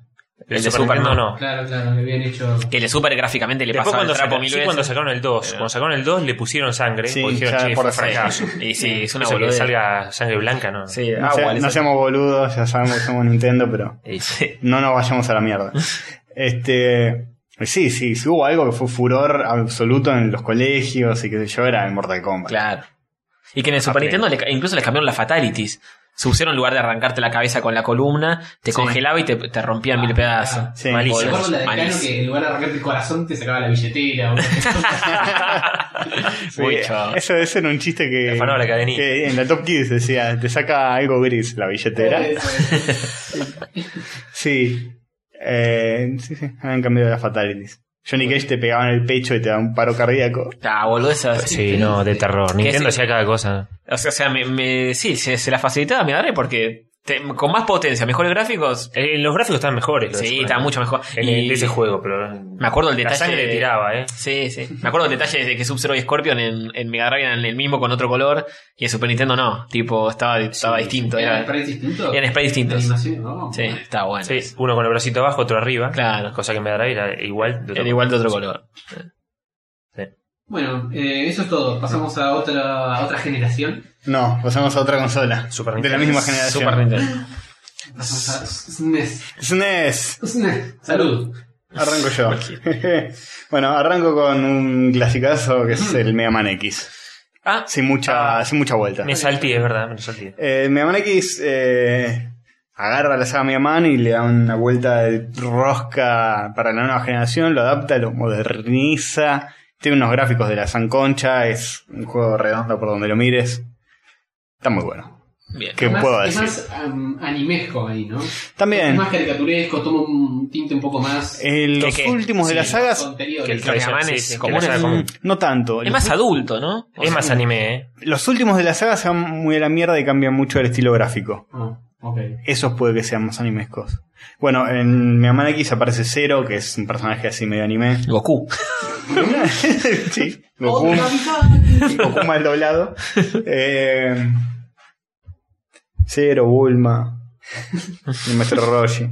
Speaker 5: El,
Speaker 3: El de
Speaker 5: Super
Speaker 3: Super
Speaker 5: Nintendo no.
Speaker 4: Claro, claro, me habían hecho.
Speaker 3: Que el de Super gráficamente le
Speaker 5: Después
Speaker 3: pasaba el
Speaker 5: cuando,
Speaker 3: trapo
Speaker 5: sacaron,
Speaker 3: mil
Speaker 5: sí,
Speaker 3: veces.
Speaker 5: cuando sacaron el 2, cuando sacaron el 2 le pusieron sangre,
Speaker 2: Sí,
Speaker 5: porque dijeron,
Speaker 2: ya
Speaker 5: che,
Speaker 2: por
Speaker 5: fue
Speaker 2: defecto".
Speaker 5: fracaso.
Speaker 3: (laughs) Y sí, es una
Speaker 5: Eso que
Speaker 3: boludez.
Speaker 5: salga sangre blanca, no.
Speaker 3: Sí, ah,
Speaker 2: No, sea-
Speaker 3: agua, le
Speaker 2: no
Speaker 3: sale.
Speaker 2: seamos boludos, ya sabemos que somos Nintendo, pero
Speaker 5: Eh,
Speaker 2: no nos vayamos a la
Speaker 5: (laughs)
Speaker 2: mierda. Este. Sí, sí, sí, hubo algo que fue furor absoluto en los colegios y que yo era el Mortal Kombat.
Speaker 3: Claro. Y que en el Super
Speaker 5: Aprende.
Speaker 3: Nintendo le ca- incluso les cambiaron las fatalities. Sub-Zero, en lugar de arrancarte la cabeza con la columna, te
Speaker 5: Sí.
Speaker 3: congelaba y te, te rompía en mil pedazos.
Speaker 4: Ah,
Speaker 2: sí.
Speaker 4: Me
Speaker 3: Malísimo.
Speaker 4: acuerdo la de Cano
Speaker 3: malísimo.
Speaker 4: que en lugar de arrancarte el corazón te sacaba la billetera.
Speaker 2: (laughs)
Speaker 4: o algo
Speaker 2: Sí,
Speaker 3: Uy, chao.
Speaker 2: eso, eso era un chiste que,
Speaker 5: Le afanaba la cadenita.
Speaker 2: que en la Top Kids decía, te saca algo gris la billetera. (laughs)
Speaker 4: Eh, así.
Speaker 2: Sí. Eh, sí, sí, habían cambiado las fatalities. Johnny Cage te pegaba en el pecho y te daba un paro cardíaco.
Speaker 3: Ah, boludo, esas.
Speaker 5: Pues Sí, no, de terror. Nintendo
Speaker 3: sí?
Speaker 5: hacía cada cosa.
Speaker 3: O sea, o sea, me, me- sí, se, se la facilitaba a mi madre porque te- con más potencia, mejores gráficos.
Speaker 5: Eh, los gráficos estaban mejores. los
Speaker 3: Sí,
Speaker 5: Super
Speaker 3: estaba
Speaker 5: Nintendo.
Speaker 3: mucho mejor.
Speaker 5: En
Speaker 3: Y
Speaker 5: el- de ese juego, pero.
Speaker 3: Me acuerdo el
Speaker 5: la
Speaker 3: detalle.
Speaker 5: sangre
Speaker 3: de-
Speaker 5: tiraba, ¿eh?
Speaker 3: Sí, sí. Me acuerdo el detalle de que Sub-Zero y Scorpion en, en Mega Drive eran el mismo con otro color y en Super Nintendo no. Tipo, estaba, estaba distinto. Era,
Speaker 4: ¿Era un sprite distinto?
Speaker 3: eran sprites distintos.
Speaker 4: ¿La animación? No.
Speaker 3: Sí, estaba bueno.
Speaker 5: Sí, uno con el bracito abajo, otro arriba.
Speaker 3: Claro.
Speaker 5: Cosa que me dará era igual. de otro-
Speaker 3: Era igual de otro color.
Speaker 4: Bueno, eh, eso es todo. Pasamos a otra, a otra generación.
Speaker 2: No, pasamos a otra consola.
Speaker 5: Super
Speaker 2: de la
Speaker 5: Nintendo.
Speaker 2: misma generación.
Speaker 3: Super Nintendo.
Speaker 4: Pasamos a SNES.
Speaker 2: SNES.
Speaker 4: SNES. Salud.
Speaker 2: Arranco yo. (laughs) bueno, arranco con un clasicazo que es el Mega Man X.
Speaker 3: Mm. Ah,
Speaker 2: Sin mucha, sin mucha vuelta.
Speaker 5: Me salté, es verdad, me lo salté.
Speaker 2: Eh, Mega Man X eh, agarra la saga Mega Man y le da una vuelta de rosca para la nueva generación, lo adapta, lo moderniza. Tiene unos gráficos de la San Concha, es un juego redondo por donde lo mires. Está muy bueno.
Speaker 3: bien.
Speaker 2: ¿Qué
Speaker 4: Más-
Speaker 2: puedo
Speaker 4: es
Speaker 2: decir?
Speaker 4: más am, animesco ahí, ¿no? Es
Speaker 2: También,
Speaker 4: más caricaturesco, toma un tinte un poco más.
Speaker 2: eh, los
Speaker 3: que- que-
Speaker 2: últimos de
Speaker 3: sí,
Speaker 2: las sagas, mm,
Speaker 4: anterior.
Speaker 5: que el
Speaker 3: Mega Man
Speaker 5: sí,
Speaker 3: es
Speaker 5: sí,
Speaker 3: como
Speaker 5: que la
Speaker 3: una-
Speaker 5: saga común.
Speaker 2: no tanto.
Speaker 3: Es más adulto, ¿no? O
Speaker 5: Es
Speaker 3: sea,
Speaker 5: más anime, ¿eh?
Speaker 2: Los últimos de la saga se van muy a la mierda y cambian mucho el estilo gráfico.
Speaker 4: Ah, ok.
Speaker 2: Esos puede que sean más animescos. Bueno, en Mega Man X aparece Zero, que es un personaje así medio anime.
Speaker 3: Goku.
Speaker 2: sí, Goku, Goku mal doblado. Eh, Zero, Bulma, el maestro Roshi.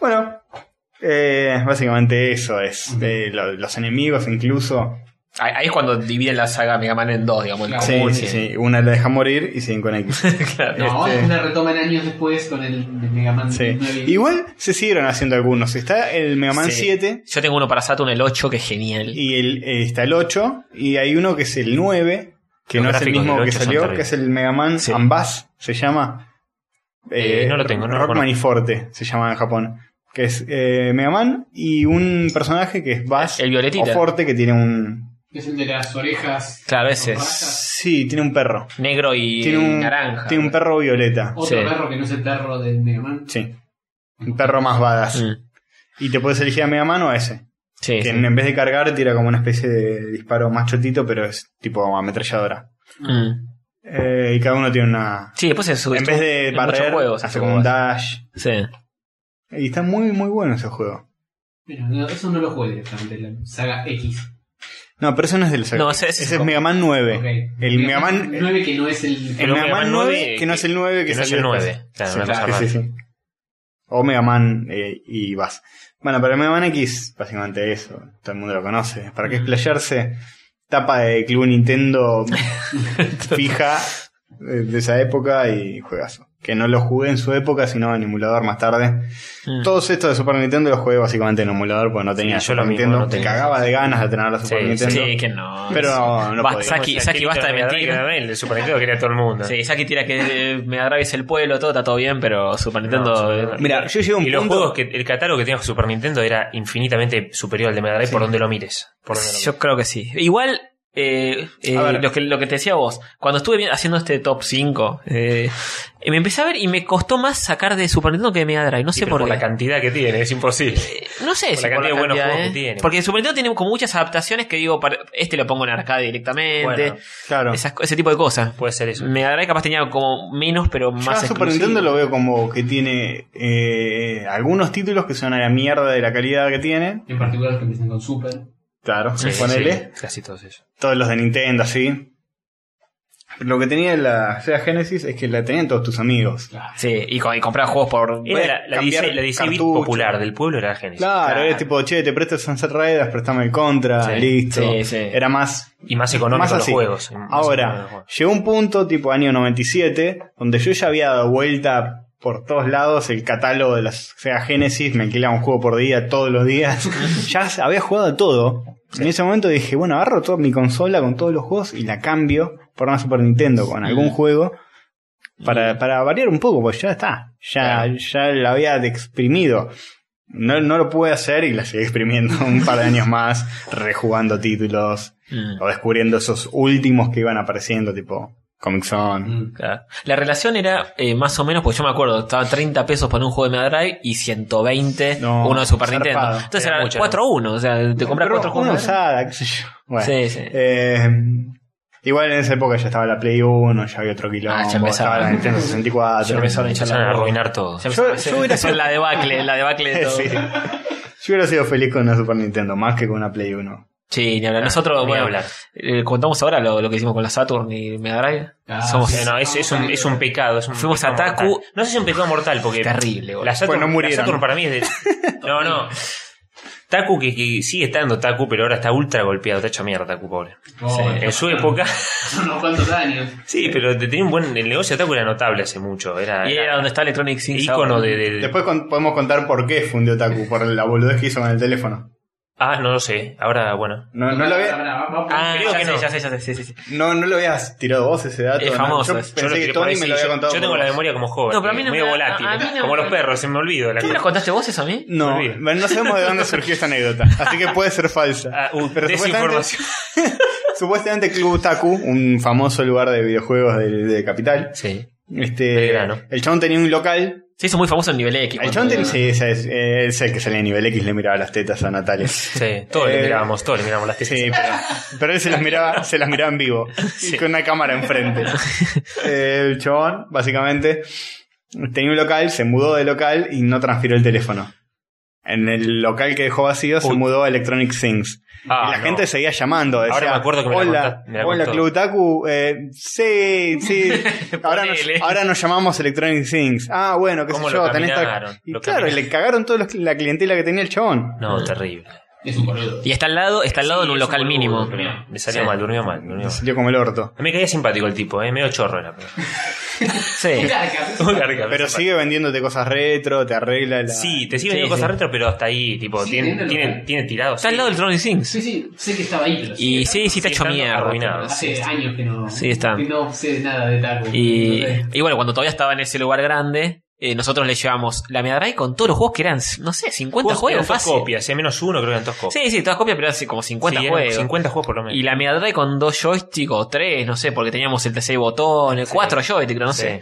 Speaker 2: Bueno, eh, básicamente eso es. Eh, lo- los enemigos incluso.
Speaker 3: Ahí ahí es cuando dividen la saga Mega Man en dos, digamos. el
Speaker 4: Claro.
Speaker 2: Sí,
Speaker 3: común,
Speaker 2: sí,
Speaker 3: sí.
Speaker 2: sí. Una la deja morir y siguen con X.
Speaker 4: No,
Speaker 2: Este-
Speaker 4: una retoman años después con el de Mega Man
Speaker 2: Sí.
Speaker 4: 9.
Speaker 2: Igual se siguieron haciendo algunos. Está el Mega Man
Speaker 3: Sí.
Speaker 2: 7
Speaker 3: Yo tengo uno para Saturn, el 8, que es genial.
Speaker 2: y el, eh, está el 8 y hay uno que es el 9, que
Speaker 5: Los
Speaker 2: no es el
Speaker 5: gráficos
Speaker 2: mismo
Speaker 5: del
Speaker 2: que
Speaker 5: 8 son
Speaker 2: salió,
Speaker 5: terribles.
Speaker 2: que es el Mega Man
Speaker 3: Sí.
Speaker 2: Ambas, se llama.
Speaker 5: Eh, no lo tengo, no lo
Speaker 2: Rock
Speaker 5: conozco.
Speaker 2: Maniforte se llama en Japón. Que es eh, Mega Man y un personaje que es Bass
Speaker 3: El
Speaker 2: o
Speaker 3: violetita.
Speaker 2: Forte que tiene un.
Speaker 4: Que es el de las orejas.
Speaker 3: Claro, ese
Speaker 4: con
Speaker 3: es
Speaker 4: rajas.
Speaker 2: Sí, tiene un perro.
Speaker 3: negro y
Speaker 2: Tiene un,
Speaker 3: naranja.
Speaker 2: tiene un perro violeta.
Speaker 4: Otro
Speaker 3: Sí.
Speaker 4: perro que no es el perro del Mega Man.
Speaker 2: Sí. Un perro más badass.
Speaker 3: Mm.
Speaker 2: Y te puedes elegir a Mega Man o a ese.
Speaker 3: Sí,
Speaker 2: Que
Speaker 3: sí.
Speaker 2: en en vez de cargar tira como una especie de disparo más chotito, pero es tipo ametralladora.
Speaker 3: Mm.
Speaker 2: Eh, y cada uno tiene una...
Speaker 3: Sí, después se sube.
Speaker 2: en vez de
Speaker 3: en
Speaker 2: barrer,
Speaker 3: muchos juegos,
Speaker 2: hace
Speaker 3: esto
Speaker 2: como
Speaker 3: como
Speaker 2: un
Speaker 3: va.
Speaker 2: dash.
Speaker 3: Sí.
Speaker 2: Y está muy, muy bueno ese juego.
Speaker 4: Mira, no, eso no lo jugué directamente, la saga X.
Speaker 2: No, pero eso no es del Sega.
Speaker 3: No, ese- ese
Speaker 2: ese,
Speaker 3: es
Speaker 2: es
Speaker 3: como-
Speaker 2: Mega Man 9.
Speaker 4: Ok.
Speaker 2: El Mega Man... eh, El
Speaker 4: 9 que no es el.
Speaker 5: Pero
Speaker 2: Mega
Speaker 5: Mega
Speaker 2: Man
Speaker 5: Man
Speaker 2: 9,
Speaker 5: 9,
Speaker 2: que no es el 9 que,
Speaker 5: que no es
Speaker 2: salió
Speaker 5: el
Speaker 2: después.
Speaker 5: 9. Claro, una
Speaker 2: Sí,
Speaker 5: cosa
Speaker 2: claro,
Speaker 5: rara.
Speaker 2: sí, sí, sí. O Mega Man eh, y vas. Bueno, pero Mega Man X, básicamente eso. Todo el mundo lo conoce. ¿Para qué explayarse? Tapa de Club Nintendo fija eh, de esa época y juegazo. Que no lo jugué en su época, sino en emulador más tarde.
Speaker 3: Mm.
Speaker 2: Todos estos de Super Nintendo los jugué básicamente en emulador porque no tenía
Speaker 5: yo
Speaker 2: Super
Speaker 5: lo mismo,
Speaker 2: Nintendo.
Speaker 5: no
Speaker 2: Te
Speaker 5: tenía.
Speaker 2: cagaba de ganas de tener la Super
Speaker 5: Sí,
Speaker 2: Nintendo.
Speaker 3: Sí, que no.
Speaker 2: Pero no, no
Speaker 3: Basta,
Speaker 2: podía.
Speaker 3: Saki, Saki, basta de
Speaker 5: Mega
Speaker 3: mentir.
Speaker 5: Drive, El de Super Nintendo quería a todo el mundo.
Speaker 3: Sí, Saki tira que eh, Mega Drive es el pueblo, todo está todo bien, pero Super Nintendo.
Speaker 5: Super
Speaker 3: eh,
Speaker 5: Nintendo.
Speaker 2: Mira, yo llegué a un
Speaker 5: Y los
Speaker 2: punto-
Speaker 5: juegos que el catálogo que tenía Super Nintendo era infinitamente superior al de Mega Drive por donde lo mires. Por donde lo
Speaker 3: Yo creo que sí. Igual, eh, eh,
Speaker 2: A ver.
Speaker 3: lo, que, lo que te decía vos, cuando estuve vi- haciendo este top 5, eh, me empecé a ver y me costó más sacar de Super Nintendo que de Mega Drive. No
Speaker 5: Sí,
Speaker 3: sé
Speaker 5: pero
Speaker 3: por,
Speaker 5: por
Speaker 3: qué. Eh,
Speaker 5: la cantidad que tiene, es imposible.
Speaker 3: No sé
Speaker 5: por
Speaker 3: si
Speaker 5: la
Speaker 3: por
Speaker 5: cantidad
Speaker 3: la
Speaker 5: de buenos
Speaker 3: cantidad,
Speaker 5: juegos
Speaker 3: ¿eh?
Speaker 5: que tiene.
Speaker 3: Porque Super Nintendo tiene como muchas adaptaciones que digo, para- este lo pongo en arcade directamente,
Speaker 5: Bueno,
Speaker 2: Claro.
Speaker 3: esas co- ese tipo de cosas.
Speaker 5: Puede ser eso.
Speaker 3: Mega Drive capaz tenía como menos, pero
Speaker 2: Yo
Speaker 3: más
Speaker 2: a Super
Speaker 3: exclusivo.
Speaker 2: Nintendo lo veo como que tiene eh, algunos títulos que son a la mierda de la calidad que tiene.
Speaker 4: En particular los que empiezan con Super. (laughs)
Speaker 2: Claro,
Speaker 5: Sí,
Speaker 2: ponele.
Speaker 5: sí, casi todos ellos.
Speaker 2: Todos los de Nintendo, así. Pero lo que tenía la Sega Genesis es que la tenían todos tus amigos.
Speaker 4: Claro.
Speaker 3: Sí, y, co- y compraba juegos por...
Speaker 2: Puedes
Speaker 5: Era la, la
Speaker 2: cambiar
Speaker 5: 16 la 16 bit
Speaker 2: cartucho.
Speaker 5: popular del pueblo era la Genesis.
Speaker 2: Claro,
Speaker 3: Claro.
Speaker 2: es tipo, che, te presto el Sunset Riders, prestame el Contra,
Speaker 5: Sí,
Speaker 2: listo.
Speaker 3: sí, sí.
Speaker 2: Era más.
Speaker 5: Y más económico
Speaker 2: más
Speaker 5: los
Speaker 2: así.
Speaker 5: juegos. más económico los
Speaker 2: Ahora,
Speaker 5: juegos.
Speaker 2: llegó un punto, tipo año 97, donde yo ya había dado vuelta por todos lados el catálogo de la Sega Genesis, me alquilaba un juego por día todos
Speaker 3: (laughs)
Speaker 2: los días. ya había jugado a todo. En ese momento dije, bueno, agarro toda mi consola con todos los juegos y la cambio por una Super Nintendo con algún
Speaker 3: Mm.
Speaker 2: juego. Para, para variar un poco, pues ya está. Ya, ya lo había exprimido. No, no lo pude hacer y la seguí exprimiendo (laughs) un par de años más, rejugando títulos
Speaker 3: Mm.
Speaker 2: o descubriendo esos últimos que iban apareciendo, tipo Comic Zone.
Speaker 4: Mm.
Speaker 3: Claro. Ah. La relación era eh, más o menos, porque yo me acuerdo, estaba 30 pesos por un juego de Mega Drive y 120
Speaker 2: No,
Speaker 3: uno de Super
Speaker 2: zarpado.
Speaker 3: Nintendo. Entonces
Speaker 5: Era
Speaker 3: era
Speaker 5: mucho,
Speaker 3: 4 a 1, o sea, te compras
Speaker 2: Pero
Speaker 3: 4
Speaker 2: una
Speaker 3: juegos. de Mega
Speaker 2: usada, qué sé yo. Bueno,
Speaker 3: Drive. Sí, sí.
Speaker 2: eh, igual en esa época ya estaba la Play 1, ya había otro quilombo,
Speaker 3: Ah, ya empezaba.
Speaker 2: estaba la Nintendo
Speaker 3: Ya
Speaker 2: 64.
Speaker 3: empezaron a hinchar
Speaker 5: Empezaron a
Speaker 3: la bola.
Speaker 5: arruinar todo.
Speaker 3: Ya
Speaker 2: Yo-
Speaker 3: empezaron a hacer-
Speaker 2: yo hubiera
Speaker 3: hacer
Speaker 2: sido-
Speaker 3: la debacle, la (laughs) debacle de todo.
Speaker 2: Sí. Yo hubiera sido feliz con una Super Nintendo, más que con una Play 1.
Speaker 3: Sí, ni hablar. Nosotros,
Speaker 5: Ni
Speaker 3: bueno,
Speaker 5: hablar.
Speaker 3: eh, contamos ahora lo, lo que hicimos con la Saturn y Mega Drive.
Speaker 4: Ah,
Speaker 3: Somos
Speaker 5: Sí, no, es, es un, es un pecado. es un
Speaker 3: Fuimos
Speaker 5: pecado
Speaker 3: a Taku.
Speaker 5: mortal. No sé si es un pecado mortal, porque.
Speaker 3: terrible, boludo.
Speaker 5: La Saturn,
Speaker 2: Bueno,
Speaker 5: la
Speaker 2: Pues murieron.
Speaker 5: Saturn para mí es de. No, no. Taku, que, que sigue estando Taku, pero ahora está ultra golpeado. Está hecho mierda Taku, pobre.
Speaker 4: Oh,
Speaker 5: En su época.
Speaker 4: Son unos cuantos años.
Speaker 5: Sí, pero te- tenía un buen. El negocio de Taku era notable hace mucho. Era.
Speaker 3: Y era donde está Electronic Sync.
Speaker 5: ícono de, de-
Speaker 2: Después con- podemos contar por qué fundió Taku, por la boludez que hizo con el teléfono.
Speaker 5: Ah, no lo sé. Ahora, bueno.
Speaker 2: No, no, lo,
Speaker 4: Pará,
Speaker 2: había,
Speaker 4: pará, vamos por-
Speaker 3: Ah,
Speaker 5: Creo
Speaker 3: ya
Speaker 5: que
Speaker 3: sé,
Speaker 5: no.
Speaker 3: ya sé, ya sé. Sí, sí, sí.
Speaker 2: no, no lo habías tirado vos ese dato.
Speaker 3: Es
Speaker 2: ¿no?
Speaker 3: famoso,
Speaker 2: Yo
Speaker 3: es- yo
Speaker 2: pensé
Speaker 5: lo
Speaker 2: que
Speaker 5: tiré por
Speaker 2: Tony
Speaker 5: ahí,
Speaker 2: me
Speaker 5: sí,
Speaker 2: lo había
Speaker 5: yo-
Speaker 2: contado.
Speaker 5: yo tengo
Speaker 2: por
Speaker 5: la
Speaker 2: vos.
Speaker 5: memoria como joven. eh,
Speaker 3: No, pero a mí no
Speaker 5: medio
Speaker 3: me da-
Speaker 5: volátil.
Speaker 3: a- a mí no
Speaker 5: como
Speaker 3: me-
Speaker 5: los perros, se me olvidó. La
Speaker 3: ¿Tú me
Speaker 5: cosa.
Speaker 3: las contaste vos eso a mí?
Speaker 2: No,
Speaker 5: Me olvido.
Speaker 2: bueno, no sabemos de dónde surgió esta anécdota, así que puede ser falsa.
Speaker 5: Ah, uh,
Speaker 2: Pero
Speaker 5: desinformación.
Speaker 2: Supuestamente Club Taku, un famoso lugar de videojuegos de, de Capital,
Speaker 5: Sí.
Speaker 2: este,
Speaker 5: Belgrano.
Speaker 2: el chabón tenía un local
Speaker 3: Se hizo muy famoso en nivel X.
Speaker 2: El
Speaker 3: cuando-
Speaker 2: chabón tenía- sí, ese es, eh, es el que salía a nivel X, le miraba las tetas a Natalia. Sí,
Speaker 5: (laughs) Sí, todos le
Speaker 2: Eh,
Speaker 5: mirábamos, todos le mirábamos las tesis.
Speaker 2: pero, pero él se las miraba, se las miraba en vivo, y con una cámara
Speaker 5: (laughs)
Speaker 2: enfrente. Eh, el chabón, básicamente, tenía un local, se mudó de local y no transfirió el teléfono. En el local que dejó vacío se
Speaker 5: Uy.
Speaker 2: mudó a Electronic Things.
Speaker 5: Ah,
Speaker 2: y la
Speaker 5: no.
Speaker 2: gente seguía llamando. Decía,
Speaker 5: Ahora me acuerdo que me la
Speaker 2: Hola,
Speaker 5: contaste, me la
Speaker 2: hola
Speaker 5: contó".
Speaker 2: Club Taku. Eh, sí, sí.
Speaker 5: (laughs)
Speaker 2: ahora, nos,
Speaker 3: Ponele.
Speaker 2: ahora nos llamamos Electronic Things. Ah, bueno, qué sé
Speaker 5: ¿Cómo lo
Speaker 2: yo. tenés tal-
Speaker 5: caminaron?
Speaker 2: Y
Speaker 5: Lo
Speaker 2: claro,
Speaker 5: caminaron.
Speaker 2: le cagaron toda la clientela que tenía el chabón.
Speaker 5: No, terrible.
Speaker 4: Es un boludo.
Speaker 3: Y está al lado, está al lado
Speaker 5: Sí,
Speaker 3: en un
Speaker 5: es
Speaker 3: local
Speaker 5: boludo,
Speaker 3: mínimo.
Speaker 5: pero Me salió
Speaker 3: Sí.
Speaker 5: mal, durmió mal, durmió
Speaker 2: Me
Speaker 5: mal.
Speaker 2: sintió como el orto.
Speaker 5: A mí me caía simpático el tipo, eh, medio chorro era.
Speaker 3: (laughs)
Speaker 5: pero-
Speaker 4: (laughs)
Speaker 3: Sí.
Speaker 5: (laughs) Muy garca,
Speaker 2: Pero
Speaker 5: simpático.
Speaker 2: sigue vendiéndote cosas retro, te arregla la.
Speaker 5: Sí, te
Speaker 3: Sí,
Speaker 5: siguen vendiendo
Speaker 3: sí.
Speaker 5: cosas retro, pero hasta ahí, tipo,
Speaker 4: Sí,
Speaker 5: tiene,
Speaker 4: tiene
Speaker 5: tiene,
Speaker 4: local.
Speaker 5: tiene tirado.
Speaker 3: Está al lado del Tron Syncs.
Speaker 4: Sí, sí, sé que estaba ahí, pero
Speaker 3: Y sí, sí está hecho
Speaker 5: Sí, están
Speaker 3: mierda.
Speaker 5: arruinados.
Speaker 4: hace años que no,
Speaker 3: Sí, está.
Speaker 4: que no sé nada de Taco.
Speaker 3: Y,
Speaker 4: No sé.
Speaker 3: y bueno, cuando todavía estaba en ese lugar grande, eh, nosotros le llevamos la Mega Drive con todos los juegos que eran, no sé, 50 juegos
Speaker 5: Dos
Speaker 3: fácil.
Speaker 5: copias, eh, menos uno creo que eran dos copias.
Speaker 3: Sí, sí, todas copias, pero eran así como 50
Speaker 5: Sí, eran
Speaker 3: juegos.
Speaker 5: 50 juegos por lo menos.
Speaker 3: Y la Mega Drive con dos joysticks o tres, no sé, porque teníamos el de seis botones,
Speaker 5: Sí.
Speaker 3: cuatro joysticks, no
Speaker 5: Sí.
Speaker 3: sé.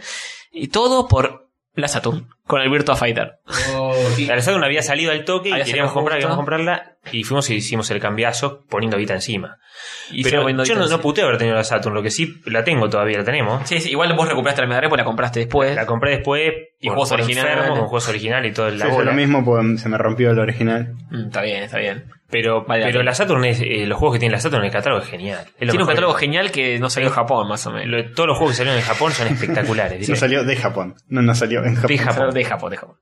Speaker 3: Y todo por la Saturn, con el Virtua Fighter.
Speaker 4: Oh,
Speaker 2: (laughs)
Speaker 4: sí.
Speaker 5: La Saturn había salido al toque y
Speaker 3: Había
Speaker 5: queríamos
Speaker 3: sacado
Speaker 5: comprar,
Speaker 3: justo.
Speaker 5: queríamos comprarla y fuimos y hicimos el cambiazo poniendo guita encima.
Speaker 3: Y
Speaker 5: pero
Speaker 3: sigo viendo
Speaker 5: yo no,
Speaker 3: videos.
Speaker 5: no puteo haber tenido la Saturn, lo que sí la tengo todavía, la tenemos.
Speaker 3: Sí, sí, igual vos recuperaste la Mega Drive porque la compraste después.
Speaker 5: La compré después
Speaker 3: Y juegos originales.
Speaker 5: enfermo, con juegos originales y todo el
Speaker 2: Yo hice lo mismo porque se me rompió el original.
Speaker 3: Mm, está bien, está bien.
Speaker 5: Pero,
Speaker 3: Vale,
Speaker 5: pero
Speaker 3: vale.
Speaker 5: la Saturn es, eh, los juegos que tiene la Saturn en el catálogo es genial. Es lo
Speaker 3: Tiene un
Speaker 5: mejor
Speaker 3: catálogo
Speaker 5: que-
Speaker 3: genial que no salió en Japón, más o menos.
Speaker 5: lo- todos los juegos que salieron en
Speaker 3: (laughs)
Speaker 5: Japón son espectaculares.
Speaker 2: No
Speaker 5: diré.
Speaker 2: salió de Japón. No, no salió en Japón.
Speaker 5: De Japón.
Speaker 3: De Japón, de Japón.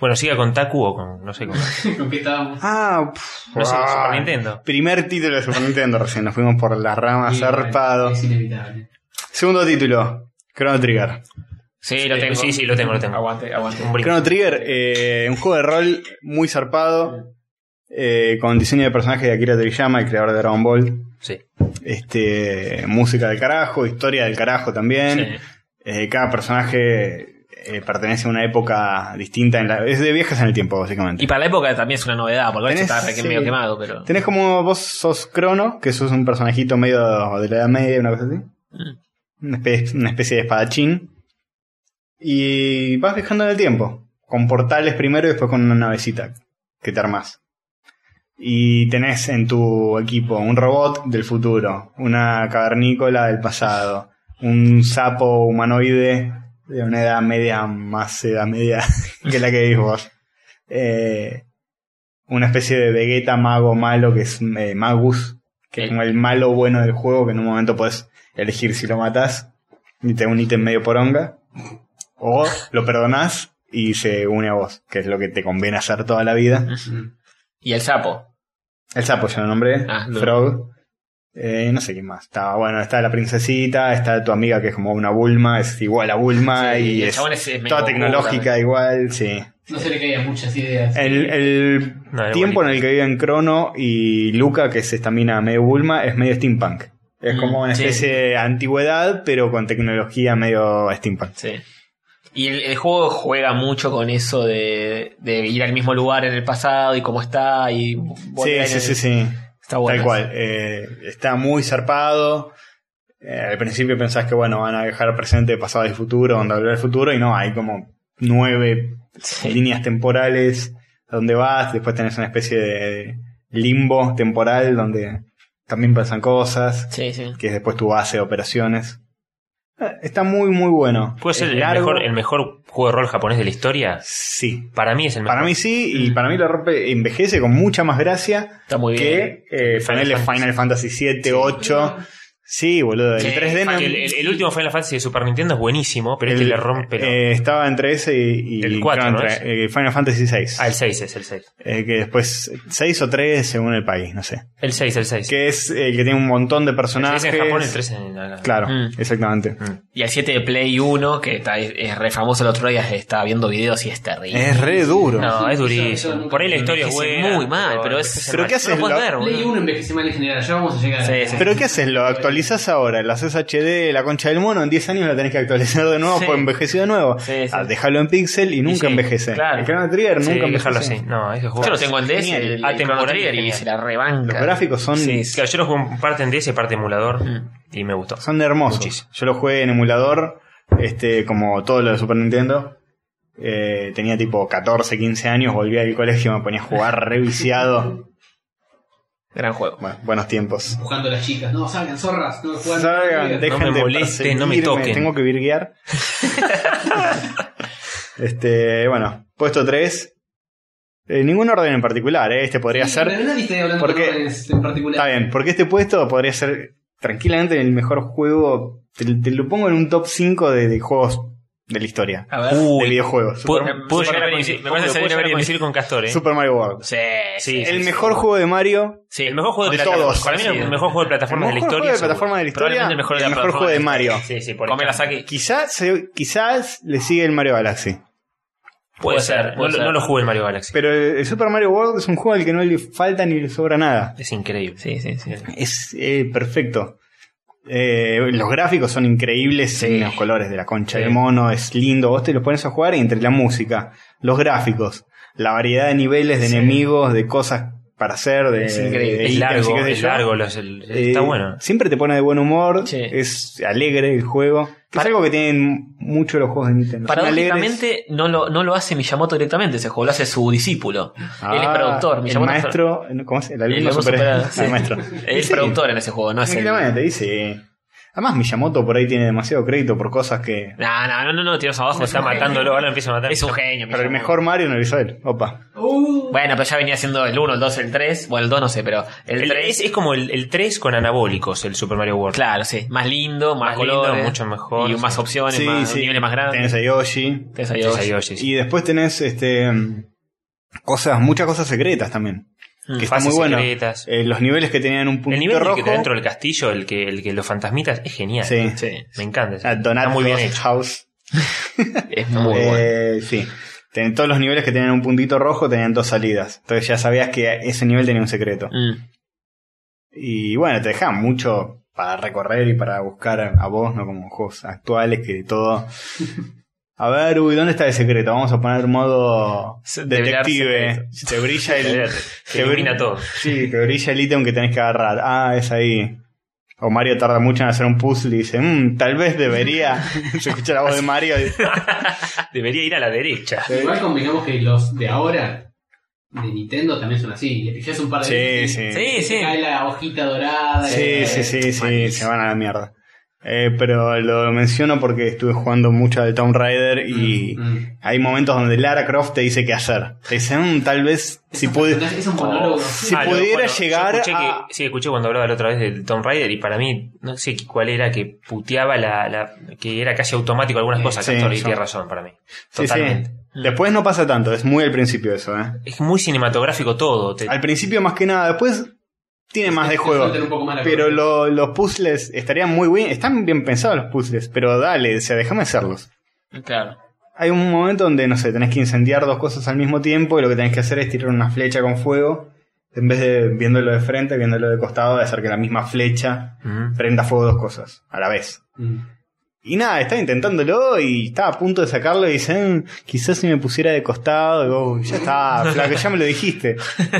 Speaker 5: Bueno, siga con Taku o con. No
Speaker 2: (laughs)
Speaker 5: sé con. No
Speaker 4: (laughs) ¿Con qué estábamos?
Speaker 2: Ah, pff,
Speaker 5: sé, con
Speaker 2: ah.
Speaker 5: Super Nintendo.
Speaker 2: Primer título de Super Nintendo recién. Nos fuimos por las ramas,
Speaker 4: Sí, bueno,
Speaker 2: zarpado.
Speaker 4: Es inevitable.
Speaker 2: Segundo título. Chrono Trigger.
Speaker 3: Sí,
Speaker 5: Sí,
Speaker 3: lo tengo.
Speaker 5: sí, sí, lo tengo, lo tengo.
Speaker 3: Aguante, aguante.
Speaker 5: Un brinco.
Speaker 2: Chrono Trigger, eh, un juego de rol muy zarpado, eh, con diseño de personaje de Akira Toriyama, el creador de Dragon Ball.
Speaker 5: Sí.
Speaker 2: Este, música del carajo, historia del carajo también. Eh, cada personaje eh, pertenece a una época distinta. En la, es de viajes en el tiempo, básicamente.
Speaker 3: Y para la época también es una novedad, porque ahora
Speaker 2: Tenés,
Speaker 3: está re- que
Speaker 2: sí.
Speaker 3: medio quemado, pero.
Speaker 2: Tenés como vos sos Crono, que sos un personajito medio de la Edad Media, una cosa así.
Speaker 3: Mm.
Speaker 2: Una especie, una especie de espadachín. Y vas viajando en el tiempo. Con portales primero y después con una navecita que te armás. Y tenés en tu equipo un robot del futuro, una cavernícola del pasado, un sapo humanoide de una edad media más edad media (laughs) que la que vivís vos. Eh, una especie de Vegeta mago malo que es eh, Magus,
Speaker 3: Eh.
Speaker 2: que es como el malo bueno del juego, que en un momento puedes elegir si lo matás y te da un ítem medio poronga, o lo perdonás y se une a vos, que es lo que te conviene hacer toda la vida.
Speaker 3: Y el sapo.
Speaker 2: El sapo ya lo nombré,
Speaker 3: Ah, no.
Speaker 2: Frog. Eh, no sé quién más. Está, bueno, está la princesita, está tu amiga que es como una Bulma, es igual a Bulma
Speaker 3: Sí,
Speaker 2: y
Speaker 3: el
Speaker 2: es
Speaker 3: chabón es- es medio ¿eh?
Speaker 2: toda
Speaker 3: Goku
Speaker 2: tecnológica igual, sí.
Speaker 4: No se le caían muchas ideas.
Speaker 2: El, el
Speaker 5: No, era
Speaker 2: tiempo
Speaker 5: bonito.
Speaker 2: en el que viven Crono y Luca, que es esta mina medio Bulma, es medio steampunk. Es como
Speaker 3: Mm,
Speaker 2: una
Speaker 3: sí.
Speaker 2: especie de antigüedad, pero con tecnología medio steampunk.
Speaker 3: Sí. Y el, el juego juega mucho con eso de, de ir al mismo lugar en el pasado y cómo está y volver
Speaker 2: Sí,
Speaker 3: en
Speaker 2: sí,
Speaker 3: el-
Speaker 2: sí, sí.
Speaker 3: Está bueno.
Speaker 2: Tal cual. Eh, está muy zarpado. Eh, al principio pensás que, bueno, van a viajar presente, pasado y futuro, donde hablar el futuro, y no, hay como nueve
Speaker 3: Sí.
Speaker 2: líneas temporales a donde vas, después tenés una especie de limbo temporal donde también pasan cosas,
Speaker 3: Sí, sí.
Speaker 2: que es después tu base de operaciones. Eh, Está muy, muy bueno.
Speaker 5: Puede
Speaker 2: Es
Speaker 5: ser el
Speaker 2: largo.
Speaker 5: mejor, el mejor juego de rol japonés de la historia.
Speaker 2: Sí.
Speaker 5: Para mí es el mejor.
Speaker 2: Para mí sí,
Speaker 5: Mm.
Speaker 2: y para mí lo rompe, envejece con mucha más gracia
Speaker 3: Está muy bien.
Speaker 2: que eh,
Speaker 5: Final
Speaker 2: ponerle
Speaker 5: Fantasy.
Speaker 2: Final Fantasy 7, 8. Sí, boludo, el
Speaker 3: Sí,
Speaker 2: 3D no-
Speaker 5: Que el, el- el último Final Fantasy de Super Nintendo es buenísimo, pero este
Speaker 2: el-
Speaker 5: le rompe. los-
Speaker 2: eh, estaba entre ese y, y
Speaker 5: El cuatro,
Speaker 2: creo
Speaker 5: ¿no
Speaker 2: entre- eh, Final Fantasy 6.
Speaker 5: ah, el 6 es el 6.
Speaker 2: que después 6 o 3 según el país, no sé.
Speaker 5: El 6, el 6.
Speaker 2: Que es el que tiene un montón de
Speaker 5: el 6
Speaker 2: personajes.
Speaker 5: en Japón, el 3 en. la-
Speaker 2: Claro,
Speaker 3: Mm.
Speaker 2: exactamente.
Speaker 3: Y el 7 de Play 1, que está, es, es re famoso el otro día, estaba viendo videos y es terrible.
Speaker 2: Es re duro.
Speaker 5: No, es
Speaker 4: Yo- yo
Speaker 5: durísimo.
Speaker 4: nunca-
Speaker 5: Por ahí la historia es
Speaker 3: Es
Speaker 5: buena.
Speaker 3: muy mal, pero es.
Speaker 2: Pero ¿qué haces,
Speaker 3: No lo puedes ver,
Speaker 2: lo-
Speaker 4: Play
Speaker 3: boludo.
Speaker 4: 1 envejece mal en general, ya vamos a llegar.
Speaker 3: Sí, sí.
Speaker 2: Pero ¿qué haces? ¿Lo actualizás ahora? ¿Lo haces HD, la concha del mono? En 10 años la tenés que actualizar de nuevo,
Speaker 3: Sí.
Speaker 2: pues envejeció de nuevo.
Speaker 3: Sí, sí.
Speaker 2: Ah, déjalo en pixel y nunca
Speaker 3: sí,
Speaker 2: envejece.
Speaker 3: claro.
Speaker 2: El Chrono Trigger
Speaker 5: Sí,
Speaker 2: nunca
Speaker 5: dejarlo
Speaker 2: envejece.
Speaker 5: así. No, es que juego.
Speaker 3: Yo lo tengo en DS,
Speaker 2: Genial.
Speaker 3: el,
Speaker 5: Atemporal,
Speaker 3: atemporal y
Speaker 5: genial.
Speaker 3: se la rebanca.
Speaker 2: Los gráficos son,
Speaker 3: Sí,
Speaker 5: Claro, yo lo jugué en parte en DS y parte en emulador
Speaker 3: Mm.
Speaker 5: y me gustó.
Speaker 2: son hermosos.
Speaker 5: Muchísimo.
Speaker 2: Yo lo jugué en emulador, este, como todo lo de Super Nintendo. Eh, tenía tipo 14, 15 años, volvía del colegio, me ponía a jugar reviciado.
Speaker 3: (laughs) Gran juego.
Speaker 2: Bueno, buenos tiempos.
Speaker 4: Buscando a las chicas. No, salgan, zorras. No, juegan.
Speaker 2: Salgan,
Speaker 4: Juegan.
Speaker 2: dejen
Speaker 5: me
Speaker 2: de
Speaker 5: molesten, no me
Speaker 2: perseguirme,
Speaker 5: toquen.
Speaker 2: Tengo que
Speaker 5: (laughs)
Speaker 2: virguear. este, bueno, puesto 3. ningún orden en particular, eh, este podría
Speaker 4: Sí,
Speaker 2: ser.
Speaker 4: pero no estoy hablando
Speaker 2: porque-
Speaker 4: de órdenes en particular.
Speaker 2: Está bien, porque este puesto podría ser tranquilamente el mejor juego. Te, te lo pongo en un top 5 de, de juegos de la historia.
Speaker 3: A ver.
Speaker 5: Uh,
Speaker 2: de videojuegos.
Speaker 5: Puedo,
Speaker 2: Super,
Speaker 5: puedo
Speaker 3: Super
Speaker 5: llegar a
Speaker 3: Mario
Speaker 5: coincidir, me
Speaker 3: Bros.
Speaker 5: parece que
Speaker 3: Puedo
Speaker 5: llegar a
Speaker 3: llegar a
Speaker 5: coincidir con Castor, ¿eh?
Speaker 2: Super Mario World.
Speaker 3: Sí,
Speaker 5: Sí,
Speaker 3: sí.
Speaker 2: el mejor juego de Mario.
Speaker 3: sí.
Speaker 5: El mejor juego de,
Speaker 2: De
Speaker 5: plataformas.
Speaker 2: todos.
Speaker 5: Para mí, el mejor juego de
Speaker 2: El
Speaker 5: plataformas
Speaker 2: mejor
Speaker 5: de la
Speaker 2: juego
Speaker 5: historia.
Speaker 2: de
Speaker 5: seguro.
Speaker 2: plataforma de la historia.
Speaker 5: Probablemente el mejor, de la
Speaker 2: juego
Speaker 5: plataforma
Speaker 2: de
Speaker 5: la
Speaker 2: Mario.
Speaker 5: historia. Sí, sí, por
Speaker 3: Come la
Speaker 5: ejemplo.
Speaker 3: saque.
Speaker 2: Quizás, se- quizás le sigue el Mario Galaxy.
Speaker 5: Puede ser.
Speaker 3: puede
Speaker 5: no,
Speaker 3: ser.
Speaker 5: no lo jugué el Mario Galaxy.
Speaker 2: Pero el Super Mario World es un juego al que no le falta ni le sobra nada.
Speaker 5: es increíble.
Speaker 3: Sí, sí, sí.
Speaker 2: Es eh, perfecto. Eh, los gráficos son increíbles, los colores de la concha
Speaker 5: Sí.
Speaker 2: del mono, es lindo. Vos te los pones a jugar y entre la música, los gráficos, la variedad de niveles, de enemigos, de cosas para hacer, de,
Speaker 3: Es increíble.
Speaker 2: de
Speaker 5: Es
Speaker 2: ítems y
Speaker 5: largo,
Speaker 2: qué sé
Speaker 5: es
Speaker 2: yo.
Speaker 5: largo. los- el-
Speaker 2: Eh,
Speaker 5: está bueno.
Speaker 2: Siempre te pone de buen humor,
Speaker 3: Sí.
Speaker 2: es alegre el juego. que
Speaker 3: Para-
Speaker 2: es algo que tienen muchos los juegos de Nintendo. Son alegres.
Speaker 3: Paradójicamente no lo, no lo hace Miyamoto directamente ese juego, lo hace su discípulo. Él es
Speaker 2: Ah,
Speaker 3: productor,
Speaker 2: El
Speaker 3: Miyamoto es pro-
Speaker 2: maestro, ¿cómo es? El alumno
Speaker 3: alumno
Speaker 2: supera-
Speaker 3: supera,
Speaker 2: al
Speaker 3: sí.
Speaker 2: maestro.
Speaker 3: él
Speaker 2: Y
Speaker 3: es
Speaker 2: sí,
Speaker 3: productor en ese juego, no es el... No,
Speaker 2: Exactamente, dice. Además, Miyamoto por ahí tiene demasiado crédito por cosas que.
Speaker 3: no, no, no, no, tiros abajo,
Speaker 5: Está matándolo, ahora empieza a matar.
Speaker 3: Es un genio.
Speaker 2: Pero el
Speaker 3: Miyamoto.
Speaker 2: mejor Mario no lo hizo él. Opa.
Speaker 4: Uh,
Speaker 3: Bueno, pero ya venía siendo el 1, el 2, el 3, bueno, el 2 no sé, pero el
Speaker 5: El
Speaker 3: 3...
Speaker 5: es, es como el, 3 con anabólicos, el Super Mario World.
Speaker 3: Claro, sí, más lindo, más,
Speaker 5: Más lindo,
Speaker 3: colores,
Speaker 5: mucho mejor,
Speaker 3: y
Speaker 5: sí.
Speaker 3: más opciones, más niveles más
Speaker 2: Tenés
Speaker 3: grandes.
Speaker 2: a Yoshi.
Speaker 3: Tenés ahí
Speaker 5: Esa
Speaker 3: dos.
Speaker 5: Yoshi, sí.
Speaker 2: Y después tenés este. mm, Cosas, muchas cosas secretas también.
Speaker 3: Mm.
Speaker 2: Que está
Speaker 5: Fases
Speaker 2: muy bueno.
Speaker 5: secretas.
Speaker 2: Eh, los niveles que tenían un
Speaker 5: El
Speaker 2: puntito
Speaker 5: nivel del
Speaker 2: rojo.
Speaker 5: que está dentro del castillo, el que, el que los fantasmitas, es genial.
Speaker 2: Sí.
Speaker 3: Sí,
Speaker 5: Me encanta. ese.
Speaker 2: Ah, Donut
Speaker 5: está muy bien
Speaker 2: Ghost
Speaker 5: hecho.
Speaker 2: House.
Speaker 3: es muy bueno.
Speaker 2: Eh, Sí. Ten- todos los niveles que tenían un puntito rojo tenían dos salidas. Entonces ya sabías que ese nivel tenía un secreto.
Speaker 3: Mm.
Speaker 2: Y bueno, te dejan mucho para recorrer y para buscar a vos, ¿no? Como juegos actuales que todo. A ver, uy, ¿dónde está el secreto? Vamos a poner modo
Speaker 3: Se- develar
Speaker 2: (laughs) detective. Te brilla el.
Speaker 5: (laughs) Se ilumina
Speaker 2: br-
Speaker 5: todo.
Speaker 2: Sí, te brilla el ítem que tenés que agarrar. Ah, es ahí. O Mario tarda mucho en hacer un puzzle y dice, "Mm, tal vez debería. Se escucha la voz de Mario. y-
Speaker 5: Debería ir a la derecha.
Speaker 4: igual combinamos que los de ahora, de Nintendo, también son así. Le fijas un par de
Speaker 2: Sí,
Speaker 4: veces
Speaker 2: sí.
Speaker 4: y
Speaker 3: Sí,
Speaker 4: te
Speaker 3: sí.
Speaker 4: cae la hojita dorada.
Speaker 2: Sí,
Speaker 4: eh,
Speaker 2: sí, sí, sí,
Speaker 4: malísimo.
Speaker 2: se van a la mierda. Eh, pero lo menciono porque estuve jugando mucho al Tomb Raider y
Speaker 4: Mm.
Speaker 2: hay momentos donde Lara Croft te dice qué hacer. Te dice, "Mm, tal vez si
Speaker 4: (laughs)
Speaker 2: Oh, pude...
Speaker 4: Es un monólogo.
Speaker 2: si
Speaker 5: Ah, lo-
Speaker 2: pudiera
Speaker 5: bueno, yo
Speaker 2: llegar
Speaker 5: escuché
Speaker 2: a-
Speaker 5: que- sí, escuché cuando hablaba la otra vez del Tomb Raider y para mí, no sé cuál era, que puteaba la... la- que era casi automático algunas
Speaker 4: Sí,
Speaker 5: cosas,
Speaker 2: sí,
Speaker 5: Castor, y
Speaker 2: yo-
Speaker 5: tiene razón para mí.
Speaker 2: Sí, sí.
Speaker 5: Totalmente.
Speaker 2: Después no pasa tanto, es muy al principio eso. ¿eh?
Speaker 5: Es muy cinematográfico todo. te-
Speaker 2: Al principio más que nada, después tiene más de
Speaker 4: Te
Speaker 2: juego.
Speaker 4: sueltan un poco más la
Speaker 2: Pero
Speaker 4: cuerda.
Speaker 2: lo- los puzzles estarían muy bien, están bien pensados los puzzles, pero dale, o sea, déjame hacerlos.
Speaker 3: Claro.
Speaker 2: Hay un momento donde, no sé, tenés que incendiar dos cosas al mismo tiempo y lo que tenés que hacer es tirar una flecha con fuego en vez de viéndolo de frente, viéndolo de costado, de hacer que la misma flecha
Speaker 5: Ujú.
Speaker 2: prenda fuego dos cosas a la vez.
Speaker 4: Mm.
Speaker 2: Y nada, estaba intentándolo y estaba a punto de sacarlo y dicen, "Mm, quizás si me pusiera de costado, y vos, ya está, flaco, ya me lo dijiste.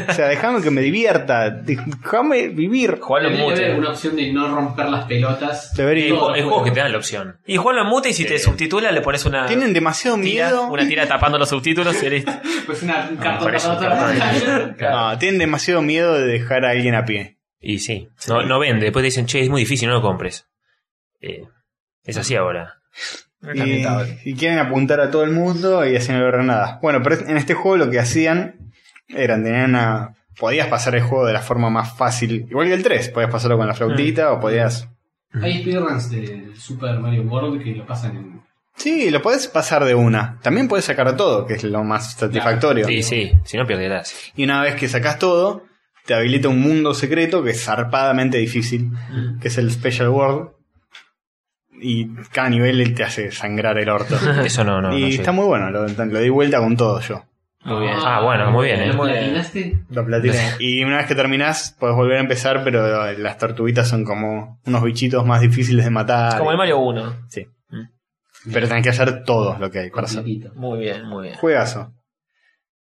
Speaker 2: O sea, déjame que me divierta, déjame vivir.
Speaker 3: Jugalo en
Speaker 4: Debería haber
Speaker 3: mute.
Speaker 4: una opción de no romper las pelotas.
Speaker 2: Debería.
Speaker 4: Todo
Speaker 5: Hay
Speaker 4: el
Speaker 5: juegos que
Speaker 4: juego.
Speaker 5: te dan la opción.
Speaker 3: Y jugalo en mute y si te
Speaker 5: Sí.
Speaker 3: subtitula le pones una
Speaker 2: Tienen demasiado
Speaker 3: tira,
Speaker 2: miedo.
Speaker 3: una tira tapando los subtítulos y eres-
Speaker 4: Pues una un
Speaker 5: Ah,
Speaker 4: cartón
Speaker 5: por eso,
Speaker 4: tapado toda la (laughs) pantalla.
Speaker 2: No, tienen demasiado miedo de dejar a alguien a pie.
Speaker 5: Y sí, no, no vende. Después te dicen, che, es muy difícil, no lo compres. Eh, es así ahora.
Speaker 2: Y, y quieren apuntar a todo el mundo y así no logran nada. Bueno, pero en este juego lo que hacían eran, tenían una... Podías pasar el juego de la forma más fácil, igual que el 3, podías pasarlo con la flautita o podías...
Speaker 4: Hay speedruns de Super Mario World que lo pasan en.
Speaker 2: Sí, lo podés pasar de una. También podés sacar todo, que es lo más satisfactorio.
Speaker 5: Sí, sí, si no
Speaker 2: (laughs)
Speaker 5: perderás.
Speaker 2: Y una vez que sacas todo, te habilita un mundo secreto que es zarpadamente difícil, que es el Special World. Y cada nivel te hace sangrar el orto.
Speaker 5: Eso (laughs) no, no. no
Speaker 2: y
Speaker 5: llega.
Speaker 2: está muy bueno, lo, lo di vuelta con todo yo.
Speaker 3: Muy bien.
Speaker 5: Ah, bueno, muy bien, eh.
Speaker 4: ¿Lo
Speaker 3: Muy bien.
Speaker 4: imaginaste?
Speaker 2: Lo platiné. (laughs) y una vez que terminás, podés volver a empezar, pero las tortuguitas son como unos bichitos más difíciles de matar.
Speaker 3: Ah, como el Mario 1.
Speaker 2: Sí. Pero tenés que hacer todo lo que hay para hacer.
Speaker 4: Completito.
Speaker 3: Muy bien, muy bien.
Speaker 2: Juegazo.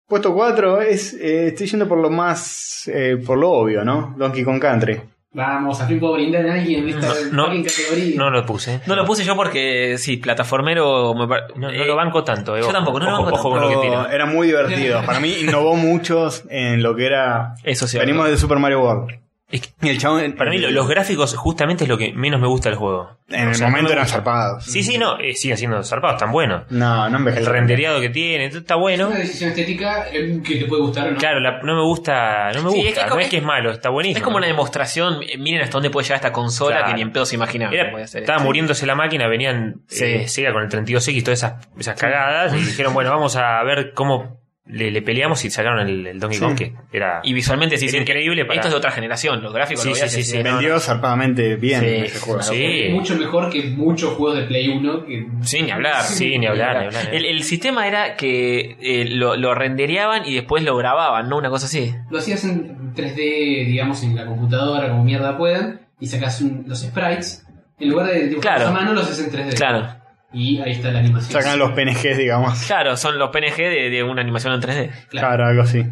Speaker 2: Puesto 4 es. eh, estoy yendo por lo más. eh, por lo obvio, ¿no? Donkey Kong Country.
Speaker 4: Vamos, al fin puedo brindar a alguien en esta
Speaker 5: No, no,
Speaker 4: fucking categoría.
Speaker 5: No lo puse.
Speaker 3: No lo puse yo porque, sí, plataformero. me par-
Speaker 5: No, no
Speaker 3: eh,
Speaker 5: lo banco tanto, eh,
Speaker 3: yo
Speaker 5: ojo.
Speaker 3: tampoco, no lo
Speaker 5: Ojo-
Speaker 3: banco
Speaker 5: ojo con lo que
Speaker 2: Pero
Speaker 5: tira.
Speaker 2: era muy divertido. Para mí innovó muchos en lo que era.
Speaker 3: Eso sí.
Speaker 2: Venimos de Super Mario World.
Speaker 5: Es que
Speaker 2: Y el chabón.
Speaker 5: para mí lo- los gráficos justamente es lo que menos me gusta del juego.
Speaker 2: En
Speaker 5: O
Speaker 2: el
Speaker 5: sea,
Speaker 2: momento
Speaker 5: no me
Speaker 2: eran
Speaker 5: gusta.
Speaker 2: zarpados.
Speaker 5: Sí, sí, no, eh, siguen siendo zarpados, tan buenos.
Speaker 2: No, no
Speaker 5: El
Speaker 2: envejeció.
Speaker 5: rendereado que tiene, t- está bueno.
Speaker 4: Es una decisión estética eh, que te puede gustar o no.
Speaker 5: Claro, la- no me gusta, no me
Speaker 3: Sí, es
Speaker 5: gusta.
Speaker 3: que es
Speaker 5: no
Speaker 3: co-
Speaker 5: es que es malo, está buenísimo.
Speaker 3: Es como una demostración, eh, miren hasta dónde puede llegar esta consola
Speaker 5: Claro.
Speaker 3: que ni en pedo se imaginaba.
Speaker 5: Era-
Speaker 3: que podía hacer
Speaker 5: estaba
Speaker 3: esto.
Speaker 5: muriéndose la máquina, venían
Speaker 3: Sí.
Speaker 5: eh, Sega con el 32X, todas esas, esas cagadas, y dijeron, bueno, vamos a ver cómo le, le peleamos y sacaron el, el Donkey
Speaker 2: Sí.
Speaker 5: Kong, que era...
Speaker 3: Y visualmente sí,
Speaker 5: Era
Speaker 3: sí,
Speaker 5: increíble para-
Speaker 3: Esto es de otra generación, los gráficos.
Speaker 5: Sí,
Speaker 3: lo
Speaker 5: sí,
Speaker 3: veías y
Speaker 5: sí,
Speaker 3: decías,
Speaker 5: sí,
Speaker 3: "No,
Speaker 2: Vendió zarpadamente bien
Speaker 3: Sí,
Speaker 2: ese juego.
Speaker 5: sí.
Speaker 4: Mucho mejor que muchos juegos de Play 1. Que...
Speaker 3: Sí, ni hablar.
Speaker 5: Sí, ni hablar, ni hablar, ni hablar.
Speaker 3: El, el sistema era que eh, lo, lo rendereaban y después lo grababan, ¿no? Una cosa así.
Speaker 4: Lo hacías en 3D, digamos, en la computadora, como mierda puedan, y sacas un- los sprites. En lugar de dibujarlos
Speaker 3: Claro.
Speaker 4: a mano, los haces en 3D.
Speaker 3: Claro,
Speaker 4: Y ahí está la animación.
Speaker 2: Sacan los PNGs, digamos.
Speaker 3: claro, son los PNG de, de una animación en 3D.
Speaker 4: Claro.
Speaker 2: Claro, algo así.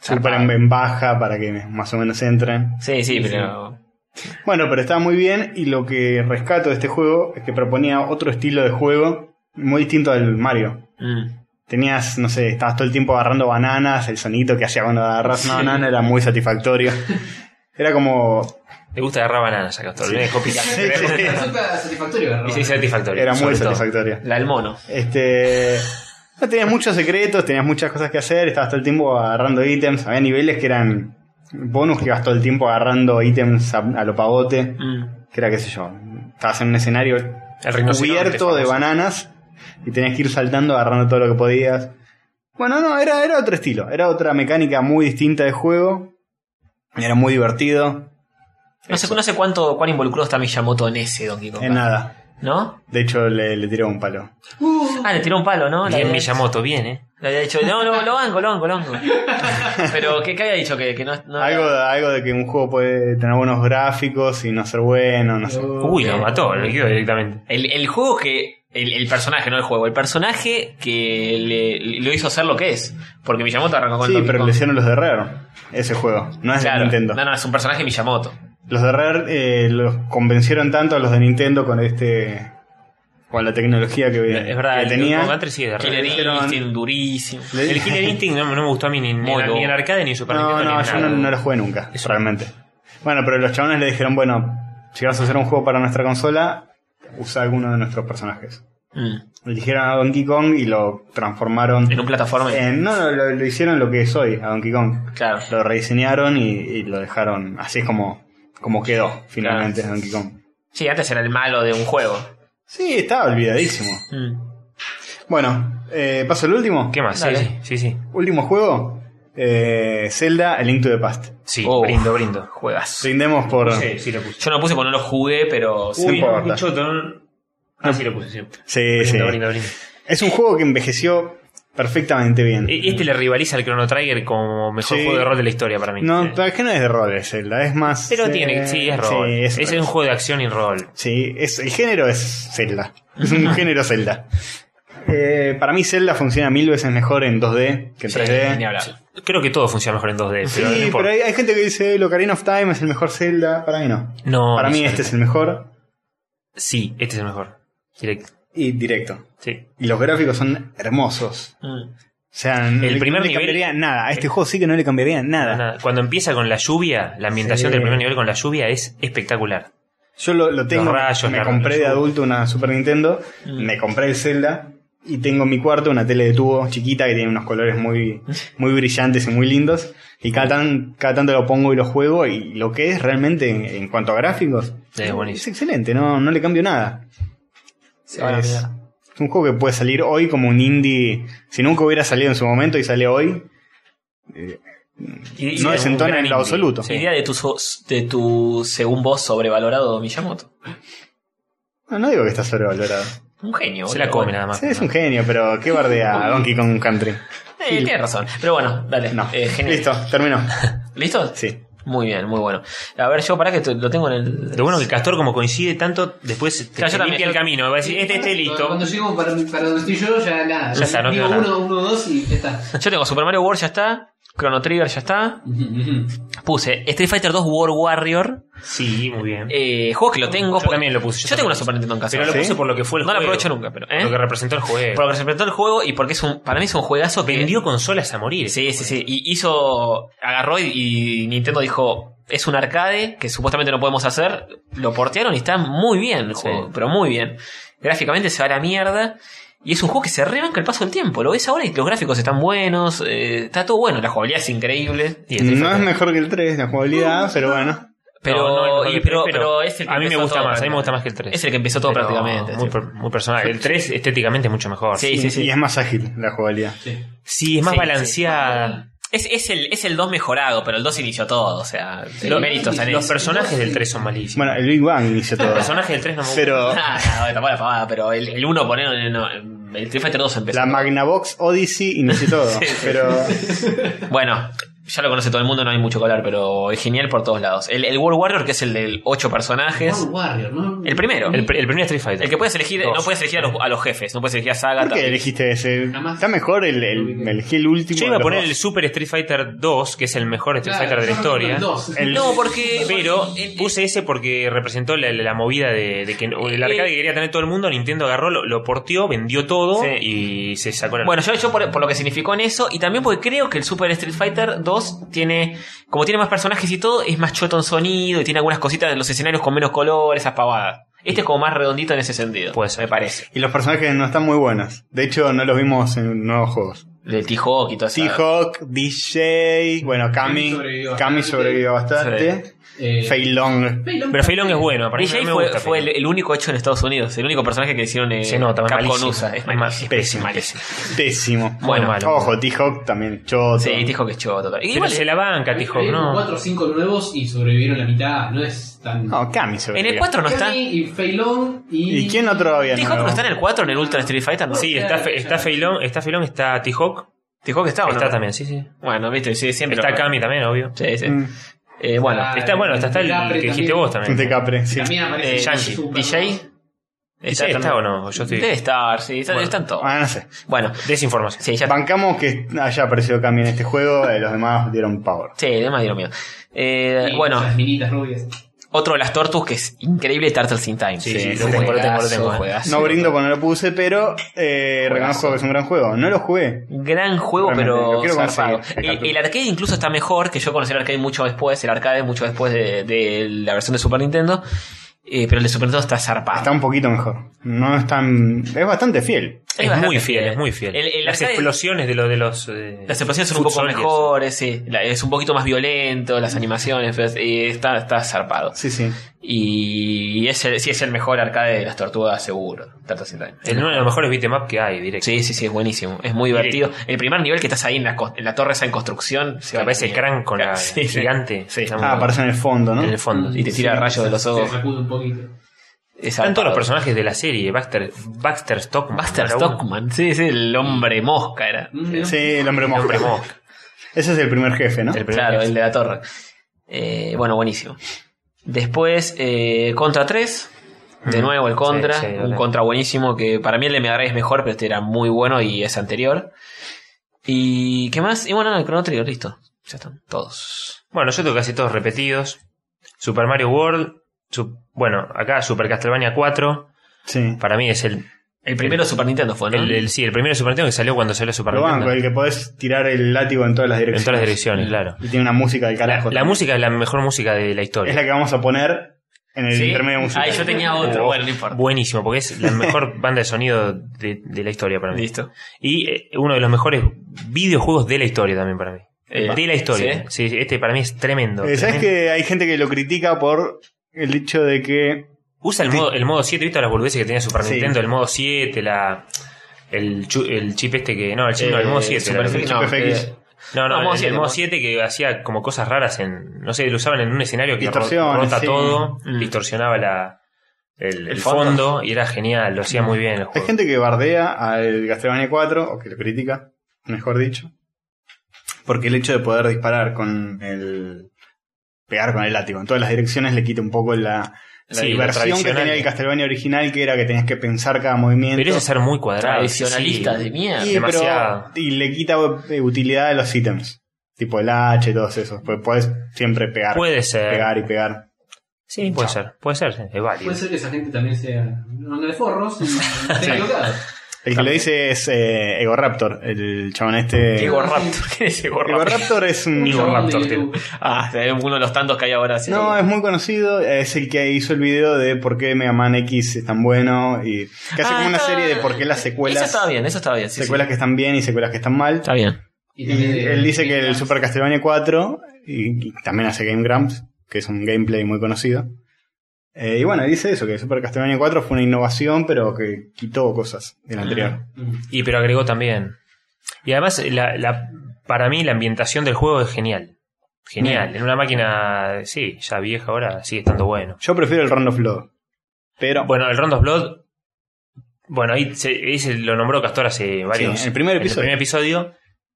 Speaker 3: Zarpado.
Speaker 2: Superan en baja para que más o menos entren.
Speaker 3: Sí, sí,
Speaker 4: Sí,
Speaker 3: pero.
Speaker 2: Bueno, pero estaba muy bien y lo que rescato de este juego es que proponía otro estilo de juego muy distinto al Mario.
Speaker 3: Mm.
Speaker 2: Tenías, no sé, estabas todo el tiempo agarrando bananas, el sonito que hacía cuando agarras una
Speaker 4: Sí.
Speaker 2: banana era muy satisfactorio. Era como...
Speaker 5: Le gusta agarrar bananas acá, todo. Es
Speaker 2: Sí, sí.
Speaker 4: Resulta satisfactorio, ¿verdad?
Speaker 5: Y sí, satisfactorio.
Speaker 2: Era muy
Speaker 5: sobre todo.
Speaker 2: satisfactorio.
Speaker 3: La del mono.
Speaker 2: Este... no, Tenías muchos secretos, tenías muchas cosas que hacer, estabas todo el tiempo agarrando ítems, había niveles que eran bonus que ibas todo el tiempo agarrando ítems a, a lo pavote,
Speaker 3: Mm.
Speaker 2: que era qué sé yo, estabas en un escenario
Speaker 5: El rinoceronte
Speaker 2: cubierto de
Speaker 5: famoso.
Speaker 2: bananas y tenías que ir saltando agarrando todo lo que podías. Bueno, no, era, era otro estilo, era otra mecánica muy distinta de juego. Era muy divertido,
Speaker 3: No sé, no sé cuánto, cuán involucrado está Miyamoto en ese Donkey Kong.
Speaker 2: en nada.
Speaker 3: ¿No?
Speaker 2: De hecho, le, le tiró un palo.
Speaker 4: Uh,
Speaker 3: Ah, le tiró un palo, ¿no? Le
Speaker 5: Bien
Speaker 3: había-
Speaker 5: Miyamoto, bien, ¿eh?
Speaker 3: Le había dicho, no, no, lo banco, lo banco, lo banco. Pero, ¿qué, qué había dicho? Que, que no,
Speaker 5: Ah.
Speaker 3: no-
Speaker 2: Algo, algo de que un juego puede tener buenos gráficos y no ser bueno, no sé.
Speaker 4: uh,
Speaker 5: Uy, lo mató, lo liquidó directamente.
Speaker 3: El, el juego que. El, el personaje, no el juego. El personaje que le, lo hizo hacer lo que es. Porque Miyamoto arrancó con el
Speaker 2: Sí,
Speaker 3: Donkey
Speaker 2: pero
Speaker 3: Kong.
Speaker 2: le hicieron los de Rare, ese juego, no es
Speaker 3: Claro.
Speaker 2: de Nintendo.
Speaker 3: No, no, es un personaje Miyamoto.
Speaker 2: Los de Rare eh, los convencieron tanto a los de Nintendo con este. con la tecnología que,
Speaker 5: Es verdad,
Speaker 2: que tenía.
Speaker 5: el Country sí es de
Speaker 3: Killer
Speaker 5: raro.
Speaker 3: Instinct, durísimo.
Speaker 2: Le-
Speaker 5: El Killer Instinct no, no me gustó a mí ni, ni,
Speaker 3: Muy
Speaker 5: en- ni en
Speaker 3: loco.
Speaker 5: arcade ni en Super
Speaker 2: No,
Speaker 5: Nintendo
Speaker 2: no,
Speaker 5: ni
Speaker 2: yo
Speaker 5: en
Speaker 2: no,
Speaker 5: nada.
Speaker 2: no lo jugué nunca,
Speaker 5: Eso.
Speaker 2: realmente. Bueno, pero los chabones le dijeron, bueno, si vas a hacer un juego para nuestra consola, usa alguno de nuestros personajes.
Speaker 3: Mm.
Speaker 2: Le dijeron a Donkey Kong y lo transformaron.
Speaker 3: En un plataforma.
Speaker 2: en- no, no, lo, lo hicieron lo que es hoy, a Donkey Kong.
Speaker 3: Claro.
Speaker 2: Lo rediseñaron y, y lo dejaron. Así es como, como quedó finalmente Donkey Kong.
Speaker 3: Sí, antes era el malo de un juego.
Speaker 2: Sí, estaba olvidadísimo.
Speaker 3: Mm.
Speaker 2: Bueno, eh, paso al último.
Speaker 5: ¿Qué más? Sí,
Speaker 3: Dale.
Speaker 5: sí, sí, sí.
Speaker 2: Último juego. eh, Zelda, A Link to the Past.
Speaker 5: Sí,
Speaker 3: Oh.
Speaker 5: brindo, brindo.
Speaker 3: Juegas.
Speaker 2: Brindemos por...
Speaker 5: Sí, sí lo puse.
Speaker 3: Yo no lo puse porque no lo jugué, pero. sí.
Speaker 2: Uy, no, qué
Speaker 5: choto, no. Ah, sí lo puse, sí.
Speaker 2: Sí, sí.
Speaker 5: Brindo, brindo, brindo.
Speaker 2: Es un juego que envejeció perfectamente bien.
Speaker 5: E- Este le rivaliza al Chrono Trigger como mejor
Speaker 2: Sí.
Speaker 5: juego de rol de la historia para mí.
Speaker 2: No,
Speaker 5: Sí.
Speaker 2: pero es que no es de roles, Zelda, es más.
Speaker 5: Pero
Speaker 2: eh,
Speaker 5: tiene, sí, es rol.
Speaker 2: sí,
Speaker 5: es
Speaker 2: rol.
Speaker 5: un juego de acción y rol.
Speaker 2: Sí, es, el género es Zelda. Es un género Zelda. Eh, para mí Zelda funciona mil veces mejor en 2D que en
Speaker 3: Sí,
Speaker 2: 3D.
Speaker 3: ni hablar.
Speaker 5: Creo que todo funciona mejor en 2D.
Speaker 2: Sí,
Speaker 5: pero no
Speaker 2: pero,
Speaker 5: importa.
Speaker 2: hay, hay gente que dice, el Ocarina of Time es el mejor Zelda. Para mí no.
Speaker 5: No,
Speaker 2: para
Speaker 5: no
Speaker 2: mí
Speaker 5: sé.
Speaker 2: este es el mejor
Speaker 5: Sí, este es el mejor. Directo.
Speaker 2: y directo.
Speaker 5: Sí.
Speaker 2: Y los gráficos son hermosos.
Speaker 3: Mm.
Speaker 2: O sea, no
Speaker 5: El
Speaker 2: le-
Speaker 5: primer
Speaker 2: no le
Speaker 5: nivel-
Speaker 2: cambiaría nada. A este juego sí que no le cambiaría
Speaker 3: Ah.
Speaker 2: nada.
Speaker 5: Nada. Cuando empieza con la lluvia, la ambientación
Speaker 2: Sí.
Speaker 5: del primer nivel con la lluvia es espectacular.
Speaker 2: Yo lo, lo tengo,
Speaker 5: Los rayos, Mm.
Speaker 2: me
Speaker 5: la-
Speaker 2: compré de adulto una Super Nintendo, me compré el Zelda y tengo en mi cuarto una tele de tubo chiquita que tiene unos colores
Speaker 5: (laughs)
Speaker 2: muy, muy brillantes y muy lindos. Y cada, tan- cada tanto lo pongo y lo juego y lo que es realmente en, en cuanto a gráficos
Speaker 5: Sí, es buenísimo.
Speaker 2: excelente, no, no le cambio nada.
Speaker 3: Se van a
Speaker 2: Es-
Speaker 3: mirar.
Speaker 2: es un juego que puede salir hoy como un indie, si nunca hubiera salido en su momento y sale hoy,
Speaker 5: Y- y
Speaker 2: no
Speaker 5: es un
Speaker 2: desentona
Speaker 5: gran
Speaker 2: en lo
Speaker 5: indie.
Speaker 2: absoluto.
Speaker 5: Sí.
Speaker 3: Idea de tu, so- de tu, según vos, sobrevalorado Miyamoto.
Speaker 2: No, no digo que está sobrevalorado.
Speaker 3: Un genio.
Speaker 5: Se
Speaker 3: boludo.
Speaker 5: la come nada más.
Speaker 2: Sí, es un genio, pero qué bardea Donkey Kong Country.
Speaker 3: Eh, tiene razón. Pero bueno, dale.
Speaker 2: No.
Speaker 3: Eh, genio.
Speaker 2: Listo, terminó.
Speaker 3: ¿Listo?
Speaker 2: Sí.
Speaker 3: Muy bien, muy bueno. A ver, yo para que te- lo tengo en el.
Speaker 5: Lo bueno que Castor, como coincide tanto, después te,
Speaker 3: Claro, yo
Speaker 5: te
Speaker 3: también,
Speaker 5: limpia
Speaker 3: yo-
Speaker 5: el camino. Va a decir, este esté listo.
Speaker 4: Cuando llego para, para donde estoy yo, ya nada.
Speaker 5: Ya está, no
Speaker 4: digo
Speaker 5: queda
Speaker 4: uno,
Speaker 5: nada.
Speaker 4: uno, dos y ya está.
Speaker 3: Yo tengo Super Mario World, ya está. Chrono Trigger, ya está.
Speaker 4: Ujú, ujú.
Speaker 3: Puse Street Fighter 2 World Warrior.
Speaker 5: Sí, muy bien.
Speaker 3: Eh, juegos que lo tengo.
Speaker 5: Yo también lo puse,
Speaker 3: Yo,
Speaker 5: yo
Speaker 3: tengo
Speaker 5: también
Speaker 3: una
Speaker 5: lo
Speaker 3: Super Nintendo en casa.
Speaker 5: Pero lo
Speaker 3: ¿sí?
Speaker 5: puse por lo que fue el
Speaker 3: No lo
Speaker 5: juego.
Speaker 3: aprovecho nunca, pero, ¿eh?
Speaker 5: Lo que representó el juego.
Speaker 3: Porque se presentó el juego y porque es un. Para mí es un juegazo que.
Speaker 5: Vendió consolas a morir.
Speaker 3: Sí, sí, sí. Y hizo. Agarró y, y Nintendo dijo. Es un arcade que supuestamente no podemos hacer. Lo portearon y está muy bien el
Speaker 5: Sí.
Speaker 3: juego. Pero muy bien. Gráficamente se va a la mierda. Y es un juego que se rebanca el paso del tiempo. Lo ves ahora y los gráficos están buenos. eh, está todo bueno. La jugabilidad es increíble.
Speaker 5: Y Street
Speaker 2: No es
Speaker 5: Fighter.
Speaker 2: mejor que el 3, la jugabilidad, pero bueno.
Speaker 3: Pero,
Speaker 5: No, no es mejor que
Speaker 3: y-
Speaker 5: el
Speaker 3: pero,
Speaker 5: tres,
Speaker 3: pero es el que
Speaker 5: a mí me
Speaker 3: empezó
Speaker 5: gusta
Speaker 3: todo
Speaker 5: más. A mí me
Speaker 3: prácticamente.
Speaker 5: gusta más que el 3.
Speaker 3: Es el que empezó todo
Speaker 5: Pero
Speaker 3: prácticamente.
Speaker 5: Muy,
Speaker 3: sí.
Speaker 5: per- muy personal. El 3 estéticamente es mucho mejor.
Speaker 3: Sí, sí, sí.
Speaker 2: Y es más ágil la jugabilidad.
Speaker 4: Sí.
Speaker 5: Sí, es más
Speaker 3: Sí,
Speaker 5: balanceada.
Speaker 3: Es, es el, es el 2 mejorado, pero el 2 inició todo, o sea, el
Speaker 5: Los,
Speaker 3: mérito está en
Speaker 5: los
Speaker 3: eso.
Speaker 5: personajes del 3 son malísimos.
Speaker 2: Bueno, el Big Bang inició todo.
Speaker 5: los personajes del 3 no me gustan.
Speaker 2: Pero
Speaker 3: Ah, no, tapó la pavada, pero el, el 1 poner no, el Street Fighter 2 empezó.
Speaker 2: la Magnavox Odyssey inició
Speaker 5: (laughs)
Speaker 2: todo. Pero
Speaker 3: Bueno, ya lo conoce todo el mundo, no hay mucho que hablar, pero es genial por todos lados. El, el World Warrior, que es el del 8 personajes.
Speaker 4: World Warrior, ¿no?
Speaker 3: El primero.
Speaker 5: El, pr- el primer Street Fighter.
Speaker 3: El que puedes elegir,
Speaker 5: Dos.
Speaker 3: no puedes elegir a los, a los jefes, no puedes elegir a Saga.
Speaker 2: ¿por qué elegiste ese?
Speaker 4: Jamás.
Speaker 2: Está mejor el, el, elegí el último.
Speaker 5: Yo iba
Speaker 2: de
Speaker 5: a
Speaker 2: los
Speaker 5: poner
Speaker 2: dos.
Speaker 5: el Super Street Fighter 2, que es el mejor Street
Speaker 4: Claro,
Speaker 5: Fighter de la
Speaker 4: yo me
Speaker 5: historia.
Speaker 4: acuerdo del dos.
Speaker 2: El-
Speaker 3: No, porque.
Speaker 5: Pero
Speaker 3: el-
Speaker 5: puse ese porque representó la, la movida de, de que el arcade que quería tener todo el mundo, Nintendo agarró, lo, lo porteó, vendió todo
Speaker 3: Sí.
Speaker 5: y se sacó la...
Speaker 3: Bueno, yo, yo por, por lo que significó en eso, y también porque creo que el Super Street Fighter 2 tiene, como tiene más personajes y todo, es más choto en sonido y tiene algunas cositas de los escenarios con menos color, esas pavadas. Este es como más redondito en ese sentido.
Speaker 5: Puede ser.
Speaker 3: me parece.
Speaker 2: Y los personajes no están muy buenos. De hecho, no los vimos en nuevos juegos.
Speaker 5: Ah.
Speaker 3: Del T-Hawk y todo eso.
Speaker 2: T-Hawk, DJ, bueno,
Speaker 4: Kami
Speaker 2: Kami.
Speaker 4: sobrevivió
Speaker 2: Kami
Speaker 4: bastante.
Speaker 2: sobrevivió bastante.
Speaker 4: Eh,
Speaker 2: Fei
Speaker 5: (laughs)
Speaker 2: Long.
Speaker 4: Feilong.
Speaker 5: pero Feilong es bueno, para mí
Speaker 3: DJ
Speaker 5: no me
Speaker 3: fue,
Speaker 5: gusta
Speaker 3: fue el,
Speaker 5: Feilong.
Speaker 3: el único hecho en Estados Unidos, el único personaje que hicieron eh,
Speaker 5: Se nota,
Speaker 3: Capcom
Speaker 5: malísimo.
Speaker 3: USA. Es
Speaker 5: Es más-
Speaker 3: malísimo.
Speaker 5: pésimo.
Speaker 3: malísimo.
Speaker 2: Pésimo.
Speaker 5: Bueno, malo.
Speaker 2: Ojo, T-Hawk también choto.
Speaker 3: Sí, dijo que es choto. total.
Speaker 5: Pero
Speaker 3: Igual,
Speaker 5: se la banca, T-Hawk,
Speaker 4: Hay
Speaker 5: ¿no?
Speaker 4: Cuatro o cinco nuevos y sobrevivieron la mitad. No es tan.
Speaker 2: No, Kami
Speaker 3: en
Speaker 2: sobrevivió.
Speaker 3: el 4 no está.
Speaker 4: Kami y Feilong y.
Speaker 2: ¿Y quién otro había?
Speaker 3: ¿T-Hawk no
Speaker 2: nuevo?
Speaker 3: está en el 4 en el Ultra Street Fighter? No.
Speaker 5: Sí, está, Fe- está Feilong, está Feilong, está T-Hawk.
Speaker 3: ¿T-Hawk está o no?
Speaker 5: Está también, sí, sí.
Speaker 3: Bueno, viste, sí, siempre.
Speaker 5: Está
Speaker 3: lo-
Speaker 5: Kami también, obvio.
Speaker 3: Sí, sí.
Speaker 2: Mm.
Speaker 3: Eh, bueno,
Speaker 4: Ah,
Speaker 5: Está, bueno, está, está el
Speaker 4: Capre
Speaker 5: que dijiste
Speaker 4: también.
Speaker 5: vos también.
Speaker 2: De Capre, sí.
Speaker 4: También aparece.
Speaker 3: Eh,
Speaker 4: Super
Speaker 3: Yanji,
Speaker 4: Super
Speaker 3: DJ.
Speaker 5: ¿Está,
Speaker 3: también.
Speaker 5: está o no? Yo estoy...
Speaker 3: Debe estar, sí, está,
Speaker 5: Bueno.
Speaker 3: están todos.
Speaker 2: Ah, no sé.
Speaker 3: Bueno,
Speaker 5: Desinformación.
Speaker 3: sí, ya
Speaker 2: Bancamos que haya aparecido Cami en este juego, eh, los demás dieron power.
Speaker 3: Sí, además dieron miedo. Eh,
Speaker 4: Y
Speaker 3: bueno,
Speaker 4: esas minitas rubias.
Speaker 3: otro de las Tortus que es increíble, Turtles in Time.
Speaker 5: Sí, sí,
Speaker 3: es
Speaker 5: lo
Speaker 3: un
Speaker 5: tengo, lo tengo, lo tengo.
Speaker 3: juegazo, juegazo.
Speaker 2: No brindo porque no lo puse, pero eh,
Speaker 3: Juegazo.
Speaker 2: reconozco que es un gran juego. No lo jugué.
Speaker 3: Gran juego,
Speaker 2: Realmente,
Speaker 3: pero
Speaker 2: lo quiero
Speaker 3: zarpado.
Speaker 2: conseguir,
Speaker 3: El,
Speaker 2: Pikachu.
Speaker 3: el arcade incluso está mejor, que yo conocí el arcade mucho después, el arcade mucho después de, de la versión de Super Nintendo. eh, pero el de Super Nintendo está zarpado.
Speaker 2: Está un poquito mejor. No es tan. Es bastante fiel.
Speaker 5: Es,
Speaker 3: bastante
Speaker 5: muy fiel, es muy fiel.
Speaker 3: El- el
Speaker 5: Las
Speaker 3: arcade-
Speaker 5: explosiones de, lo, de los... eh,
Speaker 3: Las explosiones son un
Speaker 5: Foot
Speaker 3: poco
Speaker 5: Soldiers.
Speaker 3: mejores, sí. La- es un poquito más violento, las animaciones, pues, eh, está, está zarpado.
Speaker 2: Sí, sí.
Speaker 3: Y es el, sí es el mejor arcade de las tortugas, seguro. Turtles in Time.
Speaker 5: El uno de los mejores beat'em up que hay, directo.
Speaker 3: Sí, sí, sí, es buenísimo. Es muy
Speaker 5: Directo.
Speaker 3: divertido. El primer nivel que estás ahí en la, cos- en la torre esa en construcción.
Speaker 5: Que aparece Crank con la
Speaker 3: Sí, sí.
Speaker 5: gigante.
Speaker 3: Sí.
Speaker 5: Está muy
Speaker 2: Ah,
Speaker 5: bueno.
Speaker 2: aparece en el fondo, ¿no?
Speaker 5: en el fondo.
Speaker 3: Y te tira
Speaker 4: Sí,
Speaker 3: rayos de los
Speaker 4: se-
Speaker 3: ojos.
Speaker 4: Se sacude un poquito.
Speaker 5: Están todos los
Speaker 3: personajes.
Speaker 5: personajes de la serie, Baxter, Baxter Stockman.
Speaker 3: Buster
Speaker 5: número uno.
Speaker 3: Stockman, sí, sí, el hombre mosca era.
Speaker 4: Mm,
Speaker 2: Sí, el hombre mosca.
Speaker 5: Hombre mosca.
Speaker 2: Ese es el primer jefe, ¿no?
Speaker 5: El primer
Speaker 3: Claro,
Speaker 5: jefe.
Speaker 3: el de la torre. Eh, bueno, buenísimo. Después, eh, Contra 3. De
Speaker 5: Mm,
Speaker 3: nuevo el
Speaker 5: sí,
Speaker 3: Contra.
Speaker 5: sí,
Speaker 3: un
Speaker 5: dale.
Speaker 3: Contra buenísimo que para mí el de Mega Drive es mejor, pero este era muy bueno y es anterior. ¿Y qué más? Y bueno, el Chrono Trigger, listo. Ya están todos.
Speaker 5: Bueno, yo tengo casi todos repetidos. Super Mario World. su- bueno, acá Super Castlevania 4.
Speaker 2: Sí.
Speaker 5: Para mí es el,
Speaker 3: El primero Super Nintendo fue, ¿no?
Speaker 5: el, el- sí, el primero Super Nintendo que salió cuando salió Super
Speaker 2: Lo
Speaker 5: Nintendo.
Speaker 2: banco, el que podés tirar el látigo en todas las
Speaker 5: en
Speaker 2: direcciones.
Speaker 5: todas las direcciones, claro.
Speaker 2: Y tiene una música del
Speaker 5: La,
Speaker 2: carajo.
Speaker 5: la
Speaker 2: también.
Speaker 5: música es la mejor música Ah, de la historia.
Speaker 2: Es la que vamos a poner en el
Speaker 3: ¿Sí?
Speaker 2: intermedio musical.
Speaker 3: Ahí yo (laughs) tenía otro, bueno, no importa.
Speaker 5: Buenísimo, porque es la mejor
Speaker 3: (laughs)
Speaker 5: banda de sonido de, de la historia para mí.
Speaker 3: Listo.
Speaker 5: Y eh, uno de los mejores videojuegos de la historia también para mí.
Speaker 3: Eh,
Speaker 5: de la historia. ¿Sí? este para mí es tremendo.
Speaker 2: Eh, ¿Sabes
Speaker 5: tremendo.
Speaker 2: que hay gente que lo critica por el hecho de que
Speaker 5: Usa el modo, el modo 7, ¿viste las boludeces que tenía Super
Speaker 2: Sí.
Speaker 5: Nintendo? El modo 7, la, el, chu- el chip este que. No, el chip no, el
Speaker 3: Eh,
Speaker 5: modo 7.
Speaker 3: Super
Speaker 5: la-
Speaker 3: Fi-
Speaker 2: el
Speaker 3: no,
Speaker 2: Super FX.
Speaker 3: eh,
Speaker 5: no,
Speaker 3: no,
Speaker 5: no,
Speaker 3: modo
Speaker 5: el,
Speaker 3: 7,
Speaker 5: el modo
Speaker 3: modo
Speaker 5: 7 que hacía como cosas raras en. No sé, lo usaban en un escenario que ro-
Speaker 2: Distorsiones,
Speaker 5: rota
Speaker 2: sí.
Speaker 5: todo,
Speaker 3: Mm.
Speaker 5: distorsionaba la, el, el
Speaker 3: fondo.
Speaker 5: fondo. y era genial, lo hacía muy bien el
Speaker 2: Mm. hay
Speaker 5: juego.
Speaker 2: gente que bardea al Castlevania 4, o que lo critica, mejor dicho, porque el hecho de poder disparar con el... pegar con el látigo en todas las direcciones le quita un poco la... La
Speaker 5: Sí, lo
Speaker 2: diversión que
Speaker 5: tradicional.
Speaker 2: tenía el Castlevania original, que era que tenías que pensar cada movimiento.
Speaker 5: Pero eso es ser muy cuadrado.
Speaker 3: Tradicionalistas
Speaker 5: sí.
Speaker 3: de mierda.
Speaker 2: Sí, pero-
Speaker 5: demasiado.
Speaker 2: y le quita eh, utilidad a los ítems. Tipo el H y todos esos. Pues puedes siempre pegar.
Speaker 5: Puede ser.
Speaker 2: Pegar y pegar.
Speaker 5: Sí, puede ser, puede ser, sí, es válido.
Speaker 4: Puede ser que esa gente también sea. No anda de forros y esté equivocado.
Speaker 2: El que lo dice es eh, Ego Raptor, el chabón este.
Speaker 3: Ego Raptor,
Speaker 5: (laughs)
Speaker 3: ¿qué es Ego
Speaker 2: Ego
Speaker 3: Raptor?
Speaker 2: Raptor es un.
Speaker 4: Un chabón de
Speaker 3: Raptor,
Speaker 4: YouTube.
Speaker 3: Ah, uno de los tantos que hay ahora. sí.
Speaker 2: No, es muy conocido. Es el que hizo el video de por qué Mega Man X es tan bueno. Y que hace
Speaker 3: Ah,
Speaker 2: como una
Speaker 3: está-
Speaker 2: serie de por qué las
Speaker 3: Eso
Speaker 2: secuelas.
Speaker 3: estaba bien, eso estaba bien. sí, sí.
Speaker 2: secuelas que están bien y secuelas que están mal.
Speaker 3: Está bien.
Speaker 4: Y
Speaker 2: Y
Speaker 4: también de-
Speaker 2: él dice que el
Speaker 4: de-
Speaker 2: Super Castlevania 4, y, y también hace Game Grumps, que es un gameplay muy conocido. Eh, y bueno, dice eso, que el Super Castlevania 4 fue una innovación, pero que quitó cosas del anterior.
Speaker 4: Mm.
Speaker 5: Y pero agregó también. Y además, la, la- para mí, la ambientación del juego es genial. Genial. En una máquina, sí, ya vieja ahora, sigue estando bueno.
Speaker 2: Yo prefiero el Round of Blood. Pero
Speaker 5: Bueno, el Rondo of Blood. Bueno, ahí se, ahí se lo nombró Castor hace varios.
Speaker 2: en el primer episodio.
Speaker 5: episodio.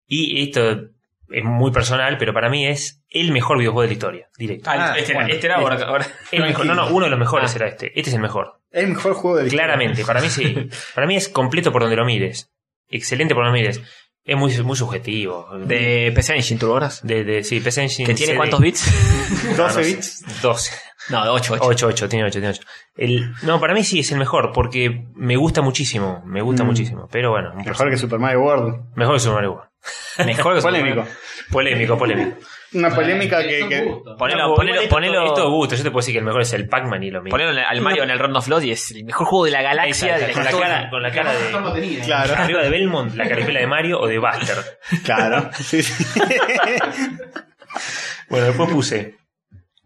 Speaker 5: Y esto es muy personal, pero para mí es el mejor videojuego de la historia. Directo.
Speaker 3: Ah,
Speaker 2: Ah,
Speaker 3: este, era-
Speaker 2: bueno,
Speaker 3: este era ahora. ahora.
Speaker 4: Ah,
Speaker 5: El mejor- no, no, uno de los mejores era este. Este es el mejor.
Speaker 2: es el mejor juego de
Speaker 5: Claramente, para mí sí. Para mí es completo por donde lo mires. Excelente por donde lo mires. Es muy, muy subjetivo.
Speaker 3: De PC Engine, ¿tú lo logras?
Speaker 5: De, de- sí, PC Engine.
Speaker 3: ¿Que tiene
Speaker 5: CD.
Speaker 3: cuántos bits?
Speaker 5: No,
Speaker 2: 12
Speaker 5: no sé.
Speaker 2: bits.
Speaker 5: 12.
Speaker 3: (laughs) No, de 8, 8.
Speaker 5: 8, 8, tiene 8, tiene 8. El, no, para mí sí es el mejor, porque me gusta muchísimo, me gusta
Speaker 2: Mm.
Speaker 5: muchísimo. Pero bueno, un
Speaker 2: Mejor que Super Mario World.
Speaker 5: pro- mejor que Super Mario World.
Speaker 2: (laughs)
Speaker 3: Mejor que
Speaker 2: Polémico.
Speaker 5: Polémico, polémico.
Speaker 2: Una
Speaker 4: Bueno,
Speaker 2: polémica
Speaker 4: Ah, Eh, son
Speaker 2: que. que-
Speaker 4: gustos.
Speaker 3: (laughs) Ponelo,
Speaker 5: No,
Speaker 3: ponelo,
Speaker 5: igual esto-
Speaker 3: ponelo,
Speaker 5: Esto es gusto, yo te puedo decir que el mejor es el Pac-Man y lo mismo.
Speaker 3: ponelo en el- al Mario en el Round of Blood y es el mejor juego de la
Speaker 5: Ahí
Speaker 3: galaxia.
Speaker 5: está,
Speaker 3: de la
Speaker 5: con, la
Speaker 3: historia.
Speaker 5: cara, con la cara
Speaker 4: Yo no
Speaker 5: de.
Speaker 4: tenía.
Speaker 5: (laughs)
Speaker 2: Claro,
Speaker 5: Arriba de Belmont, la caripela de Mario o de Buster.
Speaker 2: claro. Sí, sí.
Speaker 5: Bueno, después puse.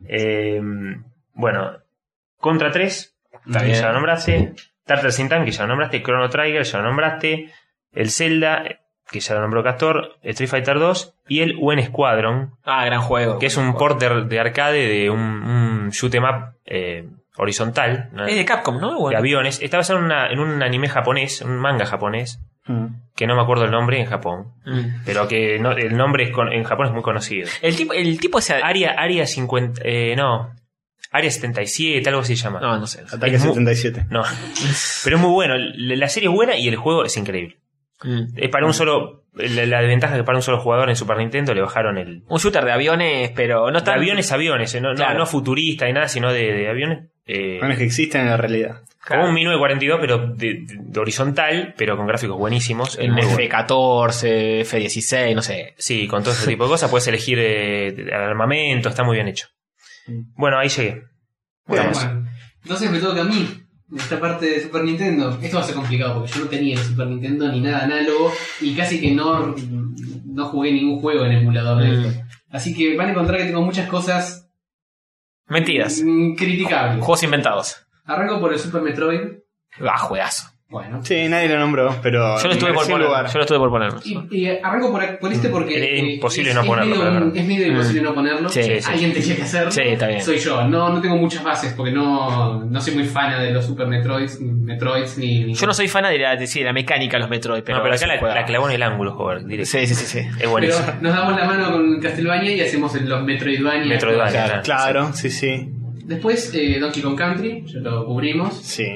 Speaker 5: eh, bueno, Contra 3,
Speaker 3: Está
Speaker 5: que
Speaker 3: bien.
Speaker 5: ya lo nombraste. Tartar Sin Time, que ya lo nombraste. Chrono Trigger, ya lo nombraste. El Zelda, que ya lo nombró Castor. el Street Fighter 2. Y el UN Squadron,
Speaker 3: Ah, gran juego.
Speaker 5: que es un port de, de arcade de un, un shoot 'em up eh, horizontal. ¿no?
Speaker 3: Es de Capcom, ¿no?
Speaker 5: de
Speaker 3: Bueno.
Speaker 5: aviones. Estaba basado en, una- en un anime japonés, un manga japonés, que no me acuerdo el nombre en Japón.
Speaker 3: Mm.
Speaker 5: Pero que no- el nombre es con- en Japón es muy conocido.
Speaker 3: El tipo, el tipo se.
Speaker 5: Área, área 50. eh, no. Área 77, algo así se llama.
Speaker 3: No, no sé. no sé.
Speaker 2: Ataque
Speaker 5: Es mu-
Speaker 2: 77.
Speaker 5: No. Pero es muy bueno. La la serie es buena y el juego es increíble.
Speaker 3: Mm.
Speaker 5: Es para un solo. La, la desventaja es que para un solo jugador en Super Nintendo le bajaron el.
Speaker 3: Un shooter de aviones, pero no
Speaker 5: De
Speaker 3: tan.
Speaker 5: aviones, a aviones, eh, no, no-
Speaker 3: Claro.
Speaker 5: no futurista ni nada, sino de, de aviones. eh,
Speaker 2: Bueno, es que existen en la realidad.
Speaker 5: como un 1942, pero de, de- de horizontal, pero con gráficos buenísimos. y
Speaker 3: El
Speaker 5: muy bueno.
Speaker 3: F-14, F-16, no sé.
Speaker 5: Sí, con todo ese tipo de cosas puedes elegir eh, el armamento, está muy bien hecho.
Speaker 3: Mm.
Speaker 5: Bueno, ahí llegué.
Speaker 4: Bueno,
Speaker 2: Veamos.
Speaker 4: bueno. Entonces me toca a mí. Esta parte de Super Nintendo. Esto va a ser complicado porque yo no tenía el Super Nintendo ni nada análogo y casi que no, no jugué ningún juego en emulador. de esto.
Speaker 2: Mm.
Speaker 4: Así que van a encontrar que tengo muchas cosas
Speaker 3: Mentiras.
Speaker 4: mm, criticables.
Speaker 3: Juegos inventados.
Speaker 4: Arranco por el Super Metroid.
Speaker 3: Ah, juegazo.
Speaker 4: Bueno.
Speaker 2: Sí, nadie lo nombró, pero.
Speaker 3: Yo lo estuve por
Speaker 2: mereció un
Speaker 3: poner.
Speaker 2: lugar.
Speaker 3: Yo lo estuve por poner.
Speaker 4: Y, y arranco por, por este porque.
Speaker 5: Era
Speaker 4: eh,
Speaker 5: imposible
Speaker 4: es-
Speaker 5: no
Speaker 4: es
Speaker 5: ponerlo,
Speaker 4: medio-
Speaker 5: la verdad.
Speaker 4: es medio
Speaker 3: Mm.
Speaker 4: imposible no ponerlo.
Speaker 3: Sí, sí.
Speaker 4: Alguien tenía que hacerlo.
Speaker 3: Sí, está bien.
Speaker 4: Soy yo. No, no tengo muchas bases porque no, no soy muy fana de los Super Metroids, ni Metroids ni. ni-
Speaker 3: Yo no soy fan de la, de, sí, de la mecánica de los Metroid, pero,
Speaker 5: no, pero
Speaker 3: es
Speaker 5: acá
Speaker 3: un
Speaker 5: la,
Speaker 3: juegazo.
Speaker 5: la clavó en el ángulo, joder, directo.
Speaker 3: Sí, sí, sí, sí.
Speaker 5: Es
Speaker 4: Pero
Speaker 5: buenísimo.
Speaker 4: nos damos la mano con Castlevania y hacemos el- los Metroidvania.
Speaker 5: Metroidvania, claro.
Speaker 2: Claro, sí, sí.
Speaker 4: Después eh, Donkey Kong Country, ya lo cubrimos.
Speaker 2: Sí.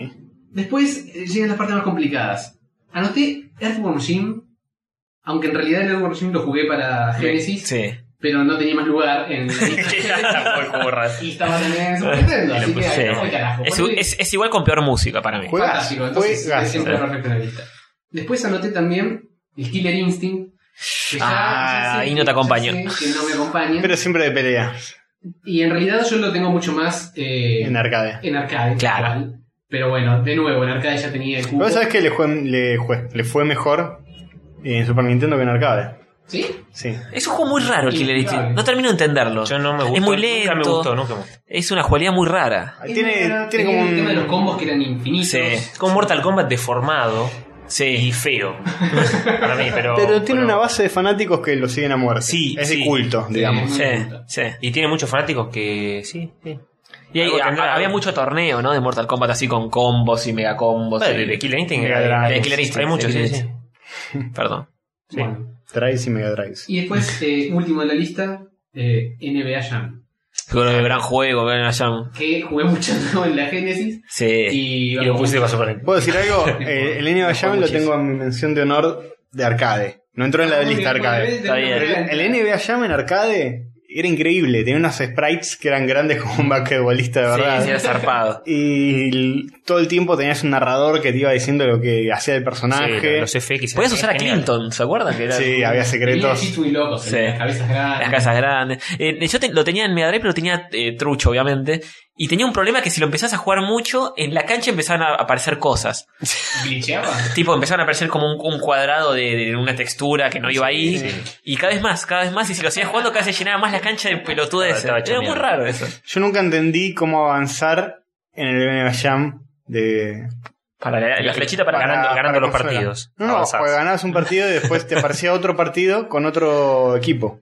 Speaker 4: Después eh, llegan las partes más complicadas. Anoté Earthworm Jim, aunque en realidad el Earthworm Jim lo jugué para Genesis,
Speaker 3: Sí.
Speaker 4: pero no tenía más lugar en la
Speaker 3: (laughs)
Speaker 4: lista.
Speaker 5: Tampoco es borrar.
Speaker 4: y estaba también en Super Nintendo,
Speaker 5: Y lo
Speaker 4: así que
Speaker 5: puse,
Speaker 4: ahí
Speaker 5: no,
Speaker 4: fue el carajo.
Speaker 3: pues, Es,
Speaker 4: Ponele-
Speaker 3: es- es igual con peor música para mí.
Speaker 2: Juegazo,
Speaker 4: fantástico, entonces
Speaker 2: juegazo.
Speaker 4: es siempre perfecto en la lista. Después anoté también el Killer Instinct. que ya-
Speaker 3: Ah,
Speaker 4: ya sé-
Speaker 3: ahí no te
Speaker 4: ya
Speaker 3: acompañó.
Speaker 4: sé Que no me acompaña.
Speaker 2: Pero siempre de pelea
Speaker 4: Y en realidad yo lo tengo mucho más eh,
Speaker 2: en arcade.
Speaker 4: en arcade.
Speaker 3: Claro.
Speaker 4: igual. Pero bueno, de nuevo, en arcade ya tenía el cubo.
Speaker 2: Pero sabes que le, jue- le, jue- le fue mejor en Super Nintendo que en arcade.
Speaker 4: ¿Sí?
Speaker 2: Sí.
Speaker 3: Es un juego muy raro el Killer Instinct.
Speaker 4: Injugable.
Speaker 3: No termino de entenderlo.
Speaker 5: Yo no me gustó.
Speaker 3: Es muy
Speaker 5: Nunca me
Speaker 3: lento.
Speaker 5: gustó, nunca me gustó.
Speaker 3: Es una cualidad muy rara.
Speaker 2: Tiene,
Speaker 4: Era-
Speaker 2: tiene como
Speaker 4: tenía El tema de los
Speaker 2: un.
Speaker 4: combos que eran infinitos. eh,
Speaker 3: Sí.
Speaker 5: Es como Mortal Kombat deformado
Speaker 3: Sí.
Speaker 5: y (laughs) feo. para mí, pero.
Speaker 2: Pero tiene
Speaker 5: pero-
Speaker 2: una base de fanáticos que lo siguen a muerte.
Speaker 5: Sí,
Speaker 2: es de
Speaker 5: sí.
Speaker 2: culto,
Speaker 4: Sí.
Speaker 2: digamos.
Speaker 3: Sí,
Speaker 4: Muy
Speaker 3: sí.
Speaker 5: Y tiene muchos fanáticos que. Sí, sí.
Speaker 3: Y ahí,
Speaker 5: Algo
Speaker 3: a-
Speaker 5: tendrá-
Speaker 3: había mucho torneo, ¿no? De Mortal Kombat así con combos y megacombos.
Speaker 5: Bueno,
Speaker 3: y-
Speaker 5: de, de Killer Instinct.
Speaker 2: Mega
Speaker 5: hay-
Speaker 2: Drive.
Speaker 5: hay-
Speaker 3: De Killer Instinct,
Speaker 5: Hay
Speaker 3: de
Speaker 5: muchos, sí,
Speaker 3: Killer
Speaker 5: sí.
Speaker 3: Perdón.
Speaker 4: Bueno.
Speaker 2: Drives y Mega Drives.
Speaker 4: Y
Speaker 2: (laughs)
Speaker 4: después, eh, último de la lista, eh, NBA Jam.
Speaker 3: Creo que gran juego, gran Jam.
Speaker 4: Que jugué mucho (laughs) en la Genesis.
Speaker 3: Sí.
Speaker 4: Y,
Speaker 5: Eh, Y
Speaker 4: (laughs)
Speaker 5: lo puse para Super Nintendo.
Speaker 2: ¿Puedo
Speaker 3: (laughs)
Speaker 2: decir algo? Eh, el NBA Jam lo tengo en mi mención de honor de arcade. No entró en la lista arcade.
Speaker 3: Está Ah, bien.
Speaker 2: eh. El, el NBA Jam en arcade era increíble. Tenía unos sprites que eran grandes como un basquetbolista de
Speaker 3: Sí,
Speaker 2: verdad.
Speaker 3: sí, era zarpado.
Speaker 2: Y l- todo el tiempo tenías un narrador que te iba diciendo lo que hacía el
Speaker 5: Sí,
Speaker 2: personaje.
Speaker 5: los
Speaker 2: Sí,
Speaker 5: FX.
Speaker 3: Podías usar a
Speaker 5: Genial.
Speaker 3: Clinton, ¿se acuerdan? Que era
Speaker 2: había
Speaker 4: Tenía
Speaker 2: secretos.
Speaker 4: chis muy locos,
Speaker 3: Sí.
Speaker 4: las
Speaker 3: Las
Speaker 4: cabezas grandes.
Speaker 3: casas grandes. Eh, yo te- lo tenía en Mega Drive, pero lo tenía eh, trucho, obviamente. Y tenía un problema que si lo empezás a jugar mucho, en la cancha empezaban a aparecer cosas.
Speaker 5: (laughs)
Speaker 4: Glitcheaba.
Speaker 3: Tipo, empezaban a aparecer como un, un cuadrado de, de una textura que no iba ahí. Y cada vez más, cada vez más. Y si lo hacías jugando, cada vez se llenaba más la cancha de pelotudeces.
Speaker 5: Estaba hecho
Speaker 3: Era muy
Speaker 5: mierda.
Speaker 3: raro eso.
Speaker 2: Yo nunca entendí cómo avanzar en el NBA Jam de...
Speaker 3: Para la, la flechita para,
Speaker 5: Ganando-
Speaker 3: ganar.
Speaker 5: ganando los
Speaker 2: consola.
Speaker 5: partidos.
Speaker 2: No, no,
Speaker 5: Avanzás.
Speaker 2: pues ganabas un partido y
Speaker 3: (laughs)
Speaker 2: después te aparecía otro partido con otro equipo.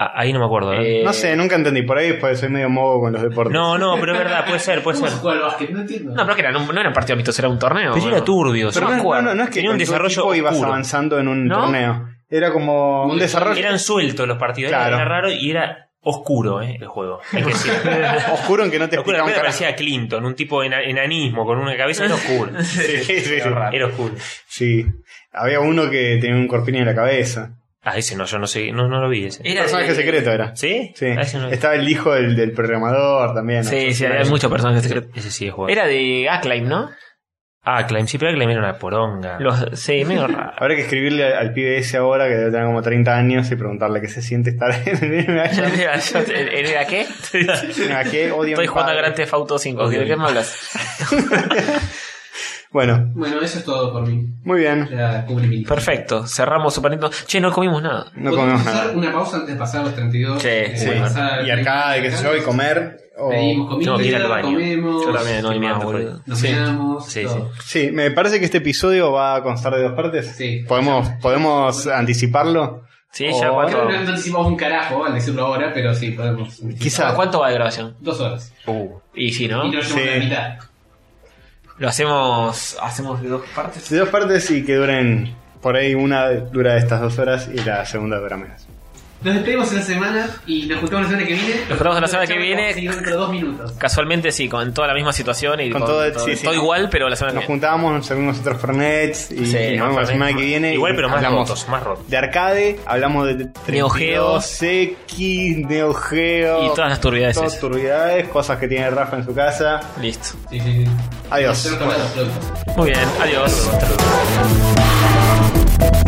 Speaker 5: Ah, Ahí no me acuerdo. ¿eh?
Speaker 2: No sé, nunca entendí. Por ahí después soy medio mogo con los deportes.
Speaker 5: No, no, pero es verdad, puede ser, puede
Speaker 4: ¿Cómo
Speaker 5: ser.
Speaker 4: se juega al básquet? (laughs) No entiendo.
Speaker 3: No, pero que era, no, no era un partido amistoso, era un torneo.
Speaker 5: Pero
Speaker 3: bueno.
Speaker 5: era turbio.
Speaker 2: Pero
Speaker 5: yo
Speaker 2: no,
Speaker 5: me
Speaker 2: es-
Speaker 5: acuerdo.
Speaker 2: no, no es que
Speaker 5: tenía un
Speaker 2: con tu
Speaker 5: desarrollo
Speaker 2: equipo ibas
Speaker 5: oscuro.
Speaker 2: avanzando en un
Speaker 3: ¿No?
Speaker 2: torneo. Era como un
Speaker 4: Muy
Speaker 2: desarrollo
Speaker 5: Eran sueltos los partidos.
Speaker 2: Claro.
Speaker 5: Era raro y era oscuro eh, el juego. Hay que decir. (laughs)
Speaker 2: (laughs) oscuro en que no te
Speaker 5: Oscuro,
Speaker 2: explicaba un
Speaker 5: aparte
Speaker 2: carajo.
Speaker 5: parecía Clinton, un tipo ena- enanismo con una cabeza. Era oscuro.
Speaker 2: Sí, sí, sí.
Speaker 5: Era oscuro.
Speaker 2: Sí. Había uno que tenía un corpiño en la cabeza.
Speaker 5: Ah, ese no, yo no sé, no, no lo vi ese.
Speaker 2: Un
Speaker 3: Era-
Speaker 2: personaje
Speaker 3: eh,
Speaker 2: secreto era.
Speaker 5: ¿Sí?
Speaker 2: Sí.
Speaker 5: Ah, ese no-
Speaker 2: Estaba el hijo del, del programador también. ¿no?
Speaker 3: Sí, sí, había muchos personajes secretos.
Speaker 5: Ese sí es juego.
Speaker 3: Era de Acclaim, ¿no?
Speaker 5: Ah, Climb, sí, pero Climb era una poronga.
Speaker 3: Los, sí, medio raro.
Speaker 2: (laughs) Habrá que escribirle al, al pibe ese ahora que debe tener como 30 años y preguntarle qué se siente estar (laughs) en el NBA.
Speaker 3: ¿Era, era qué?
Speaker 2: ¿A qué? Odio a
Speaker 3: Estoy
Speaker 2: mi
Speaker 3: jugando a
Speaker 2: padre.
Speaker 3: Grand Theft Auto 5. ¿De qué me hablas?
Speaker 2: Bueno,
Speaker 4: Bueno, eso es todo por mí.
Speaker 2: muy bien.
Speaker 4: Ya cubrí mi lista.
Speaker 3: Perfecto. Cerramos Super Nintendo. Che, no comimos nada.
Speaker 2: No
Speaker 4: ¿Podemos
Speaker 2: comemos
Speaker 4: hacer
Speaker 2: nada.
Speaker 4: una pausa antes de pasar a los 32?
Speaker 3: Sí,
Speaker 4: Eh,
Speaker 2: Sí.
Speaker 3: Bueno,
Speaker 4: pasar
Speaker 2: Y arcade, qué sé yo, y comer. o-
Speaker 4: Pedimos comida,
Speaker 5: Tengo que ir al baño.
Speaker 4: comemos,
Speaker 5: Yo también,
Speaker 3: no hay más,
Speaker 5: Estoy
Speaker 3: boludo.
Speaker 4: nos
Speaker 3: Sí.
Speaker 4: cenamos,
Speaker 5: Sí,
Speaker 4: todo.
Speaker 2: Sí, me parece que este episodio va a constar de dos partes.
Speaker 4: Sí.
Speaker 2: ¿Podemos, podemos anticiparlo?
Speaker 3: Sí,
Speaker 2: Oh.
Speaker 3: ya
Speaker 4: Creo
Speaker 3: cuánto.
Speaker 4: que no no anticipamos un carajo al decirlo ahora, pero sí, podemos.
Speaker 3: ¿A
Speaker 2: Quizá.
Speaker 3: cuánto va de grabación?
Speaker 4: Dos horas.
Speaker 5: Uh,
Speaker 3: Y sí, ¿no?
Speaker 4: Y no llevamos
Speaker 2: Sí.
Speaker 4: la mitad.
Speaker 3: Lo hacemos. Hacemos de dos partes.
Speaker 2: De dos partes y que duren. Por ahí una dura estas dos horas y la segunda dura menos.
Speaker 4: Nos despedimos en la semana y nos juntamos la semana que viene. Nos
Speaker 3: juntamos la semana que viene.
Speaker 4: Sí, dentro de dos minutos.
Speaker 3: Casualmente sí, con toda la misma situación y
Speaker 2: Con todo, sí, sí.
Speaker 3: todo igual, pero la semana
Speaker 2: Nos
Speaker 3: que viene.
Speaker 2: juntamos, nos servimos otros Fernets
Speaker 3: Sí,
Speaker 2: y, y nos vemos la
Speaker 5: Fernet.
Speaker 2: semana que viene.
Speaker 5: Igual,
Speaker 2: y
Speaker 5: pero más
Speaker 2: hablamos
Speaker 5: rotos, más rotos.
Speaker 2: De arcade, hablamos de
Speaker 3: Neo Geo.
Speaker 2: 32X, Neo Geo.
Speaker 3: Y todas las turbidades.
Speaker 2: todas turbidades, cosas que tiene Rafa en su casa.
Speaker 3: Listo.
Speaker 4: Sí, sí, sí.
Speaker 2: Adiós.
Speaker 4: Nosotros hablamos, productos.
Speaker 3: Muy bien, adiós.